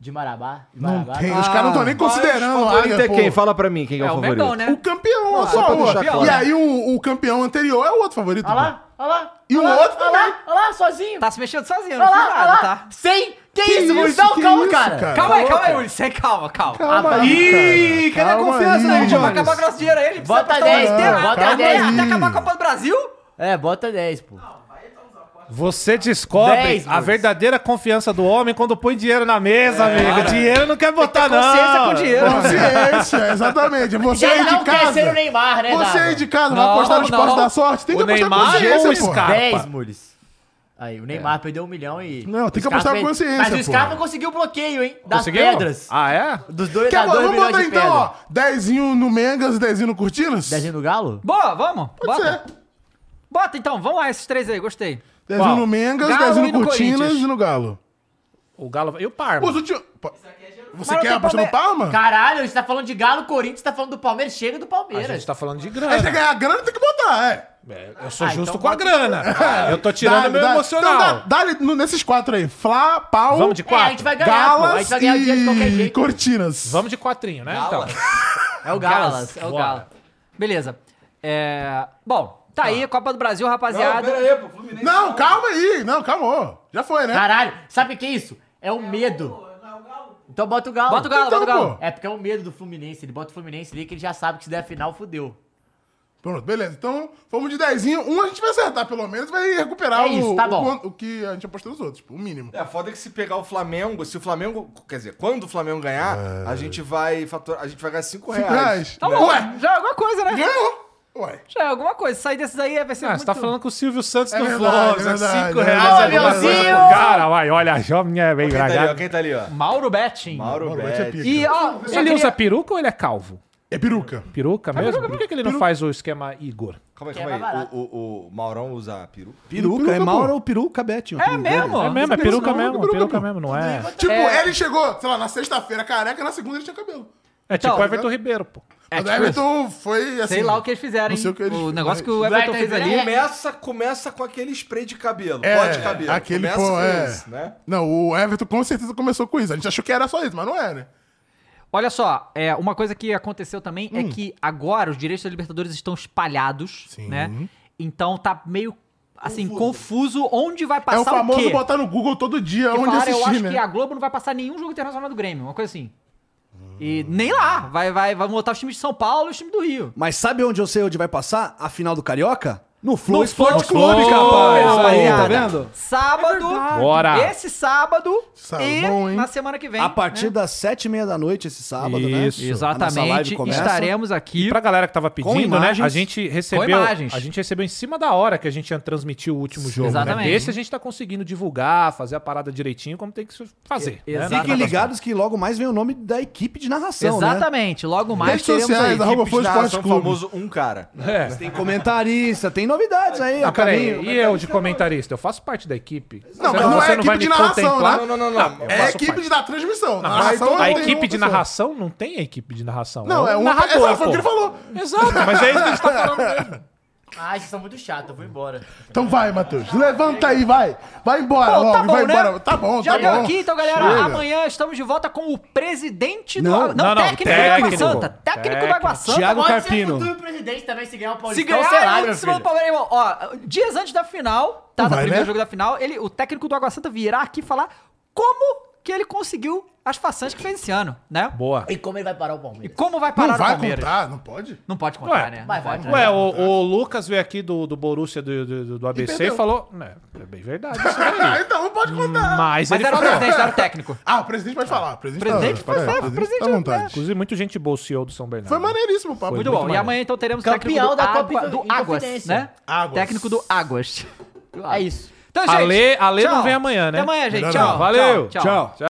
Speaker 3: De Marabá? De
Speaker 2: Não
Speaker 3: Marabá?
Speaker 2: tem. Os caras não estão nem considerando
Speaker 6: o
Speaker 2: águia,
Speaker 6: é
Speaker 2: pô.
Speaker 6: quem? Fala pra mim, quem
Speaker 1: É
Speaker 6: é, o
Speaker 1: o
Speaker 6: favorito?
Speaker 1: Mengão, né?
Speaker 2: O campeão, ó,
Speaker 6: pra
Speaker 2: só o
Speaker 6: deixar claro.
Speaker 2: E aí o, o campeão anterior é o outro favorito.
Speaker 3: Olha Ah lá, olha lá.
Speaker 2: E o
Speaker 3: olha lá,
Speaker 2: outro
Speaker 3: Olha
Speaker 2: também.
Speaker 3: lá, olha lá, sozinho.
Speaker 1: Tá se mexendo sozinho,
Speaker 3: Olha
Speaker 1: não fiz
Speaker 3: lá, olha
Speaker 1: nada,
Speaker 3: lá.
Speaker 1: tá?
Speaker 3: Sem. Que,
Speaker 2: Que
Speaker 3: isso, Luiz?
Speaker 2: isso,
Speaker 3: Não,
Speaker 2: que
Speaker 3: calma,
Speaker 2: isso,
Speaker 3: cara.
Speaker 2: cara?
Speaker 1: Calma aí, calma aí, Ulis. Sem calma, calma.
Speaker 2: Calma aí,
Speaker 4: Ih, cadê a
Speaker 2: Calma
Speaker 4: confiança
Speaker 2: aí.
Speaker 4: aí,
Speaker 1: né? Vai
Speaker 4: Jones?
Speaker 1: acabar com o nosso dinheiro aí, ele precisa
Speaker 3: Bota
Speaker 1: apostar o
Speaker 3: 10,
Speaker 1: resto inteiro,
Speaker 3: pô, bota
Speaker 1: até-
Speaker 3: 10.
Speaker 1: Até acabar a Copa do Brasil?
Speaker 3: É, bota 10, pô.
Speaker 5: Você descobre
Speaker 3: Dez,
Speaker 5: a
Speaker 3: Mules.
Speaker 5: verdadeira confiança do homem quando põe dinheiro na mesa, amigo. Dinheiro não quer botar, não.
Speaker 1: Consciência com dinheiro.
Speaker 2: Consciência, exatamente. Você
Speaker 3: Já
Speaker 2: aí
Speaker 3: não
Speaker 2: de
Speaker 3: quer ser o
Speaker 2: casa.
Speaker 3: Neymar, né,
Speaker 2: Você aí
Speaker 3: Dava?
Speaker 2: de casa vai
Speaker 1: é Não,
Speaker 2: apostar nos
Speaker 1: não.
Speaker 2: postos da sorte? Tem que
Speaker 5: O
Speaker 2: apostar com
Speaker 5: Neymar é
Speaker 2: consciência,
Speaker 5: o
Speaker 2: pô.
Speaker 5: Scar-
Speaker 3: 10,
Speaker 5: Capa.
Speaker 3: Mules. Aí, o
Speaker 1: É.
Speaker 3: Neymar perdeu um milhão e...
Speaker 2: Não, tem que
Speaker 3: O Scarpa
Speaker 2: apostar com
Speaker 3: per-
Speaker 2: consciência,
Speaker 3: Mas o
Speaker 2: pô.
Speaker 3: Scarpa conseguiu o bloqueio, hein? Das
Speaker 5: Conseguiu?
Speaker 3: pedras.
Speaker 5: Ah, é?
Speaker 3: Dos dois,
Speaker 2: Quer,
Speaker 3: das dois
Speaker 2: vamos
Speaker 3: milhões
Speaker 2: botar
Speaker 3: de
Speaker 2: então,
Speaker 3: pedras.
Speaker 2: ó. Dezinho no Mengas, dezinho no Cortinas?
Speaker 3: Dezinho no Galo?
Speaker 1: Boa, vamos.
Speaker 2: Pode
Speaker 1: Bota.
Speaker 2: ser.
Speaker 1: Bota então, vamos lá, esses três aí, gostei.
Speaker 2: Dezinho
Speaker 5: Qual?
Speaker 2: no Mengas,
Speaker 1: Galo
Speaker 2: dezinho
Speaker 1: e
Speaker 2: no
Speaker 1: no
Speaker 2: Cortinas
Speaker 1: Corinthians.
Speaker 2: e no Galo.
Speaker 5: O Galo. E o Parma?
Speaker 2: Os últimos... pô, Você
Speaker 1: Mas
Speaker 2: quer
Speaker 1: não tem
Speaker 2: apostar no Parma?
Speaker 3: Caralho, a gente tá falando de Galo, Corinthians, tá falando do Palmeiras, chega do
Speaker 5: A
Speaker 3: Palmeiras.
Speaker 5: gente tá falando de
Speaker 2: Aí você
Speaker 5: grana.
Speaker 2: ganhar a grana, tem que botar, é.
Speaker 5: É, Eu sou
Speaker 3: Ah,
Speaker 5: justo
Speaker 3: então
Speaker 5: com a
Speaker 3: bota-
Speaker 5: grana. Eu tô
Speaker 2: Dá-
Speaker 5: tirando meu
Speaker 2: dá-
Speaker 5: emocional.
Speaker 2: Então dá, dá no- nesses quatro aí. Fla, pau,
Speaker 5: Vamos de
Speaker 3: É, a
Speaker 5: quatro.
Speaker 3: gente vai ganhar, pô. A
Speaker 2: galas
Speaker 3: gente vai ganhar dinheiro de qualquer
Speaker 2: e
Speaker 3: jeito.
Speaker 2: cortinas.
Speaker 5: Vamos de quatrinho, né? Então.
Speaker 3: É o Galas, é o
Speaker 5: Bora.
Speaker 3: Galo.
Speaker 1: Beleza. É, Bom, tá aí, Copa do Brasil, rapaziada.
Speaker 6: aí, pô, Fluminense.
Speaker 2: Não, calma aí. Não, calma. Já foi, né?
Speaker 3: Caralho, sabe o que é isso? É o medo. Então bota o Galo.
Speaker 1: Bota o Galo,
Speaker 2: Então,
Speaker 1: bota o Galo.
Speaker 2: pô.
Speaker 3: É porque é o medo do Fluminense. Ele bota o Fluminense ali que ele já sabe que se der final, fudeu.
Speaker 2: Pronto, beleza. Então, fomos de dezinho. Um a gente vai acertar, pelo menos. Vai recuperar
Speaker 3: É isso,
Speaker 2: o,
Speaker 3: tá
Speaker 2: o
Speaker 3: bom.
Speaker 2: quan- o que a gente apostou nos outros. tipo, o mínimo.
Speaker 6: É, foda que se pegar o Flamengo, se o Flamengo, quer dizer, quando o Flamengo ganhar, a gente vai faturar, a gente vai ganhar 5 reais.
Speaker 2: Cinco reais.
Speaker 1: Tá bom, já é alguma coisa, né?
Speaker 2: Ganhou. Ué.
Speaker 1: Já é alguma coisa. Sair desses aí vai ser
Speaker 5: Ah,
Speaker 1: muito...
Speaker 5: você tá falando com o Silvio Santos
Speaker 2: É
Speaker 5: do
Speaker 2: verdade,
Speaker 5: Flow.
Speaker 2: é
Speaker 5: né?
Speaker 2: verdade,
Speaker 5: Cinco
Speaker 2: é
Speaker 5: reais é
Speaker 2: verdade.
Speaker 5: alguma coisa.
Speaker 3: Brasil!
Speaker 5: Cara, vai, olha, a jovem é bem
Speaker 6: Quem tá ali, ó?
Speaker 5: bragada.
Speaker 6: Quem tá ali, ó?
Speaker 1: Mauro Betting.
Speaker 6: Mauro
Speaker 2: Mauro Betti é
Speaker 6: Betti.
Speaker 2: pica.
Speaker 1: E, ó, só
Speaker 5: Ele
Speaker 1: queria-
Speaker 5: usa peruca ou ele é calvo?
Speaker 2: É peruca.
Speaker 5: Peruca mesmo? Por que, que ele não faz o esquema Igor?
Speaker 6: Calma aí,
Speaker 3: Que é
Speaker 6: calma
Speaker 3: mais
Speaker 6: aí.
Speaker 3: barato.
Speaker 6: O, o, o Maurão usa peru?
Speaker 4: Peruca, é Mauro ou peruca Betinho.
Speaker 1: É mesmo?
Speaker 5: É mesmo, é
Speaker 2: não,
Speaker 5: peruca
Speaker 2: não,
Speaker 5: mesmo,
Speaker 2: peruca
Speaker 5: peruca
Speaker 2: não.
Speaker 5: mesmo, não é?
Speaker 2: Tipo,
Speaker 1: É.
Speaker 2: ele chegou, sei lá, na sexta-feira careca, na segunda ele tinha cabelo.
Speaker 5: É tipo
Speaker 1: Então,
Speaker 5: o Everton Ribeiro, pô.
Speaker 1: É,
Speaker 2: Mas o
Speaker 1: tipo
Speaker 2: Everton foi assim.
Speaker 1: Sei lá o que eles fizeram,
Speaker 2: não sei
Speaker 1: hein?
Speaker 2: o que eles
Speaker 1: O
Speaker 2: fizeram.
Speaker 1: negócio que o Everton fez ali...
Speaker 6: Começa, começa com aquele spray de cabelo,
Speaker 2: É,
Speaker 6: pó de cabelo.
Speaker 2: aquele
Speaker 6: começa
Speaker 2: pó,
Speaker 6: com
Speaker 2: é.
Speaker 6: isso, né?
Speaker 2: Não, o Everton com certeza começou com isso. A gente achou que era só isso, mas não é, né?
Speaker 1: Olha só, é, uma coisa que aconteceu também é que agora os direitos da Libertadores estão espalhados,
Speaker 2: Hum. Sim.
Speaker 1: né? Então tá meio, assim, confuso, onde vai
Speaker 2: É o
Speaker 1: passar o
Speaker 2: famoso
Speaker 1: quê.
Speaker 2: botar no Google todo dia
Speaker 1: Porque
Speaker 2: onde
Speaker 1: falaram, eu
Speaker 2: assistir,
Speaker 1: acho que
Speaker 2: né?
Speaker 1: a Globo não vai passar nenhum jogo internacional do Grêmio, uma coisa assim. E nem lá, vai, vai, vai botar os times de São Paulo e os times do Rio.
Speaker 4: Mas sabe onde eu sei onde vai passar? A final do Carioca? No Flow
Speaker 1: No
Speaker 4: Sport
Speaker 1: Flow,
Speaker 4: Clube,
Speaker 1: Flow,
Speaker 4: capaz. Aí, tá
Speaker 1: rapaziada.
Speaker 4: vendo?
Speaker 2: É
Speaker 1: Sábado,
Speaker 5: Bora.
Speaker 1: esse sábado
Speaker 2: Sábado,
Speaker 1: e
Speaker 2: é bom, hein?
Speaker 1: na semana que vem. né?
Speaker 4: A partir das sete e meia da noite, esse sábado, né?
Speaker 5: Isso.
Speaker 4: A nossa live
Speaker 1: Exatamente,
Speaker 4: começa.
Speaker 1: estaremos aqui.
Speaker 5: Pra galera que tava pedindo, né? A
Speaker 4: imagens.
Speaker 5: gente recebeu.
Speaker 1: imagens.
Speaker 5: A gente recebeu em cima da hora que a gente ia transmitir o último jogo. Né?
Speaker 1: Exatamente.
Speaker 5: Desse a gente tá conseguindo divulgar, fazer a parada direitinho como tem que se fazer.
Speaker 1: E-
Speaker 5: né?
Speaker 1: exato.
Speaker 4: Fiquem ligados que logo mais vem o nome da equipe de narração, né?
Speaker 1: Exatamente, logo mais
Speaker 2: Redes
Speaker 1: teremos
Speaker 2: sociais,
Speaker 1: aí.
Speaker 2: arroba Flow
Speaker 6: Equipes da
Speaker 2: Esporte
Speaker 6: ação
Speaker 2: Clube.
Speaker 6: famoso um cara.
Speaker 5: É.
Speaker 4: Tem comentarista, tem novidades aí, ó.
Speaker 5: Ah, peraí,
Speaker 4: caminho.
Speaker 5: e eu de comentarista? Eu faço parte da equipe?
Speaker 2: Não, mas não é equipe de narração,
Speaker 5: contemplar?
Speaker 2: né?
Speaker 6: Não, não, não, não.
Speaker 5: eu
Speaker 2: É a
Speaker 5: faço
Speaker 2: equipe
Speaker 5: parte.
Speaker 2: de- da transmissão.
Speaker 5: Não,
Speaker 2: narração
Speaker 5: a
Speaker 2: não tem
Speaker 5: equipe de
Speaker 2: uma pessoa.
Speaker 5: narração não tem equipe de narração.
Speaker 2: Não, é um
Speaker 5: narrador,
Speaker 2: narrador. Foi o
Speaker 5: pô.
Speaker 2: que ele falou.
Speaker 5: Exato, mas é isso que a gente tá falando mesmo.
Speaker 3: Ah, vocês são muito chatos, eu vou embora.
Speaker 2: Então vai, Matheus. Levanta aí, vai. Vai embora
Speaker 1: Bom,
Speaker 2: logo.
Speaker 1: tá bom,
Speaker 2: vai
Speaker 1: né?
Speaker 2: embora. Tá bom,
Speaker 1: Já
Speaker 2: tá
Speaker 1: deu
Speaker 2: bom.
Speaker 1: aqui, então, galera.
Speaker 2: Chega.
Speaker 1: Amanhã estamos de volta com o presidente do.
Speaker 4: Não,
Speaker 1: Água-
Speaker 5: não, não,
Speaker 1: técnico, do Água
Speaker 5: técnico.
Speaker 1: Santa. Técnico, do Água Santa.
Speaker 4: Thiago
Speaker 3: Pode
Speaker 4: Carpino.
Speaker 3: ser futuro presidente também, se ganhar o Paulistão,
Speaker 1: Se ganhar, é
Speaker 3: será,
Speaker 1: ele
Speaker 3: meu
Speaker 1: em cima do
Speaker 3: filho.
Speaker 1: Palmeiras, irmão. Ó, dias antes da final, tá?
Speaker 2: Não
Speaker 1: do
Speaker 2: vai,
Speaker 1: primeiro
Speaker 2: né?
Speaker 1: jogo da final, ele, o técnico do Água Santa virá aqui falar como que ele conseguiu as façanhas que fez esse ano, né?
Speaker 5: Boa.
Speaker 3: E como ele vai parar o
Speaker 1: E
Speaker 3: Palmeiras?
Speaker 1: como vai parar
Speaker 2: Não vai
Speaker 1: o Palmeiras.
Speaker 2: contar, não pode?
Speaker 1: Não pode contar,
Speaker 5: Ué,
Speaker 1: né?
Speaker 3: vai,
Speaker 1: Não pode,
Speaker 5: É, Ué,
Speaker 1: né?
Speaker 5: o, o Lucas veio aqui do, do Borussia do, do, do ABC e, falou. né, É bem verdade. isso
Speaker 2: Ah,
Speaker 5: daí.
Speaker 2: então não pode contar.
Speaker 5: Mas,
Speaker 1: Mas
Speaker 5: ele
Speaker 1: era o
Speaker 5: falou.
Speaker 1: presidente, era o técnico.
Speaker 2: Ah, o presidente pode falar. O presidente,
Speaker 1: Presidente,
Speaker 2: pode
Speaker 1: pode falar,
Speaker 2: Presidente, tá à
Speaker 1: presidente,
Speaker 2: vontade.
Speaker 5: Inclusive, muito gente boa o CEO do São Bernardo.
Speaker 2: Foi maneiríssimo o papo.
Speaker 5: Foi
Speaker 1: Muito, bom. E
Speaker 5: maneiro.
Speaker 1: amanhã, então, teremos
Speaker 3: Campeão
Speaker 1: técnico do,
Speaker 3: da Copa
Speaker 1: Água,
Speaker 3: em-
Speaker 1: do
Speaker 3: em
Speaker 1: Águas,
Speaker 3: Confidência.
Speaker 1: né?
Speaker 2: Águas.
Speaker 1: Técnico do Águas.
Speaker 3: É isso.
Speaker 1: Então,
Speaker 5: Ale- Ale não
Speaker 1: tchau.
Speaker 5: vem amanhã,
Speaker 1: Até
Speaker 5: né?
Speaker 1: amanhã, gente.
Speaker 2: Melhor
Speaker 1: Tchau.
Speaker 2: não.
Speaker 5: Valeu.
Speaker 1: Tchau. tchau.
Speaker 5: Tchau.